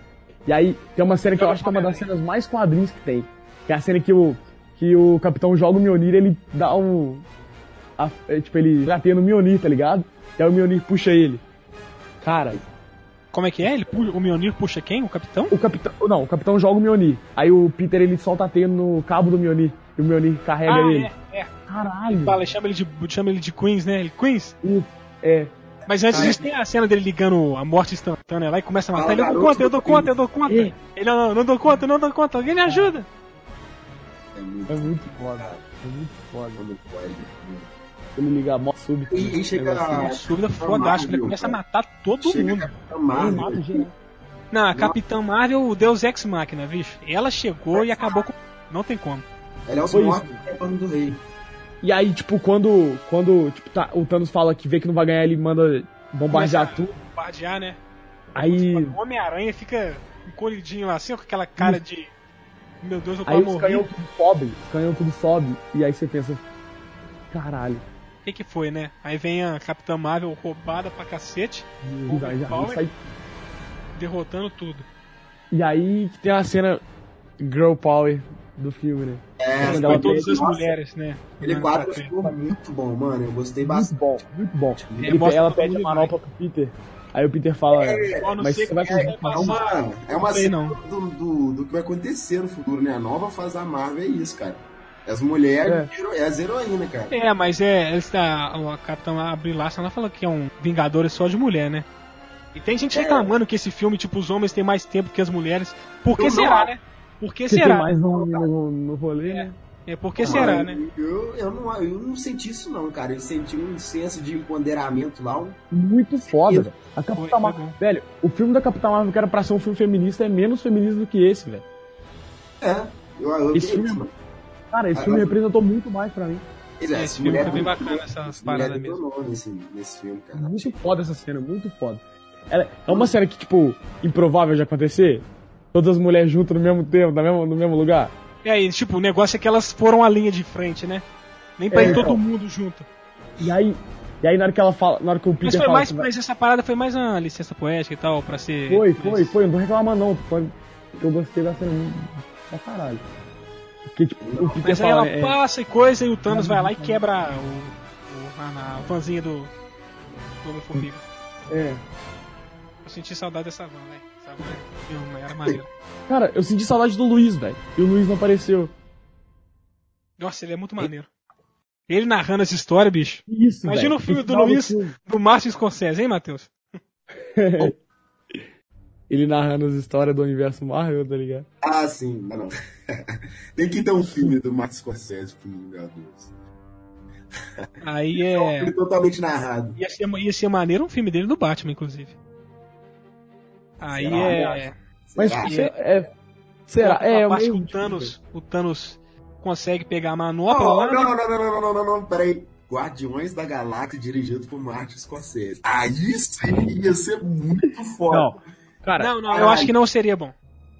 Speaker 3: E aí tem uma cena que eu acho que é uma das cenas mais quadrinhos que tem. Que é a cena que o, que o capitão joga o Mionir ele dá um. a- é, tipo, ele gateia no Mionir, tá ligado? E aí o Mionir puxa ele. Cara,
Speaker 1: Como é que é? Ele pu- o Mionir puxa quem? O capitão?
Speaker 3: o capitão. Não, o capitão joga o Mionir. Aí o Peter ele solta a teia no cabo do Mionir. E o Mionir carrega ele.
Speaker 1: é, é.
Speaker 3: Caralho.
Speaker 1: Fala, chama ele, de, chama ele de Queens, né? Ele, Queens?
Speaker 3: É.
Speaker 1: Mas antes disso tem a cena dele ligando a morte instantânea lá e começa a matar.
Speaker 2: Fala,
Speaker 1: ele, eu dou
Speaker 2: garoto,
Speaker 1: conta, eu dou
Speaker 2: Queens.
Speaker 1: conta, eu dou conta.
Speaker 3: É.
Speaker 1: Ele, não, não, não dou conta, não dou conta. Alguém me ajuda.
Speaker 2: É muito
Speaker 3: É muito foda. É muito foda.
Speaker 2: como pode.
Speaker 3: Ele liga a mó sub. assim.
Speaker 2: E aí chega
Speaker 3: Ah,
Speaker 2: a.
Speaker 1: Uma súbida
Speaker 2: Capitã
Speaker 1: fodástica, ele
Speaker 2: Marvel,
Speaker 1: começa a
Speaker 2: cara.
Speaker 1: matar todo
Speaker 2: Chega
Speaker 1: mundo.
Speaker 2: a Capitã
Speaker 3: Ah,
Speaker 2: Marvel.
Speaker 3: Ele mata geral.
Speaker 1: Não, a Capitã Marvel, o Deus Ex Machina, bicho. Ela chegou e acabou com. Não tem como.
Speaker 2: Ela é os
Speaker 3: Foi isso.
Speaker 2: mortos é pano do rei.
Speaker 3: E aí, tipo, quando, quando tipo, tá- o Thanos fala que vê que não vai ganhar, ele manda bombardear tudo.
Speaker 1: Bardear, né?
Speaker 3: Aí,
Speaker 1: O Homem-Aranha fica encolhidinho lá, assim, ó, com aquela cara de. Meu Deus, eu tô
Speaker 3: Hum. aí os
Speaker 1: morrer.
Speaker 3: canhão
Speaker 1: O
Speaker 3: tudo sobe, os canhão tudo sobe. E aí você pensa, caralho,
Speaker 1: que que foi, né? Aí vem a Capitã Marvel roubada pra cacete,
Speaker 3: meu Deus, aí já-
Speaker 1: Power.
Speaker 3: sai-
Speaker 1: derrotando tudo.
Speaker 3: E aí que tem a cena Girl Power do filme, né?
Speaker 2: É,
Speaker 3: Foi
Speaker 1: Com
Speaker 3: Não,
Speaker 1: todas
Speaker 3: ele-
Speaker 1: as
Speaker 2: nossa,
Speaker 1: mulheres, né?
Speaker 2: Ele
Speaker 1: Na-
Speaker 2: quadro
Speaker 1: na-
Speaker 2: ficou tá muito bom, mano. Eu gostei
Speaker 3: Muito
Speaker 2: bastante.
Speaker 3: bom, muito bom.
Speaker 2: Ele
Speaker 3: Ele-
Speaker 1: mostra
Speaker 3: ela
Speaker 1: todo
Speaker 3: pede a
Speaker 1: mundo
Speaker 3: manopla pro Peter. Aí o Peter fala,
Speaker 1: Só não
Speaker 3: mas
Speaker 1: sei
Speaker 3: você vai
Speaker 1: como é que
Speaker 3: conseguir
Speaker 1: vai
Speaker 2: É
Speaker 3: passar.
Speaker 2: uma, é uma
Speaker 1: sei,
Speaker 2: cena
Speaker 1: não.
Speaker 2: do, do, do que vai acontecer no futuro, né? A nova fase da Marvel é isso, cara. As mulheres, hero- é, as heroínas, cara.
Speaker 1: É, mas é. Essa, a Capitã Abril Larson ela falou que é um Vingadores só de mulher, né? E tem
Speaker 3: É.
Speaker 1: gente reclamando que esse filme, tipo, os homens têm mais tempo que as mulheres. Por que
Speaker 2: Eu não
Speaker 1: será,
Speaker 2: acho.
Speaker 1: né? Por que
Speaker 3: que tem
Speaker 1: será?
Speaker 3: mais um no, no, no rolê, né?
Speaker 1: É, por que será,
Speaker 2: Mas
Speaker 1: né?
Speaker 2: Eu, eu, não, eu não senti isso, não, cara. Eu senti um senso de empoderamento lá. Um...
Speaker 3: Muito foda, velho. A Capitã
Speaker 1: Foi- foi
Speaker 3: Marvel.
Speaker 1: bom.
Speaker 3: Velho, o filme da Capitã Marvel que era pra ser um filme feminista é menos feminista do que esse, velho.
Speaker 2: É, eu, eu
Speaker 3: Esse
Speaker 2: que-
Speaker 3: filme-
Speaker 2: mano.
Speaker 3: Cara, esse
Speaker 2: Ah,
Speaker 3: filme
Speaker 2: mas-
Speaker 3: representou muito mais pra mim.
Speaker 2: Pois é,
Speaker 1: Esse filme foi bem bacana, essas paradas
Speaker 2: mulheres detonou Nesse, nesse filme, cara.
Speaker 3: Muito foda essa cena, muito foda. Ela- é uma cena que, tipo, improvável de acontecer. Todas as mulheres juntas no mesmo tempo, na mesma- no mesmo lugar.
Speaker 1: É aí, tipo, o negócio é que elas foram a linha de frente, né? Nem pra
Speaker 3: É,
Speaker 1: ir todo
Speaker 3: então.
Speaker 1: mundo junto.
Speaker 3: E aí, e aí na hora que ela fala, na hora que o
Speaker 1: Mas
Speaker 3: Peter
Speaker 1: foi
Speaker 3: fala.
Speaker 1: mais,
Speaker 3: assim,
Speaker 1: mas essa parada foi mais uma licença poética e tal, pra ser.
Speaker 3: foi, foi, foi, não tô reclamando não, tô falando que eu gostei da cena pra caralho. Porque, tipo, o Peter
Speaker 1: Mas aí ela
Speaker 3: fala. é,
Speaker 1: passa e coisa, e o Thanos
Speaker 2: é,
Speaker 1: vai lá e quebra o, o, a, a vanzinha do, do Homem-Formiga.
Speaker 3: é.
Speaker 1: Eu senti saudade dessa van, velho. Essa van filme, era maneiro.
Speaker 3: Cara, eu senti saudade do Luiz, velho. E o Luiz não apareceu.
Speaker 1: Nossa, ele é muito maneiro. Ele narrando essa história, bicho.
Speaker 3: Que Isso,
Speaker 1: Imagina
Speaker 3: velho.
Speaker 1: o filme
Speaker 3: No
Speaker 1: do
Speaker 3: final
Speaker 1: Luiz.
Speaker 3: filme,
Speaker 1: Do Márcio Scorsese, hein, Matheus?
Speaker 3: Ele narrando as histórias do universo Marvel, tá ligado?
Speaker 2: Ah, sim, não. [LAUGHS] não. Tem que ter um filme do Max Scorsese pro Vingadores.
Speaker 1: Aí
Speaker 2: É.
Speaker 1: é.
Speaker 2: Filme totalmente narrado.
Speaker 1: Ia ser, ia ser maneiro um filme dele do Batman, inclusive. Aí
Speaker 2: Será,
Speaker 1: é.
Speaker 3: Mas
Speaker 2: Será?
Speaker 3: você- é. Será? É,
Speaker 1: a
Speaker 3: eu
Speaker 1: parte que
Speaker 3: meio-
Speaker 1: o Thanos, o Thanos consegue pegar a
Speaker 2: Não,
Speaker 1: manopla lá.
Speaker 2: não,
Speaker 1: né?
Speaker 2: não, não, não, não, não, não, não, peraí. Guardiões da Galáxia dirigido por Martin Scorsese. Aí sim ia ser muito foda.
Speaker 3: Não. Cara,
Speaker 1: Não, não, eu acho que não seria bom.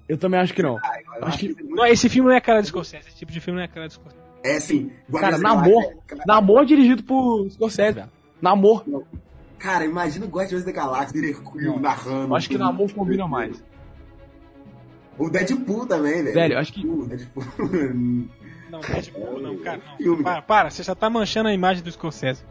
Speaker 3: Eu também acho que não.
Speaker 2: Eu
Speaker 3: Acho que-
Speaker 2: é muito-
Speaker 1: Não, esse filme não é a cara de Scorsese. Esse tipo de filme não é a cara de Scorsese.
Speaker 2: É assim,
Speaker 3: Cara,
Speaker 2: Guardiões da
Speaker 3: Namor.
Speaker 2: Galáxia- cara,
Speaker 3: Namor é dirigido por Scorsese, velho. Namor.
Speaker 2: Cara, imagina o Guardiões da Galáxia, Hercule narrando.
Speaker 3: Eu acho que
Speaker 2: tudo.
Speaker 3: Namor combina mais.
Speaker 2: O Deadpool também, velho.
Speaker 3: Velho, eu acho que.
Speaker 2: Deadpool, [LAUGHS] Deadpool.
Speaker 1: Não, Deadpool, não, cara, não.
Speaker 2: Filme.
Speaker 1: Para, para, você já tá manchando a imagem do Scorsese.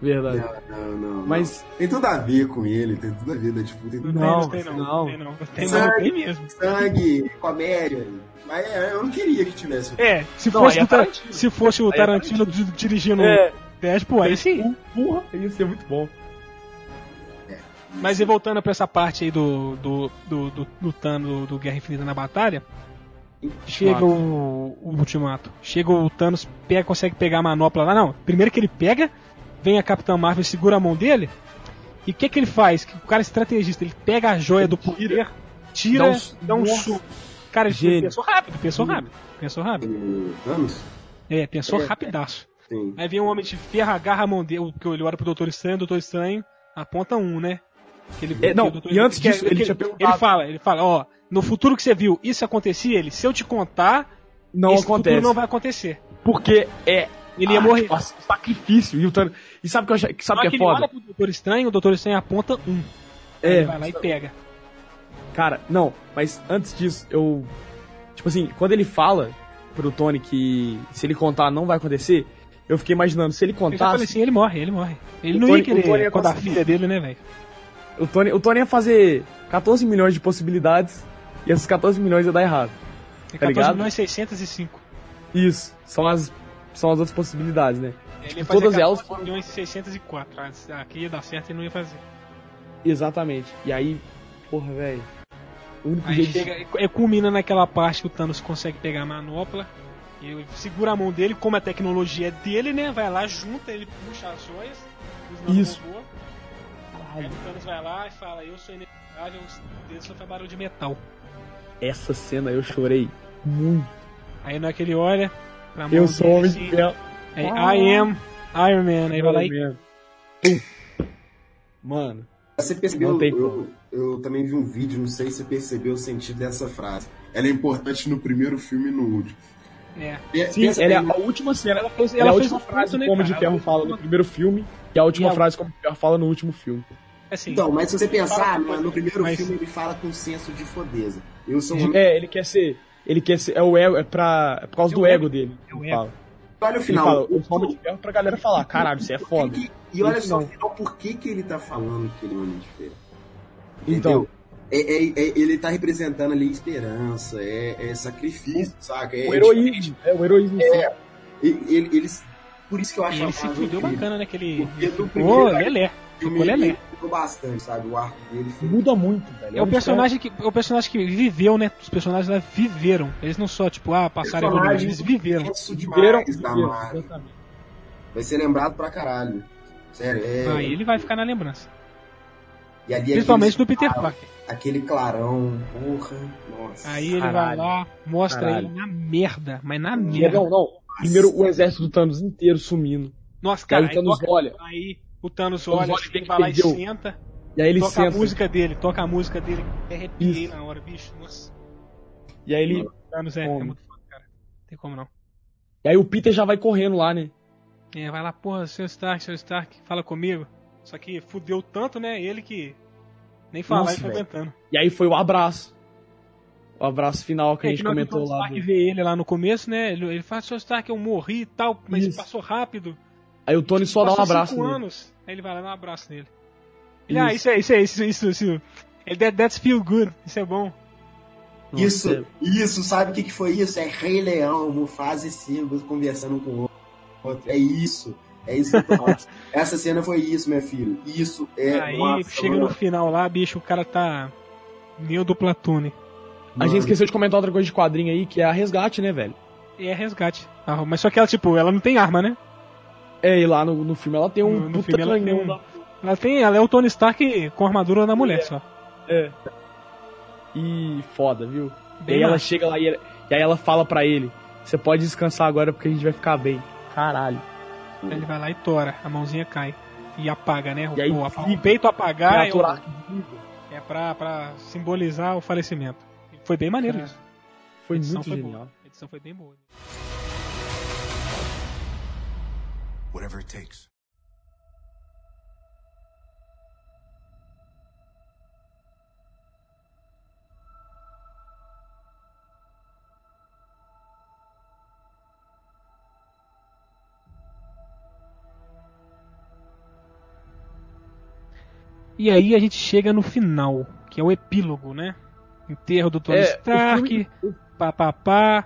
Speaker 3: Verdade.
Speaker 2: não, não, não.
Speaker 3: Mas. Uhum.
Speaker 2: Tem tudo a ver com ele, tem tudo a ver, Deadpool. Tem tudo
Speaker 3: Não,
Speaker 1: não tem, não,
Speaker 3: não.
Speaker 1: tem, não. Tem, não.
Speaker 2: Sangue.
Speaker 1: Tem mesmo.
Speaker 2: sangue, comédia. Mas é, eu não queria que tivesse. um
Speaker 1: É, se
Speaker 3: Não,
Speaker 1: fosse,
Speaker 3: aí é
Speaker 1: o Tar-
Speaker 3: Tarantino.
Speaker 1: se fosse o
Speaker 3: é
Speaker 1: Tarantino di- dirigindo
Speaker 3: É.
Speaker 1: Deadpool, aí sim.
Speaker 3: Porra, ia ser muito bom.
Speaker 1: Mas e voltando pra essa parte aí do, do, do, do, do Thanos, do, do Guerra Infinita na batalha, chega o, o ultimato. Chega o Thanos, pega, consegue pegar a manopla lá. Não, primeiro que ele pega, vem a Capitã Marvel e segura a mão dele. E o que que ele faz? Que O cara é estrategista, ele pega a joia do poder, tira,
Speaker 3: Dá
Speaker 1: dá
Speaker 3: um
Speaker 1: um,
Speaker 3: su- Nossa.
Speaker 1: suco. Cara, ele
Speaker 3: Gênio.
Speaker 1: pensou rápido, pensou rápido, pensou rápido.
Speaker 2: O Thanos?
Speaker 1: É, pensou rapidaço.
Speaker 2: Sim.
Speaker 1: Aí vem um homem de ferro, agarra a mão dele, que ele olha pro Doutor Estranho, o Doutor Estranho aponta um, né? Que ele,
Speaker 3: É, não,
Speaker 1: Doutor
Speaker 3: e antes
Speaker 1: que-
Speaker 3: disso, ele
Speaker 1: que-
Speaker 3: tinha perguntado.
Speaker 1: Ele fala, ele fala, ó, no futuro que você viu, isso acontecia, ele, se eu te contar,
Speaker 3: Não
Speaker 1: esse
Speaker 3: acontece.
Speaker 1: futuro não vai acontecer.
Speaker 3: Porque é.
Speaker 1: Ele ia morrer.
Speaker 3: Nossa, sacrifício. E, o Thanos- e sabe o que, eu achei- que sabe
Speaker 1: Só
Speaker 3: que é
Speaker 1: ele
Speaker 3: foda?
Speaker 1: olha pro Doutor Estranho, o Doutor Estranho aponta um. Aí
Speaker 3: É.
Speaker 1: ele vai lá e pega.
Speaker 3: Cara, não, mas antes disso, eu. Tipo assim, quando ele fala pro Tony que se ele contar não vai acontecer, eu fiquei imaginando, se ele
Speaker 1: Eu já
Speaker 3: contasse.
Speaker 1: falei assim, ele morre, ele morre. Ele
Speaker 3: O
Speaker 1: não
Speaker 3: Tony-
Speaker 1: ia
Speaker 3: o Tony é Tá ia
Speaker 1: querer contar a
Speaker 3: conseguir.
Speaker 1: filha dele, né, velho?
Speaker 3: O Tony, o Tony ia fazer 14 milhões de possibilidades e essas 14 milhões ia dar errado.
Speaker 1: É
Speaker 3: Tá ligado?
Speaker 1: 14.605.
Speaker 3: Isso, são as, são as outras possibilidades, né?
Speaker 1: Ele
Speaker 3: Tipo,
Speaker 1: ia fazer
Speaker 3: todas elas
Speaker 1: 14 milhões e 604. Ah, Aqui ia dar certo e não ia fazer.
Speaker 3: Exatamente. E aí, porra, velho. O único
Speaker 1: Aí
Speaker 3: jeito
Speaker 1: chega, é, culmina naquela parte que o Thanos consegue pegar a manopla. E ele segura a mão dele, como a tecnologia é dele, né? Vai lá, junta, ele puxa as joias. usa na
Speaker 3: Isso.
Speaker 1: robô, Aí o Thanos vai lá e fala: Eu sou inevitável, os dedos só faz barulho de metal.
Speaker 3: de... Essa cena eu chorei muito.
Speaker 1: Aí na hora que ele olha, pra mão
Speaker 3: Eu
Speaker 1: dele,
Speaker 3: sou um homem de
Speaker 1: assim,
Speaker 3: ferro.
Speaker 1: aí, I am Iron Man. Aí vai lá e.
Speaker 3: Mano. Mano.
Speaker 2: Você percebeu,
Speaker 3: Não tem
Speaker 2: eu, eu também vi um vídeo, não sei se você percebeu o sentido dessa frase. Ela é importante no primeiro filme e no último.
Speaker 1: É.
Speaker 2: Pe-
Speaker 3: Sim,
Speaker 2: pensa
Speaker 3: ela é
Speaker 2: bem,
Speaker 3: a última cena. Ela,
Speaker 1: fez-
Speaker 3: é
Speaker 1: ela
Speaker 3: a
Speaker 1: fez
Speaker 3: última
Speaker 1: um ponto,
Speaker 3: frase que
Speaker 1: né,
Speaker 3: o Homem de
Speaker 1: cara?
Speaker 3: Ferro
Speaker 1: Ela fez
Speaker 3: fala
Speaker 1: um
Speaker 3: no
Speaker 1: ponto.
Speaker 3: primeiro filme e a última
Speaker 1: E a-
Speaker 3: frase que o Homem de Ferro fala no último filme.
Speaker 1: Assim,
Speaker 2: Então, mas se você pensar,
Speaker 1: Fala-
Speaker 2: mano, no primeiro
Speaker 1: mas-
Speaker 2: filme ele fala com senso de fodeza. Eu sou um homem.
Speaker 3: É, ele quer ser... Ele quer ser... É, o ego, é, pra, é por causa
Speaker 1: É
Speaker 3: do
Speaker 1: o
Speaker 3: ego
Speaker 1: ego.
Speaker 3: dele.
Speaker 1: É o
Speaker 3: ele
Speaker 1: ego.
Speaker 3: fala.
Speaker 2: Olha o
Speaker 3: Ele
Speaker 2: final.
Speaker 3: fala, eu
Speaker 2: o-
Speaker 3: sou Homem de Ferro pra galera falar, caralho, você é foda.
Speaker 2: E, e olha
Speaker 3: Isso
Speaker 2: só,
Speaker 3: não.
Speaker 2: afinal, por que, que ele tá falando que ele é um homem de ferro?
Speaker 3: Então,
Speaker 2: Entendeu? É- é- é- ele tá representando ali esperança, é, é sacrifício, saca? É,
Speaker 3: o heroísmo. É, o heroísmo. sim.
Speaker 2: e- ele- eles, por isso que eu acho
Speaker 1: ele
Speaker 2: a
Speaker 1: se
Speaker 2: frase
Speaker 1: fudeu
Speaker 2: incrível.
Speaker 1: bacana, né? Que ele.
Speaker 2: Porque
Speaker 1: Pô,
Speaker 2: no primeiro
Speaker 1: Lelé.
Speaker 2: filme
Speaker 1: ficou lelé.
Speaker 2: ele mudou bastante, sabe? O arco dele foi
Speaker 3: Muda muito,
Speaker 1: É
Speaker 3: velho.
Speaker 1: o
Speaker 3: Homem de Ferro-
Speaker 1: personagem que é o personagem que viveu, né? Os personagens lá viveram. Eles não só tipo ah passaram evoluir,
Speaker 2: Personagem
Speaker 1: eles viveram.
Speaker 2: intenso
Speaker 3: Viveram-
Speaker 2: demais da
Speaker 3: viveram,
Speaker 2: Marvel.
Speaker 3: exatamente.
Speaker 2: Vai ser lembrado pra caralho. Sério, é...
Speaker 1: Aí ele vai ficar na lembrança.
Speaker 2: E ali é
Speaker 1: Principalmente do
Speaker 2: aquele,
Speaker 1: Peter Parker.
Speaker 2: aquele clarão, porra, nossa.
Speaker 1: Aí ele vai
Speaker 3: Caralho.
Speaker 1: lá, mostra
Speaker 3: Caralho. um
Speaker 1: ele na merda, mas na merda.
Speaker 3: é Não, não. Primeiro o exército do Thanos inteiro sumindo.
Speaker 1: Nossa,
Speaker 3: Aí
Speaker 1: cara,
Speaker 3: o Thanos
Speaker 1: toca-
Speaker 3: olha.
Speaker 1: aí o Thanos
Speaker 3: Thanos
Speaker 1: olha,
Speaker 3: olha, vê
Speaker 1: ele
Speaker 3: que
Speaker 1: vai lá e
Speaker 3: perdeu.
Speaker 1: senta,
Speaker 3: E aí ele
Speaker 1: toca a
Speaker 3: senta.
Speaker 1: música dele, toca a música dele, arrepiei
Speaker 3: Isso.
Speaker 1: na hora, bicho. Nossa,
Speaker 3: E aí ele.
Speaker 1: o Thanos é, é
Speaker 3: Homem.
Speaker 1: muito foda, cara. Não tem como não.
Speaker 3: E aí o Peter já vai correndo lá, né?
Speaker 1: É, vai lá, porra, seu Stark, seu Stark, fala comigo. Só que fudeu tanto, né? Ele que nem falar
Speaker 3: Nossa,
Speaker 1: e foi
Speaker 3: velho.
Speaker 1: aguentando.
Speaker 3: E aí foi o abraço. O abraço final que a
Speaker 1: É,
Speaker 3: gente
Speaker 1: na hora que
Speaker 3: comentou
Speaker 1: o Tony
Speaker 3: lá.
Speaker 1: Stark
Speaker 3: do-
Speaker 1: vê ele lá no começo, né? Ele, ele fala, seu Stark, eu morri e tal, mas
Speaker 3: Isso.
Speaker 1: passou rápido.
Speaker 3: Aí o Tony só dá um
Speaker 1: passou
Speaker 3: abraço
Speaker 1: cinco
Speaker 3: nele.
Speaker 1: anos. Aí ele vai lá dar um abraço nele. Ele, ah, isso é, isso é, isso, isso, isso. Ele, that, that's feel good, isso é bom.
Speaker 3: Nossa,
Speaker 2: Isso,
Speaker 3: é-
Speaker 2: isso, sabe o que, que foi isso? É Rei Leão, Mufasa e Simba conversando com o outro. É isso. É isso que eu tô falando.
Speaker 1: [LAUGHS]
Speaker 2: Essa cena foi isso, meu filho. Isso é.
Speaker 1: Aí
Speaker 2: nossa,
Speaker 1: chega no
Speaker 2: mano.
Speaker 1: final lá, bicho, o cara tá. Neo do Platone.
Speaker 3: A
Speaker 2: Mano.
Speaker 3: gente esqueceu de comentar outra coisa de quadrinho aí, que é a resgate, né, velho?
Speaker 1: E é resgate. Ah, mas só que ela, tipo, ela não tem arma, né?
Speaker 3: É, e lá no, no filme ela tem um
Speaker 1: No- no
Speaker 3: puta
Speaker 1: filme ela tem
Speaker 3: canhão
Speaker 1: um-
Speaker 3: lá.
Speaker 1: Ela tem. Ela é o Tony Stark com a armadura na
Speaker 3: É.
Speaker 1: mulher, só.
Speaker 3: E foda, viu? E
Speaker 1: Bem
Speaker 3: aí ela
Speaker 1: massa.
Speaker 3: chega lá e, ela- e aí ela fala pra ele: Você pode descansar agora porque a gente vai ficar bem. Caralho.
Speaker 1: Ele vai lá e tora, a mãozinha cai. E apaga, né?
Speaker 3: E aí
Speaker 1: o, apa-
Speaker 3: fica.
Speaker 1: o peito apagar é,
Speaker 3: Criatura
Speaker 1: o- é pra, pra simbolizar o falecimento. E Foi bem maneiro isso.
Speaker 3: Foi
Speaker 1: A edição
Speaker 3: muito
Speaker 1: foi boa.
Speaker 3: genial.
Speaker 1: A edição foi bem boa.
Speaker 5: Whatever it takes.
Speaker 1: E aí a gente chega no final, que é o epílogo, né? Enterro do Tony
Speaker 4: É, o
Speaker 1: Stark, papapá.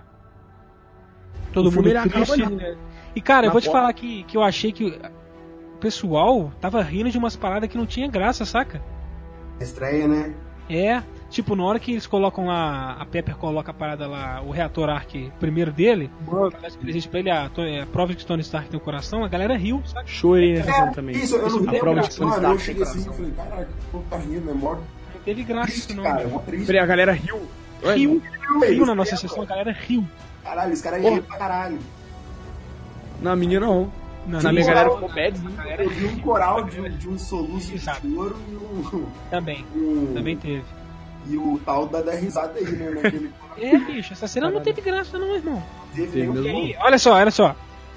Speaker 1: Todo
Speaker 4: O
Speaker 1: mundo
Speaker 4: filme, ele acaba
Speaker 1: triste.
Speaker 4: ali, né?
Speaker 1: E cara, eu
Speaker 4: Na
Speaker 1: vou te
Speaker 4: porta.
Speaker 1: falar que, que eu achei que o pessoal tava rindo de umas paradas que não tinha graça, saca?
Speaker 2: Estreia, né?
Speaker 1: É, tipo, na hora que eles colocam lá, a Pepper coloca a parada lá, o reator Arc primeiro dele, pra dar de presente pra ele, a, Tony- a prova de que Tony Stark tem o coração, a galera riu, saca?
Speaker 4: Chorei nessa cena
Speaker 2: É,
Speaker 4: também.
Speaker 2: Isso, eu não
Speaker 1: A
Speaker 2: vi
Speaker 1: prova
Speaker 2: a
Speaker 1: de Tony
Speaker 2: história, eu
Speaker 1: Stark,
Speaker 2: cheguei assim e falei, caraca, o povo tá rindo, é mó
Speaker 1: Não teve graça isso
Speaker 2: triste,
Speaker 1: não. né?
Speaker 2: cara, é mó triste.
Speaker 4: Peraí, a galera riu.
Speaker 1: Riu, riu
Speaker 2: eles
Speaker 1: na nossa
Speaker 2: riram,
Speaker 1: sessão, a
Speaker 2: mano.
Speaker 1: galera riu.
Speaker 2: Caralho, os caras riram pra caralho.
Speaker 4: Na minha não.
Speaker 1: Não,
Speaker 4: Na
Speaker 1: não,
Speaker 4: minha
Speaker 1: não,
Speaker 4: galera
Speaker 1: não,
Speaker 4: ficou
Speaker 1: não,
Speaker 4: bad,
Speaker 1: não,
Speaker 4: né?
Speaker 1: a galera
Speaker 2: Eu vi um coral de, um- de um soluço de
Speaker 1: Exato.
Speaker 2: choro e um... [LAUGHS]
Speaker 1: Também,
Speaker 2: um-
Speaker 1: também teve.
Speaker 2: E o tal da, da risada aí, né? Naquele [LAUGHS]
Speaker 1: É, bicho, essa cena não teve graça não, irmão.
Speaker 2: teve
Speaker 4: Teve
Speaker 2: nenhum-
Speaker 4: mesmo.
Speaker 1: E aí, olha só, olha só.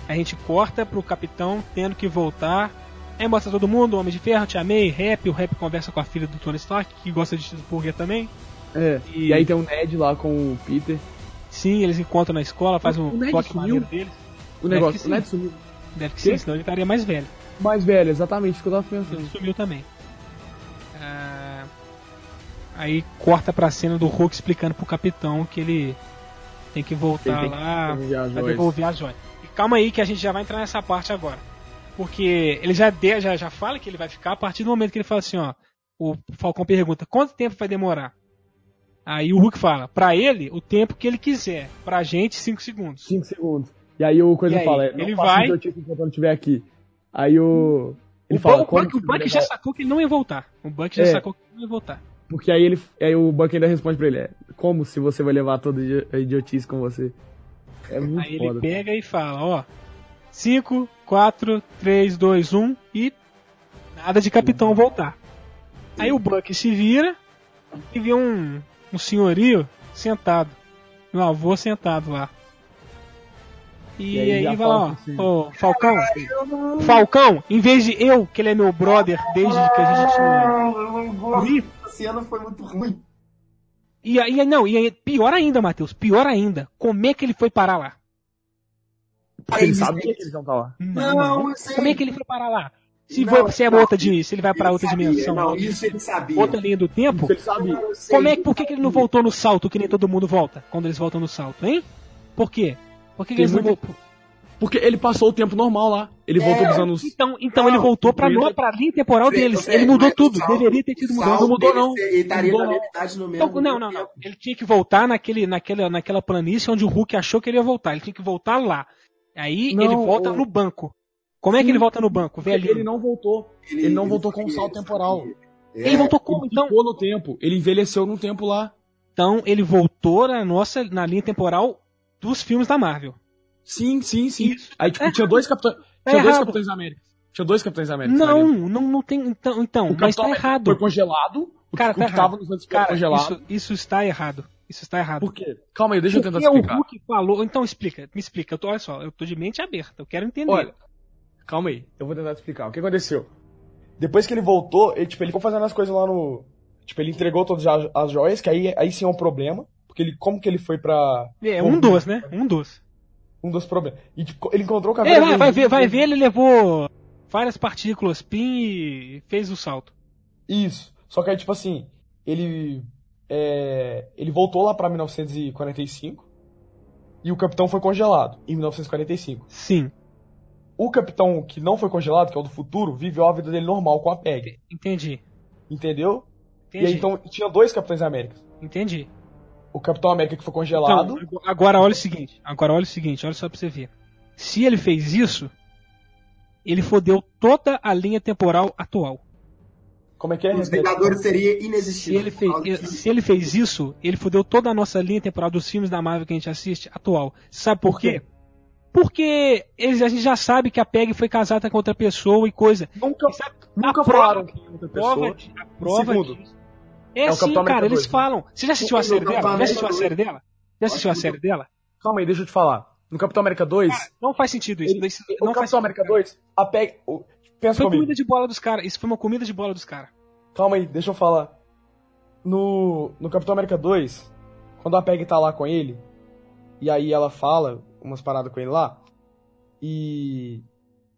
Speaker 1: A gente corta pro capitão tendo que voltar. Aí mostra todo mundo, Homem de Ferro, te amei, rap, o rap conversa com a filha do Tony Stark, que gosta de cheeseburger também.
Speaker 6: É. E aí tem o Ned lá com o Peter.
Speaker 1: Sim, eles encontram na escola, faz um
Speaker 6: O Ned
Speaker 1: toque
Speaker 6: sumiu?
Speaker 1: maneiro deles.
Speaker 6: O
Speaker 1: Deve
Speaker 6: negócio.
Speaker 1: que sim.
Speaker 6: O Ned sumiu.
Speaker 1: Deve que sim,
Speaker 6: Quê?
Speaker 1: senão ele estaria mais velho.
Speaker 6: Mas, velho, exatamente o que eu tava
Speaker 1: Ele
Speaker 6: pensando.
Speaker 1: sumiu também. Ah, aí corta pra cena do Hulk explicando pro capitão que ele tem que voltar
Speaker 6: Ele tem
Speaker 1: lá,
Speaker 6: devolver as
Speaker 1: vai
Speaker 6: joias.
Speaker 1: devolver a joia. E calma aí que a gente já vai entrar nessa parte agora. Porque ele já, de, já, já fala que ele vai ficar a partir do momento que ele fala assim, ó. O Falcão pergunta, quanto tempo vai demorar? Aí o Hulk fala, pra ele, o tempo que ele quiser. Pra gente, 5 segundos.
Speaker 6: 5 segundos. E aí o coisa
Speaker 1: E aí,
Speaker 6: fala, é,
Speaker 1: ele
Speaker 6: não faça
Speaker 1: vai-
Speaker 6: notícia enquanto eu não estiver aqui. Aí o. Ele
Speaker 1: o
Speaker 6: fala.
Speaker 1: Buck- o
Speaker 6: quando
Speaker 1: Buck, o
Speaker 6: você
Speaker 1: Buck
Speaker 6: vai
Speaker 1: já
Speaker 6: levar-
Speaker 1: sacou que ele não ia voltar. O Buck já
Speaker 6: É.
Speaker 1: sacou que ele não ia voltar.
Speaker 6: Porque aí ele. Aí o Buck ainda responde pra ele, é, como se você vai levar toda idi- a idiotice com você? É muito
Speaker 1: Aí ele
Speaker 6: foda.
Speaker 1: pega e fala, ó. 5, 4, 3, 2, 1 e nada de capitão voltar. Aí o Buck se vira e vê um, um senhorio sentado. Meu avô sentado lá. E,
Speaker 6: E aí
Speaker 1: aí,
Speaker 6: já
Speaker 1: vai lá,
Speaker 6: fala assim,
Speaker 1: ó. Ô, Falcão. Falcão, em vez de eu, que ele é meu brother desde que a gente tinha.
Speaker 2: Não, É, eu não gosto. Essa cena foi muito ruim.
Speaker 1: E aí, não, e aí, pior ainda, Matheus, pior ainda. Como é que ele foi parar lá?
Speaker 6: Porque ele sabe que eles vão estar lá.
Speaker 2: Não, eu sei.
Speaker 1: Como é que ele foi parar lá? Se,
Speaker 2: Não,
Speaker 1: for- se é
Speaker 2: não,
Speaker 1: outra de, se ele vai pra
Speaker 2: Ele
Speaker 1: outra
Speaker 2: sabia,
Speaker 1: dimensão,
Speaker 2: Não, isso ele sabia.
Speaker 1: outra linha do tempo,
Speaker 6: Porque ele sabe.
Speaker 2: Não, eu sei.
Speaker 1: como é que, por que, que ele não voltou no salto que nem todo mundo volta quando eles voltam no salto, hein? Por quê? Por que, que
Speaker 4: Tem
Speaker 1: eles não
Speaker 4: muito-
Speaker 1: voltam?
Speaker 4: Porque ele passou o tempo normal lá. Ele voltou dos anos.
Speaker 1: Então, então
Speaker 2: Não,
Speaker 1: ele voltou pra,
Speaker 4: incluído-
Speaker 1: no, pra linha temporal
Speaker 2: Fred,
Speaker 1: é deles.
Speaker 2: Fred,
Speaker 1: ele mudou
Speaker 2: mas
Speaker 1: tudo.
Speaker 2: o salto-
Speaker 1: Deveria ter tido
Speaker 2: o
Speaker 1: mudado.
Speaker 2: saldo
Speaker 1: Não mudou,
Speaker 2: dele,
Speaker 1: não.
Speaker 2: Ele estaria
Speaker 1: Mudou,
Speaker 2: na
Speaker 1: não.
Speaker 2: metade no mesmo.
Speaker 1: Então, não, não, não.
Speaker 2: tempo.
Speaker 1: Ele tinha que voltar naquele, naquela, naquela planície onde o Hulk achou que ele ia voltar. Ele tinha que voltar lá. Aí ele
Speaker 6: Não,
Speaker 1: volta
Speaker 6: o-
Speaker 1: no banco. Como é que
Speaker 6: Sim,
Speaker 1: ele volta no banco,
Speaker 6: Porque
Speaker 1: velho?
Speaker 6: ele não voltou. Ele não voltou com o salto
Speaker 2: ele
Speaker 6: temporal.
Speaker 2: sabia. É,
Speaker 1: Ele voltou como, então?
Speaker 4: Ficou no tempo. Ele envelheceu no tempo lá.
Speaker 1: Então ele voltou na nossa na linha temporal dos filmes da Marvel.
Speaker 4: Sim, sim, sim.
Speaker 1: Isso.
Speaker 4: Aí, tipo, tinha dois capitães.
Speaker 1: Tá
Speaker 4: Tinha dois
Speaker 1: É errado.
Speaker 4: capitães da América. Tinha dois capitães da América.
Speaker 1: Não,
Speaker 4: sabe?
Speaker 1: não, não tem. Então, então
Speaker 4: O
Speaker 1: mas tá
Speaker 4: Capitão América Foi
Speaker 1: errado.
Speaker 4: congelado. O
Speaker 1: Cara,
Speaker 4: que-
Speaker 1: tá
Speaker 4: o que tava nos anos foi
Speaker 1: Cara,
Speaker 4: congelado.
Speaker 1: isso, isso está errado. Isso está errado.
Speaker 4: Por quê? Calma aí, deixa eu tentar
Speaker 1: Porque é o
Speaker 4: explicar.
Speaker 1: Hulk falou. Então explica, me explica. Eu tô, olha só, eu tô de mente aberta, eu quero entender.
Speaker 4: Olha, calma aí.
Speaker 3: Eu vou tentar te explicar. O que aconteceu? Depois que ele voltou, ele, tipo, ele ficou fazendo as coisas lá no. Tipo, ele entregou todas as, as joias, que aí, aí sim é um problema. Porque ele. Como que ele foi pra.
Speaker 1: é um dos, né? Um dos.
Speaker 3: Um dos problemas. E tipo, ele encontrou o cabelo.
Speaker 1: É, vai, vai ver, vai ver, ele levou várias partículas PIN e fez o salto.
Speaker 3: Isso. Só que aí, tipo assim, ele. é, ele voltou lá pra 1945. E o capitão foi congelado em 1945.
Speaker 1: Sim,
Speaker 3: O capitão que não foi congelado, que é o do futuro, viveu a vida dele normal com a PEG.
Speaker 1: entendi.
Speaker 3: Entendeu? E
Speaker 1: Entendi.
Speaker 3: aí, então tinha dois Capitães Américas.
Speaker 1: entendi.
Speaker 3: O Capitão América que foi congelado.
Speaker 1: Então, ago- agora olha o seguinte, agora olha o seguinte, olha só pra você ver. Se ele fez isso, ele fodeu toda a linha temporal atual.
Speaker 3: Como é que é?
Speaker 2: Os Vingadores seria
Speaker 1: Se
Speaker 2: inexistível.
Speaker 1: ele fez,
Speaker 2: Por causa
Speaker 1: se ele fez isso, ele fodeu toda a nossa linha temporal dos filmes da Marvel que a gente assiste atual. Sabe por quê? Porque eles, a gente já sabe que a Peg foi casada com outra pessoa e coisa.
Speaker 3: Nunca,
Speaker 1: E sabe-
Speaker 3: nunca
Speaker 1: a prova-
Speaker 3: falaram que outra
Speaker 1: prova
Speaker 3: pessoa.
Speaker 1: de- a prova
Speaker 3: Segundo.
Speaker 1: disso- É,
Speaker 3: É o
Speaker 1: sim,
Speaker 3: Capitão
Speaker 1: cara,
Speaker 3: América
Speaker 1: eles
Speaker 3: dois, né?
Speaker 1: falam. Você já assistiu a
Speaker 2: O
Speaker 1: série
Speaker 2: Capitão
Speaker 1: dela? Já
Speaker 2: América
Speaker 1: assistiu a
Speaker 2: dois.
Speaker 1: série dela? Já assistiu a
Speaker 2: Acho que
Speaker 1: série dela?
Speaker 3: Calma aí, deixa eu te falar. No Capitão América 2,
Speaker 1: Não faz sentido isso.
Speaker 3: Ele- é
Speaker 1: isso
Speaker 3: o
Speaker 1: não faz sentido,
Speaker 3: Capitão América
Speaker 1: cara.
Speaker 3: 2, apega. o- Pensa
Speaker 1: Foi
Speaker 3: comigo.
Speaker 1: comida de bola dos caras. Isso foi uma comida de bola dos caras.
Speaker 3: Calma aí, deixa eu falar. No, no Capitão América 2, quando a Peg tá lá com ele, e aí ela fala umas paradas com ele lá, e.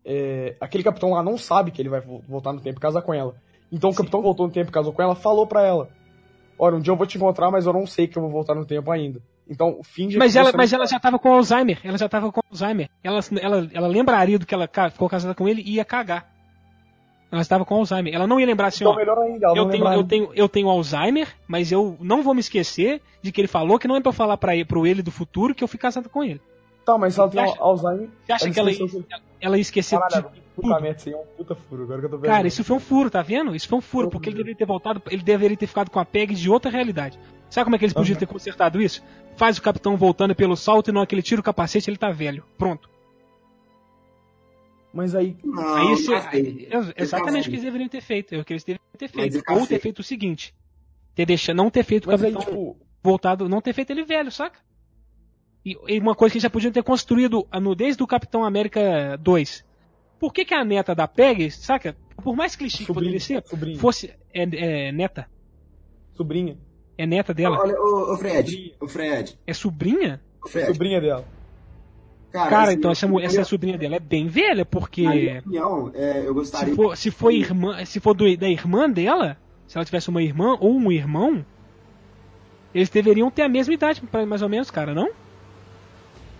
Speaker 3: é, aquele capitão lá não sabe que ele vai vo- voltar no tempo e casar com ela. Então o capitão voltou no tempo e casou com ela, falou pra ela: Olha, um dia eu vou te encontrar, mas eu não sei que eu vou voltar no tempo ainda. Então, finge
Speaker 1: Mas
Speaker 3: que
Speaker 1: ela,
Speaker 3: você
Speaker 1: mas
Speaker 3: não-
Speaker 1: ela já tava com Alzheimer. Ela já tava com Alzheimer. Ela, ela, ela lembraria do que ela ca- ficou casada com ele e ia cagar. Ela estava com Alzheimer. Ela não ia lembrar assim,
Speaker 3: Então,
Speaker 1: ó.
Speaker 3: melhor ainda, ela
Speaker 1: Eu
Speaker 3: não
Speaker 1: tenho,
Speaker 3: lembra-
Speaker 1: eu, tenho, eu tenho Alzheimer, mas eu não vou me esquecer de que ele falou que não é pra eu falar pra ele, pro ele do futuro que eu fui casado com ele.
Speaker 3: Tá, mas se ela tem
Speaker 1: Você acha-
Speaker 3: Alzheimer.
Speaker 1: Você acha
Speaker 3: Ela tipo
Speaker 1: que ela ia,
Speaker 3: esqueceu
Speaker 1: ela ia esquecer de
Speaker 3: Caralho, puta merda, isso aí é um puta furo, agora que eu tô vendo.
Speaker 1: Cara, isso foi um furo, tá vendo? Isso foi um furo, porque ele deveria ter voltado, ele deveria ter ficado com a PEG de outra realidade. Sabe como é que eles podiam ter consertado isso? Faz o capitão voltando pelo salto e não aquele tira o capacete, ele tá velho. Pronto.
Speaker 3: Mas aí,
Speaker 2: Não,
Speaker 1: Aí isso
Speaker 2: não sei.
Speaker 1: é exatamente o que eles
Speaker 2: Assim,
Speaker 1: deveriam ter feito. É o que eles deveriam ter
Speaker 2: Mas
Speaker 1: feito.
Speaker 2: eu
Speaker 1: Ou
Speaker 2: cacete.
Speaker 1: ter feito o seguinte: ter deixado, não ter feito o
Speaker 3: mas aí,
Speaker 1: capitão
Speaker 3: tipo,
Speaker 1: voltado, não ter feito ele velho, saca? E, e uma coisa que a gente já podia ter construído a nudez do Capitão América 2. Por que, que a neta da PEG, saca? Por mais clichê que poderia
Speaker 3: sobrinha,
Speaker 1: ser,
Speaker 3: sobrinha,
Speaker 1: fosse. É, é neta?
Speaker 3: sobrinha,
Speaker 1: É neta dela?
Speaker 2: Olha, ô, ô Fred, ô Fred,
Speaker 1: É sobrinha?
Speaker 2: ô Fred.
Speaker 3: sobrinha dela.
Speaker 2: Cara,
Speaker 1: Cara,
Speaker 2: assim,
Speaker 1: então essa, mu-
Speaker 2: na
Speaker 1: essa
Speaker 2: minha-
Speaker 1: sobrinha dela é bem velha,
Speaker 2: Na minha
Speaker 1: porque.
Speaker 2: opinião, é, eu gostaria.
Speaker 1: Se for, se for, irmã, se for do- da irmã dela, se ela tivesse uma irmã ou um irmão, eles deveriam ter a mesma idade, pra- mais ou menos, cara, não?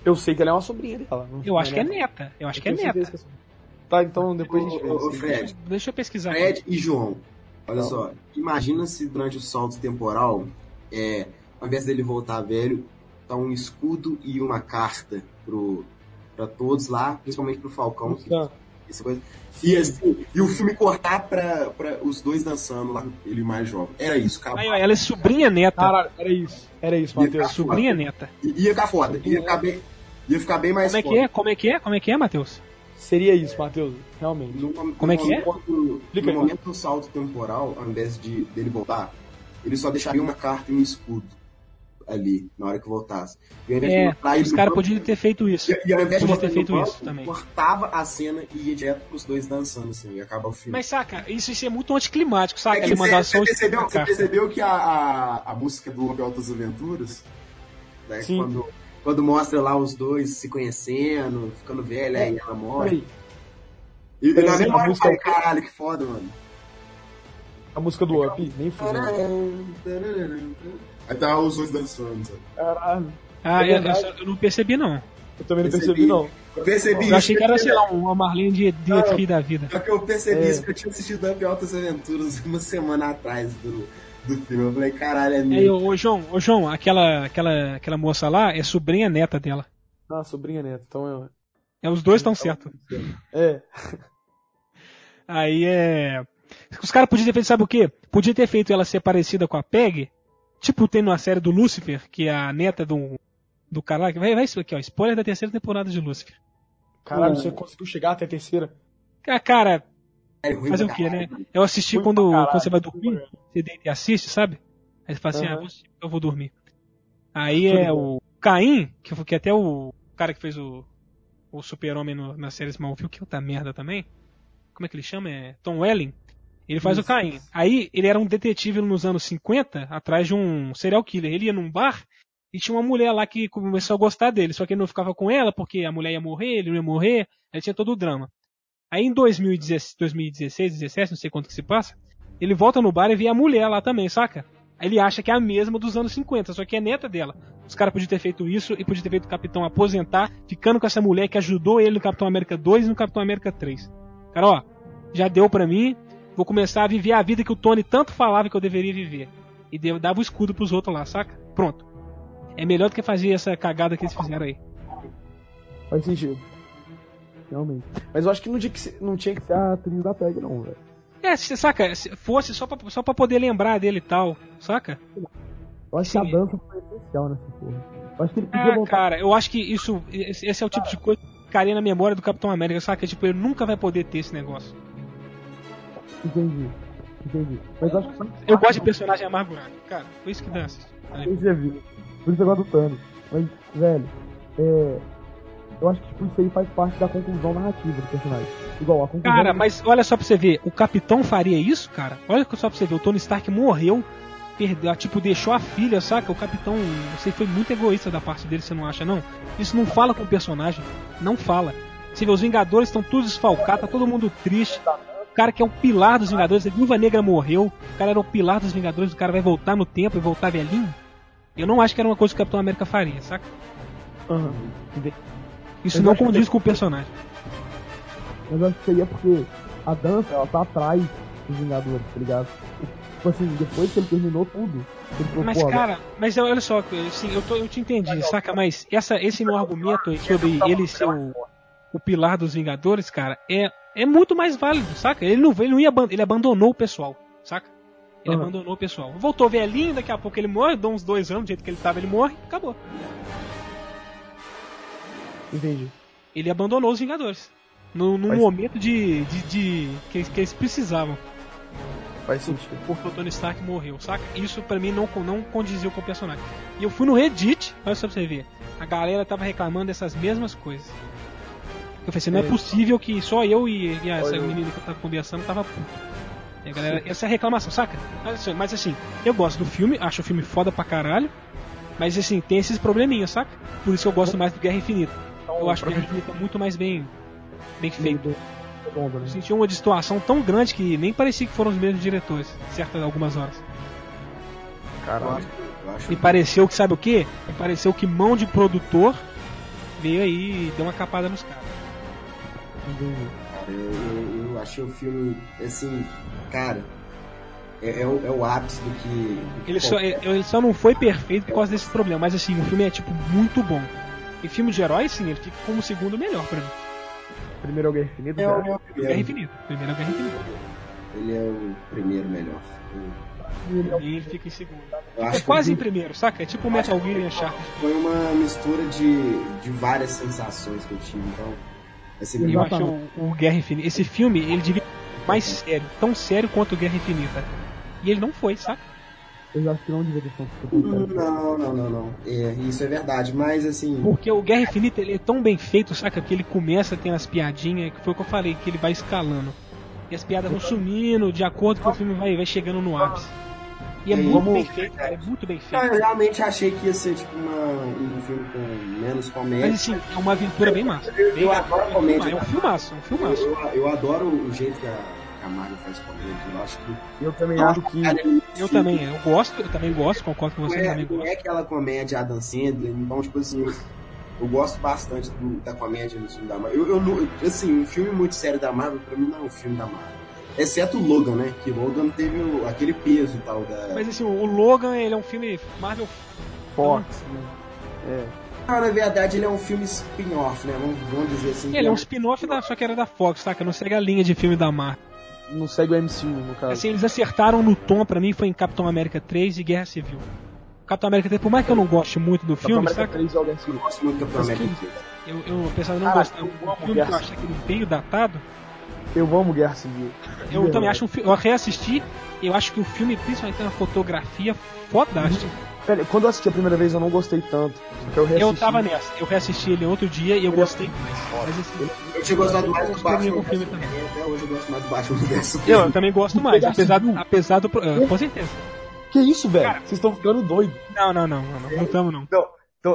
Speaker 3: Eu sei que ela é uma sobrinha dela. não
Speaker 1: Eu acho que é
Speaker 3: neta.
Speaker 1: neta. Eu acho que é
Speaker 3: tenho certeza
Speaker 1: neta.
Speaker 3: que é sobrinha. Tá, então
Speaker 2: Ô,
Speaker 3: depois a gente vê.
Speaker 2: ô, ô,
Speaker 3: isso.
Speaker 2: Fred,
Speaker 1: Deixa eu pesquisar. aqui.
Speaker 2: Fred e João. Olha
Speaker 1: Tá.
Speaker 2: só, imagina se durante o salto temporal, é, ao invés dele voltar velho, tá um escudo e uma carta pro, pra todos lá, principalmente pro Falcão.
Speaker 1: Uhum.
Speaker 2: que-
Speaker 3: Tá.
Speaker 2: essa coisa. E, assim, e o filme cortar pra, pra os dois dançando lá, ele mais jovem. Era isso, cara.
Speaker 1: Aí, ó, ela é sobrinha neta.
Speaker 2: Ah,
Speaker 3: Caralho, era isso. Era isso, Matheus.
Speaker 1: sobrinha
Speaker 2: tá.
Speaker 1: neta.
Speaker 2: I- Ia ficar foda, ia ficar bem, ia ficar bem mais
Speaker 1: Como é que
Speaker 2: foda.
Speaker 1: é? Como é que é? Como é que é, Matheus?
Speaker 3: Seria isso, Matheus. Realmente.
Speaker 2: No, mom-
Speaker 1: Como é
Speaker 2: no
Speaker 1: que é?
Speaker 2: momento-
Speaker 3: Explica
Speaker 2: No
Speaker 3: aí,
Speaker 2: momento do salto temporal, ao invés de, dele voltar, ele só deixaria uma carta e um escudo ali, na hora que voltasse. E ao invés de
Speaker 1: É,
Speaker 2: botar ele
Speaker 1: os
Speaker 2: no
Speaker 1: caras
Speaker 2: banco-
Speaker 1: podiam ter feito isso.
Speaker 2: E, e ao invés de
Speaker 1: podiam
Speaker 2: botar
Speaker 1: ter
Speaker 2: ele no
Speaker 1: feito
Speaker 2: banco,
Speaker 1: isso também.
Speaker 2: Cortava a cena e ia direto pros dois dançando, assim, e acaba o filme.
Speaker 1: Mas saca, isso, isso é muito anticlimático, saca?
Speaker 2: É que
Speaker 1: Ele
Speaker 2: você,
Speaker 1: mandar
Speaker 2: você
Speaker 1: só os-
Speaker 2: percebeu,
Speaker 1: a
Speaker 2: você
Speaker 1: carta.
Speaker 2: percebeu que a, a, a música do Homem Altas Aventuras, né,
Speaker 3: Sim.
Speaker 2: quando, quando mostra lá os dois se conhecendo, ficando velha, aí ela morre.
Speaker 3: Peraí,
Speaker 2: E, e na
Speaker 3: Sim,
Speaker 2: mesma
Speaker 3: a
Speaker 2: hora eu
Speaker 3: música-
Speaker 2: falei, caralho, que foda, mano.
Speaker 3: a música do Up, nem né? fudeu.
Speaker 2: Aí tá os dois dançando. sabe?
Speaker 3: Caralho.
Speaker 1: Ah,
Speaker 3: É
Speaker 1: eu, eu
Speaker 2: né?
Speaker 3: verdade.
Speaker 1: só- eu não percebi, não.
Speaker 3: Eu também não
Speaker 2: Percebi.
Speaker 3: percebi, não.
Speaker 2: Eu percebi
Speaker 1: Eu achei que era,
Speaker 2: eu
Speaker 1: sei lá, uma Marlene de, de
Speaker 2: Não.
Speaker 1: ET da vida.
Speaker 2: Só que eu percebi
Speaker 3: É.
Speaker 2: isso que eu tinha assistido Up Altas Aventuras [LAUGHS] uma semana atrás do, do filme. Eu falei, caralho, é
Speaker 1: Aí,
Speaker 2: meu.
Speaker 1: ô, ô, João, ô, João, aquela, aquela, aquela moça lá é sobrinha neta dela.
Speaker 3: Ah, sobrinha neta, então
Speaker 1: É, os dois estão certos.
Speaker 3: é. É.
Speaker 1: Aí é. Os caras podiam ter feito, sabe o quê? Podia ter feito ela ser parecida com a Peg, tipo tem numa série do Lucifer, que é a neta do, do cara lá. que- Vai, vai isso aqui, ó. Spoiler da terceira temporada de Lucifer.
Speaker 3: Caralho,
Speaker 1: Hum.
Speaker 3: você conseguiu chegar até a terceira?
Speaker 1: Ah, cara,
Speaker 2: É ruim
Speaker 1: fazer
Speaker 2: pra
Speaker 1: o quê, né?
Speaker 2: caralho, mano.
Speaker 1: Eu assisti
Speaker 3: Ruim
Speaker 1: quando,
Speaker 3: pra caralho. né?
Speaker 1: quando você vai dormir, você deita e assiste, sabe? Aí você fala assim,
Speaker 3: Aham.
Speaker 1: ah, vou assistir, eu vou dormir. Aí
Speaker 3: Tudo
Speaker 1: é
Speaker 3: bom.
Speaker 1: o Caim, que foi que até o cara que fez o, o super-homem no- na série Smallville, que é outra merda também. Como é que ele chama? É Tom Welling. Ele faz o
Speaker 3: Isso.
Speaker 1: Caim. Aí ele era um detetive nos anos 50, atrás de um serial killer. Ele ia num bar e tinha uma mulher lá que começou a gostar dele, só que ele não ficava com ela porque a mulher ia morrer, ele não ia morrer, aí tinha todo o drama. Aí em 2016, 2016, 17, não sei quanto que se passa, ele volta no bar e vê a mulher lá também, saca? Aí ele acha que é a mesma dos anos 50, só que é neta dela. Os caras podiam ter feito isso e podiam ter feito o Capitão aposentar, ficando com essa mulher que ajudou ele no Capitão América 2 e no Capitão América 3. Cara, ó, já deu pra mim, vou começar a viver a vida que o Tony tanto falava que eu deveria viver. E deu- dava o escudo pros outros lá, saca? Pronto. É melhor do que fazer essa cagada que eles fizeram aí.
Speaker 3: Faz sentido. Realmente. Mas eu acho que não tinha que ser, não tinha que ser ah, a atriz da PEG, não, velho.
Speaker 1: É, se- saca? Se fosse só pra, só pra poder lembrar dele e tal, saca?
Speaker 3: Eu acho
Speaker 1: Sim.
Speaker 3: que a dança foi essencial nessa porra. Eu acho que ele podia
Speaker 1: Ah,
Speaker 3: voltar.
Speaker 1: cara, eu acho que isso. Esse esse é o tipo de coisa que ficaria na memória do Capitão América, saca? Tipo, ele nunca vai poder ter esse negócio.
Speaker 3: Entendi.
Speaker 6: Entendi. Mas acho que só que
Speaker 1: Eu gosto de personagem amargurado, cara. Foi isso que dança.
Speaker 6: você viu. Por isso eu gosto do Thanos. Mas, velho, é. Eu acho que tipo, isso aí faz parte da conclusão narrativa do personagem. Igual a conclusão.
Speaker 1: Cara, mas olha só pra você ver, o Capitão faria isso, cara? Olha só pra você ver, o Tony Stark morreu, perdeu, tipo, deixou a filha, saca? O Capitão, você foi muito egoísta da parte dele, você não acha, não? Isso não fala com o personagem, não fala. Você vê, os Vingadores estão todos desfalcados, tá todo mundo triste. O cara que é o pilar dos Vingadores, a Viúva Negra morreu, o cara era o pilar dos Vingadores, o cara vai voltar no tempo e voltar velhinho? Eu não acho que era uma coisa que o Capitão América faria, saca?
Speaker 6: Aham.
Speaker 1: Isso
Speaker 6: Eu
Speaker 1: não
Speaker 6: acho que-
Speaker 1: condiz com o personagem.
Speaker 6: Mas eu acho que isso aí é porque a dança, ela tá atrás dos Vingadores, tá ligado? Tipo assim, depois que ele terminou tudo, ele falou,
Speaker 1: Mas,
Speaker 6: pô, agora-
Speaker 1: cara, mas olha só, assim, eu, tô- eu te entendi, saca? Mas essa, esse meu argumento aí sobre ele ser o, o pilar dos Vingadores, cara, é, é muito mais válido, saca? Ele não, ele não ia, aban- ele abandonou o pessoal, saca? Ele
Speaker 6: Aham.
Speaker 1: abandonou o pessoal. Voltou velhinho, daqui a pouco ele morre, dá uns dois anos, do jeito que ele tava, ele morre, acabou.
Speaker 6: Entendi.
Speaker 1: Ele abandonou os Vingadores. No, num
Speaker 2: Mas-
Speaker 1: momento de. de, de- que, eles- que eles precisavam.
Speaker 2: Faz sentido.
Speaker 1: porque o Tony Stark morreu, saca? Isso pra mim não, não condizia com o personagem. E eu fui no Reddit, olha só pra você ver. A galera tava reclamando dessas mesmas coisas. Eu falei assim, não é possível que só eu e, e essa menina que eu tava conversando tava puto. E a galera, essa é a reclamação, saca? Mas assim, mas assim, eu gosto do filme, acho o filme foda pra caralho. Mas assim, tem esses probleminhas, saca? Por isso que eu gosto mais do Guerra Infinita. Eu acho é Guerra Infinita muito mais bem, bem feito.
Speaker 6: Bomba, né?
Speaker 1: Eu senti uma distorção tão grande que nem parecia que foram os mesmos diretores, certas algumas horas.
Speaker 2: Eu acho, eu acho
Speaker 1: Me pareceu que, sabe o que? Me pareceu que mão de produtor veio aí e deu uma capada nos caras.
Speaker 2: Cara, eu, eu- eu achei o filme, assim, cara, é, é o, é o ápice do que. do que
Speaker 1: Ele só, é-
Speaker 2: qualquer-
Speaker 1: ele só não foi perfeito por causa desse problema, mas assim, o filme é, tipo, muito bom. E filme de herói, sim, ele fica como o segundo melhor pra mim.
Speaker 6: Primeiro é o Guerra Infinita,
Speaker 2: É o
Speaker 6: cara.
Speaker 2: meu
Speaker 1: Guerra
Speaker 2: primeiro.
Speaker 1: Infinita. Primeiro é Guerra Infinita.
Speaker 2: Ele é o primeiro melhor. Eu-
Speaker 1: E ele fica em segundo.
Speaker 2: Eu
Speaker 1: É
Speaker 2: É. acho
Speaker 1: quase em
Speaker 2: que
Speaker 1: primeiro, saca? É tipo o Metal Gear e Uncharted.
Speaker 2: foi uma mistura de, de várias sensações que eu tive. Então, assim,
Speaker 1: Eu
Speaker 2: eu
Speaker 1: acho o, o Guerra Infinita. Esse filme, ele devia ser mais sério, tão sério quanto o Guerra Infinita. E ele não foi, saca?
Speaker 6: Eu acho que não devia ter sido.
Speaker 2: não, não, não, não. É, isso é verdade, mas assim.
Speaker 1: Porque o Guerra Infinita ele é tão bem feito, saca? Que ele começa, tem as piadinhas, que foi o que eu falei, que ele vai escalando. E as piadas vão sumindo de acordo com o filme vai, vai chegando no ápice. E é
Speaker 2: E aí,
Speaker 1: muito
Speaker 2: vamos-
Speaker 1: bem feito, cara, é muito bem
Speaker 2: ah,
Speaker 1: feito.
Speaker 2: Eu realmente achei que ia ser tipo uma, um filme com menos comédia.
Speaker 1: Mas assim, é uma aventura bem massa.
Speaker 2: eu, né? eu adoro comédia.
Speaker 1: É um filmaço, é um
Speaker 2: Eu,
Speaker 1: filmaço.
Speaker 2: eu- eu adoro o jeito que a, que a Marvel faz comédia. Eu acho que.
Speaker 3: Eu também
Speaker 2: Eu
Speaker 3: acho que.
Speaker 1: Eu também, eu gosto, eu também gosto, concordo com
Speaker 2: Não
Speaker 1: você, eu
Speaker 2: é,
Speaker 1: também
Speaker 2: não
Speaker 1: gosto.
Speaker 2: é aquela comédia Adam Sandler, então, tipo assim, eu, eu gosto bastante do- da comédia no filme da Marvel. Eu, eu não- assim, um filme muito sério da Marvel, pra mim, não é um filme da Marvel. Exceto o Logan, né? Que Logan teve o- aquele peso e tal da...
Speaker 1: Mas assim, o Logan, ele é um filme Marvel
Speaker 3: Fox.
Speaker 2: Ah, na verdade, ele é um filme spin-off, né? Vamos, vamos dizer assim. que
Speaker 1: Ele é um spin-off da, só que era da Fox, saca? Não segue a linha de filme da Marvel.
Speaker 3: Não segue o MCU, no caso.
Speaker 1: Assim, eles acertaram no tom pra mim foi em Capitão América 3 e Guerra Civil. Capitão América 3, por mais que eu não goste muito do filme,
Speaker 3: Capitão
Speaker 1: saca?
Speaker 3: América 3 e o Guerra Civil.
Speaker 2: Eu gosto muito do Capitão América. aqui.
Speaker 1: Eu, eu apesar de não
Speaker 3: Cara,
Speaker 1: gostar
Speaker 3: eu
Speaker 1: muito do
Speaker 3: amo
Speaker 1: filme, que
Speaker 3: Guerra
Speaker 1: eu acho aquele meio datado,
Speaker 3: Eu amo Guerra Civil.
Speaker 1: eu
Speaker 3: Verdade.
Speaker 1: também acho um filme. Eu reassisti, eu acho que o filme, principalmente, tem uma fotografia fodástica.
Speaker 3: Velho, quando eu assisti a primeira vez eu não gostei tanto. Porque Uhum. eu reassisti.
Speaker 1: Eu tava nessa, eu reassisti ele outro dia e eu gostei mais. Mas assim,
Speaker 2: Eu tinha gostado mais
Speaker 1: Eu
Speaker 2: do
Speaker 1: gosto do
Speaker 2: Batman.
Speaker 1: meu é um filme
Speaker 2: versus Superman. Até hoje eu gosto mais do
Speaker 1: [LAUGHS]
Speaker 2: Batman versus
Speaker 1: eu,
Speaker 2: Superman.
Speaker 1: eu também
Speaker 3: um
Speaker 1: gosto mais, apesar, do- apesar do. é, com certeza.
Speaker 3: Que isso, velho? Vocês estão ficando doidos.
Speaker 1: Não, não, não, não, não, não tamo não.
Speaker 3: Então,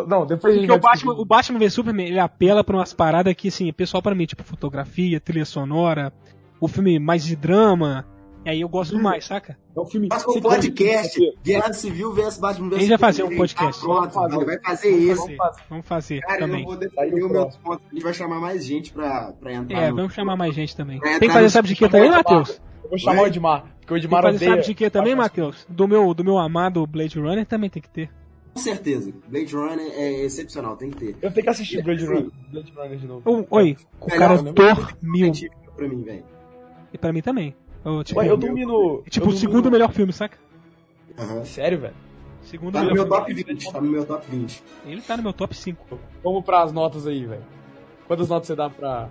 Speaker 3: não, depois a gente
Speaker 1: Porque o
Speaker 3: vai
Speaker 1: Batman, o Batman vs Superman, ele apela pra umas paradas que, assim, pessoal pra mim, tipo fotografia, trilha sonora, o filme mais de drama, e aí eu gosto
Speaker 2: Hum.
Speaker 1: mais, saca?
Speaker 3: discutir. É um filme.
Speaker 2: Faça um
Speaker 1: Então,
Speaker 3: Sim,
Speaker 2: podcast.
Speaker 3: vamos
Speaker 2: Guerra Civil versus Batman versus
Speaker 1: A gente vai fazer um
Speaker 2: Superman.
Speaker 1: podcast.
Speaker 2: Tá pronto,
Speaker 3: Vamos fazer.
Speaker 2: vai fazer esse.
Speaker 1: Vamos
Speaker 3: fazer.
Speaker 1: fazer, vamos fazer
Speaker 2: Cara, eu
Speaker 1: também. É,
Speaker 2: vou
Speaker 3: Aí
Speaker 2: defender
Speaker 3: eu
Speaker 2: o meu
Speaker 3: gosto.
Speaker 2: ponto. A gente vai chamar mais gente pra, pra entrar.
Speaker 1: É,
Speaker 2: no-
Speaker 1: vamos chamar mais gente também.
Speaker 2: É,
Speaker 1: Tem que
Speaker 2: tá
Speaker 1: fazer
Speaker 2: no-
Speaker 1: sabe de que também,
Speaker 3: chamar-
Speaker 1: Matheus?
Speaker 3: Eu vou chamar o Edmar, porque o
Speaker 1: Tem que
Speaker 3: Edmar
Speaker 1: fazer
Speaker 3: odeia.
Speaker 1: sabe de que também, Matheus? Do meu, do meu amado Blade Runner também tem que ter.
Speaker 2: Com certeza. Blade Runner é excepcional, tem que ter.
Speaker 3: Eu tenho que assistir Blade Runner, Blade Runner de novo.
Speaker 1: Ô, Oi, o
Speaker 2: Tá. Melhor,
Speaker 1: cara
Speaker 2: né?
Speaker 1: dormiu.
Speaker 2: Científico pra mim, velho.
Speaker 1: E pra mim também. Eu, tipo,
Speaker 3: Ué, eu dormi no.
Speaker 1: é tipo
Speaker 3: eu
Speaker 1: o
Speaker 3: dormi
Speaker 1: segundo
Speaker 3: no-
Speaker 1: melhor filme, saca?
Speaker 2: Aham.
Speaker 3: Sério, velho?
Speaker 1: Segundo
Speaker 2: Tá no meu
Speaker 1: melhor
Speaker 2: top
Speaker 1: filme.
Speaker 2: 20. Tá no meu top 20.
Speaker 1: Ele tá no meu top 5.
Speaker 3: Vamos pras notas aí, velho. Quantas notas você dá pra.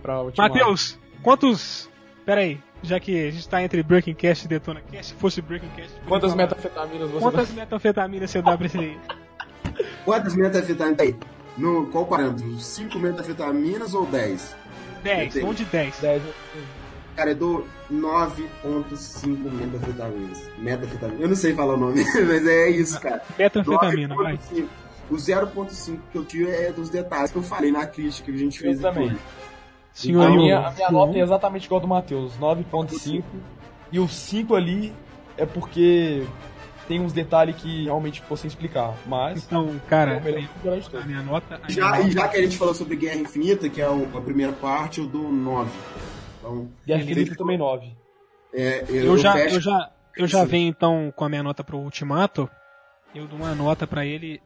Speaker 3: pra última?
Speaker 1: Matheus, quantos. Pera aí. já que a gente tá entre Breaking Cast e Detona Cast, se fosse Breaking Cast...
Speaker 3: Quantas metafetaminas você
Speaker 1: Quantas metanfetaminas você dá pra esse aí? [LAUGHS]
Speaker 2: Quantas metafetaminas? Aí, no, qual parâmetro? 5 metafetaminas ou 10?
Speaker 1: 10,
Speaker 2: Eu
Speaker 1: um de 10.
Speaker 3: dá? Dez.
Speaker 2: Cara, eu dou 9.5 metafetaminas. Metafetamina. Eu não sei falar o nome, [LAUGHS] mas é isso, cara.
Speaker 1: Metanfetamina, vai.
Speaker 2: 9.5. O 0.5 que eu tiro é dos detalhes que eu falei na crítica que a gente fez.
Speaker 3: Eu também.
Speaker 1: Senhor
Speaker 3: a
Speaker 1: Yu,
Speaker 3: minha, a minha
Speaker 1: João,
Speaker 3: nota é exatamente igual a do Matheus, 9.5. E o 5 ali é porque tem uns detalhes que realmente fossem explicar. Mas
Speaker 1: Então,
Speaker 3: é
Speaker 1: cara,
Speaker 3: o melhor lugar de
Speaker 1: a
Speaker 3: todos.
Speaker 1: minha nota... a minha
Speaker 2: Já,
Speaker 1: nota-
Speaker 2: e já que a gente falou sobre Guerra Infinita, que é o- a primeira parte, eu dou 9. Então,
Speaker 3: E a
Speaker 1: Beleza.
Speaker 3: Felipe também 9.
Speaker 2: é, eu,
Speaker 1: Eu já,
Speaker 2: fecho-
Speaker 1: eu já, eu já venho então com a minha nota pro Ultimato. Eu dou uma nota pra ele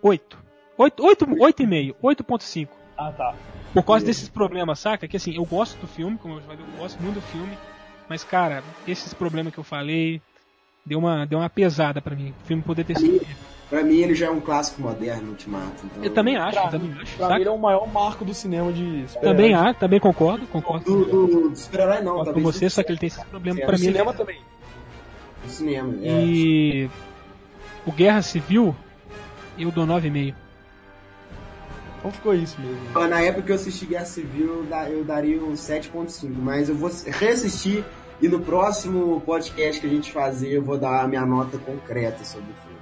Speaker 1: 8. 8, 8, 8,5, 8.5.
Speaker 3: Ah, tá.
Speaker 1: Por causa desses problemas, saca? Que assim, eu gosto do filme, como eu já falei, eu gosto muito do filme, mas cara, esses problemas que eu falei deu uma, deu uma pesada pra mim. O filme poder ter sido.
Speaker 2: Pra mim, ele já é um clássico moderno, Ultimato. Então,
Speaker 1: Eu também acho, eu
Speaker 3: Pra
Speaker 1: também acho,
Speaker 3: Pra mim é. ele
Speaker 1: saca?
Speaker 3: é o maior marco do cinema de
Speaker 1: Também
Speaker 3: super-heróis.
Speaker 1: acho, também concordo, concordo.
Speaker 2: Do, do, do super-herói, não.
Speaker 1: Concordo com
Speaker 2: talvez
Speaker 1: você,
Speaker 2: do-
Speaker 1: só que ele tem esses problemas
Speaker 2: É,
Speaker 1: pra
Speaker 3: No
Speaker 1: mim. ele-
Speaker 3: cinema também.
Speaker 2: do cinema. é.
Speaker 1: E o Guerra Civil, eu dou 9,5.
Speaker 3: Então ficou isso mesmo.
Speaker 2: Na época que eu assisti Guerra Civil, eu da- eu daria um 7.5, mas eu vou reassistir e no próximo podcast que a gente fazer, eu vou dar a minha nota concreta sobre o filme.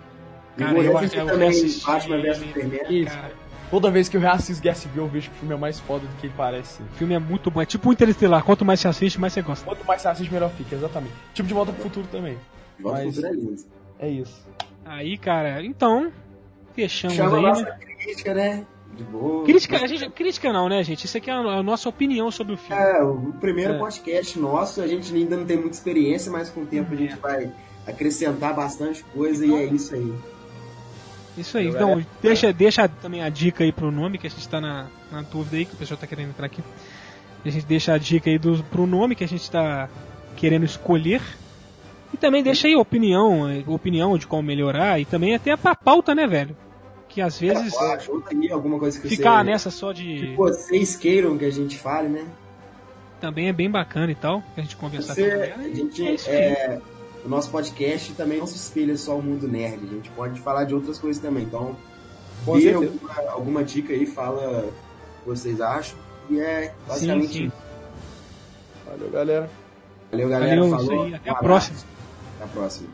Speaker 2: E
Speaker 1: Cara,
Speaker 2: vou
Speaker 1: eu-
Speaker 2: reassistir
Speaker 1: eu
Speaker 2: também
Speaker 1: reassisti
Speaker 2: Batman vs
Speaker 1: ele,
Speaker 2: Superman.
Speaker 3: Isso. Toda vez que eu reassisto Guerra Civil, eu vejo que o filme é mais foda do que ele parece.
Speaker 1: O filme é muito bom. É tipo Interestelar. Quanto mais você assiste, mais você gosta.
Speaker 3: Quanto mais você assiste, melhor fica, exatamente. Tipo de Volta pro Futuro também.
Speaker 2: Volta pro
Speaker 3: Mas-
Speaker 2: Futuro é lindo.
Speaker 3: É isso.
Speaker 1: Aí, cara, então. Fechamos
Speaker 2: Chama a
Speaker 1: aí,
Speaker 2: nossa
Speaker 1: né?
Speaker 2: crítica, né? De boa.
Speaker 1: Crítica, a gente, crítica não, né, gente? Isso aqui é a, a nossa opinião sobre o filme.
Speaker 2: É, o primeiro podcast nosso, a gente ainda não tem muita experiência, mas com o tempo a
Speaker 1: É.
Speaker 2: gente vai acrescentar bastante coisa e é
Speaker 1: Então,
Speaker 2: isso aí.
Speaker 1: Isso aí. Então,
Speaker 2: é.
Speaker 1: deixa, deixa também a dica aí pro nome, que a gente tá na, na dúvida aí, que o pessoal tá querendo entrar aqui. A gente deixa a dica aí do, pro nome que a gente tá querendo escolher. E também deixa aí a opinião, eh, opinião de como melhorar. E também até a pauta, né, velho? Que às vezes
Speaker 2: Ah, Ajuda aí alguma coisa que
Speaker 1: ficar né?
Speaker 2: você...
Speaker 1: nessa só de.
Speaker 2: Que vocês queiram que a gente fale, né?
Speaker 1: também é bem bacana e tal, pra gente conversar
Speaker 2: Você-
Speaker 1: com a galera.
Speaker 2: a
Speaker 1: E
Speaker 2: gente,
Speaker 1: é isso aí.
Speaker 2: é, o nosso podcast também não se espelha só o mundo nerd, a gente pode falar de outras coisas também. Então,
Speaker 3: Com
Speaker 2: dê
Speaker 3: certeza.
Speaker 2: alguma, alguma dica aí, fala o que vocês acham. E é basicamente
Speaker 1: Sim, sim.
Speaker 2: isso.
Speaker 3: Valeu, galera.
Speaker 2: Valeu, galera.
Speaker 1: Valeu,
Speaker 2: falou.
Speaker 1: isso aí. Até a
Speaker 2: Um abraço.
Speaker 1: próxima.
Speaker 2: Até a próxima.